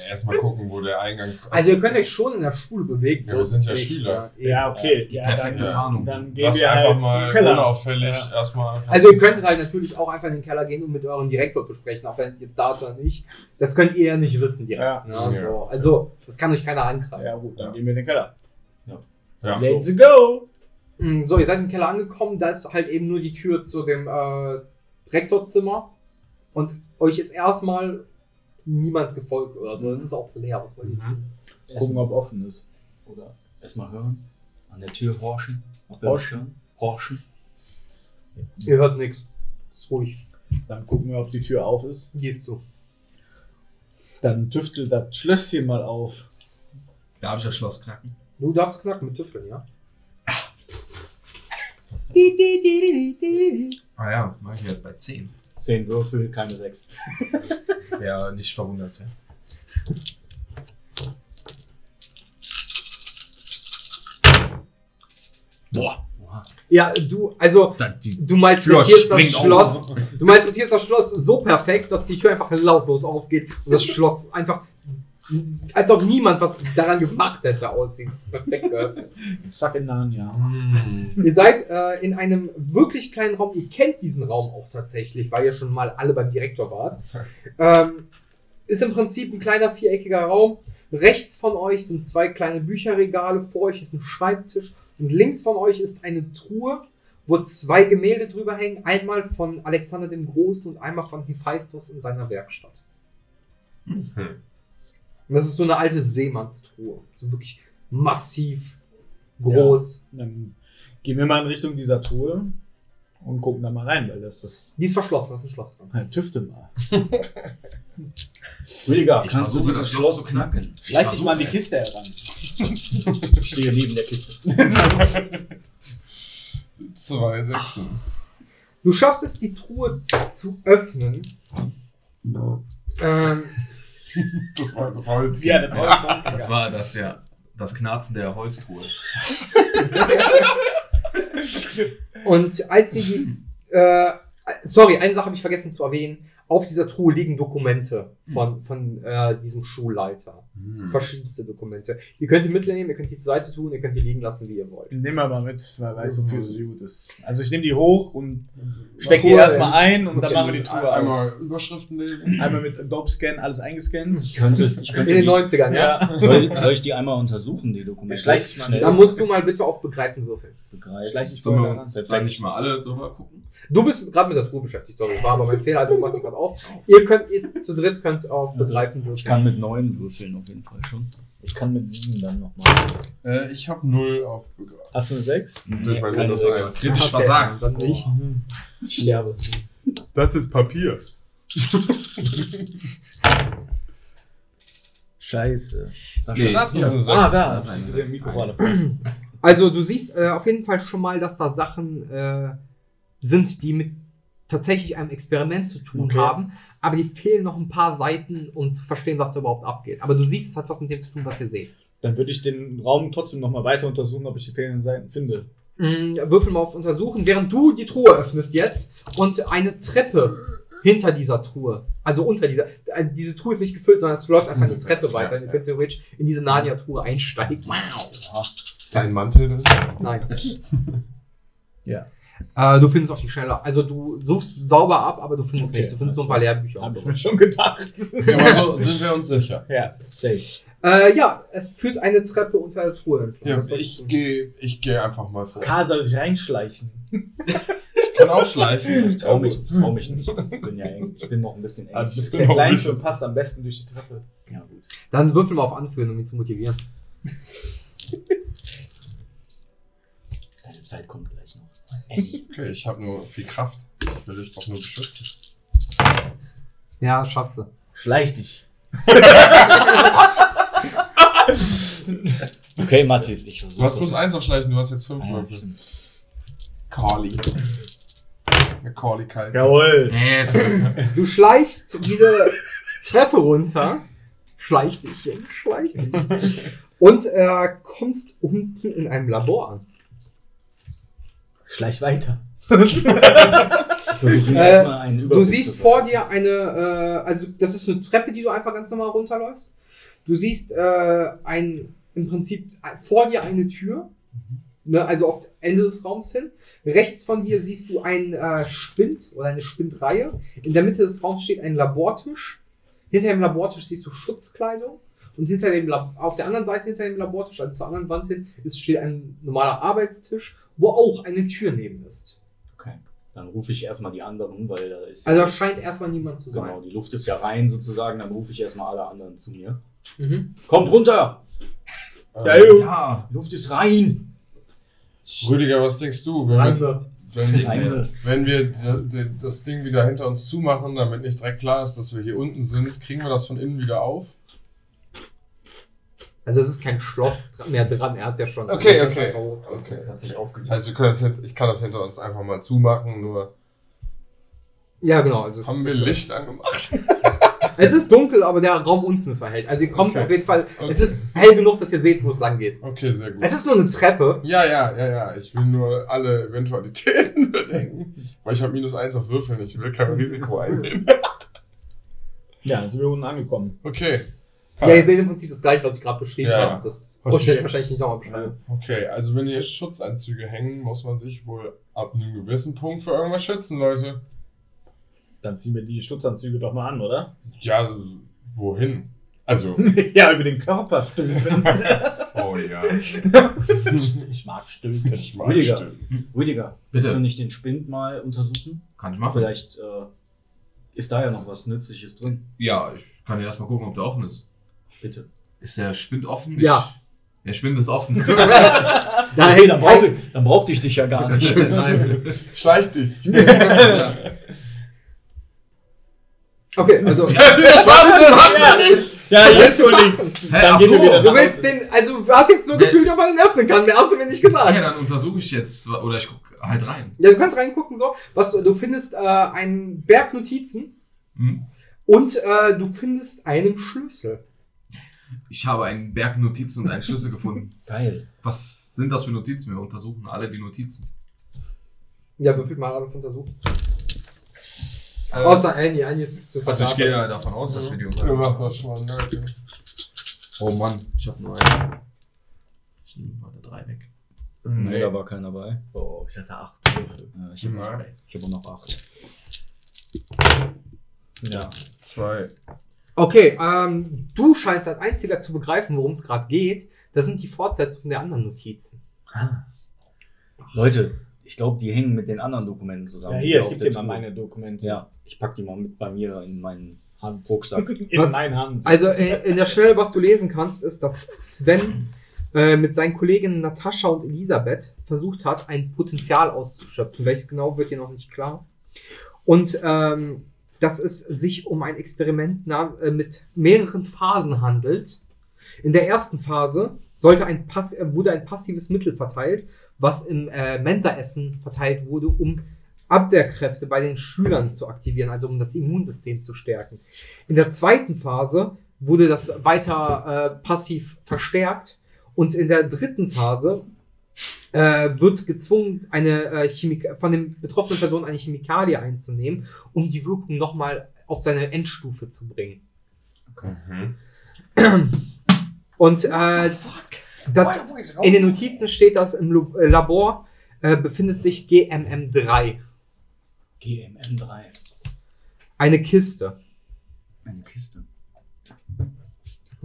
Speaker 5: Erstmal gucken, wo der Eingang zu.
Speaker 6: Also ihr könnt euch schon in der Schule bewegen.
Speaker 5: Ja,
Speaker 6: so
Speaker 5: wir
Speaker 6: ist
Speaker 5: sind
Speaker 6: es
Speaker 5: ja
Speaker 6: nicht, ne?
Speaker 5: Schüler.
Speaker 6: ja, eben.
Speaker 1: Ja, okay.
Speaker 7: Die
Speaker 1: ja,
Speaker 7: perfekte
Speaker 1: dann,
Speaker 7: Tarnung.
Speaker 1: Dann gehen
Speaker 5: Lass
Speaker 1: wir
Speaker 5: einfach
Speaker 1: halt
Speaker 5: mal
Speaker 1: zum Keller.
Speaker 5: unauffällig
Speaker 1: Ja.
Speaker 5: erstmal. einfach-
Speaker 6: Also ihr könntet halt natürlich auch einfach in den Keller gehen, um mit eurem Direktor zu sprechen, auch wenn jetzt da ist oder nicht. Das könnt ihr ja nicht wissen direkt.
Speaker 1: Ja.
Speaker 6: Ne?
Speaker 5: Ja.
Speaker 6: So. Also, das kann euch keiner angreifen.
Speaker 1: Ja, gut, dann
Speaker 5: Ja.
Speaker 1: gehen wir in den Keller.
Speaker 5: Ja.
Speaker 1: Let's go!
Speaker 6: Mm, So, ihr seid im Keller angekommen, da ist halt eben nur die Tür zu dem äh, Rektorzimmer und euch ist erstmal niemand gefolgt oder so. Es ist auch leer. Was wollt ihr tun?
Speaker 1: Gucken, ob offen ist.
Speaker 4: Oder erstmal hören, an der Tür horchen. Ob wir
Speaker 1: Horchen.
Speaker 4: was hören. Horchen.
Speaker 6: Ihr hört nichts. Ist ruhig.
Speaker 1: Dann gucken wir, ob die Tür auf ist.
Speaker 6: Gehst du.
Speaker 1: Dann tüftel das Schlösschen mal auf.
Speaker 7: Da habe ich das Schloss knacken.
Speaker 6: Du darfst knacken mit Tüffeln, ja?
Speaker 7: Ah ja, mach ich jetzt bei 10.
Speaker 4: Zehn Würfel, keine sechs.
Speaker 7: Ja, nicht verwundert. Ja. Boah,
Speaker 6: Ja, du, also,
Speaker 7: da, die
Speaker 6: du
Speaker 7: Tür
Speaker 6: malträtierst das
Speaker 7: springt
Speaker 6: Schloss.
Speaker 7: auf.
Speaker 6: Du malträtierst das Schloss so perfekt, dass die Tür einfach lautlos aufgeht und das Schloss einfach, als ob niemand was daran gemacht hätte, aussieht. Es ist perfekt geöffnet.
Speaker 1: Zack in Narnia.
Speaker 6: Ihr seid äh, in einem wirklich kleinen Raum. Ihr kennt diesen Raum auch tatsächlich, weil ihr schon mal alle beim Direktor wart. Ähm, ist im Prinzip ein kleiner viereckiger Raum. Rechts von euch sind zwei kleine Bücherregale, vor euch ist ein Schreibtisch und links von euch ist eine Truhe, wo zwei Gemälde drüber hängen. Einmal von Alexander dem Großen und einmal von Hephaistos in seiner Werkstatt. Und das ist so eine alte Seemannstruhe. So wirklich massiv groß.
Speaker 1: Dann gehen wir mal in Richtung dieser Truhe und gucken da mal rein, weil das ist
Speaker 6: Die ist verschlossen, da ist ein Schloss dran.
Speaker 1: das. Tüfte mal.
Speaker 4: Rüdiger,
Speaker 7: Ich
Speaker 4: kannst du
Speaker 7: versuche,
Speaker 4: dieses
Speaker 7: das Schloss
Speaker 4: Schloss
Speaker 7: zu knacken.
Speaker 4: knacken?
Speaker 1: Schleich dich mal an die Kiste heran.
Speaker 4: Ich stehe neben der Kiste.
Speaker 5: Zwei Sechsen.
Speaker 6: Du schaffst es, die Truhe zu öffnen. Ähm,
Speaker 5: Das war das Holz.
Speaker 1: Ja, das war jetzt auch-
Speaker 7: Das war das, ja. Das Knarzen der Holztruhe.
Speaker 6: und als sie die. Äh, sorry, eine Sache habe ich vergessen zu erwähnen. Auf dieser Truhe liegen Dokumente von,
Speaker 4: Hm.
Speaker 6: von äh, diesem Schulleiter.
Speaker 5: Hm.
Speaker 6: Verschiedenste Dokumente. Ihr könnt die mitnehmen, ihr könnt die zur Seite tun, ihr könnt die liegen lassen, wie ihr wollt.
Speaker 1: Nehmen wir mal mit, weil weiß, wofür sie gut ist. Also ich nehme die hoch und stecke die
Speaker 6: Truhe,
Speaker 1: erstmal ein und dann
Speaker 6: Okay.
Speaker 1: machen wir die Truhe einmal.
Speaker 5: Einmal Überschriften lesen.
Speaker 1: Einmal mit Dope-Scan alles eingescannt.
Speaker 4: Ich könnte, ich
Speaker 6: In
Speaker 4: könnte
Speaker 6: den
Speaker 4: die,
Speaker 6: 90ern, ja?
Speaker 4: soll, soll ich die einmal untersuchen, die Dokumente?
Speaker 1: Ja, schleich dich mal
Speaker 6: Da musst du mal bitte auf Begreifen würfeln.
Speaker 4: begreifen.
Speaker 1: Schleich dich
Speaker 7: Sollen wir
Speaker 1: vorher
Speaker 7: uns
Speaker 1: ran.
Speaker 7: da nicht mal alle drüber gucken?
Speaker 6: Du bist gerade mit der Truhe beschäftigt, sorry. War aber mein Fehler, also mach dich gerade auf. Ihr könnt, ihr zu dritt könnt auf Begreifen
Speaker 4: Also, Ich
Speaker 6: würfeln.
Speaker 4: kann mit neun würfeln auf jeden Fall schon. Ich kann mit sieben dann nochmal.
Speaker 5: Äh, ich habe null auf Begabung.
Speaker 1: Hast du eine 6?
Speaker 5: Durch mein Minus eins.
Speaker 7: Kritisch
Speaker 6: Okay,
Speaker 7: versagen.
Speaker 6: Dann nicht.
Speaker 4: Ich sterbe.
Speaker 5: Das ist Papier.
Speaker 1: Scheiße.
Speaker 7: Nee.
Speaker 5: Das ist eine
Speaker 1: Ah,
Speaker 5: Sechs.
Speaker 1: da. Der Mikrofon.
Speaker 6: Also du siehst äh, auf jeden Fall schon mal, dass da Sachen äh, sind, die mit tatsächlich einem Experiment zu tun
Speaker 1: Okay.
Speaker 6: haben, aber die fehlen noch ein paar Seiten, um zu verstehen, was da überhaupt abgeht. Aber du siehst, es hat was mit dem zu tun, was ihr seht.
Speaker 1: Dann würde ich den Raum trotzdem nochmal weiter untersuchen, ob ich die fehlenden Seiten finde.
Speaker 6: Mm, würfel mal auf Untersuchen, während du die Truhe öffnest jetzt und eine Treppe hinter dieser Truhe, also unter dieser, also diese Truhe ist nicht gefüllt, sondern es läuft einfach eine Treppe weiter. Ihr könnt theoretisch in diese Narnia-Truhe einsteigen.
Speaker 5: Ist da ein Mantel drin?
Speaker 6: Nein.
Speaker 1: Ja.
Speaker 6: Äh, du findest auf die Schnelle. Also du suchst sauber ab, aber du findest
Speaker 1: Okay.
Speaker 6: nichts. Du findest nur ein paar Lehrbücher. Und
Speaker 1: Habe ich
Speaker 6: so.
Speaker 1: mir schon gedacht.
Speaker 5: Ja, aber so sind wir uns sicher.
Speaker 1: Ja, safe.
Speaker 6: Äh, ja, es führt eine Treppe unter der Truhe entlang.
Speaker 5: Ja,
Speaker 6: Das war's.
Speaker 5: ich gehe ich geh einfach mal vor.
Speaker 1: K soll sich reinschleichen.
Speaker 5: Ich kann auch schleichen.
Speaker 4: Ich trau mich, ich trau mich nicht. Ich bin ja ängstlich. Ich bin noch ein bisschen ängstlich.
Speaker 1: Also bist du
Speaker 5: genau
Speaker 1: der Kleinste
Speaker 5: wissen.
Speaker 1: und passt am besten durch die Treppe.
Speaker 4: ja, gut.
Speaker 6: Dann würfel mal auf Anführen, um ihn zu motivieren.
Speaker 4: Deine Zeit kommt gleich noch.
Speaker 5: Okay, ich habe nur viel Kraft. Ich will dich doch nur beschützen.
Speaker 6: Ja, schaffst du.
Speaker 1: Schleich dich.
Speaker 4: Okay, Matthias, ich versuche.
Speaker 5: Du hast plus eins auf Schleichen, du hast jetzt fünf Würfel. Carly. Eine Carly kalt.
Speaker 1: Jawohl.
Speaker 7: Yes.
Speaker 6: Du schleichst diese Treppe runter. Schleich dich hin, schleich dich. Und äh, kommst unten in einem Labor an.
Speaker 4: Schleich weiter.
Speaker 6: Äh, Du siehst vor dir eine, äh, also das ist eine Treppe, die du einfach ganz normal runterläufst. Du siehst äh, ein, im Prinzip äh, vor dir eine Tür, ne, also auf Ende des Raums hin. Rechts von dir siehst du einen äh, Spind oder eine Spindreihe. In der Mitte des Raums steht ein Labortisch. Hinter dem Labortisch siehst du Schutzkleidung. Und hinter dem Lab auf der anderen Seite hinter dem Labortisch, also zur anderen Wand hin, ist, steht ein normaler Arbeitstisch, wo auch eine Tür neben ist.
Speaker 4: Okay. Dann rufe ich erstmal die anderen, weil da ist.
Speaker 6: Also da
Speaker 4: ja,
Speaker 6: scheint erstmal niemand zu sein.
Speaker 4: genau, die Luft ist ja rein sozusagen. Dann rufe ich erstmal alle anderen zu mir.
Speaker 6: Mhm.
Speaker 4: Kommt runter!
Speaker 5: Ähm,
Speaker 1: Ja, jo.
Speaker 7: Ja,
Speaker 4: Die Luft ist rein!
Speaker 5: Rüdiger, was denkst du? Wenn wir,
Speaker 6: Andere.
Speaker 5: wenn wir,
Speaker 4: Eine.
Speaker 5: wenn wir d- d- das Ding wieder hinter uns zumachen, damit nicht direkt klar ist, dass wir hier unten sind, kriegen wir das von innen wieder auf?
Speaker 6: Also es ist kein Schloss dra- mehr dran, er hat ja schon.
Speaker 5: Okay,
Speaker 6: er hat's
Speaker 5: okay.
Speaker 6: einfach hoch.
Speaker 5: Okay.
Speaker 4: Hat sich
Speaker 5: Das
Speaker 4: aufgelöst.
Speaker 5: heißt, wir können das, hint- ich kann das hinter uns einfach mal zumachen, nur
Speaker 6: Ja, genau. Also es,
Speaker 5: haben wir
Speaker 6: ist,
Speaker 5: Licht angemacht.
Speaker 6: es ist dunkel, aber der Raum unten ist erhellt. Also ihr kommt
Speaker 5: Okay.
Speaker 6: auf jeden Fall.
Speaker 5: Okay.
Speaker 6: Es ist hell genug, dass ihr seht, wo es lang geht.
Speaker 5: Okay, sehr gut.
Speaker 6: Es ist nur eine Treppe.
Speaker 5: Ja, ja, ja, ja. Ich will nur alle Eventualitäten bedenken. Weil ich habe minus eins auf Würfeln. Ich will kein Risiko eingehen.
Speaker 1: Ja, dann sind wir unten angekommen.
Speaker 5: Okay.
Speaker 6: Ja, ihr seht im Prinzip das gleiche, was ich gerade beschrieben
Speaker 5: Ah. Ja, ja.
Speaker 6: habe. Das braucht ihr wahrscheinlich nicht nochmal beschreiben.
Speaker 5: Okay, also wenn hier Schutzanzüge hängen, muss man sich wohl ab einem gewissen Punkt für irgendwas schützen, Leute.
Speaker 1: Dann ziehen wir die Schutzanzüge doch mal an, oder?
Speaker 5: Ja, wohin? Also,
Speaker 1: ja, über den Körper stülpen.
Speaker 5: oh ja.
Speaker 1: ich mag stülpen.
Speaker 5: Ich mag
Speaker 4: Rüdiger.
Speaker 5: stimmen.
Speaker 4: Rüdiger,
Speaker 7: Bitte.
Speaker 4: willst du nicht den Spind mal untersuchen?
Speaker 7: kann ich machen.
Speaker 4: Vielleicht äh, ist da ja noch was Nützliches drin.
Speaker 7: Ja, ich kann ja erstmal gucken, ob der offen ist.
Speaker 4: Bitte.
Speaker 7: Ist der Spind offen?
Speaker 6: Ja.
Speaker 7: Ich, der Spind ist offen.
Speaker 6: Da
Speaker 4: Okay,
Speaker 6: hängt
Speaker 4: dann,
Speaker 6: kein-
Speaker 4: brauch ich, dann brauchte ich dich ja gar nicht.
Speaker 7: Nein.
Speaker 5: Schleich dich.
Speaker 7: Ja.
Speaker 6: Okay, also.
Speaker 7: Das war nicht.
Speaker 1: Ja, jetzt
Speaker 6: du
Speaker 1: du links.
Speaker 7: Hä,
Speaker 1: Dann
Speaker 7: ach
Speaker 1: gehen wir
Speaker 7: so.
Speaker 1: wieder
Speaker 6: Du
Speaker 1: nach
Speaker 6: willst
Speaker 1: Hause.
Speaker 6: den, also du hast jetzt nur
Speaker 7: Wer-
Speaker 6: gefühlt, ob man den öffnen kann. Mehr hast du mir nicht gesagt.
Speaker 7: Ja, dann untersuche ich jetzt oder ich gucke halt rein.
Speaker 6: Ja, du kannst reingucken, so. Was du, du findest äh, einen Berg Notizen
Speaker 7: Hm?
Speaker 6: und äh, du findest einen Schlüssel.
Speaker 7: Ich habe einen Berg Notizen und einen Schlüssel gefunden.
Speaker 4: Geil.
Speaker 7: Was sind das für Notizen? Wir untersuchen alle die Notizen.
Speaker 6: Ja, würfelt mal auf Untersuchen.
Speaker 7: Äh,
Speaker 6: Außer Annie, Annie ist zu
Speaker 7: also ich gehe
Speaker 6: verraten.
Speaker 7: ja davon aus, dass wir die
Speaker 5: Ihr macht das
Speaker 7: untersuchen.
Speaker 5: schon, Leute.
Speaker 7: Oh Mann, ich habe nur einen. Ich nehme mal eine 3 weg.
Speaker 4: Nee,
Speaker 5: Nee.
Speaker 4: da war keiner bei.
Speaker 1: Oh, ich hatte acht.
Speaker 4: Ja, ich habe
Speaker 5: Nein.
Speaker 4: zwei. Ich habe noch acht. Ja.
Speaker 5: Zwei.
Speaker 6: Okay, ähm, du scheinst als einziger zu begreifen, worum es gerade geht. Das sind die Fortsetzungen der anderen Notizen.
Speaker 4: Ah. Leute, ich glaube, die hängen mit den anderen Dokumenten zusammen.
Speaker 1: Ja, hier, ich
Speaker 4: Auf
Speaker 1: gebe
Speaker 4: der
Speaker 1: dir mal
Speaker 4: Tour.
Speaker 1: meine Dokumente.
Speaker 4: Ja, ich pack die mal mit bei mir in meinen Handrucksack.
Speaker 1: In
Speaker 6: Was?
Speaker 1: meinen Hand.
Speaker 6: Also äh, in der Schnelle, was du lesen kannst, ist, dass Sven äh, mit seinen Kolleginnen Natascha und Elisabeth versucht hat, ein Potenzial auszuschöpfen. Welches genau wird dir noch nicht klar. Und ähm, dass es sich um ein Experiment na, äh, mit mehreren Phasen handelt. In der ersten Phase sollte ein Pass äh, wurde ein passives Mittel verteilt, was im äh, Mensaessen verteilt wurde, um Abwehrkräfte bei den Schülern zu aktivieren, also um das Immunsystem zu stärken. In der zweiten Phase wurde das weiter äh, passiv verstärkt und in der dritten Phase äh, wird gezwungen, eine äh, Chemik von den betroffenen Personen eine Chemikalie einzunehmen, um die Wirkung nochmal auf seine Endstufe zu bringen.
Speaker 5: Mhm.
Speaker 6: Und äh, das, in den Notizen steht, dass im Lo- äh, Labor äh, befindet sich GMM3,
Speaker 4: GMM3.
Speaker 6: eine Kiste.
Speaker 4: Eine Kiste.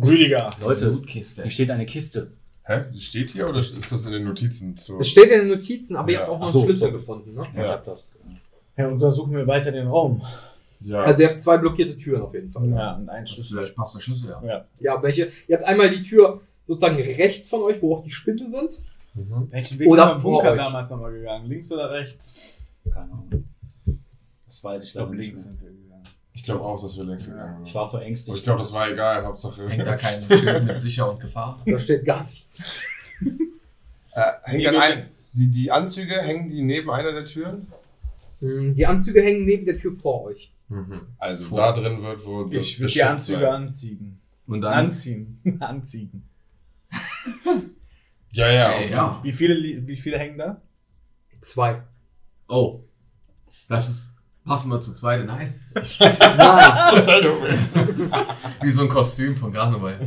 Speaker 1: Rüdiger.
Speaker 4: Leute,
Speaker 7: Kiste.
Speaker 4: hier steht eine Kiste.
Speaker 5: Hä? Das steht hier oder ist das in den Notizen zu?
Speaker 6: Es steht in den Notizen, aber ihr habt
Speaker 5: Ja.
Speaker 6: auch noch
Speaker 4: Ach so,
Speaker 6: einen Schlüssel
Speaker 4: so.
Speaker 6: gefunden. Ne?
Speaker 4: Ja. Ich hab das.
Speaker 1: Ja, untersuchen wir weiter den Raum.
Speaker 5: Ja.
Speaker 6: Also ihr habt zwei blockierte Türen auf jeden Fall.
Speaker 1: Ja, und einen Schlüssel.
Speaker 7: Vielleicht passt der Schlüssel ja.
Speaker 6: Ja, welche? Ihr habt einmal die Tür sozusagen rechts von euch, wo auch die Spinde sind.
Speaker 5: Mhm.
Speaker 1: Welchen Weg
Speaker 6: Oder
Speaker 1: sind wir im
Speaker 6: vor
Speaker 1: Bunker
Speaker 6: euch.
Speaker 1: damals nochmal gegangen? Links oder rechts?
Speaker 4: Keine Ahnung. Das weiß ich,
Speaker 1: Ich
Speaker 4: glaube
Speaker 1: glaube,
Speaker 4: ich
Speaker 1: links
Speaker 4: nicht. Mehr.
Speaker 1: sind wir gegangen.
Speaker 5: Ich glaube auch, dass wir längst gegangen
Speaker 4: Ich
Speaker 5: sind.
Speaker 4: war verängstigt.
Speaker 5: Aber ich glaube, das war egal. Hauptsache.
Speaker 7: Hängt da kein Schild mit sicher und Gefahr?
Speaker 6: Da steht gar nichts.
Speaker 5: Äh, hängt an ein, die, die Anzüge hängen die neben einer der Türen?
Speaker 6: Hm, Die Anzüge hängen neben der Tür vor euch.
Speaker 5: Also da drin wird wohl. das
Speaker 1: Ich würde die
Speaker 5: bestimmt
Speaker 1: Anzüge
Speaker 5: sein.
Speaker 1: anziehen.
Speaker 7: Und dann
Speaker 1: Anziehen. Anziehen.
Speaker 5: Ja, ja.
Speaker 7: Ey,
Speaker 5: auf-
Speaker 7: ja.
Speaker 1: Wie viele, li- wie viele hängen da?
Speaker 6: Zwei.
Speaker 7: Oh. Das ist. Passen wir zu zweit in ein.
Speaker 6: Nein.
Speaker 5: Entscheidung.
Speaker 7: Wie so ein Kostüm von Karneval.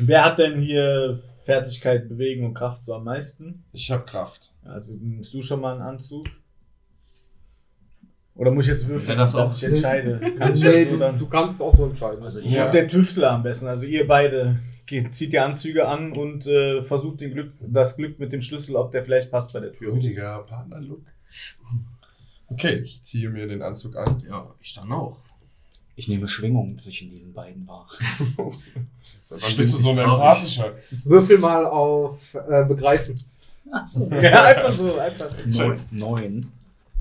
Speaker 1: Wer hat denn hier Fertigkeit, Bewegen und Kraft so am meisten?
Speaker 5: Ich habe Kraft.
Speaker 1: Also nimmst du schon mal einen Anzug? Oder muss ich jetzt würfeln,
Speaker 7: Ja, das
Speaker 1: dass
Speaker 7: auch.
Speaker 1: ich entscheide? Kann ich das
Speaker 6: Nee,
Speaker 1: so
Speaker 6: du,
Speaker 1: dann?
Speaker 6: du kannst es auch so entscheiden.
Speaker 4: Also ich
Speaker 1: Ich
Speaker 5: Ja.
Speaker 1: hab der Tüftler am besten. Also ihr beide geht, zieht die Anzüge an und äh, versucht den Glück, das Glück mit dem Schlüssel, ob der vielleicht passt bei der Tür.
Speaker 5: Würdiger Partnerlook. Okay, ich ziehe mir den Anzug an.
Speaker 7: Ja, ich dann auch.
Speaker 4: Ich nehme Schwingungen zwischen diesen beiden wahr.
Speaker 5: Dann bist du so halt. ein
Speaker 7: Empathisch.
Speaker 5: empathischer.
Speaker 6: Würfel mal auf äh, Begreifen.
Speaker 1: Ja, einfach so, einfach.
Speaker 4: Neun. Neun.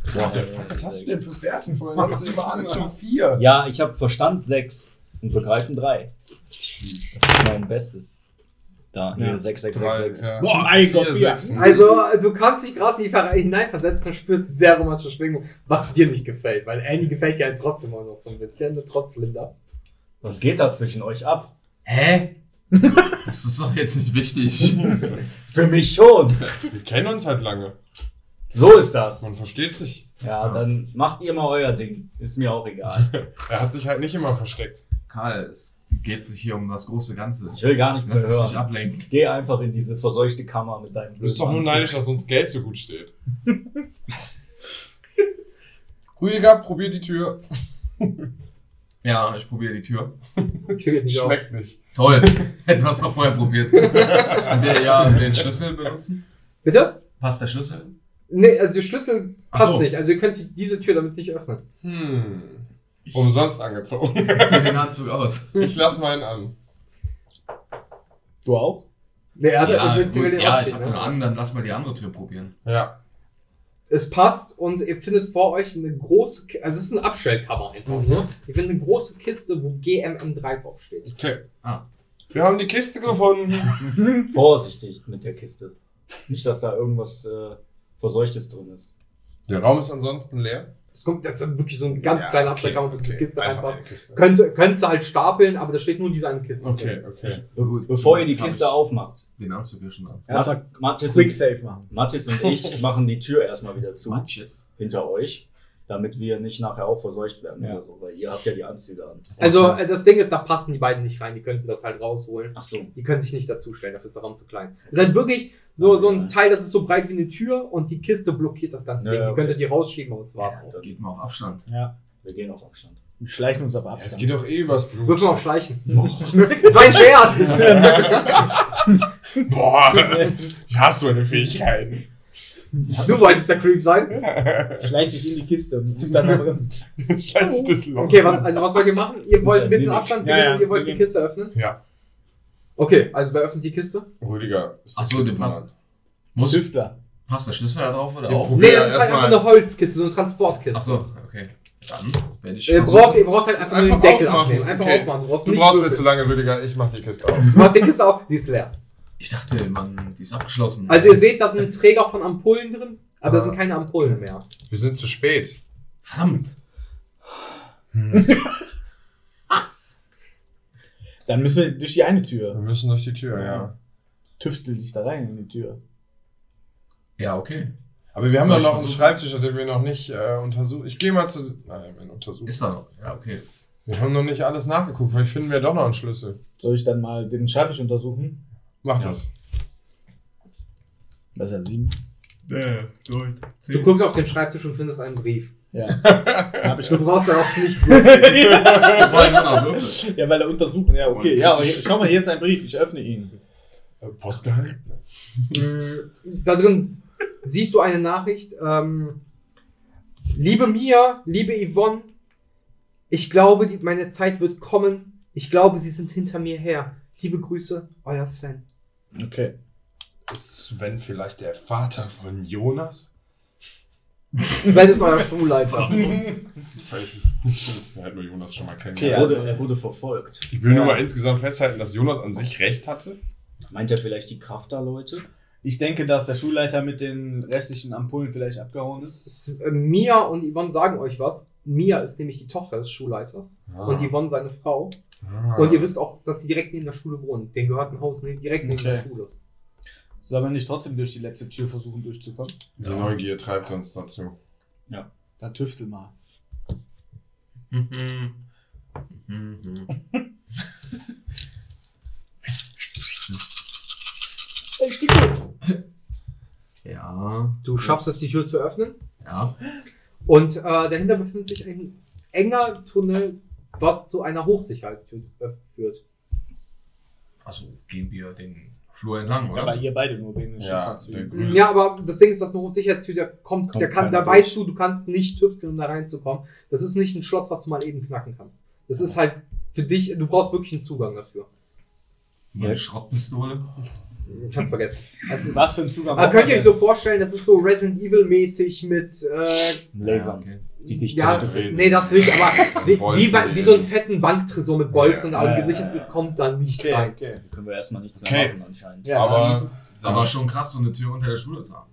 Speaker 4: äh,
Speaker 5: What the fuck, was hast du denn für Werte vorhin? Hast du immer alles schon vier?
Speaker 4: Ja, ich habe Verstand sechs und Begreifen drei. Das ist mein Bestes. Da, hier,
Speaker 1: Ja.
Speaker 4: sechs, sechs, sechs,
Speaker 5: Drei,
Speaker 4: sechs.
Speaker 5: ja.
Speaker 1: Boah, mein Gott,
Speaker 5: Oh Vier,
Speaker 1: ja.
Speaker 5: Sechsen.
Speaker 6: Also, äh, du kannst dich gerade in die Ver- hineinversetzen und spürst sehr romantische Schwingung, was dir nicht gefällt, weil Annie gefällt dir halt trotzdem auch noch so ein bisschen, ne, trotz Linda.
Speaker 4: Was geht da zwischen euch ab?
Speaker 7: Hä? Das ist doch jetzt nicht wichtig.
Speaker 4: Für mich schon.
Speaker 5: Wir kennen uns halt lange.
Speaker 4: So ist das.
Speaker 5: Man versteht sich.
Speaker 4: Ja,
Speaker 7: Ja.
Speaker 4: dann macht ihr mal euer Ding. Ist mir auch egal.
Speaker 5: Er hat sich halt nicht immer versteckt.
Speaker 7: Karl, es geht sich hier um das große Ganze.
Speaker 4: Ich will gar nichts mehr
Speaker 7: Lass dich nicht
Speaker 4: hören.
Speaker 7: ablenken.
Speaker 4: Geh einfach in diese verseuchte Kammer mit deinem
Speaker 5: Du bist doch nur
Speaker 4: blöden
Speaker 5: neidisch,
Speaker 4: Anzug.
Speaker 5: dass uns Geld so gut steht. Rüdiger, probier die Tür.
Speaker 7: Ja, ich probiere die Tür.
Speaker 6: Tür geht nicht auf.
Speaker 5: Schmeckt nicht.
Speaker 7: Toll. Hätten wir es mal vorher probiert. Und der, ja, den Schlüssel benutzen.
Speaker 6: Bitte?
Speaker 7: Passt der Schlüssel?
Speaker 6: Nee, also der Schlüssel
Speaker 7: Ach
Speaker 6: passt
Speaker 7: so.
Speaker 6: nicht. Also ihr könnt die- diese Tür damit nicht öffnen.
Speaker 5: Hm.
Speaker 7: Ich
Speaker 5: Umsonst angezogen.
Speaker 7: ziehe den Anzug aus.
Speaker 5: Ich lass meinen an.
Speaker 1: Du auch?
Speaker 6: Nee, er hat
Speaker 7: ja,
Speaker 6: er will-
Speaker 7: gut,
Speaker 6: sie will den
Speaker 7: ja ich
Speaker 6: ausziehen,
Speaker 7: habe
Speaker 6: ne?
Speaker 7: den an, dann lass mal die andere Tür probieren.
Speaker 5: Ja.
Speaker 6: Es passt und ihr findet vor euch eine große, Ki- also es ist eine Abstellkammer
Speaker 5: Mhm.
Speaker 6: einfach. Ne? Ihr findet eine große Kiste, wo GMM3 draufsteht.
Speaker 5: Okay.
Speaker 7: Ah.
Speaker 5: Wir haben die Kiste gefunden.
Speaker 4: Vorsichtig mit der Kiste. Nicht, dass da irgendwas äh, Verseuchtes drin ist.
Speaker 5: Der Raum ist ansonsten leer.
Speaker 6: Es kommt, das ist wirklich so eine ganz
Speaker 5: Ja,
Speaker 6: kleine
Speaker 5: okay,
Speaker 6: Abstellkammer, wo diese
Speaker 5: okay.
Speaker 6: Kiste
Speaker 5: Einfach
Speaker 6: reinpasst.
Speaker 5: eine Kiste.
Speaker 6: Könnte, könnte sie halt stapeln, aber da steht nur diese eine Kiste. drin.
Speaker 5: Okay, okay.
Speaker 4: Be
Speaker 7: Gut,
Speaker 4: bevor ihr die
Speaker 7: hab
Speaker 4: Kiste
Speaker 7: ich
Speaker 4: aufmacht.
Speaker 7: Den Anzug hier schon an.
Speaker 1: Erstmal
Speaker 4: Mathis
Speaker 1: Quick
Speaker 4: und,
Speaker 1: Save machen.
Speaker 4: Mathis und ich machen die Tür erstmal wieder zu.
Speaker 7: Matches.
Speaker 4: hinter euch, damit wir nicht nachher auch verseucht werden
Speaker 1: Ja.
Speaker 4: oder so, weil ihr habt ja die Anzüge an.
Speaker 6: Also äh, das Ding ist, da passen die beiden nicht rein, die könnten das halt rausholen.
Speaker 4: Ach so.
Speaker 6: Die können sich nicht dazustellen, dafür ist der Raum zu klein. Es ist halt wirklich so,
Speaker 5: Oh
Speaker 6: so ein Teil, das ist so breit wie eine Tür und die Kiste blockiert das ganze
Speaker 4: Ja,
Speaker 6: Ding.
Speaker 4: ja,
Speaker 6: Die
Speaker 4: okay.
Speaker 6: könntet ihr rausschieben, aber das war's.
Speaker 4: Ja,
Speaker 6: auch.
Speaker 4: dann,
Speaker 7: Geht mal auf Abstand.
Speaker 1: Ja.
Speaker 4: wir gehen auf Abstand.
Speaker 1: Wir schleichen uns auf
Speaker 5: Ja, es
Speaker 1: Abstand.
Speaker 5: geht doch eh übers Blut.
Speaker 6: Würfel mal auf Schleichen. das war ein Scherz.
Speaker 5: Boah, ich hasse meine Fähigkeiten.
Speaker 6: du wolltest der Creep sein.
Speaker 1: Schleich dich in die Kiste. Ist dann da drin.
Speaker 5: Scheiße, das Loch.
Speaker 6: Oh. Okay, was, also was wollt ihr machen? Ihr wollt ein bisschen
Speaker 4: wenig.
Speaker 6: Abstand
Speaker 1: Ja,
Speaker 6: nehmen,
Speaker 1: ja,
Speaker 6: ihr wollt die
Speaker 1: wir
Speaker 6: Kiste öffnen?
Speaker 5: Ja.
Speaker 6: Okay, also wer öffnet die Kiste?
Speaker 5: Rüdiger. ist
Speaker 7: Ach so,
Speaker 5: der Kiste
Speaker 7: den passt.
Speaker 5: dran.
Speaker 7: Muss,
Speaker 1: Tüftler.
Speaker 7: passt der Schlüssel da drauf oder
Speaker 5: Ja,
Speaker 7: auch?
Speaker 5: probier-
Speaker 6: Nee,
Speaker 5: Ja,
Speaker 6: das ist halt
Speaker 5: erstmal-
Speaker 6: einfach eine Holzkiste, so eine Transportkiste.
Speaker 7: Ach so, okay. Dann werde ich.
Speaker 6: Ihr
Speaker 7: versuchen-
Speaker 6: braucht, ihr braucht halt einfach, nur den
Speaker 5: Einfach
Speaker 6: Deckel
Speaker 5: aufmachen.
Speaker 6: abnehmen. Einfach
Speaker 5: Okay.
Speaker 6: aufmachen. Du brauchst,
Speaker 5: Du
Speaker 6: nicht
Speaker 5: brauchst mir
Speaker 6: würfeln.
Speaker 5: zu lange, Rüdiger. Ich mach die Kiste auf.
Speaker 6: Du hast die Kiste auch, die ist leer.
Speaker 7: ich dachte, man, die ist abgeschlossen.
Speaker 6: Also ihr seht, da sind Träger von Ampullen drin, aber da
Speaker 7: Ah.
Speaker 6: sind keine Ampullen mehr.
Speaker 5: Wir sind zu spät.
Speaker 7: Verdammt.
Speaker 5: Hm.
Speaker 1: Dann müssen wir durch die eine
Speaker 5: Wir
Speaker 1: Tür.
Speaker 5: müssen durch die Tür, ja.
Speaker 1: Tüftel dich da rein in die Tür.
Speaker 7: Ja, okay.
Speaker 5: Aber wir haben
Speaker 7: Soll
Speaker 5: doch
Speaker 7: ich
Speaker 5: noch einen
Speaker 7: versuchen?
Speaker 5: Schreibtisch, den wir noch nicht äh, untersucht. Ich gehe mal zu. Nein, wir untersuchen.
Speaker 7: Ist da noch. Ja, okay.
Speaker 5: Wir haben noch nicht alles nachgeguckt. Vielleicht finden wir doch noch einen Schlüssel.
Speaker 1: Soll ich dann mal den Schreibtisch untersuchen?
Speaker 5: Mach
Speaker 7: Ja.
Speaker 5: das.
Speaker 1: Was ist das? Sieben?
Speaker 6: Du guckst auf den Schreibtisch und findest einen Brief.
Speaker 1: Ja.
Speaker 6: Aber ich glaube, du brauchst da auch nicht
Speaker 7: Wir wollen nur noch Würfel.
Speaker 1: ja, weil er untersuchen. Ja, okay. Ja, aber hier, schau mal, hier ist ein Brief. Ich öffne ihn.
Speaker 5: Äh, Postgeheim?
Speaker 6: Da drin siehst du eine Nachricht. Ähm, liebe Mia, liebe Yvonne, ich glaube, die, meine Zeit wird kommen. Ich glaube, sie sind hinter mir her. Liebe Grüße, euer Sven.
Speaker 1: Okay.
Speaker 5: Ist Sven vielleicht der Vater von Jonas?
Speaker 6: Sven ist euer Schulleiter.
Speaker 5: Völlig Stimmt, da hätten wir Jonas schon mal
Speaker 1: Ja,
Speaker 4: Er
Speaker 5: kennengelernt.
Speaker 1: also-
Speaker 4: wurde, er wurde verfolgt.
Speaker 5: ich will nur
Speaker 1: Ja.
Speaker 5: mal insgesamt festhalten, dass Jonas an sich recht hatte.
Speaker 4: Meint er vielleicht die Kraft da, Leute?
Speaker 1: Ich denke, dass der Schulleiter mit den restlichen Ampullen vielleicht abgehauen ist.
Speaker 6: S- äh, Mia und Yvonne sagen euch was. Mia ist nämlich die Tochter des Schulleiters
Speaker 5: Ah.
Speaker 6: und Yvonne seine Frau.
Speaker 5: Ah.
Speaker 6: Und ihr wisst auch, dass sie direkt neben der Schule wohnen. Den gehört ein Haus neben, direkt neben der
Speaker 1: Okay.
Speaker 6: Schule.
Speaker 1: Sollen wir nicht trotzdem durch die letzte Tür versuchen durchzukommen?
Speaker 5: Die Neugier treibt uns dazu.
Speaker 1: Dann tüftel mal.
Speaker 7: Ja.
Speaker 6: Du schaffst es, die Tür zu öffnen.
Speaker 7: Ja.
Speaker 6: Und äh, dahinter befindet sich ein enger Tunnel, was zu einer Hochsicherheitstür äh, führt.
Speaker 7: Also gehen wir den Flur entlang, oder?
Speaker 1: Aber ihr beide nur wegen den
Speaker 5: Ja, der
Speaker 1: Schutzanzügen.
Speaker 5: Grüne.
Speaker 6: Ja, aber das Ding ist, dass eine Hochsicherheitstür, da kommt,
Speaker 4: Mhm. Kommt
Speaker 6: der kann, da
Speaker 4: keiner
Speaker 6: weißt du, du kannst nicht tüfteln, um da reinzukommen. Das ist nicht ein Schloss, was du mal eben knacken kannst. Das ist halt für dich, du brauchst wirklich einen Zugang dafür.
Speaker 7: Meine Schraubpistole.
Speaker 6: Kannst vergessen. Also es
Speaker 1: Was für ein Zugang.
Speaker 6: Aber könnt ihr euch so vorstellen, das ist so Resident Evil-mäßig mit, äh,
Speaker 4: Laser,
Speaker 7: Ja, okay.
Speaker 4: die dich
Speaker 6: ja,
Speaker 4: zerstören.
Speaker 5: zerstören.
Speaker 6: nee, das nicht, aber wie,
Speaker 5: Bolzen,
Speaker 6: wie, bei- wie so einen fetten Banktresor mit Bolzen und
Speaker 4: Ja,
Speaker 6: allem
Speaker 4: ja,
Speaker 6: gesichert,
Speaker 4: ja,
Speaker 6: ihr
Speaker 4: ja.
Speaker 6: kommt da nicht
Speaker 1: okay,
Speaker 6: rein.
Speaker 1: okay.
Speaker 4: Da können wir erstmal nichts
Speaker 5: Okay.
Speaker 4: mehr machen anscheinend.
Speaker 1: Ja,
Speaker 5: Aber
Speaker 7: Aber schon krass, so eine Tür unter der Schule zu haben.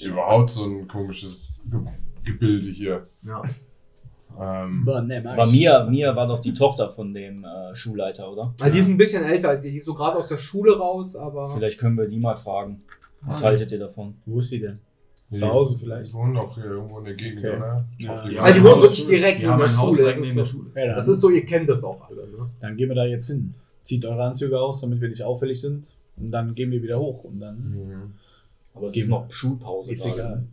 Speaker 5: überhaupt so ein komisches Ge Gebilde hier.
Speaker 7: Ja.
Speaker 5: Ähm,
Speaker 1: Aber nee,
Speaker 4: Aber Mia, Mia war doch die Tochter von dem äh, Schulleiter, oder?
Speaker 6: Also die ist ein bisschen älter als ihr, die ist so gerade aus der Schule raus, aber
Speaker 4: Vielleicht können wir die mal fragen.
Speaker 7: Ah,
Speaker 4: Was haltet ihr davon?
Speaker 1: Wo ist sie denn?
Speaker 5: die
Speaker 1: Zu Hause vielleicht.
Speaker 5: wohnen doch hier irgendwo in der Gegend,
Speaker 1: Okay.
Speaker 5: oder?
Speaker 1: Ja. Ah,
Speaker 5: Doch, die
Speaker 7: Ja.
Speaker 6: weil die
Speaker 7: haben
Speaker 6: wohnen
Speaker 7: eine
Speaker 6: wirklich
Speaker 7: Schule.
Speaker 6: direkt
Speaker 7: Wir
Speaker 6: neben
Speaker 7: haben
Speaker 6: der
Speaker 7: ein Haus
Speaker 6: Schule.
Speaker 7: direkt
Speaker 6: Das ist,
Speaker 7: neben der
Speaker 6: so,
Speaker 7: Schule.
Speaker 1: Ja, dann,
Speaker 6: das ist so, ihr kennt das auch alle. Ne?
Speaker 1: dann gehen wir da jetzt hin. Zieht eure Anzüge aus, damit wir nicht auffällig sind. Und dann gehen wir wieder hoch. Und dann
Speaker 5: Mhm.
Speaker 4: Aber es
Speaker 1: Geben-
Speaker 4: ist noch Schulpause.
Speaker 1: ist
Speaker 4: gerade.
Speaker 1: egal.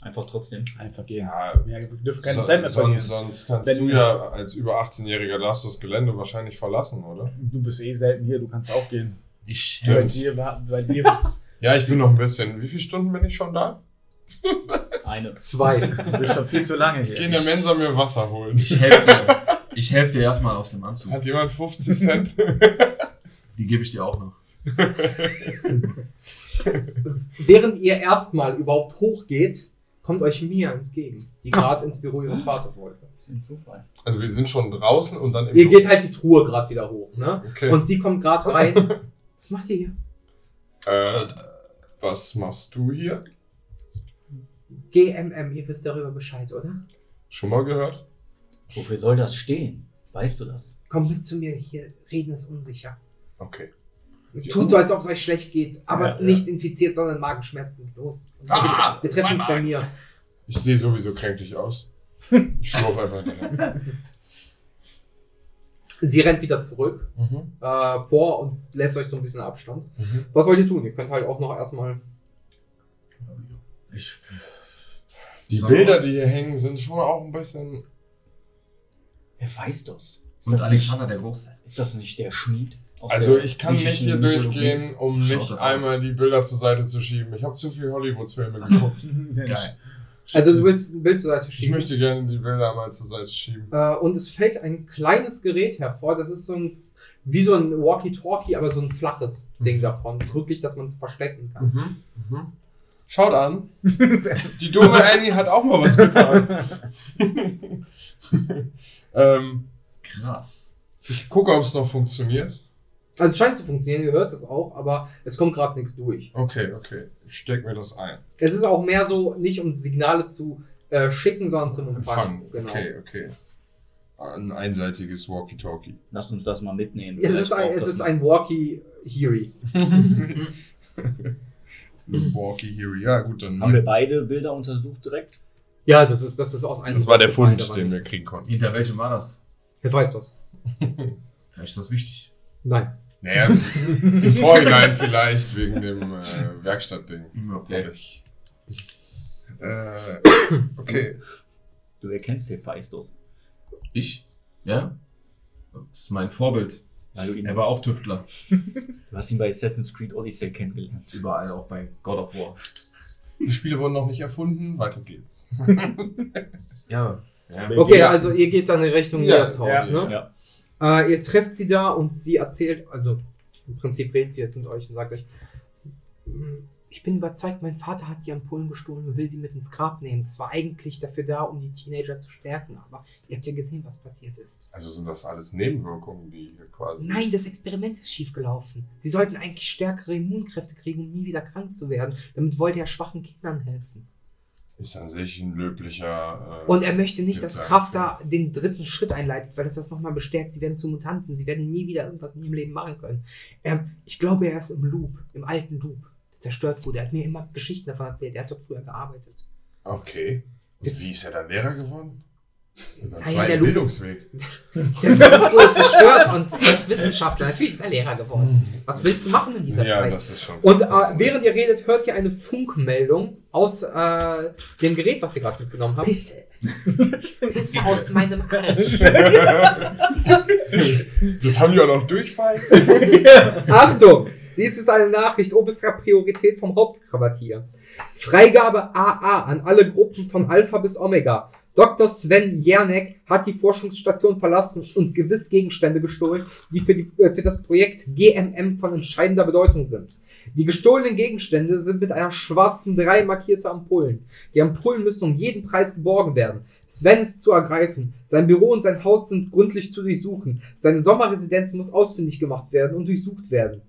Speaker 4: Einfach trotzdem.
Speaker 1: Einfach gehen.
Speaker 5: Ja,
Speaker 1: Ja, wir dürfen keine
Speaker 5: so-
Speaker 1: Zeit mehr verlieren.
Speaker 5: sonst, sonst kannst
Speaker 1: Wenn-
Speaker 5: du ja als über 18-Jähriger darfst du das Gelände wahrscheinlich verlassen, oder?
Speaker 1: Du bist eh selten hier, du kannst auch gehen.
Speaker 7: Ich
Speaker 1: Bei
Speaker 5: Stimmt.
Speaker 1: dir, war- bei dir
Speaker 5: Ja, ich bin noch ein bisschen. Wie viele Stunden bin ich schon da?
Speaker 4: Eine.
Speaker 6: Zwei.
Speaker 1: du bist schon viel zu lange
Speaker 5: Ich gehe
Speaker 1: hier.
Speaker 5: in der Mensa mir Wasser holen.
Speaker 7: Ich helfe dir. Ich helfe dir erstmal aus dem Anzug.
Speaker 5: Hat jemand 50 Cent?
Speaker 7: Die gebe ich dir auch noch.
Speaker 6: Während ihr erstmal überhaupt hochgeht, kommt euch Mia entgegen, die gerade ins Büro ihres Vaters wollte.
Speaker 5: Also wir sind schon draußen und dann im
Speaker 6: Ihr
Speaker 5: Lu-
Speaker 6: geht halt die Truhe gerade wieder hoch, ne?
Speaker 5: Okay.
Speaker 6: Und sie kommt gerade rein. Was macht ihr hier?
Speaker 5: äh, was machst du hier?
Speaker 6: GMM, ihr wisst darüber Bescheid, oder?
Speaker 5: Schon mal gehört?
Speaker 4: Wofür soll das stehen? Weißt du das?
Speaker 6: Kommt mit zu mir, hier reden ist unsicher.
Speaker 5: Okay.
Speaker 6: Tut so, als ob es euch schlecht geht, aber
Speaker 5: Ja, ja.
Speaker 6: nicht infiziert, sondern Magenschmerzen. Los.
Speaker 5: Ah,
Speaker 6: wir treffen
Speaker 5: mein
Speaker 6: uns bei mir.
Speaker 5: Ich sehe sowieso kränklich aus. Ich schlurf einfach hinterher.
Speaker 6: Sie rennt wieder zurück
Speaker 5: Mhm.
Speaker 6: äh, vor und lässt euch so ein bisschen Abstand.
Speaker 5: Mhm.
Speaker 6: Was wollt ihr tun? Ihr könnt halt auch noch erstmal.
Speaker 1: Ich,
Speaker 5: Die
Speaker 7: Sag mal.
Speaker 5: Bilder, die hier hängen, sind schon auch ein bisschen.
Speaker 4: Wer weiß das? Ist,
Speaker 7: Und
Speaker 4: das,
Speaker 7: Alexander der Große.
Speaker 4: Nicht, ist das nicht der Schmied? aus
Speaker 5: Also
Speaker 4: der
Speaker 5: ich kann nicht
Speaker 4: griechischen
Speaker 5: hier
Speaker 4: Mythologie?
Speaker 5: durchgehen, um
Speaker 7: Schaut
Speaker 5: nicht
Speaker 7: das aus.
Speaker 5: einmal die Bilder zur Seite zu schieben. Ich habe zu viel Hollywood-Filme geguckt.
Speaker 1: Geil.
Speaker 6: Also du willst ein Bild zur Seite
Speaker 5: Ich
Speaker 6: schieben.
Speaker 5: möchte gerne die Bilder einmal zur Seite schieben.
Speaker 6: Äh, und es fällt ein kleines Gerät hervor. Das ist so ein wie so ein Walkie-Talkie, aber so ein flaches Ding davon. Wirklich, dass man es verstecken kann.
Speaker 5: Mhm. Mhm. Schaut an. Die dumme Annie hat auch mal was getan. ähm,
Speaker 7: Krass.
Speaker 5: ich gucke, ob es noch funktioniert.
Speaker 6: Also es scheint zu funktionieren, ihr hört das auch, aber es kommt gerade nichts durch.
Speaker 5: Okay, okay. Ich steck mir das ein.
Speaker 6: Es ist auch mehr so, nicht um Signale zu äh, schicken, sondern zum Empfangen.
Speaker 5: Empfangen.
Speaker 6: Genau.
Speaker 5: Okay, okay. Ein einseitiges Walkie-Talkie.
Speaker 4: Lass uns das mal mitnehmen.
Speaker 6: Es
Speaker 4: Vielleicht
Speaker 6: ist ein,
Speaker 4: braucht
Speaker 6: es
Speaker 4: das
Speaker 6: ist
Speaker 4: noch-
Speaker 6: ein Walkie-Heary.
Speaker 5: Ein Walkie here. Ja, gut, dann.
Speaker 4: Haben wir beide Bilder untersucht direkt?
Speaker 6: Ja, das ist, das ist aus einem.
Speaker 5: das war der
Speaker 6: Bereich,
Speaker 5: Fund,
Speaker 6: aber
Speaker 5: den
Speaker 6: nicht-
Speaker 5: wir kriegen konnten.
Speaker 7: Hinter welchem war das?
Speaker 6: Wer weiß das?
Speaker 7: Vielleicht ist das wichtig.
Speaker 6: Nein.
Speaker 5: Naja, im Vorhinein vielleicht wegen dem äh, Werkstattding.
Speaker 7: Möglich.
Speaker 5: Äh, okay.
Speaker 4: Du erkennst Hephaistos.
Speaker 7: Ich? Ja? Das ist mein Vorbild.
Speaker 4: Weil du ihn,
Speaker 7: Er war auch Tüftler.
Speaker 4: du hast ihn bei Assassin's Creed Odyssey kennengelernt.
Speaker 7: Überall, auch bei God of War.
Speaker 5: Die Spiele wurden noch nicht erfunden. Weiter geht's.
Speaker 7: Ja. ja.
Speaker 6: Okay, also ihr geht dann in Richtung
Speaker 5: Ja,
Speaker 6: Nias Haus,
Speaker 5: ja,
Speaker 6: ne? Äh, ihr trefft sie da und sie erzählt, also im Prinzip redet sie jetzt mit euch und sagt euch, "Mm, ich bin überzeugt, mein Vater hat die Ampullen gestohlen und will sie mit ins Grab nehmen. Das war eigentlich dafür da, um die Teenager zu stärken, aber ihr habt ja gesehen, was passiert ist.
Speaker 5: Also sind das alles Nebenwirkungen, die hier quasi.
Speaker 6: Nein, das Experiment ist schiefgelaufen. Sie sollten eigentlich stärkere Immunkräfte kriegen, um nie wieder krank zu werden. Damit wollte er schwachen Kindern helfen.
Speaker 5: Ist an sich ein löblicher. Äh,
Speaker 9: Und er möchte nicht, dass
Speaker 5: Gedanke.
Speaker 9: Kraft da den dritten Schritt einleitet, weil das das nochmal bestärkt. Sie werden zu Mutanten. Sie werden nie wieder irgendwas in ihrem Leben machen können. Ähm, ich glaube, er ist im Loop, im alten Loop, der zerstört wurde. Er hat mir immer Geschichten davon erzählt. Er hat dort früher gearbeitet.
Speaker 5: Okay. Und wie ist er dann Lehrer geworden? Über einen
Speaker 9: Ah ja, der
Speaker 5: zweiten
Speaker 9: Luke ist-
Speaker 5: Bildungsweg.
Speaker 9: Der Loop wurde zerstört und er ist Wissenschaftler. Natürlich ist er Lehrer geworden. Was willst du machen in dieser
Speaker 5: Ja,
Speaker 9: Zeit?
Speaker 5: das ist schon.
Speaker 9: Und äh, während ihr redet, hört ihr eine Funkmeldung aus äh, dem Gerät, was ihr gerade mitgenommen habt. Pisse. Pisse aus meinem Arsch.
Speaker 5: das haben die auch noch Durchfall.
Speaker 9: Achtung! Dies ist eine Nachricht oberster Priorität vom Hauptkrawattier. Freigabe AA an alle Gruppen von Alpha bis Omega. Dr. Sven Jernek hat die Forschungsstation verlassen und gewiss Gegenstände gestohlen, die für, die äh, für das Projekt GMM von entscheidender Bedeutung sind. Die gestohlenen Gegenstände sind mit einer schwarzen 3 markierte Ampullen. Die Ampullen müssen um jeden Preis geborgen werden. Sven ist zu ergreifen. Sein Büro und sein Haus sind gründlich zu durchsuchen. Seine Sommerresidenz muss ausfindig gemacht werden und durchsucht werden.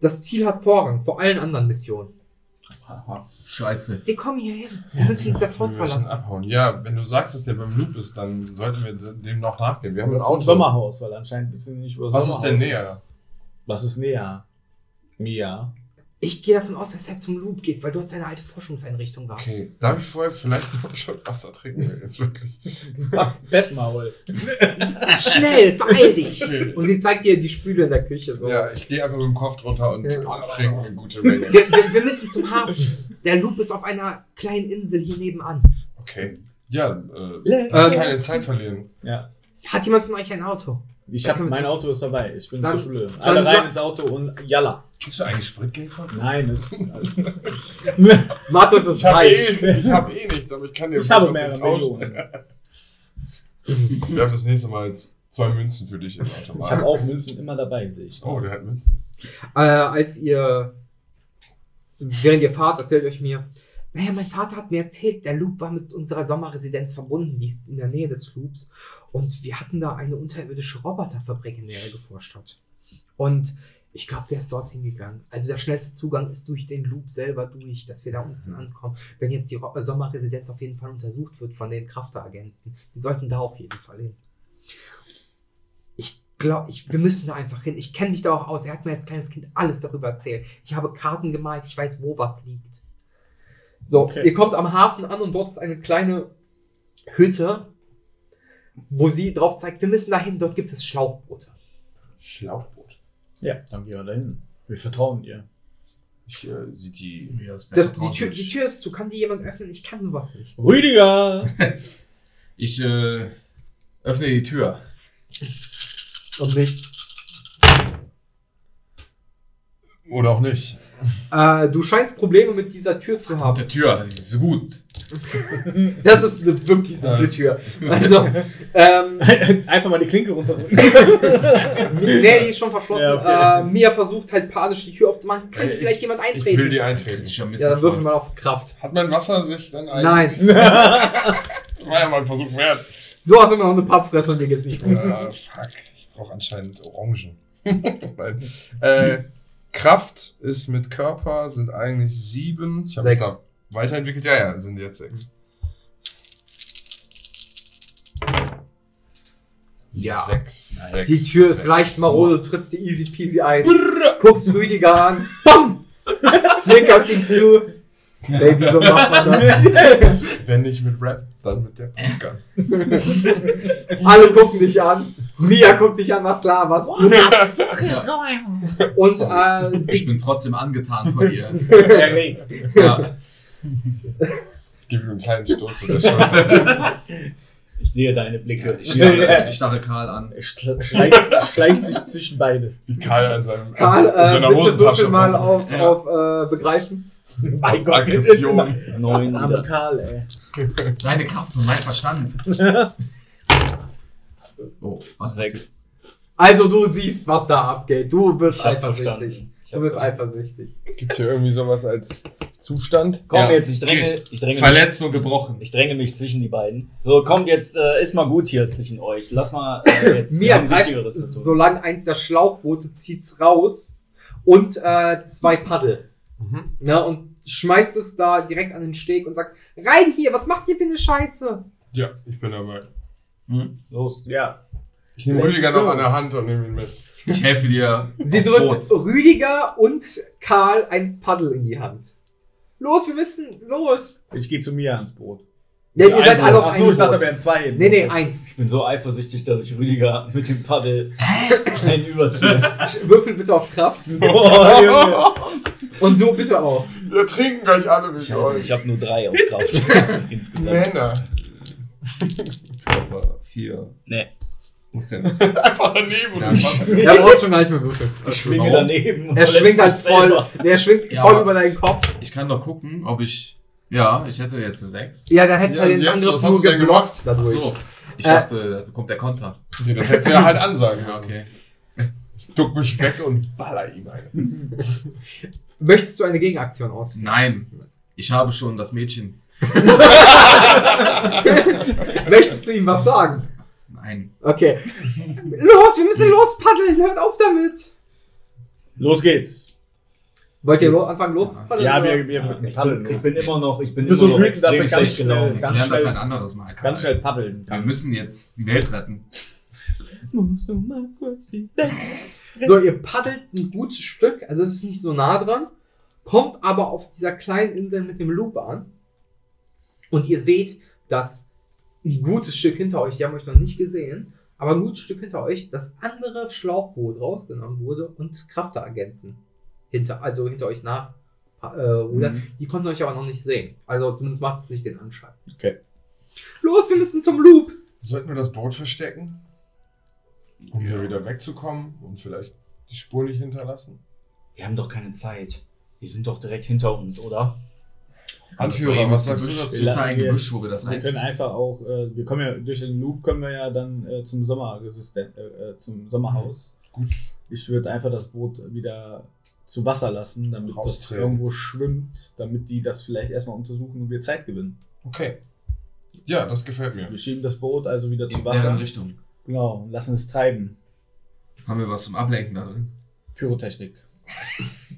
Speaker 9: Das Ziel hat Vorrang vor allen anderen Missionen.
Speaker 7: Scheiße.
Speaker 9: Sie kommen hierher. Wir müssen das Haus
Speaker 5: Wir müssen
Speaker 9: verlassen.
Speaker 5: abhauen. Ja, wenn du sagst, dass der beim Loop ist, dann sollten wir dem noch nachgehen. Wir haben ein
Speaker 1: Oder zum
Speaker 5: Auto.
Speaker 1: Sommerhaus, weil anscheinend wissen sie nicht über
Speaker 5: Was ist
Speaker 1: Sommerhaus.
Speaker 5: denn näher?
Speaker 1: Was ist näher? Mia.
Speaker 9: Ich gehe davon aus, dass er zum Loop geht, weil dort seine alte Forschungseinrichtung war.
Speaker 5: Okay, darf ich vorher vielleicht noch einen Schluck Wasser trinken? Ist wirklich.
Speaker 1: Bettmaul.
Speaker 6: Ähm,
Speaker 9: Schnell, beeil dich!
Speaker 5: Schön.
Speaker 9: Und sie zeigt dir die Spüle in der Küche so.
Speaker 5: Ja, ich gehe einfach mit dem Kopf drunter und
Speaker 9: Ja.
Speaker 5: trinke eine gute Menge.
Speaker 9: Wir, wir, wir müssen zum Hafen. Der Loop ist auf einer kleinen Insel hier nebenan.
Speaker 5: Okay. Ja, äh,
Speaker 1: Let's
Speaker 5: lass keine Zeit verlieren.
Speaker 1: Ja.
Speaker 9: Hat jemand von euch ein Auto?
Speaker 1: Ich
Speaker 9: Da
Speaker 1: hab,
Speaker 9: können wir
Speaker 1: mein
Speaker 9: zu-
Speaker 1: Auto ist dabei. Ich bin
Speaker 9: Dann-
Speaker 1: zur Schule.
Speaker 9: dann
Speaker 1: Alle
Speaker 9: ma-
Speaker 1: rein ins Auto und Jalla.
Speaker 5: Gibst du eigentlich Spritgeld von?
Speaker 1: Nein, das ist.
Speaker 9: Mathis ist
Speaker 5: Ich habe eh,
Speaker 9: reich.
Speaker 5: ich hab eh nichts, aber ich kann dir
Speaker 1: Ich habe
Speaker 5: was
Speaker 1: mehrere
Speaker 5: tauschen.
Speaker 1: Millionen.
Speaker 5: Ich werfe das nächste Mal jetzt zwei Münzen für dich in den
Speaker 1: Ich habe
Speaker 5: Automaten.
Speaker 1: auch Münzen immer dabei, sehe ich.
Speaker 5: Oh, der hat Münzen.
Speaker 9: Äh, als ihr, während ihr fahrt, erzählt euch mir, naja, mein Vater hat mir erzählt, der Loop war mit unserer Sommerresidenz verbunden, die ist in der Nähe des Loops. Und wir hatten da eine unterirdische Roboterfabrik, in der er geforscht hat. Und ich glaube, der ist dorthin gegangen. Also der schnellste Zugang ist durch den Loop selber durch, dass wir da unten ankommen. Wenn jetzt die Ro äh, Sommerresidenz auf jeden Fall untersucht wird von den Krafter-Agenten, wir sollten da auf jeden Fall hin. Ich glaube, ich, wir müssen da einfach hin. Ich kenne mich da auch aus. Er hat mir als kleines Kind alles darüber erzählt. Ich habe Karten gemalt. Ich weiß, wo was liegt. So,
Speaker 1: Okay.
Speaker 9: ihr kommt am Hafen an und dort ist eine kleine Hütte, wo sie drauf zeigt, wir müssen dahin. Dort gibt es Schlauchboote.
Speaker 5: Schlauchboot.
Speaker 1: Ja, dann gehen wir dahin. Wir vertrauen dir.
Speaker 5: Ich äh, sieht die.
Speaker 7: Mir ist der
Speaker 9: Das, die,
Speaker 7: Vertrauen
Speaker 9: Tür,
Speaker 7: nicht.
Speaker 9: die Tür ist zu. Kann die jemand öffnen? Ich kann sowas nicht.
Speaker 1: Rüdiger!
Speaker 7: Ich äh, öffne die Tür.
Speaker 9: Und nicht.
Speaker 5: Oder auch nicht.
Speaker 9: Äh, du scheinst Probleme mit dieser Tür zu haben.
Speaker 7: Der Tür, die ist gut.
Speaker 9: Das ist eine wirklich simple Tür. Also, ähm,
Speaker 1: Einfach mal die Klinke runterdrücken.
Speaker 9: nee, die ist schon verschlossen.
Speaker 1: Ja, okay.
Speaker 9: äh, Mia versucht halt panisch die Tür aufzumachen. Kann
Speaker 5: Äh,
Speaker 9: vielleicht
Speaker 5: ich-
Speaker 9: jemand
Speaker 5: Ich
Speaker 9: eintreten?
Speaker 5: will die
Speaker 7: Krieg
Speaker 5: eintreten.
Speaker 7: Ich ja
Speaker 9: Ja, dann würfel
Speaker 7: Mist.
Speaker 9: mal auf Kraft.
Speaker 5: Hat mein Wasser sich dann ein.
Speaker 9: Nein,
Speaker 5: War ja mal ein Versuch wert.
Speaker 9: du hast immer noch eine Pappfresse und dir geht's nicht gut.
Speaker 5: Ja, fuck. Ich brauche anscheinend Orangen. Nein. Äh, Kraft ist mit Körper, sind eigentlich sieben. Ich habe mich
Speaker 9: Sechs.
Speaker 5: da weiterentwickelt. Ja, ja, sind jetzt sechs.
Speaker 9: Ja.
Speaker 5: Sechs, sechs,
Speaker 9: Die Tür ist
Speaker 5: sechs.
Speaker 9: leicht marode, du trittst sie easy peasy ein, guckst Rüdiger an, BAM! Zwinkerst ihm zu. Baby, so macht man das.
Speaker 5: Wenn nicht mit Rap, dann mit der Pumpgun.
Speaker 9: Alle gucken dich an. Mia guckt dich an, was laberst du? Und äh,
Speaker 7: Ich
Speaker 9: sie,
Speaker 7: bin trotzdem angetan von ihr.
Speaker 1: Erregt.
Speaker 7: ja.
Speaker 5: Gib ihm einen kleinen Stoß mit der Schulter.
Speaker 4: Ich sehe deine Blicke.
Speaker 7: Ich starre, ich starre Karl an.
Speaker 1: Er schl- Schleicht, schleicht sich zwischen beide.
Speaker 5: Wie Karl an seinem
Speaker 9: Karl,
Speaker 5: an
Speaker 9: äh,
Speaker 5: seiner
Speaker 9: bitte würfel mal
Speaker 5: rum.
Speaker 9: auf,
Speaker 7: Ja.
Speaker 9: auf äh, Begreifen.
Speaker 1: Mein
Speaker 5: Aggression.
Speaker 1: Neun. Arme Karl, ey.
Speaker 7: Seine Kraft und mein Verstand. Oh, was
Speaker 4: Sechs.
Speaker 7: passiert?
Speaker 9: Also du siehst, was da abgeht. Du bist
Speaker 4: Ich hab's
Speaker 9: eifersüchtig.
Speaker 4: verstanden. Ich
Speaker 9: Du
Speaker 4: hab's
Speaker 9: bist
Speaker 4: verstanden.
Speaker 9: eifersüchtig.
Speaker 5: Gibt's hier irgendwie sowas als Zustand?
Speaker 4: Komm
Speaker 5: Ja.
Speaker 4: jetzt, ich dränge, ich dränge
Speaker 7: Verletzt und gebrochen.
Speaker 4: mich. Ich dränge mich zwischen die beiden. So, kommt jetzt, äh, ist mal gut hier zwischen euch. Lass mal äh, jetzt wir
Speaker 9: Mia
Speaker 4: haben
Speaker 9: greift,
Speaker 4: Wichtigeres zu tun.
Speaker 9: solange eins der Schlauchboote zieht's raus und äh, zwei Paddel. Ne, und
Speaker 6: schmeißt es da direkt an den Steg und sagt, rein hier, was macht ihr für eine Scheiße?
Speaker 5: Ja, ich bin dabei.
Speaker 7: Hm?
Speaker 1: Los, ja.
Speaker 5: Ich nehme
Speaker 1: Let's
Speaker 5: Rüdiger noch
Speaker 1: go.
Speaker 5: an der Hand und nehme ihn mit.
Speaker 7: Ich helfe dir.
Speaker 6: Sie
Speaker 7: aufs
Speaker 6: drückt
Speaker 7: Boot.
Speaker 6: Rüdiger und Karl ein Paddel in die Hand. Los, wir müssen, los.
Speaker 1: Ich gehe zu mir ans Boot.
Speaker 6: Ja, ihr seid
Speaker 1: Ein
Speaker 6: alle
Speaker 1: Boot.
Speaker 6: auf
Speaker 1: Ach so,
Speaker 6: einem
Speaker 1: ich dachte, da
Speaker 6: Boot.
Speaker 1: wären zwei. im
Speaker 6: Nee, nee,
Speaker 1: Boot.
Speaker 6: eins.
Speaker 4: Ich bin so eifersüchtig, dass ich Rüdiger mit dem Paddel einen überziehe.
Speaker 6: Würfel bitte auf Kraft.
Speaker 1: Oh, Junge.
Speaker 6: Und du bitte auch.
Speaker 5: Wir trinken gleich alle mit
Speaker 4: Scheiße,
Speaker 5: euch.
Speaker 4: ich habe nur drei auf Kraft. Insgesamt.
Speaker 5: Männer.
Speaker 7: Aber Vier.
Speaker 4: Nee.
Speaker 7: Muss ja
Speaker 5: Einfach daneben. Ja,
Speaker 6: Ja, brauchst schon gar nicht mehr würfeln.
Speaker 4: Ich
Speaker 7: Genau.
Speaker 4: schwinge daneben. und
Speaker 6: Er
Speaker 4: verletze
Speaker 6: schwingt halt
Speaker 4: mich
Speaker 6: voll,
Speaker 4: selber.
Speaker 6: der schwingt
Speaker 7: Ja.
Speaker 6: voll über deinen Kopf.
Speaker 7: Ich kann doch gucken, ob ich. Ja, ich hätte jetzt eine 6.
Speaker 6: Ja, dann hättest du
Speaker 5: Ja,
Speaker 6: den
Speaker 5: jetzt,
Speaker 6: Angriff
Speaker 5: was hast
Speaker 6: nur
Speaker 5: du denn
Speaker 6: geblockt
Speaker 7: Ach
Speaker 6: dadurch.
Speaker 7: so. Ich
Speaker 6: Äh.
Speaker 7: dachte, da kommt der Konter.
Speaker 5: nee, das hättest du ja halt ansagen
Speaker 7: Ja,
Speaker 5: müssen.
Speaker 7: okay.
Speaker 5: Ich duck mich weg und baller ihm eine.
Speaker 6: Möchtest du eine Gegenaktion ausführen?
Speaker 7: Nein. Ich habe schon das Mädchen.
Speaker 6: Möchtest du ihm was sagen?
Speaker 7: Nein.
Speaker 6: Okay. Los, wir müssen lospaddeln. Hört auf damit.
Speaker 1: Los geht's. Ah.
Speaker 6: Wollt ihr lo anfangen loszupaddeln?
Speaker 1: Ja,
Speaker 6: oder?
Speaker 1: wir, wir,
Speaker 4: Ich bin, ich bin immer noch, ich bin
Speaker 1: Du bist
Speaker 4: immer
Speaker 1: so
Speaker 4: noch
Speaker 1: wütend, dass
Speaker 4: extrem
Speaker 1: du ganz
Speaker 4: schlecht
Speaker 1: schnell-
Speaker 4: gelaunt.
Speaker 7: Wir
Speaker 1: Ganz
Speaker 7: klären das
Speaker 1: schnell-
Speaker 7: ein anderes Mal. Karl.
Speaker 1: Ganz schnell paddeln.
Speaker 7: Wir müssen jetzt die Welt retten.
Speaker 6: So, ihr paddelt ein gutes Stück, also es ist nicht so nah dran, kommt aber auf dieser kleinen Insel mit dem Loop an und ihr seht, dass ein gutes Stück hinter euch, die haben euch noch nicht gesehen, aber ein gutes Stück hinter euch, das andere Schlauchboot rausgenommen wurde und Krafteragenten hinter, also hinter euch nach äh, rudern. Die konnten euch aber noch nicht sehen. Also zumindest macht es nicht den Anschein.
Speaker 1: Okay.
Speaker 6: Los, wir müssen zum Loop.
Speaker 5: Sollten wir das Boot verstecken? Um hier wieder wegzukommen und vielleicht die Spur nicht hinterlassen?
Speaker 4: Wir haben doch keine Zeit. Die sind doch direkt hinter uns, oder?
Speaker 5: Anführer, was sagst du
Speaker 7: Gebüsch.
Speaker 5: dazu?
Speaker 7: Ist da ein
Speaker 1: Wir-
Speaker 7: Gebüsch, wo wir das
Speaker 1: Wir können
Speaker 7: einziehen?
Speaker 1: einfach auch, äh, wir kommen ja durch den Loop können wir ja dann äh, zum Sommerresistent, äh, äh, zum Sommerhaus.
Speaker 5: Mhm. Gut.
Speaker 1: Ich würde einfach das Boot wieder zu Wasser lassen, damit das
Speaker 5: Raustreten.
Speaker 1: irgendwo schwimmt, damit die das vielleicht erstmal untersuchen und wir Zeit gewinnen.
Speaker 5: Okay. Ja, das gefällt mir.
Speaker 1: Wir schieben das Boot also wieder zu
Speaker 7: In deren
Speaker 1: Wasser.
Speaker 7: Richtung.
Speaker 1: Genau, und lassen es treiben.
Speaker 7: Haben wir was zum Ablenken da drin?
Speaker 1: Pyrotechnik.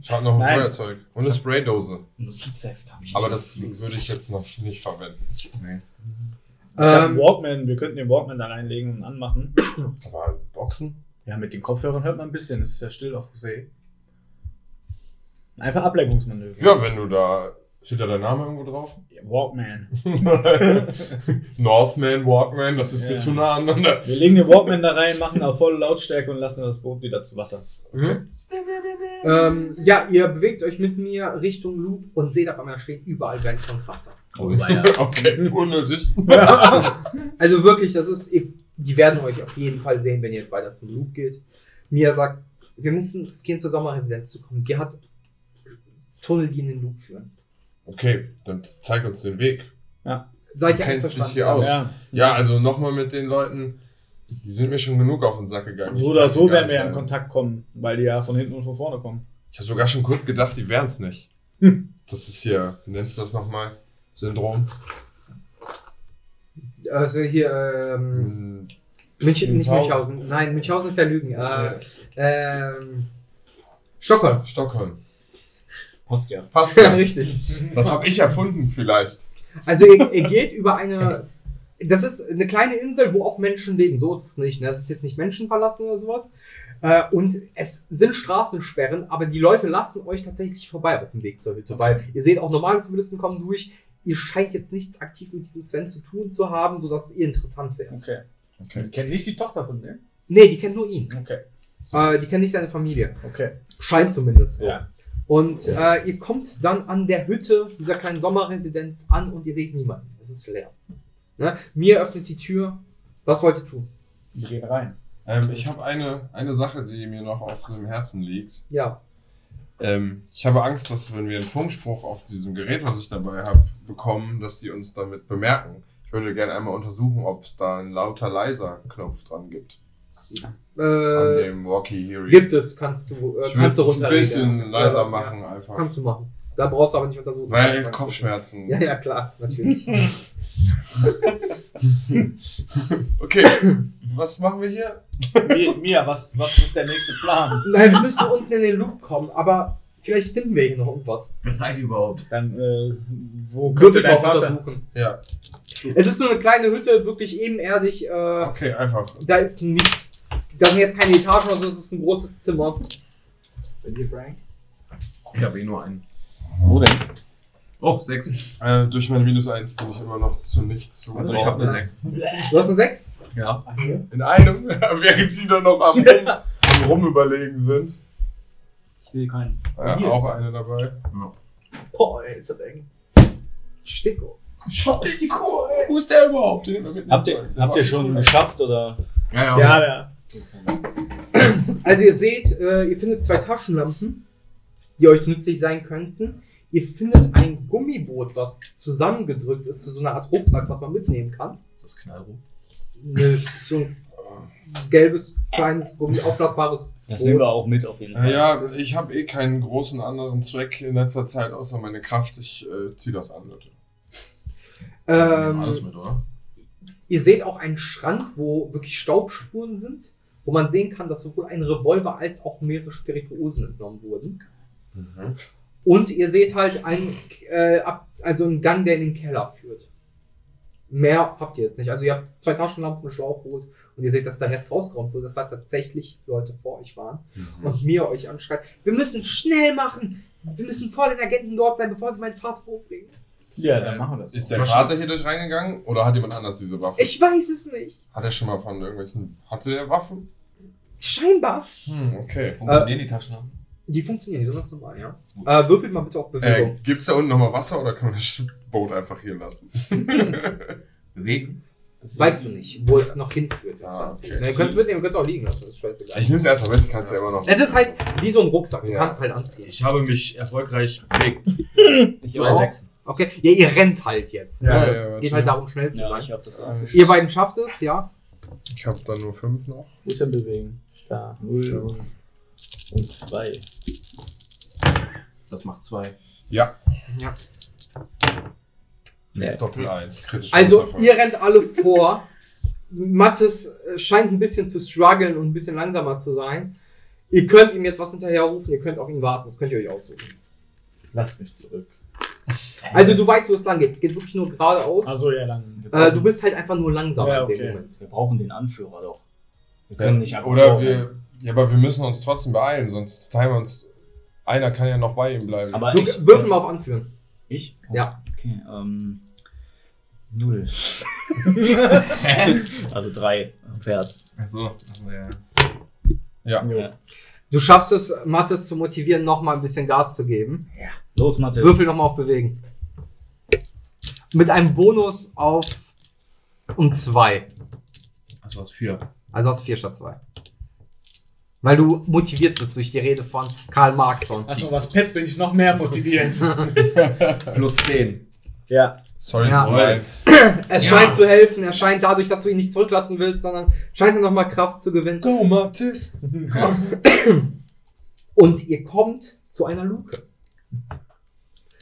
Speaker 5: Ich habe noch ein
Speaker 1: Nein.
Speaker 5: Feuerzeug und eine Spraydose.
Speaker 4: Notizheft haben wir.
Speaker 5: Aber das würde ich jetzt noch nicht verwenden.
Speaker 7: Nein.
Speaker 1: Ich hab einen
Speaker 6: Ähm,
Speaker 1: Walkman, wir könnten den Walkman da reinlegen und anmachen.
Speaker 5: Aber Boxen?
Speaker 1: Ja, mit den Kopfhörern hört man ein bisschen, es ist ja still auf See. Einfach Ablenkungsmanöver.
Speaker 5: Ja, wenn du da. Steht da dein Name irgendwo drauf?
Speaker 1: Walkman.
Speaker 5: Northman, Walkman, das ist mir
Speaker 1: Ja.
Speaker 5: zu nah aneinander.
Speaker 1: Wir legen den Walkman da rein, machen auf volle Lautstärke und lassen das Boot wieder zu Wasser. Mhm.
Speaker 6: Ähm, ja, ihr bewegt euch mit mir Richtung Loop und seht auf einmal, da stehen überall Bands von Krafter.
Speaker 7: Oh, ja.
Speaker 5: Okay, unnötig.
Speaker 6: Also wirklich, das ist, ihr- die werden euch auf jeden Fall sehen, wenn ihr jetzt weiter zum Loop geht. Mia sagt, wir müssen riskieren, zur Sommerresidenz zu kommen. Die hat Tunnel, die in den Loop führen.
Speaker 5: Okay, dann zeig uns den Weg.
Speaker 6: Seid
Speaker 5: Du
Speaker 6: ihr
Speaker 5: kennst dich
Speaker 6: einverstanden?
Speaker 5: hier aus.
Speaker 1: Ja,
Speaker 5: Ja, also nochmal mit den Leuten. Die sind mir schon genug auf den Sack gegangen.
Speaker 1: so oder so
Speaker 5: Ich kann
Speaker 1: werden
Speaker 5: die
Speaker 1: wir
Speaker 5: gar
Speaker 1: ja in
Speaker 5: nicht leiden.
Speaker 1: Kontakt kommen, weil die ja von hinten und von vorne kommen.
Speaker 5: Ich habe sogar schon kurz gedacht, die wären es nicht.
Speaker 1: Hm.
Speaker 5: Das ist hier, wie nennst du das nochmal? Syndrom?
Speaker 6: Also hier, ähm,
Speaker 5: Hm,
Speaker 6: Münch, nicht
Speaker 5: Münchhausen.
Speaker 6: Münchhausen. Nein, Münchhausen ist ja Lügen. Äh, ähm, Stockholm.
Speaker 5: Stockholm.
Speaker 4: Post ja.
Speaker 5: Passt
Speaker 6: Ja,
Speaker 5: ja.
Speaker 6: richtig.
Speaker 5: Das habe ich erfunden vielleicht.
Speaker 6: Also ihr, ihr geht über eine. Das ist eine kleine Insel, wo auch Menschen leben. So ist es nicht. Ne? Das ist jetzt nicht Menschenverlassen oder sowas. Äh, und es sind Straßensperren, aber die Leute lassen euch tatsächlich vorbei auf dem Weg zur Hütte, weil ihr seht, auch normale Zivilisten kommen durch. Ihr scheint jetzt nichts aktiv mit diesem Sven zu tun zu haben, sodass ihr interessant wärt.
Speaker 1: Okay.
Speaker 5: Okay.
Speaker 1: Kennt nicht die Tochter von dem?
Speaker 6: Nee, die kennen nur ihn.
Speaker 1: Okay.
Speaker 6: Äh, die kennen nicht seine Familie.
Speaker 1: Okay.
Speaker 6: Scheint zumindest so.
Speaker 1: Ja.
Speaker 6: Und äh, ihr kommt dann an der Hütte dieser kleinen Sommerresidenz an und ihr seht niemanden. Es ist leer. Ne? Mir öffnet die Tür. Was wollt ihr tun?
Speaker 1: Wir gehen rein.
Speaker 5: Ähm, ich habe eine, eine Sache, die mir noch auf dem Herzen liegt.
Speaker 6: Ja.
Speaker 5: Ähm, ich habe Angst, dass wenn wir einen Funkspruch auf diesem Gerät, was ich dabei habe, bekommen, dass die uns damit bemerken. Ich würde gerne einmal untersuchen, ob es da einen lauter leiser Knopf dran gibt. an
Speaker 6: Äh,
Speaker 5: dem Walkie Hearing.
Speaker 6: gibt es, kannst du, äh,
Speaker 5: ich würde
Speaker 6: kannst du
Speaker 5: es ein
Speaker 6: runterreden.
Speaker 5: bisschen leiser
Speaker 6: Ja,
Speaker 5: machen
Speaker 6: Ja,
Speaker 5: einfach.
Speaker 6: kannst du machen. Da brauchst du aber nicht untersuchen.
Speaker 5: Weil
Speaker 6: Kannst du machen.
Speaker 5: Kopfschmerzen.
Speaker 6: Ja, ja, klar, natürlich.
Speaker 5: Okay, was machen wir hier?
Speaker 1: Mi- Mia, was, was ist der nächste Plan?
Speaker 6: Nein, wir müssen unten in den Loop kommen, aber Vielleicht finden wir hier noch irgendwas.
Speaker 7: Wer seid ihr überhaupt?
Speaker 1: Dann, äh, wo könnte
Speaker 6: Würfel mal
Speaker 1: dein
Speaker 6: auf
Speaker 1: Vater?
Speaker 6: untersuchen.
Speaker 5: Ja,
Speaker 6: Es ist nur eine kleine Hütte, wirklich ebenerdig. Äh,
Speaker 5: okay, einfach.
Speaker 6: da ist nicht. Da sind jetzt keine Etagen oder so, es ist ein großes Zimmer. Bei dir, Frank?
Speaker 7: Ich habe eh nur einen.
Speaker 4: Wo denn?
Speaker 7: Oh, sechs.
Speaker 5: Äh, durch meine Minus 1 bin ich immer noch zu nichts zu
Speaker 7: Also ich habe eine
Speaker 5: gebrauchen.
Speaker 7: sechs.
Speaker 6: Du hast eine 6?
Speaker 7: Ja.
Speaker 5: In einem, während die da noch am, Rum- am Rumüberlegen sind.
Speaker 4: Ich sehe keinen.
Speaker 5: Ja,
Speaker 4: Hier
Speaker 5: auch eine dabei.
Speaker 6: Boah, ey, ist das eng. Sticko.
Speaker 5: Schau dich die Kur, ey. Wo ist der überhaupt? Den wir mitnehmen
Speaker 4: Habt ihr,
Speaker 5: sollen?
Speaker 4: habt ihr schon geschafft oder?
Speaker 7: Ja, ja.
Speaker 1: Ja, da.
Speaker 6: Also ihr seht, äh, ihr findet zwei Taschenlampen, die euch nützlich sein könnten. Ihr findet ein Gummiboot, was zusammengedrückt ist zu so einer Art Rucksack, was man mitnehmen kann.
Speaker 7: Ist das knallrot?
Speaker 6: Eine, so ein gelbes, kleines, Gummi, aufblasbares
Speaker 4: Das nehmen wir auch mit auf jeden Fall.
Speaker 5: Ja, ich habe eh keinen großen anderen Zweck in letzter Zeit, außer meine Kraft. Ich äh, ziehe das an, Leute.
Speaker 6: Ähm,
Speaker 7: Alles mit, oder?
Speaker 6: Ihr seht auch einen Schrank, wo wirklich Staubspuren sind, wo man sehen kann, dass sowohl ein Revolver als auch mehrere Spirituosen entnommen wurden. Und ihr seht halt einen, äh, ab- also einen Gang, der in den Keller führt. Mehr habt ihr jetzt nicht. Also ihr habt zwei Taschenlampen, ein Schlauchboot und ihr seht, dass der Rest rausgeräumt wurde, dass da tatsächlich Leute vor euch waren und mir euch anschreit, wir müssen schnell machen, wir müssen vor den Agenten dort sein, bevor sie meinen Vater umbringen.
Speaker 4: Ja,
Speaker 5: Äh,
Speaker 4: machen wir das.
Speaker 5: Ist der Vater hier durch reingegangen oder hat jemand anders diese Waffe?
Speaker 6: Ich weiß es nicht.
Speaker 5: Hat er schon mal von irgendwelchen. Hatte der Waffen?
Speaker 6: Scheinbar.
Speaker 5: Hm, okay.
Speaker 1: äh,
Speaker 7: Funktionieren die Taschenlampen?
Speaker 6: Die funktionieren, die sind ganz normal, ja. Äh, würfelt mal bitte auf
Speaker 5: Äh,
Speaker 6: Bewegung.
Speaker 5: gibt's da unten nochmal Wasser oder kann man das Boot einfach hier lassen?
Speaker 7: Bewegen?
Speaker 6: weißt du nicht, wo es noch hinführt.
Speaker 5: Ah, okay.
Speaker 6: Na, ihr könnt es mitnehmen, ihr könnt es auch liegen lassen, das ist scheißegal.
Speaker 5: Ich nehme es erstmal mit, kannst du ja immer noch.
Speaker 6: Es ist halt wie so ein Rucksack, du
Speaker 5: Ja.
Speaker 6: kannst halt anziehen.
Speaker 7: Ich habe mich erfolgreich bewegt.
Speaker 6: Zwei Sechsen. Okay, ja, ihr rennt halt jetzt.
Speaker 5: Ja,
Speaker 6: ne?
Speaker 5: ja,
Speaker 6: es
Speaker 5: ja,
Speaker 6: geht
Speaker 5: natürlich.
Speaker 6: halt darum, schnell zu
Speaker 4: Ja,
Speaker 6: sein.
Speaker 4: ich hab das auch.
Speaker 5: Äh,
Speaker 6: Ihr beiden schafft es, ja.
Speaker 5: Ich habe da nur fünf noch.
Speaker 4: Wo ist denn bewegen? Da. Null und, und zwei.
Speaker 7: Das macht zwei.
Speaker 6: ja.
Speaker 5: Doppel eins, kritisch.
Speaker 6: Also, ihr rennt alle vor. Mattes äh, scheint ein bisschen zu strugglen und ein bisschen langsamer zu sein. Ihr könnt ihm jetzt was hinterherrufen, ihr könnt auf ihn warten, das könnt ihr euch aussuchen.
Speaker 4: Lass mich zurück.
Speaker 6: Also, du weißt, wo es lang geht. Es geht wirklich nur geradeaus.
Speaker 1: Also, ja, dann.
Speaker 6: äh, du bist halt einfach nur langsamer
Speaker 1: Ja,
Speaker 6: in
Speaker 1: okay.
Speaker 6: dem Moment.
Speaker 4: Wir brauchen den Anführer doch. Wir
Speaker 5: Ja,
Speaker 4: können nicht einfach
Speaker 5: oder
Speaker 4: vorrennen.
Speaker 5: wir, ja, aber wir müssen uns trotzdem beeilen, sonst teilen wir uns. Einer kann ja noch bei ihm bleiben.
Speaker 4: Aber
Speaker 6: Du,
Speaker 4: ich, ähm,
Speaker 6: Würfel mal auf Anführen.
Speaker 4: Ich?
Speaker 6: Ja.
Speaker 4: Okay, ähm. Null. also drei auf Herz.
Speaker 7: Achso. Also, ja.
Speaker 4: Ja.
Speaker 6: Du schaffst es, Mathis zu motivieren, nochmal ein bisschen Gas zu geben.
Speaker 4: Los, Matthias.
Speaker 6: Würfel nochmal auf Bewegen. Mit einem Bonus auf um zwei.
Speaker 7: Also aus vier.
Speaker 6: Also hast vier statt zwei. Weil du motiviert bist durch die Rede von Karl Marxson.
Speaker 1: Achso, was Pep, bin ich noch mehr motiviert.
Speaker 7: Plus zehn.
Speaker 1: ja.
Speaker 5: Sorry,
Speaker 6: Ja.
Speaker 5: so eins.
Speaker 6: Es
Speaker 7: Ja.
Speaker 6: scheint zu helfen. Er scheint dadurch, dass du ihn nicht zurücklassen willst, sondern scheint er nochmal Kraft zu gewinnen.
Speaker 5: Go, Mathis!
Speaker 6: Und ihr kommt zu einer Luke.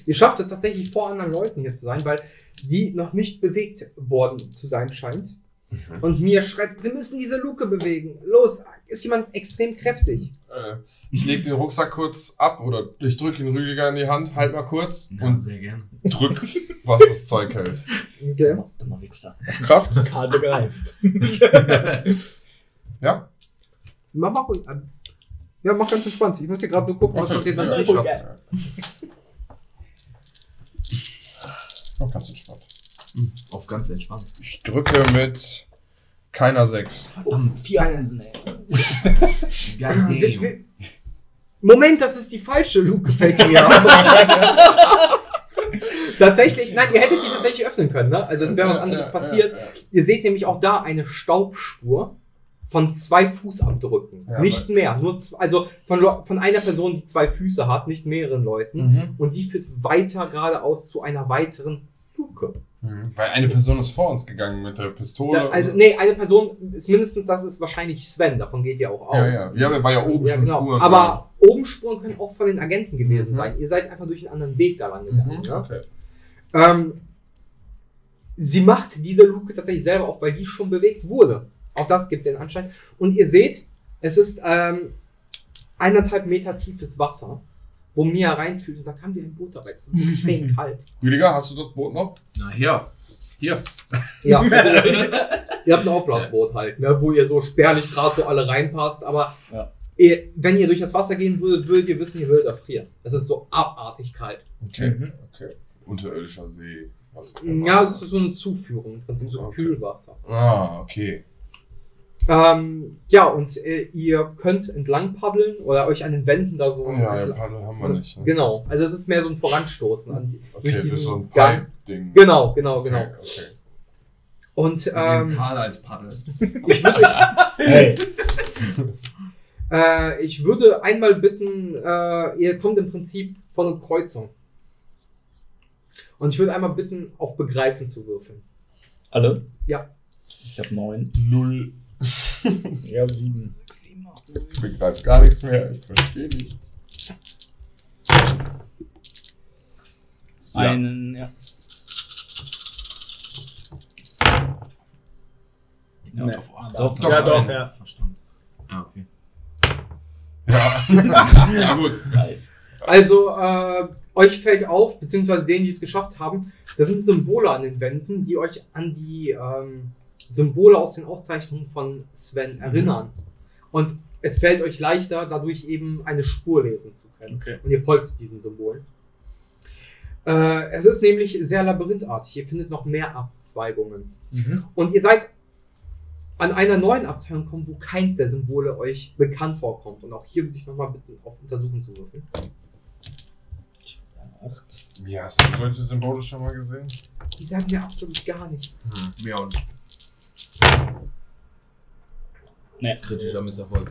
Speaker 6: Ihr schafft es tatsächlich vor anderen Leuten hier zu sein, weil die noch nicht bewegt worden zu sein scheint.
Speaker 5: Mhm.
Speaker 6: Und mir schreit, wir müssen diese Luke bewegen. Los, ist jemand extrem kräftig.
Speaker 5: Äh, ich lege den Rucksack kurz ab oder ich drücke den Rüdiger in die Hand, halt mal kurz
Speaker 7: Ja,
Speaker 5: und
Speaker 7: sehr gerne.
Speaker 5: drück, was das Zeug hält.
Speaker 6: Okay.
Speaker 4: Dummer- Dummer Wichser.
Speaker 5: Kraft?
Speaker 1: Karte greift.
Speaker 5: Ja?
Speaker 6: Mach mal ruhig an. Ja, mach ganz entspannt. Ich muss hier gerade nur gucken, was passiert, wenn du es nicht schaffst.
Speaker 5: Ja. Noch ganz entspannt.
Speaker 7: Hm, Auf ganz entspannt.
Speaker 5: Ich drücke mit keiner sechs.
Speaker 4: Verdammt, vier Einsen, ey.
Speaker 6: Wir- wir- Moment, das ist die falsche Luke, fällt mir auf. tatsächlich, nein, ihr hättet die tatsächlich öffnen können, ne? Also dann wäre was anderes
Speaker 5: Ja,
Speaker 6: passiert.
Speaker 5: ja, ja.
Speaker 6: Ihr seht nämlich auch da eine Staubspur von zwei Fußabdrücken.
Speaker 5: Ja,
Speaker 6: nicht mehr. Nur z- also von, Lo- von einer Person, die zwei Füße hat, nicht mehreren Leuten.
Speaker 5: Mhm.
Speaker 6: Und die führt weiter geradeaus zu einer weiteren Luke.
Speaker 5: Mhm. Weil eine Person ist vor uns gegangen mit der Pistole.
Speaker 6: Da, also, nee, eine Person ist mindestens, das ist wahrscheinlich Sven, davon geht ihr auch aus.
Speaker 5: ja, ja. ja, wir waren ja oben
Speaker 6: Ja,
Speaker 5: schon
Speaker 6: genau.
Speaker 5: Spuren.
Speaker 6: Aber oben Spuren können auch von den Agenten gewesen
Speaker 5: Mhm.
Speaker 6: sein. Ihr seid einfach durch einen anderen Weg da lang gegangen. ne?
Speaker 5: Mhm.
Speaker 6: Ja?
Speaker 5: Okay.
Speaker 6: Ähm, sie macht diese Luke tatsächlich selber auf, weil die schon bewegt wurde. Auch das gibt den Anschein. Und ihr seht, es ist ähm, eineinhalb Meter tiefes Wasser, wo Mia reinfühlt und sagt, haben wir ein Boot dabei? Es ist extrem kalt.
Speaker 5: Rüdiger, hast du das Boot noch?
Speaker 7: Na ja. Hier.
Speaker 6: Ja, also, ihr habt ein Auflaufboot halt, ne, wo ihr so spärlich gerade so alle reinpasst, aber
Speaker 4: Ja.
Speaker 6: ihr, wenn ihr durch das Wasser gehen würdet, würdet ihr wissen, ihr würdet erfrieren. Es ist so abartig kalt.
Speaker 7: Mhm.
Speaker 5: Okay,
Speaker 1: Mhm.
Speaker 5: okay. Unterirdischer See. Was auch immer.
Speaker 6: Ja, es ist so eine Zuführung, im Prinzip so
Speaker 5: Okay.
Speaker 6: Kühlwasser.
Speaker 5: Ah, okay.
Speaker 6: Ähm, ja, und äh, ihr könnt entlang paddeln oder euch an den Wänden da so.
Speaker 5: Oh, ja, ja, Paddel haben wir nicht. Ne?
Speaker 6: Also, Genau, also es ist mehr so ein Voranstoßen an die,
Speaker 5: Okay, das ist so ein
Speaker 6: Gang.
Speaker 5: Pipe-Ding.
Speaker 6: Genau, genau, genau.
Speaker 5: Okay, okay.
Speaker 6: Und
Speaker 7: Ähm,
Speaker 6: ähm,
Speaker 7: Karl als Paddel.
Speaker 4: Hey,
Speaker 6: äh, ich würde einmal bitten, äh, ihr kommt im Prinzip von einer Kreuzung. Und ich würde einmal bitten, auf Begreifen zu würfeln.
Speaker 4: alle?
Speaker 6: Ja.
Speaker 4: Ich habe neun.
Speaker 5: Null.
Speaker 1: Ich habe sieben.
Speaker 5: Ich begreife gar nichts mehr. Ich verstehe nichts. Ja.
Speaker 4: Einen, ja.
Speaker 7: Ja,
Speaker 1: Nee.
Speaker 7: auf acht.
Speaker 1: Doch,
Speaker 5: doch,
Speaker 1: ja,
Speaker 5: doch,
Speaker 1: doch, ja.
Speaker 7: Verstanden. Ah, okay.
Speaker 5: Ja.
Speaker 7: Ja, gut.
Speaker 4: Nice.
Speaker 6: Also, äh, euch fällt auf, beziehungsweise denen, die es geschafft haben, da sind Symbole an den Wänden, die euch an die ähm, Symbole aus den Aufzeichnungen von Sven erinnern. Und es fällt euch leichter, dadurch eben eine Spur lesen zu können.
Speaker 1: Okay.
Speaker 6: Und ihr folgt diesen Symbolen. Äh, es ist nämlich sehr labyrinthartig. Ihr findet noch mehr Abzweigungen.
Speaker 1: Mhm.
Speaker 6: Und ihr seid an einer neuen Abzweigung gekommen, wo keins der Symbole euch bekannt vorkommt. Und auch hier würde ich nochmal bitten, auf Untersuchen zu würfeln.
Speaker 5: Mia, hast du solche Symbole schon mal gesehen?
Speaker 6: Die sagen mir absolut gar nichts.
Speaker 7: Hm, mir auch nicht.
Speaker 4: Nee.
Speaker 7: Kritischer Misserfolg.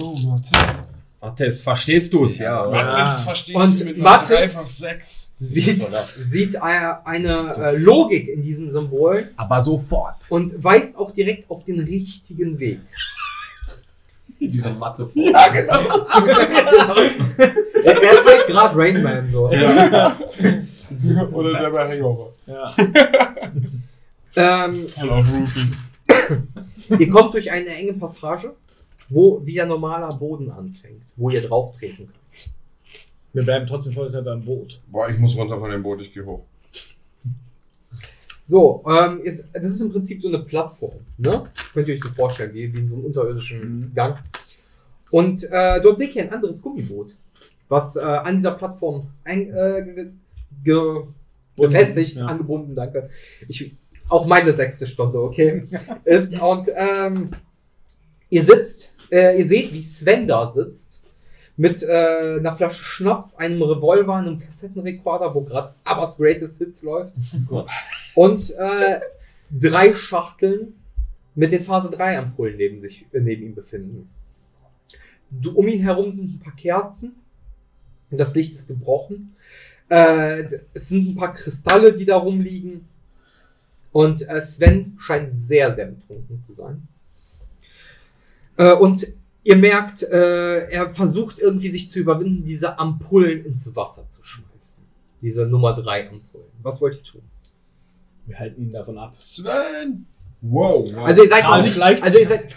Speaker 5: Oh, Mathis.
Speaker 7: Matthias, verstehst du es? Ja.
Speaker 5: Mathis versteht
Speaker 6: Ah. Und
Speaker 5: sie mit einer
Speaker 6: Mathis-
Speaker 5: 3 von 6.
Speaker 6: Sieht, sieht eine, eine äh, Logik in diesen Symbolen
Speaker 7: Aber sofort.
Speaker 6: und weist auch direkt auf den richtigen Weg.
Speaker 7: Diese Mathe.
Speaker 5: Ja, genau.
Speaker 6: er ist halt gerade Rain Man so.
Speaker 5: Oder der bei Hangover.
Speaker 6: Ähm,
Speaker 5: Voll auf Roofies.
Speaker 6: ihr kommt durch eine enge Passage, wo wieder normaler Boden anfängt, wo ihr drauf treten könnt.
Speaker 1: Wir bleiben trotzdem vollzeit beim Boot.
Speaker 5: Boah, ich muss runter von dem Boot, ich gehe hoch.
Speaker 6: So, ähm, ist, das ist im Prinzip so eine Plattform, ne? Könnt ihr euch so vorstellen, wie, wie in so einem unterirdischen Gang. Und äh, dort seht ihr ein anderes Gummiboot, was äh, an dieser Plattform ein, äh, ge, ge, befestigt,
Speaker 1: ja.
Speaker 6: angebunden, danke. Ich, auch meine sechste Stunde, okay? ist, und ähm, ihr sitzt, äh, ihr seht, wie Sven da sitzt. Mit äh, einer Flasche Schnaps, einem Revolver, einem Kassettenrekorder, wo gerade Abbas Greatest Hits läuft. Und äh, drei Schachteln mit den Phase 3 Ampullen neben, sich, äh, neben ihm befinden. Du, um ihn herum sind ein paar Kerzen. Und das Licht ist gebrochen. Äh, d- es sind ein paar Kristalle, die da rumliegen. Und äh, Sven scheint sehr, sehr betrunken zu sein. Äh, und ihr merkt, äh, er versucht irgendwie sich zu überwinden, diese Ampullen ins Wasser zu schmeißen. Diese Nummer 3 Ampullen. Was wollt ihr tun?
Speaker 1: Wir halten ihn davon ab.
Speaker 5: Sven! Wow. wow.
Speaker 6: Also ihr seid
Speaker 1: Karl
Speaker 6: noch nicht,
Speaker 1: schleicht
Speaker 6: also ihr seid,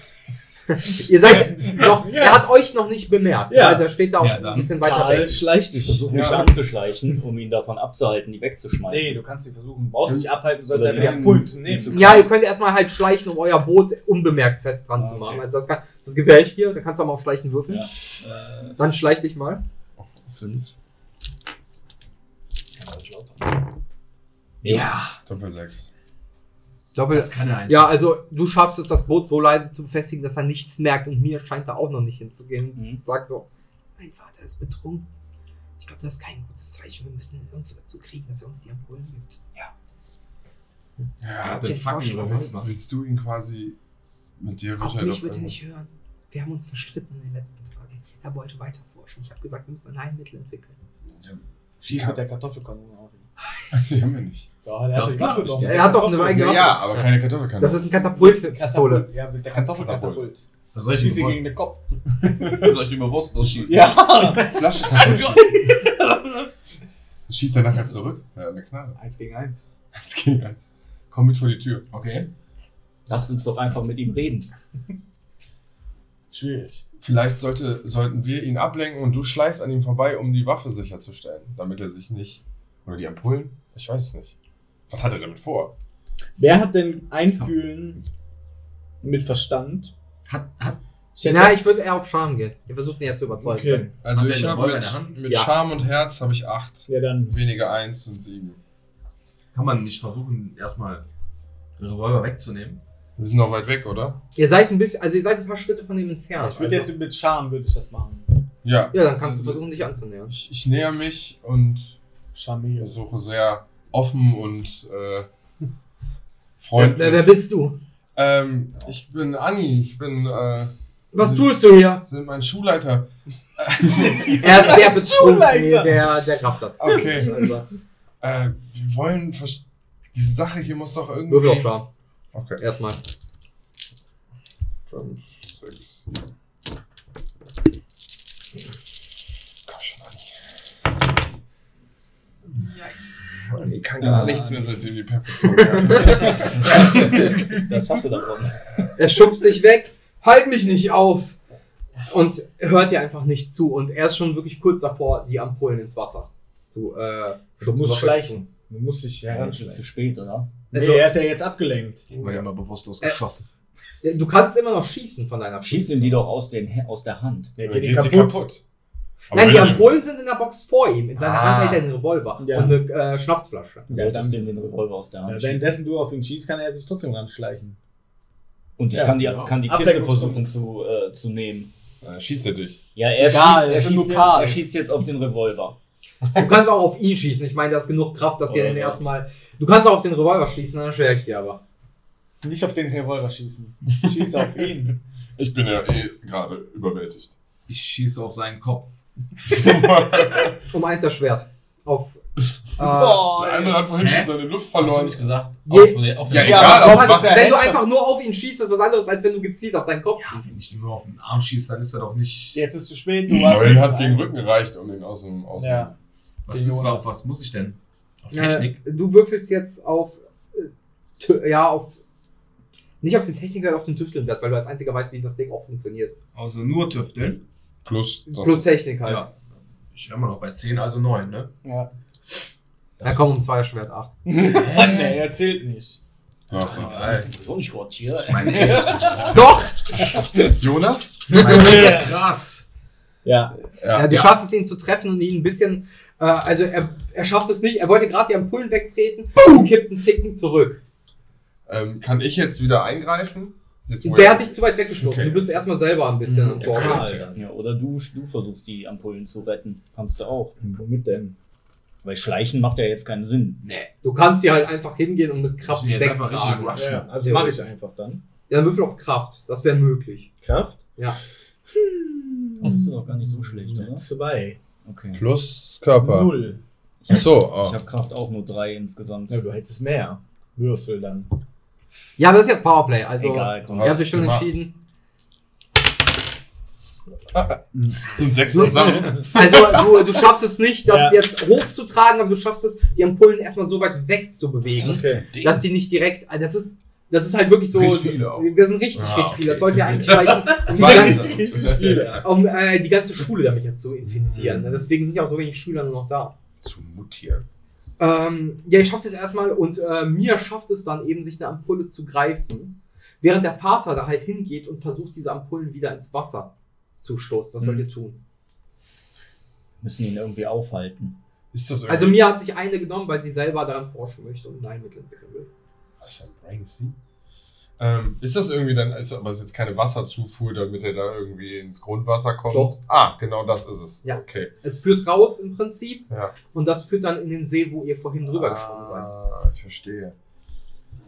Speaker 6: ihr seid noch, er hat euch noch nicht bemerkt.
Speaker 1: Ja.
Speaker 6: Also er steht da auch
Speaker 7: Ja,
Speaker 6: ein
Speaker 7: dann.
Speaker 6: bisschen weiter weg.
Speaker 1: schleicht dich.
Speaker 4: Versuch mich
Speaker 5: Ja.
Speaker 4: anzuschleichen, um ihn davon abzuhalten, die wegzuschmeißen.
Speaker 1: Nee, du kannst sie versuchen. Du brauchst dich abhalten, du sollst
Speaker 4: Oder
Speaker 1: einfach
Speaker 4: die
Speaker 1: den Pult nehmen.
Speaker 6: Ja, ihr könnt erstmal halt schleichen, um euer Boot unbemerkt fest dran
Speaker 4: Ah,
Speaker 6: zu
Speaker 4: okay.
Speaker 6: machen. Also das, kann, das gibt ja echt hier, da kannst du auch mal auf Schleichen würfeln. Dann schleich dich mal.
Speaker 7: Fünf.
Speaker 5: Ja. Doppel 6.
Speaker 6: Doppel.
Speaker 7: Das kann er einfach.
Speaker 6: Ja, also du schaffst es, das Boot so leise zu befestigen, dass er nichts merkt und mir scheint da auch noch nicht hinzugehen.
Speaker 4: Mhm.
Speaker 6: Sagt so, mein Vater ist betrunken. Ich glaube, das ist kein gutes Zeichen. Wir müssen ihn irgendwie dazu kriegen, dass er uns die Ampullen gibt.
Speaker 5: Ja,
Speaker 7: Er hat den
Speaker 6: Okay,
Speaker 7: fucking
Speaker 6: Vorschlag.
Speaker 7: Revolver noch.
Speaker 5: willst du ihn quasi mit dir
Speaker 6: Auf
Speaker 5: wird er
Speaker 6: mich
Speaker 5: doch
Speaker 6: wird er
Speaker 5: irgendwo-
Speaker 6: nicht hören. Wir haben uns verstritten in den letzten Tagen. Er wollte weiterforschen. Ich habe gesagt, wir müssen ein Heilmittel entwickeln.
Speaker 1: Schieß
Speaker 5: Ja.
Speaker 1: mit der Kartoffelkanone auf ihn.
Speaker 5: Die haben wir nicht.
Speaker 1: Ja, der
Speaker 7: Doch,
Speaker 1: eine
Speaker 7: klar,
Speaker 1: Waffe
Speaker 7: bestimmt.
Speaker 1: doch.
Speaker 6: Er hat doch eine
Speaker 1: Kartoffel-
Speaker 6: eigene
Speaker 5: Ja,
Speaker 6: Waffe.
Speaker 5: ja aber keine Kartoffelkanone.
Speaker 6: Das ist eine Katapultpistole.
Speaker 1: Katapult. Ja, mit der
Speaker 5: Katapult.
Speaker 1: Kartoffelkatapult.
Speaker 7: Was soll ich
Speaker 1: Schieß sie
Speaker 7: denn
Speaker 1: gegen den Kopf.
Speaker 7: überhaupt- Soll ich ihn bewusst losschießen?
Speaker 5: Flasche ist Schießt er nachher zurück? Ja, eine Knarre.
Speaker 1: Eins gegen eins.
Speaker 5: Jetzt ging halt. eins. Komm mit vor die Tür.
Speaker 7: Okay.
Speaker 4: Lasst uns doch einfach mit ihm reden.
Speaker 11: Schwierig.
Speaker 5: Vielleicht sollte, sollten wir ihn ablenken und du schleichst an ihm vorbei, um die Waffe sicherzustellen, damit er sich nicht. Oder die Ampullen? Ich weiß es nicht. Was hat er damit vor?
Speaker 1: Wer hat denn Einfühlen mit Verstand?
Speaker 7: Hat, hat,
Speaker 1: Ich hätte-
Speaker 6: Na, ich würde eher auf Charme gehen. Ihr versucht ihn ja zu überzeugen.
Speaker 11: Okay.
Speaker 5: Also
Speaker 7: Hat er
Speaker 5: ich
Speaker 7: eine
Speaker 5: habe
Speaker 7: Revolver in der Hand?
Speaker 5: mit, mit
Speaker 6: Ja.
Speaker 5: Charme und Herz habe ich 8.
Speaker 1: ja, dann
Speaker 5: Weniger 1 sind 7.
Speaker 7: kann man nicht versuchen, erstmal den Revolver wegzunehmen?
Speaker 5: Wir sind noch weit weg, oder?
Speaker 6: Ihr seid ein bisschen, also ihr seid ein paar Schritte von ihm entfernt.
Speaker 1: Ich würde
Speaker 6: also.
Speaker 1: jetzt mit Charme würde ich das machen.
Speaker 5: Ja.
Speaker 6: ja, dann kannst du versuchen, dich anzunähern.
Speaker 5: Ich, ich näher mich und
Speaker 1: Charmieren.
Speaker 5: versuche sehr offen und äh,
Speaker 6: Wer,
Speaker 5: freundlich.
Speaker 6: wer bist du?
Speaker 5: Ähm, ich bin Anni, ich bin, äh,
Speaker 6: Was
Speaker 5: Mhm.
Speaker 6: tust du hier?
Speaker 5: sind mein Schulleiter.
Speaker 6: Er ist sehr betrunken,
Speaker 1: Schulleiter.
Speaker 6: nee, der, der Kraft hat.
Speaker 5: Okay.
Speaker 6: Also,
Speaker 5: äh, wir wollen, vers- diese Sache hier muss doch irgendwie...
Speaker 6: Würfel auf Charme.
Speaker 5: Okay.
Speaker 6: Erstmal.
Speaker 5: 5, 6. Komm schon, Anni. Anni kann gar nichts mehr, seitdem die Pep gezogen hat.
Speaker 4: Das hast du davon.
Speaker 6: Er schubst dich weg. Halt mich nicht auf! Und hört dir einfach nicht zu. Und er ist schon wirklich kurz davor, die Ampullen ins Wasser zu äh,
Speaker 11: Du
Speaker 6: schubsen.
Speaker 11: musst schleichen. Du musst dich
Speaker 4: Ja, das ist zu
Speaker 11: heranschleichen.
Speaker 4: spät, oder?
Speaker 11: Nee,
Speaker 6: Also-
Speaker 11: er ist ja jetzt abgelenkt.
Speaker 7: Weil ja. immer bewusstlos geschossen.
Speaker 6: Du kannst immer noch schießen von deiner
Speaker 4: Schießen die doch aus, den, Hä- aus der Hand.
Speaker 11: Der
Speaker 5: Dann
Speaker 11: geht,
Speaker 5: geht sie
Speaker 11: kaputt.
Speaker 5: kaputt. Aber
Speaker 6: Nein, die
Speaker 5: wenn-
Speaker 6: Ampullen sind in der Box vor ihm. In seiner
Speaker 7: Ah.
Speaker 6: Hand hält er einen Revolver
Speaker 1: Ja.
Speaker 6: und eine äh, Schnapsflasche.
Speaker 4: Du
Speaker 1: Ja,
Speaker 4: solltest
Speaker 1: dann-
Speaker 4: dem den Revolver aus der Hand
Speaker 1: Ja,
Speaker 4: schießen.
Speaker 1: währenddessen du auf ihn schießt, kann er sich trotzdem ranschleichen.
Speaker 4: Und ich
Speaker 1: Ja,
Speaker 4: kann die,
Speaker 7: genau.
Speaker 4: kann die Kiste versuchen zu, äh, zu nehmen.
Speaker 5: Äh, schießt er dich.
Speaker 4: Ja,
Speaker 1: Ist
Speaker 4: er,
Speaker 1: egal,
Speaker 4: schießt, er,
Speaker 1: es sind
Speaker 4: schießt,
Speaker 1: nur
Speaker 4: jetzt-
Speaker 1: Paar.
Speaker 4: er schießt jetzt auf den Revolver.
Speaker 6: Du kannst auch auf ihn schießen. Ich meine, da ist genug Kraft, dass ihr
Speaker 4: Oder
Speaker 6: den
Speaker 4: so.
Speaker 6: ersten Mal. Du kannst auch auf den Revolver schießen, dann schwere ich dir aber.
Speaker 1: Nicht auf den Revolver schießen. Schieß auf ihn.
Speaker 5: Ich bin ja eh gerade überwältigt.
Speaker 7: Ich schieße auf seinen Kopf.
Speaker 6: Um eins erschwert. Auf. Äh,
Speaker 5: Der andere hat vorhin
Speaker 7: Hä?
Speaker 5: schon seine Luft
Speaker 7: Hast du
Speaker 5: verloren.
Speaker 7: nicht gesagt?
Speaker 6: Je-
Speaker 7: Auf, den- auf den
Speaker 5: Ja,
Speaker 7: Kopf.
Speaker 5: egal,
Speaker 1: aber
Speaker 5: auf
Speaker 1: du
Speaker 5: was.
Speaker 1: hast ja
Speaker 6: wenn du
Speaker 1: Headshot.
Speaker 6: einfach nur auf ihn schießt, ist was anderes, als wenn du gezielt auf seinen Kopf
Speaker 7: Ja,
Speaker 6: schießt.
Speaker 7: wenn ich ihm nur auf den Arm schieße, dann ist er doch nicht.
Speaker 1: Jetzt ist zu spät, du warst.
Speaker 5: Neun hat gegen Rücken gereicht, um den aus dem. Aus dem
Speaker 1: Ja.
Speaker 7: Was,
Speaker 1: den
Speaker 7: ist,
Speaker 1: Jonas.
Speaker 7: auf was muss ich denn? Auf
Speaker 6: Äh,
Speaker 7: Technik?
Speaker 6: du würfelst jetzt auf. äh, tü- Ja, auf. Nicht auf den Techniker, auf den Tüftelwert, weil du als einziger weißt, wie das Ding auch funktioniert.
Speaker 7: Also nur tüfteln.
Speaker 5: Plus, das
Speaker 6: Plus Technik halt.
Speaker 7: Ja. Ich bin immer noch bei 10, also 9, ne?
Speaker 1: Ja.
Speaker 6: Na komm, um zwei erschwert acht.
Speaker 1: Nee, er zählt nicht.
Speaker 5: Doch, doch.
Speaker 7: Äh,
Speaker 4: So nicht Gott hier.
Speaker 7: ich meine, ey,
Speaker 6: Doch!
Speaker 5: Jonas?
Speaker 7: mein Gott, das ist krass.
Speaker 1: Ja.
Speaker 5: Ja.
Speaker 6: Ja, du schaffst es, ihn zu treffen und ihn ein bisschen. Äh, also, er, er schafft es nicht. Er wollte gerade die Ampullen wegtreten und kippt einen Ticken zurück.
Speaker 5: Ähm, kann ich jetzt wieder eingreifen? Jetzt, wo
Speaker 6: Der
Speaker 5: er-
Speaker 6: hat dich zu weit weggeschlossen.
Speaker 5: Okay.
Speaker 6: Du bist erstmal selber ein bisschen
Speaker 7: Oh
Speaker 6: am
Speaker 7: Mhm. Ja,
Speaker 6: Tor.
Speaker 5: klar.
Speaker 4: Karl dann, ja. Oder du, du versuchst die Ampullen zu retten. Kannst du auch.
Speaker 1: Womit denn?
Speaker 4: Weil Schleichen macht ja jetzt keinen Sinn.
Speaker 7: Nee.
Speaker 6: Du kannst hier halt einfach hingehen und mit Kraft
Speaker 7: Müssen jetzt einfach richtig
Speaker 6: wegtragen.
Speaker 7: rushen.
Speaker 1: Ja, also mache ich einfach dann.
Speaker 6: Ja, würfel auf Kraft. Das wäre möglich.
Speaker 1: Kraft?
Speaker 4: Oh, das ist doch gar nicht so schlecht, oder?
Speaker 1: Zwei.
Speaker 4: Okay.
Speaker 5: Plus Körper.
Speaker 1: Null.
Speaker 5: Achso,
Speaker 4: Ich
Speaker 5: oh.
Speaker 4: habe Kraft auch nur drei insgesamt.
Speaker 1: Na, du hättest mehr. Würfel dann.
Speaker 6: Ja, aber das ist jetzt Powerplay. Also,
Speaker 4: Egal, komm.
Speaker 6: ihr habt euch schon
Speaker 5: Gemacht.
Speaker 6: entschieden.
Speaker 5: sind sechs zusammen.
Speaker 6: Also, du, du schaffst es nicht, das
Speaker 1: Ja.
Speaker 6: jetzt hochzutragen, aber du schaffst es, die Ampullen erstmal so weit wegzubewegen.
Speaker 1: Okay.
Speaker 6: dass die nicht direkt, also das ist, das ist halt wirklich so,
Speaker 7: Richtig viele auch.
Speaker 6: das sind richtig,
Speaker 7: Ah,
Speaker 6: richtig
Speaker 7: okay.
Speaker 6: viele, das sollte ja eigentlich reichen, um, die,
Speaker 5: Zwei
Speaker 6: ganze,
Speaker 5: sind-
Speaker 6: um äh, die ganze Schule damit jetzt zu infizieren.
Speaker 7: Mhm.
Speaker 6: ne? Deswegen sind ja auch so wenig Schüler nur noch da.
Speaker 5: Zu mutieren.
Speaker 6: Ähm, ja, ich schaff das erstmal und äh, Mia schafft es dann eben, sich eine Ampulle zu greifen, während der Vater da halt hingeht und versucht, diese Ampullen wieder ins Wasser zu stoßen. Was
Speaker 7: Mhm.
Speaker 6: wollt ihr tun?
Speaker 4: Müssen ihn irgendwie aufhalten.
Speaker 5: Ist das irgendwie.
Speaker 6: Also Mia hat sich eine genommen, weil sie selber daran forschen möchte und ein Heilmittel entwickeln will.
Speaker 5: was für ein Brain ist sie? Ähm, ist das irgendwie dann, ist, aber es ist jetzt keine Wasserzufuhr, damit er da irgendwie ins Grundwasser kommt?
Speaker 6: Doch.
Speaker 5: Ah, genau das ist es.
Speaker 6: Ja.
Speaker 5: Okay.
Speaker 6: Es führt raus im Prinzip
Speaker 5: Ja.
Speaker 6: und das führt dann in den See, wo ihr vorhin drüber geschwommen seid.
Speaker 5: Ah, ich verstehe.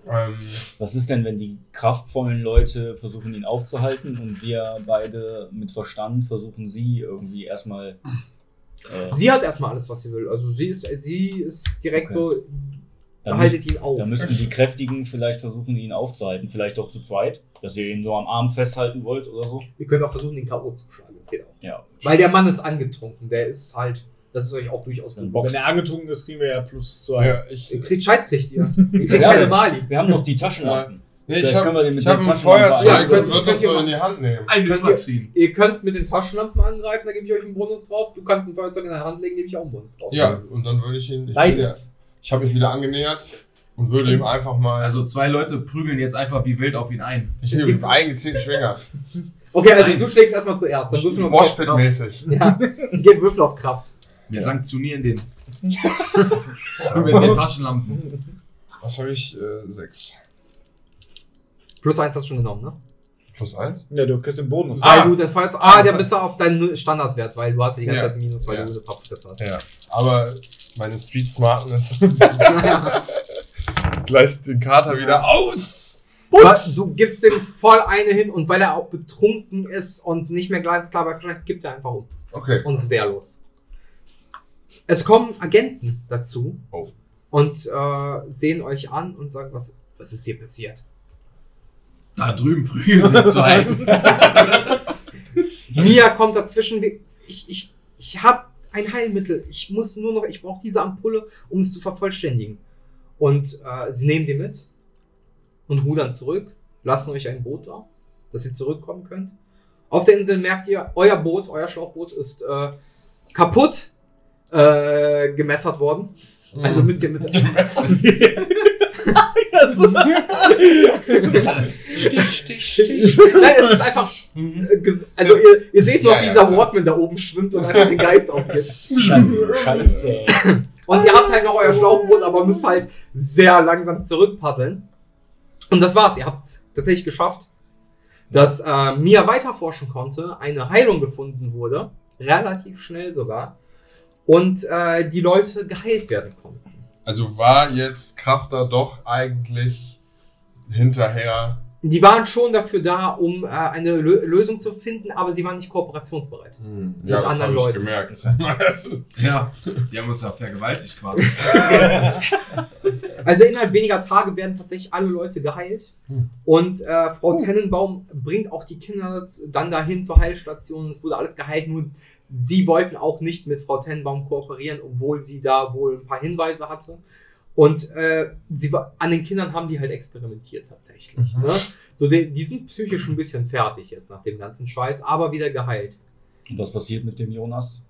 Speaker 5: Ähm,
Speaker 4: Was ist denn, wenn die kraftvollen Leute versuchen, ihn aufzuhalten und wir beide mit Verstand versuchen, sie irgendwie erstmal. Äh,
Speaker 6: Sie hat erstmal alles, was sie will. Also sie ist, sie ist direkt
Speaker 4: Okay.
Speaker 6: so,
Speaker 4: dann müssen,
Speaker 6: haltet ihn auf.
Speaker 4: dann müssten die Kräftigen vielleicht versuchen, ihn aufzuhalten. Vielleicht auch zu zweit, dass ihr ihn so am Arm festhalten wollt oder so.
Speaker 6: Ihr könnt auch versuchen, den K.O. zu schlagen. Das geht auch.
Speaker 4: Ja.
Speaker 6: Weil der Mann ist angetrunken. Der ist halt, das ist euch auch durchaus
Speaker 4: Dann
Speaker 6: bewusst.
Speaker 4: boxt-
Speaker 1: Wenn er angetrunken ist, kriegen wir ja plus zwei.
Speaker 5: ja, ich,
Speaker 6: Ihr kriegt Scheiß, kriegt ihr. Ihr kriegt keine Mali.
Speaker 4: Wir haben noch die Taschenlampen.
Speaker 5: Nee, ich
Speaker 4: Vielleicht können wir
Speaker 5: habe
Speaker 4: den mit
Speaker 5: ich hab
Speaker 4: den
Speaker 5: ein
Speaker 4: Taschenlampen
Speaker 5: Feuerzeug, ihr
Speaker 6: einbauen.
Speaker 5: könnt wirklich so in die Hand nehmen.
Speaker 7: Ein
Speaker 6: Könnt
Speaker 7: Überziehen.
Speaker 6: Ihr könnt mit den Taschenlampen angreifen, da gebe ich euch einen Bonus drauf. Du kannst ein Feuerzeug in deine Hand legen, gebe ich auch einen Bonus drauf.
Speaker 5: Ja, und dann würde ich ihn. Ich,
Speaker 4: Beides.
Speaker 5: bin ja- ich habe mich wieder angenähert und würde ihm einfach mal.
Speaker 7: Also zwei Leute prügeln jetzt einfach wie wild auf ihn ein.
Speaker 5: ich nehme ihm einen gezielten Schwinger.
Speaker 6: Okay, also du schlägst erstmal zuerst, dann würfel auf Kraft.
Speaker 5: Moshpit-mäßig.
Speaker 6: Ja, geh würfel auf Kraft.
Speaker 7: Wir sanktionieren den. Mit den Taschenlampen.
Speaker 5: Was habe ich? Äh, sechs.
Speaker 6: Plus eins hast du schon genommen, ne?
Speaker 5: Plus eins?
Speaker 11: Ja, du kriegst den Bonus.
Speaker 5: Ah.
Speaker 6: Weil du dein Feuerzeug. Ah, der bist du auf deinen Standardwert, weil du hast ja die ganze
Speaker 5: Ja.
Speaker 6: Zeit Minus, weil
Speaker 5: Ja.
Speaker 6: du eine Pappfresse hast.
Speaker 5: Ja. Aber meine Street Smartness gleicht den Kater wieder aus.
Speaker 6: Was? Du gibst dem voll eine hin und weil er auch betrunken ist und nicht mehr ganz klar bei Verstand, gibt er einfach um.
Speaker 5: Okay.
Speaker 6: Und ist wehrlos. Es kommen Agenten dazu
Speaker 5: Oh.
Speaker 6: und äh, sehen euch an und sagen, was, was ist hier passiert?
Speaker 7: Da drüben prügeln sie zwei.
Speaker 6: Mia kommt dazwischen. wie- Ich, ich, ich habe ein Heilmittel. Ich muss nur noch, ich brauche diese Ampulle, um es zu vervollständigen. Und äh, sie nehmen sie mit und rudern zurück, lassen euch ein Boot da, dass ihr zurückkommen könnt. Auf der Insel merkt ihr, euer Boot, euer Schlauchboot ist äh, kaputt äh, gemessert worden. Also müsst ihr mit.
Speaker 5: Stich, stich, stich.
Speaker 6: Nein, es ist einfach. äh, ges- Also ihr, ihr seht noch,
Speaker 5: Ja,
Speaker 6: wie
Speaker 5: ja.
Speaker 6: dieser Walkman da oben schwimmt und einfach den Geist aufgibt.
Speaker 4: Scheiße.
Speaker 6: Und ihr habt halt noch euer Schlauchboot, aber müsst halt sehr langsam zurückpaddeln. Und das war's. Ihr habt's tatsächlich geschafft, dass äh, Mia weiterforschen konnte, eine Heilung gefunden wurde, relativ schnell sogar, und äh, die Leute geheilt werden konnten.
Speaker 5: Also war jetzt Kraft da doch eigentlich hinterher.
Speaker 6: Die waren schon dafür da, um äh, eine Lö Lösung zu finden, aber sie waren nicht kooperationsbereit.
Speaker 5: Hm, ja, das
Speaker 6: anderen
Speaker 5: habe ich
Speaker 6: Leuten.
Speaker 5: gemerkt.
Speaker 7: ja, die haben uns ja vergewaltigt quasi.
Speaker 6: Also innerhalb weniger Tage werden tatsächlich alle Leute geheilt.
Speaker 5: Hm.
Speaker 6: Und äh, Frau Tennenbaum bringt auch die Kinder z- dann dahin zur Heilstation. Es wurde alles geheilt, nur sie wollten auch nicht mit Frau Tennenbaum kooperieren, obwohl sie da wohl ein paar Hinweise hatte. Und äh, sie, wa- an den Kindern haben die halt experimentiert tatsächlich.
Speaker 5: Mhm.
Speaker 6: Ne? So, die, die sind psychisch ein bisschen fertig jetzt nach dem ganzen Scheiß, aber wieder geheilt.
Speaker 4: Und was passiert mit dem Jonas?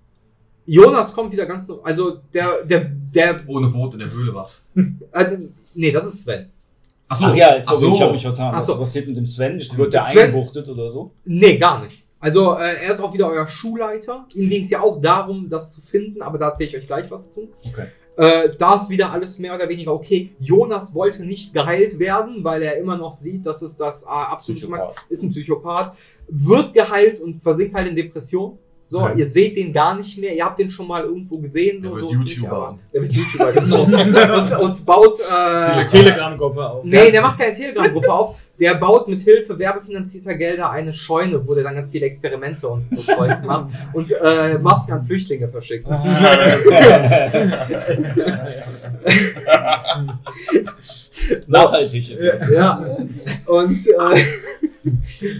Speaker 6: Jonas kommt wieder ganz, no- also der, der, der,
Speaker 7: Ohne Boot in der Höhle war.
Speaker 6: äh, nee, das ist Sven.
Speaker 7: Achso,
Speaker 4: Ach ja,
Speaker 7: ach
Speaker 4: sorry, ich habe mich vertan.
Speaker 6: Ach so.
Speaker 4: Was passiert mit dem Sven?
Speaker 7: Stimmt.
Speaker 4: Wird der
Speaker 6: Sven-
Speaker 4: eingebuchtet oder so?
Speaker 6: Nee, gar nicht. Also äh, er ist auch wieder euer Schulleiter. Ihm ging es ja auch darum, das zu finden, aber da erzähle ich euch gleich was zu.
Speaker 4: Okay.
Speaker 6: Äh, da ist wieder alles mehr oder weniger okay. Jonas wollte nicht geheilt werden, weil er immer noch sieht, dass es das äh, absolute Mag-
Speaker 4: Psychopath.
Speaker 6: ist ein Psychopath, wird geheilt und versinkt halt in Depression. So,
Speaker 7: Okay.
Speaker 6: ihr seht den gar nicht mehr, ihr habt den schon mal irgendwo gesehen. So,
Speaker 7: Der wird
Speaker 6: so ist nicht,
Speaker 7: YouTuber.
Speaker 6: aber der wird YouTuber, genau. und, und baut. Äh,
Speaker 11: Telegram-Gruppe auf.
Speaker 6: Nee, der macht keine Telegram-Gruppe auf. Der baut mit Hilfe werbefinanzierter Gelder eine Scheune, wo der dann ganz viele Experimente und so Zeugs macht und äh, Masken an Flüchtlinge verschickt.
Speaker 4: Nachhaltig ist das.
Speaker 6: Ja. Und äh,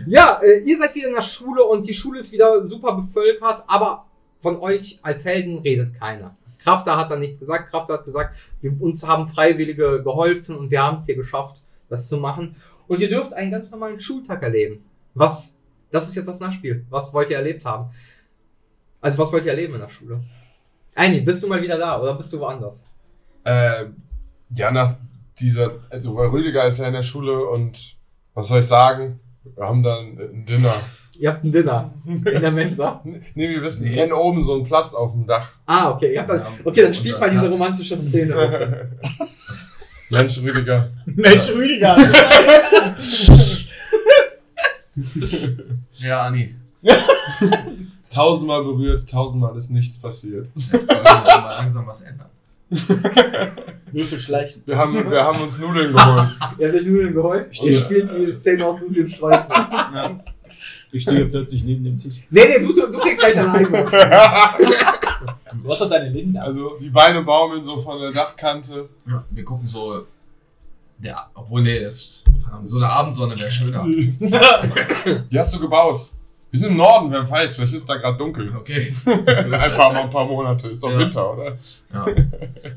Speaker 6: ja, äh, ihr seid wieder in der Schule und die Schule ist wieder super bevölkert, aber von euch als Helden redet keiner. Krafter hat da nichts gesagt. Krafter hat gesagt, wir, uns haben Freiwillige geholfen und wir haben es hier geschafft, das zu machen. Und ihr dürft einen ganz normalen Schultag erleben. Was? Das ist jetzt das Nachspiel. Was wollt ihr erlebt haben? Also, was wollt ihr erleben in der Schule? Eini, bist du mal wieder da oder bist du woanders?
Speaker 5: äh, ja, nach dieser, also weil Rüdiger ist ja in der Schule und was soll ich sagen? Wir haben dann ein Dinner.
Speaker 6: Ihr habt ein Dinner in der Mensa.
Speaker 5: Nee, wir wissen, wir kennen oben so einen Platz auf dem Dach.
Speaker 6: Ah, okay. Ihr habt dann, okay, dann spielt mal diese romantische Szene. bitte.
Speaker 5: Mensch, Rüdiger.
Speaker 11: Mensch, Rüdiger.
Speaker 7: Ja, Anni.
Speaker 5: Tausendmal berührt, tausendmal ist nichts passiert.
Speaker 7: Vielleicht sollten wir mal langsam was ändern.
Speaker 4: Würfel schleichen.
Speaker 5: Wir haben, wir haben uns Nudeln geholt.
Speaker 6: Ihr habt euch Nudeln geholt.
Speaker 7: Oh
Speaker 4: Stimmt.
Speaker 6: Ihr spielt die Szene aus Susi und Sträuchner.
Speaker 11: Ich stehe plötzlich neben dem Tisch.
Speaker 6: Nee, nee, du, du kriegst gleich einen eigenen.
Speaker 4: Du hast doch deine Linda.
Speaker 5: Also die Beine baumeln so von der Dachkante.
Speaker 7: Ja, wir gucken so. Der, obwohl, nee, das, so eine Abendsonne wäre schöner.
Speaker 5: Die hast du gebaut. Wir sind im Norden, wer weiß, vielleicht ist da gerade dunkel.
Speaker 7: Okay.
Speaker 5: Einfach mal ein paar Monate, ist doch
Speaker 7: Ja.
Speaker 5: Winter, oder?
Speaker 7: Ja.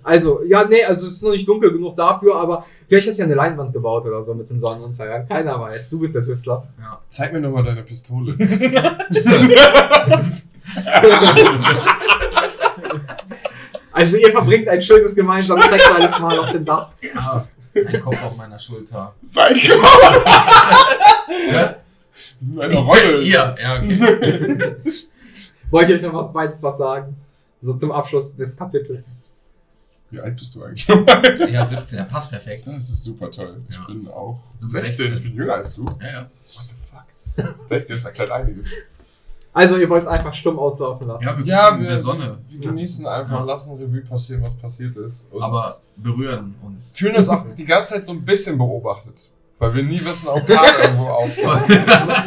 Speaker 6: Also, ja, nee, also es ist noch nicht dunkel genug dafür, aber vielleicht hast du ja eine Leinwand gebaut oder so mit dem Sonnenuntergang. Keiner weiß. Du bist der Tüftler.
Speaker 5: Zeig mir doch mal deine Pistole.
Speaker 6: Also ihr verbringt ein schönes gemeinsames sexuelles Mal auf dem Dach.
Speaker 7: Ah, sein Kopf auf meiner Schulter.
Speaker 5: Sei Wir
Speaker 7: Ja?
Speaker 5: sind eine Rolle.
Speaker 7: Ihr, ja. Okay.
Speaker 6: Wollt ihr euch noch was beides was sagen? So zum Abschluss des Kapitels.
Speaker 5: Wie alt bist du eigentlich?
Speaker 7: Ja, 17, ja, passt perfekt.
Speaker 5: Das ist super toll. Ich
Speaker 7: Ja.
Speaker 5: bin auch
Speaker 7: Du bist
Speaker 5: 16.
Speaker 7: 16.
Speaker 5: ich bin jünger als du.
Speaker 7: Ja, ja.
Speaker 5: 16 ist erklärt einiges.
Speaker 6: Also ihr wollt es einfach stumm auslaufen lassen.
Speaker 7: Ja, wir
Speaker 5: Ja,
Speaker 7: ja, in
Speaker 5: wir-
Speaker 7: der Sonne,
Speaker 5: Wir genießen einfach,
Speaker 7: Ja.
Speaker 5: lassen Revue passieren, was passiert ist. Und
Speaker 7: aber berühren uns.
Speaker 5: fühlen uns auch die ganze Zeit so ein bisschen beobachtet. Weil wir nie wissen, ob gerade irgendwo auftaucht.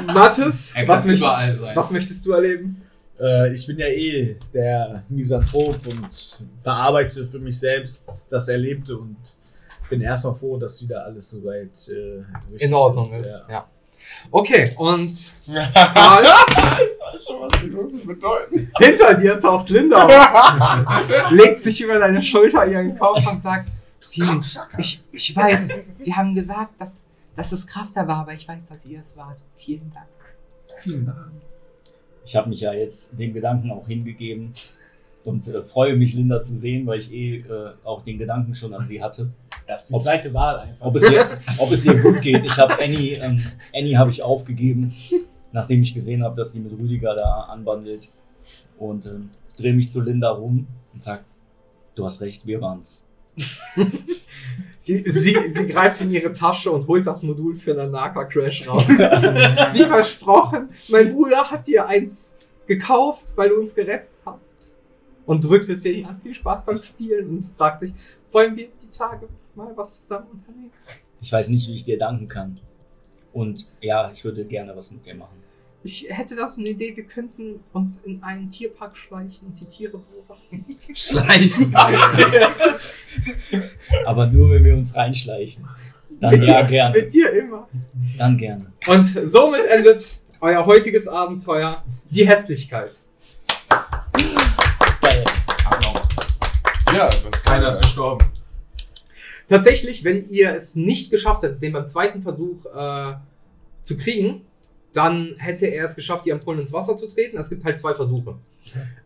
Speaker 6: Mathis,
Speaker 7: Er kann
Speaker 6: was möchtest,
Speaker 7: überall sein.
Speaker 6: was möchtest du erleben?
Speaker 11: Äh, ich bin ja eh der Misanthrop und verarbeite für mich selbst das Erlebte und bin erstmal froh, dass wieder alles soweit äh, richtig
Speaker 6: In Ordnung ist.
Speaker 11: Ja.
Speaker 6: Ja. Okay, und
Speaker 5: ich
Speaker 6: Karl,
Speaker 5: weiß schon, was die Würfel bedeuten.
Speaker 6: hinter dir taucht Linda auf, legt sich über deine Schulter ihren Kopf und sagt, "Vielen- ich, ich weiß, sie haben gesagt, dass, dass es Krafter war, aber ich weiß, dass ihr es wart. Vielen Dank.
Speaker 4: Ich habe mich ja jetzt dem Gedanken auch hingegeben und äh, freue mich, Linda zu sehen, weil ich eh äh, auch den Gedanken schon an sie hatte.
Speaker 11: Das ist
Speaker 4: Ob-
Speaker 11: die zweite Wahl einfach.
Speaker 4: Ob es ihr, ob es ihr gut geht. Ich habe Annie, ähm, Annie habe ich aufgegeben, nachdem ich gesehen habe, dass die mit Rüdiger da anbandelt. Und ähm, drehe mich zu Linda rum und sag, du hast recht, wir waren's.
Speaker 6: Sie, sie, sie greift in ihre Tasche und holt das Modul für Nanaka Crash raus. Wie versprochen, mein Bruder hat dir eins gekauft, weil du uns gerettet hast. Und drückt es dir an. Viel Spaß beim Spielen und fragt dich, wollen wir die Tage mal was zusammen unternehmen?
Speaker 4: Ich weiß nicht, wie ich dir danken kann. Und ja, ich würde gerne was mit dir machen.
Speaker 6: Ich hätte das eine Idee, wir könnten uns in einen Tierpark schleichen und die Tiere beobachten.
Speaker 7: Schleichen.
Speaker 4: Aber nur, wenn wir uns reinschleichen. Dann
Speaker 6: Mit
Speaker 4: ja,
Speaker 6: dir-
Speaker 4: gerne.
Speaker 6: Mit dir immer.
Speaker 4: Dann gerne.
Speaker 6: Und somit endet euer heutiges Abenteuer die Hässlichkeit.
Speaker 4: Geil.
Speaker 7: Applaus.
Speaker 5: Ja, das
Speaker 7: Keiner ist gestorben.
Speaker 6: Tatsächlich, wenn ihr es nicht geschafft hättet, den beim zweiten Versuch äh, zu kriegen, dann hätte er es geschafft, die Ampullen ins Wasser zu treten. Es gibt halt zwei Versuche.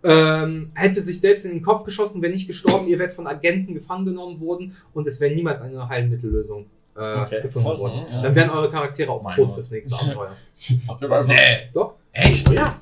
Speaker 6: Ähm, hätte sich selbst in den Kopf geschossen, wäre nicht gestorben, ihr wärt von Agenten gefangen genommen worden und es wäre niemals eine Heilmittellösung äh,
Speaker 11: Okay.
Speaker 6: gefunden
Speaker 11: Trotzdem,
Speaker 6: worden.
Speaker 5: ja.
Speaker 6: Dann wären eure Charaktere auch
Speaker 7: Mein
Speaker 6: tot
Speaker 7: Gott.
Speaker 6: fürs nächste Abenteuer.
Speaker 5: Ich hab einfach
Speaker 7: Nee.
Speaker 6: Doch.
Speaker 7: Echt?
Speaker 6: Ja.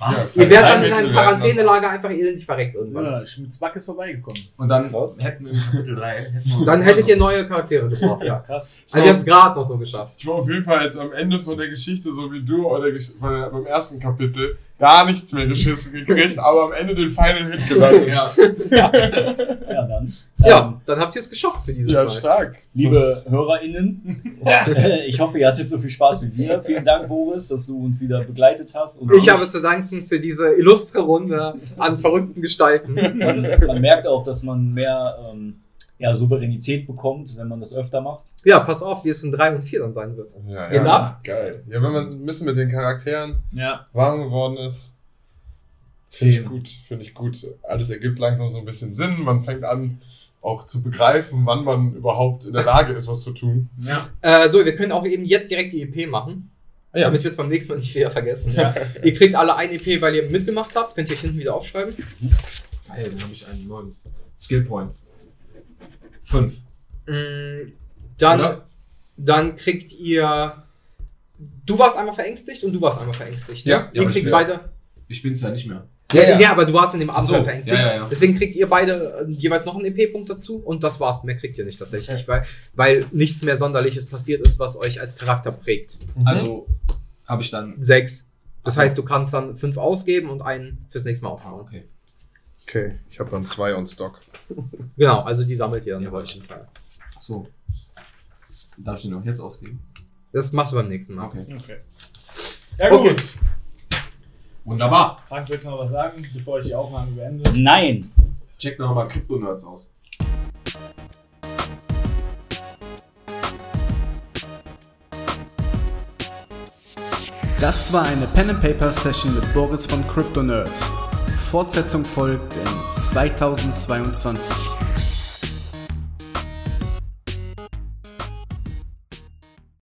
Speaker 7: Was?
Speaker 5: Oh Ja.
Speaker 6: Ihr wärt dann in
Speaker 5: Heilmittel
Speaker 6: einem
Speaker 5: werden
Speaker 6: Quarantänelager einfach elendig verreckt irgendwann.
Speaker 11: Ja, Schmitzback ist vorbeigekommen.
Speaker 7: Und dann hätten wir in Kapitel 3.
Speaker 6: Dann hättet ihr neue Charaktere gebraucht, ja.
Speaker 11: krass.
Speaker 6: Also ihr habt es gerade noch so geschafft.
Speaker 5: Ich war auf jeden Fall jetzt am Ende von der Geschichte, so wie du oder gesch- bei der- beim ersten Kapitel, gar nichts mehr geschissen gekriegt, aber am Ende den Final Hit gelandet.
Speaker 7: Ja.
Speaker 4: Ja, dann. Ähm,
Speaker 6: Ja, dann habt ihr es geschafft für dieses
Speaker 5: Ja,
Speaker 6: Mal.
Speaker 5: stark.
Speaker 4: Liebe HörerInnen, ich hoffe, ihr hattet so viel Spaß wie wir. Vielen Dank, Boris, dass du uns wieder begleitet hast. Und
Speaker 6: Ich habe zu danken für diese illustre Runde an verrückten Gestalten.
Speaker 4: man, man merkt auch, dass man mehr ähm, ja, Souveränität bekommt, wenn man das öfter macht.
Speaker 6: Ja, pass auf, wie es in 3 und 4 dann sein wird.
Speaker 5: Ja,
Speaker 6: Geht ab?
Speaker 5: Geil. Ja, wenn man ein bisschen mit den Charakteren
Speaker 11: Ja.
Speaker 5: warm geworden ist, finde ich gut. Finde ich gut. Alles ergibt langsam so ein bisschen Sinn. Man fängt an, auch zu begreifen, wann man überhaupt in der Lage ist, was zu tun.
Speaker 11: ja.
Speaker 6: Äh, so, wir können auch eben jetzt direkt die EP machen.
Speaker 5: Ja.
Speaker 6: Damit wir es beim nächsten Mal nicht wieder vergessen. Ihr kriegt alle ein EP, weil ihr mitgemacht habt. Könnt ihr euch hinten wieder aufschreiben.
Speaker 7: Geil, dann habe ich einen neuen Skillpoint. Fünf.
Speaker 6: Mm, Dann,
Speaker 7: Oder?
Speaker 6: dann kriegt ihr. Du warst einmal verängstigt und du warst einmal verängstigt. Ne?
Speaker 7: Ja, ja,
Speaker 6: ihr
Speaker 7: aber
Speaker 6: kriegt
Speaker 7: schwer.
Speaker 6: beide.
Speaker 7: Ich bin's ja nicht mehr.
Speaker 6: Ja, ja. aber du warst in dem Abenteuer verängstigt.
Speaker 7: ja, ja, ja.
Speaker 6: Deswegen kriegt ihr beide äh, jeweils noch einen EP-Punkt dazu und das war's. Mehr kriegt ihr nicht tatsächlich, weil, weil nichts mehr Sonderliches passiert ist, was euch als Charakter prägt.
Speaker 7: Also habe ich dann.
Speaker 6: Sechs. Das heißt, du kannst dann fünf ausgeben und einen fürs nächste Mal
Speaker 7: Ah,
Speaker 6: aufbauen.
Speaker 7: okay.
Speaker 5: Okay, ich habe dann zwei on Stock.
Speaker 6: Genau, also die sammelt ihr dann.
Speaker 7: Jawohl. So. Darf ich den auch jetzt ausgeben? Ah,
Speaker 6: Das machst du beim nächsten Mal.
Speaker 7: Okay.
Speaker 11: Okay. Ja, gut.
Speaker 6: Okay.
Speaker 7: Wunderbar.
Speaker 11: Frank, willst du noch was sagen, bevor ich die Aufnahme beende?
Speaker 4: Nein!
Speaker 7: Check nochmal Krypto-Nerds aus.
Speaker 2: Das war eine Pen and Paper Session mit Boris von Crypto Nerd. Fortsetzung folgt in 2022.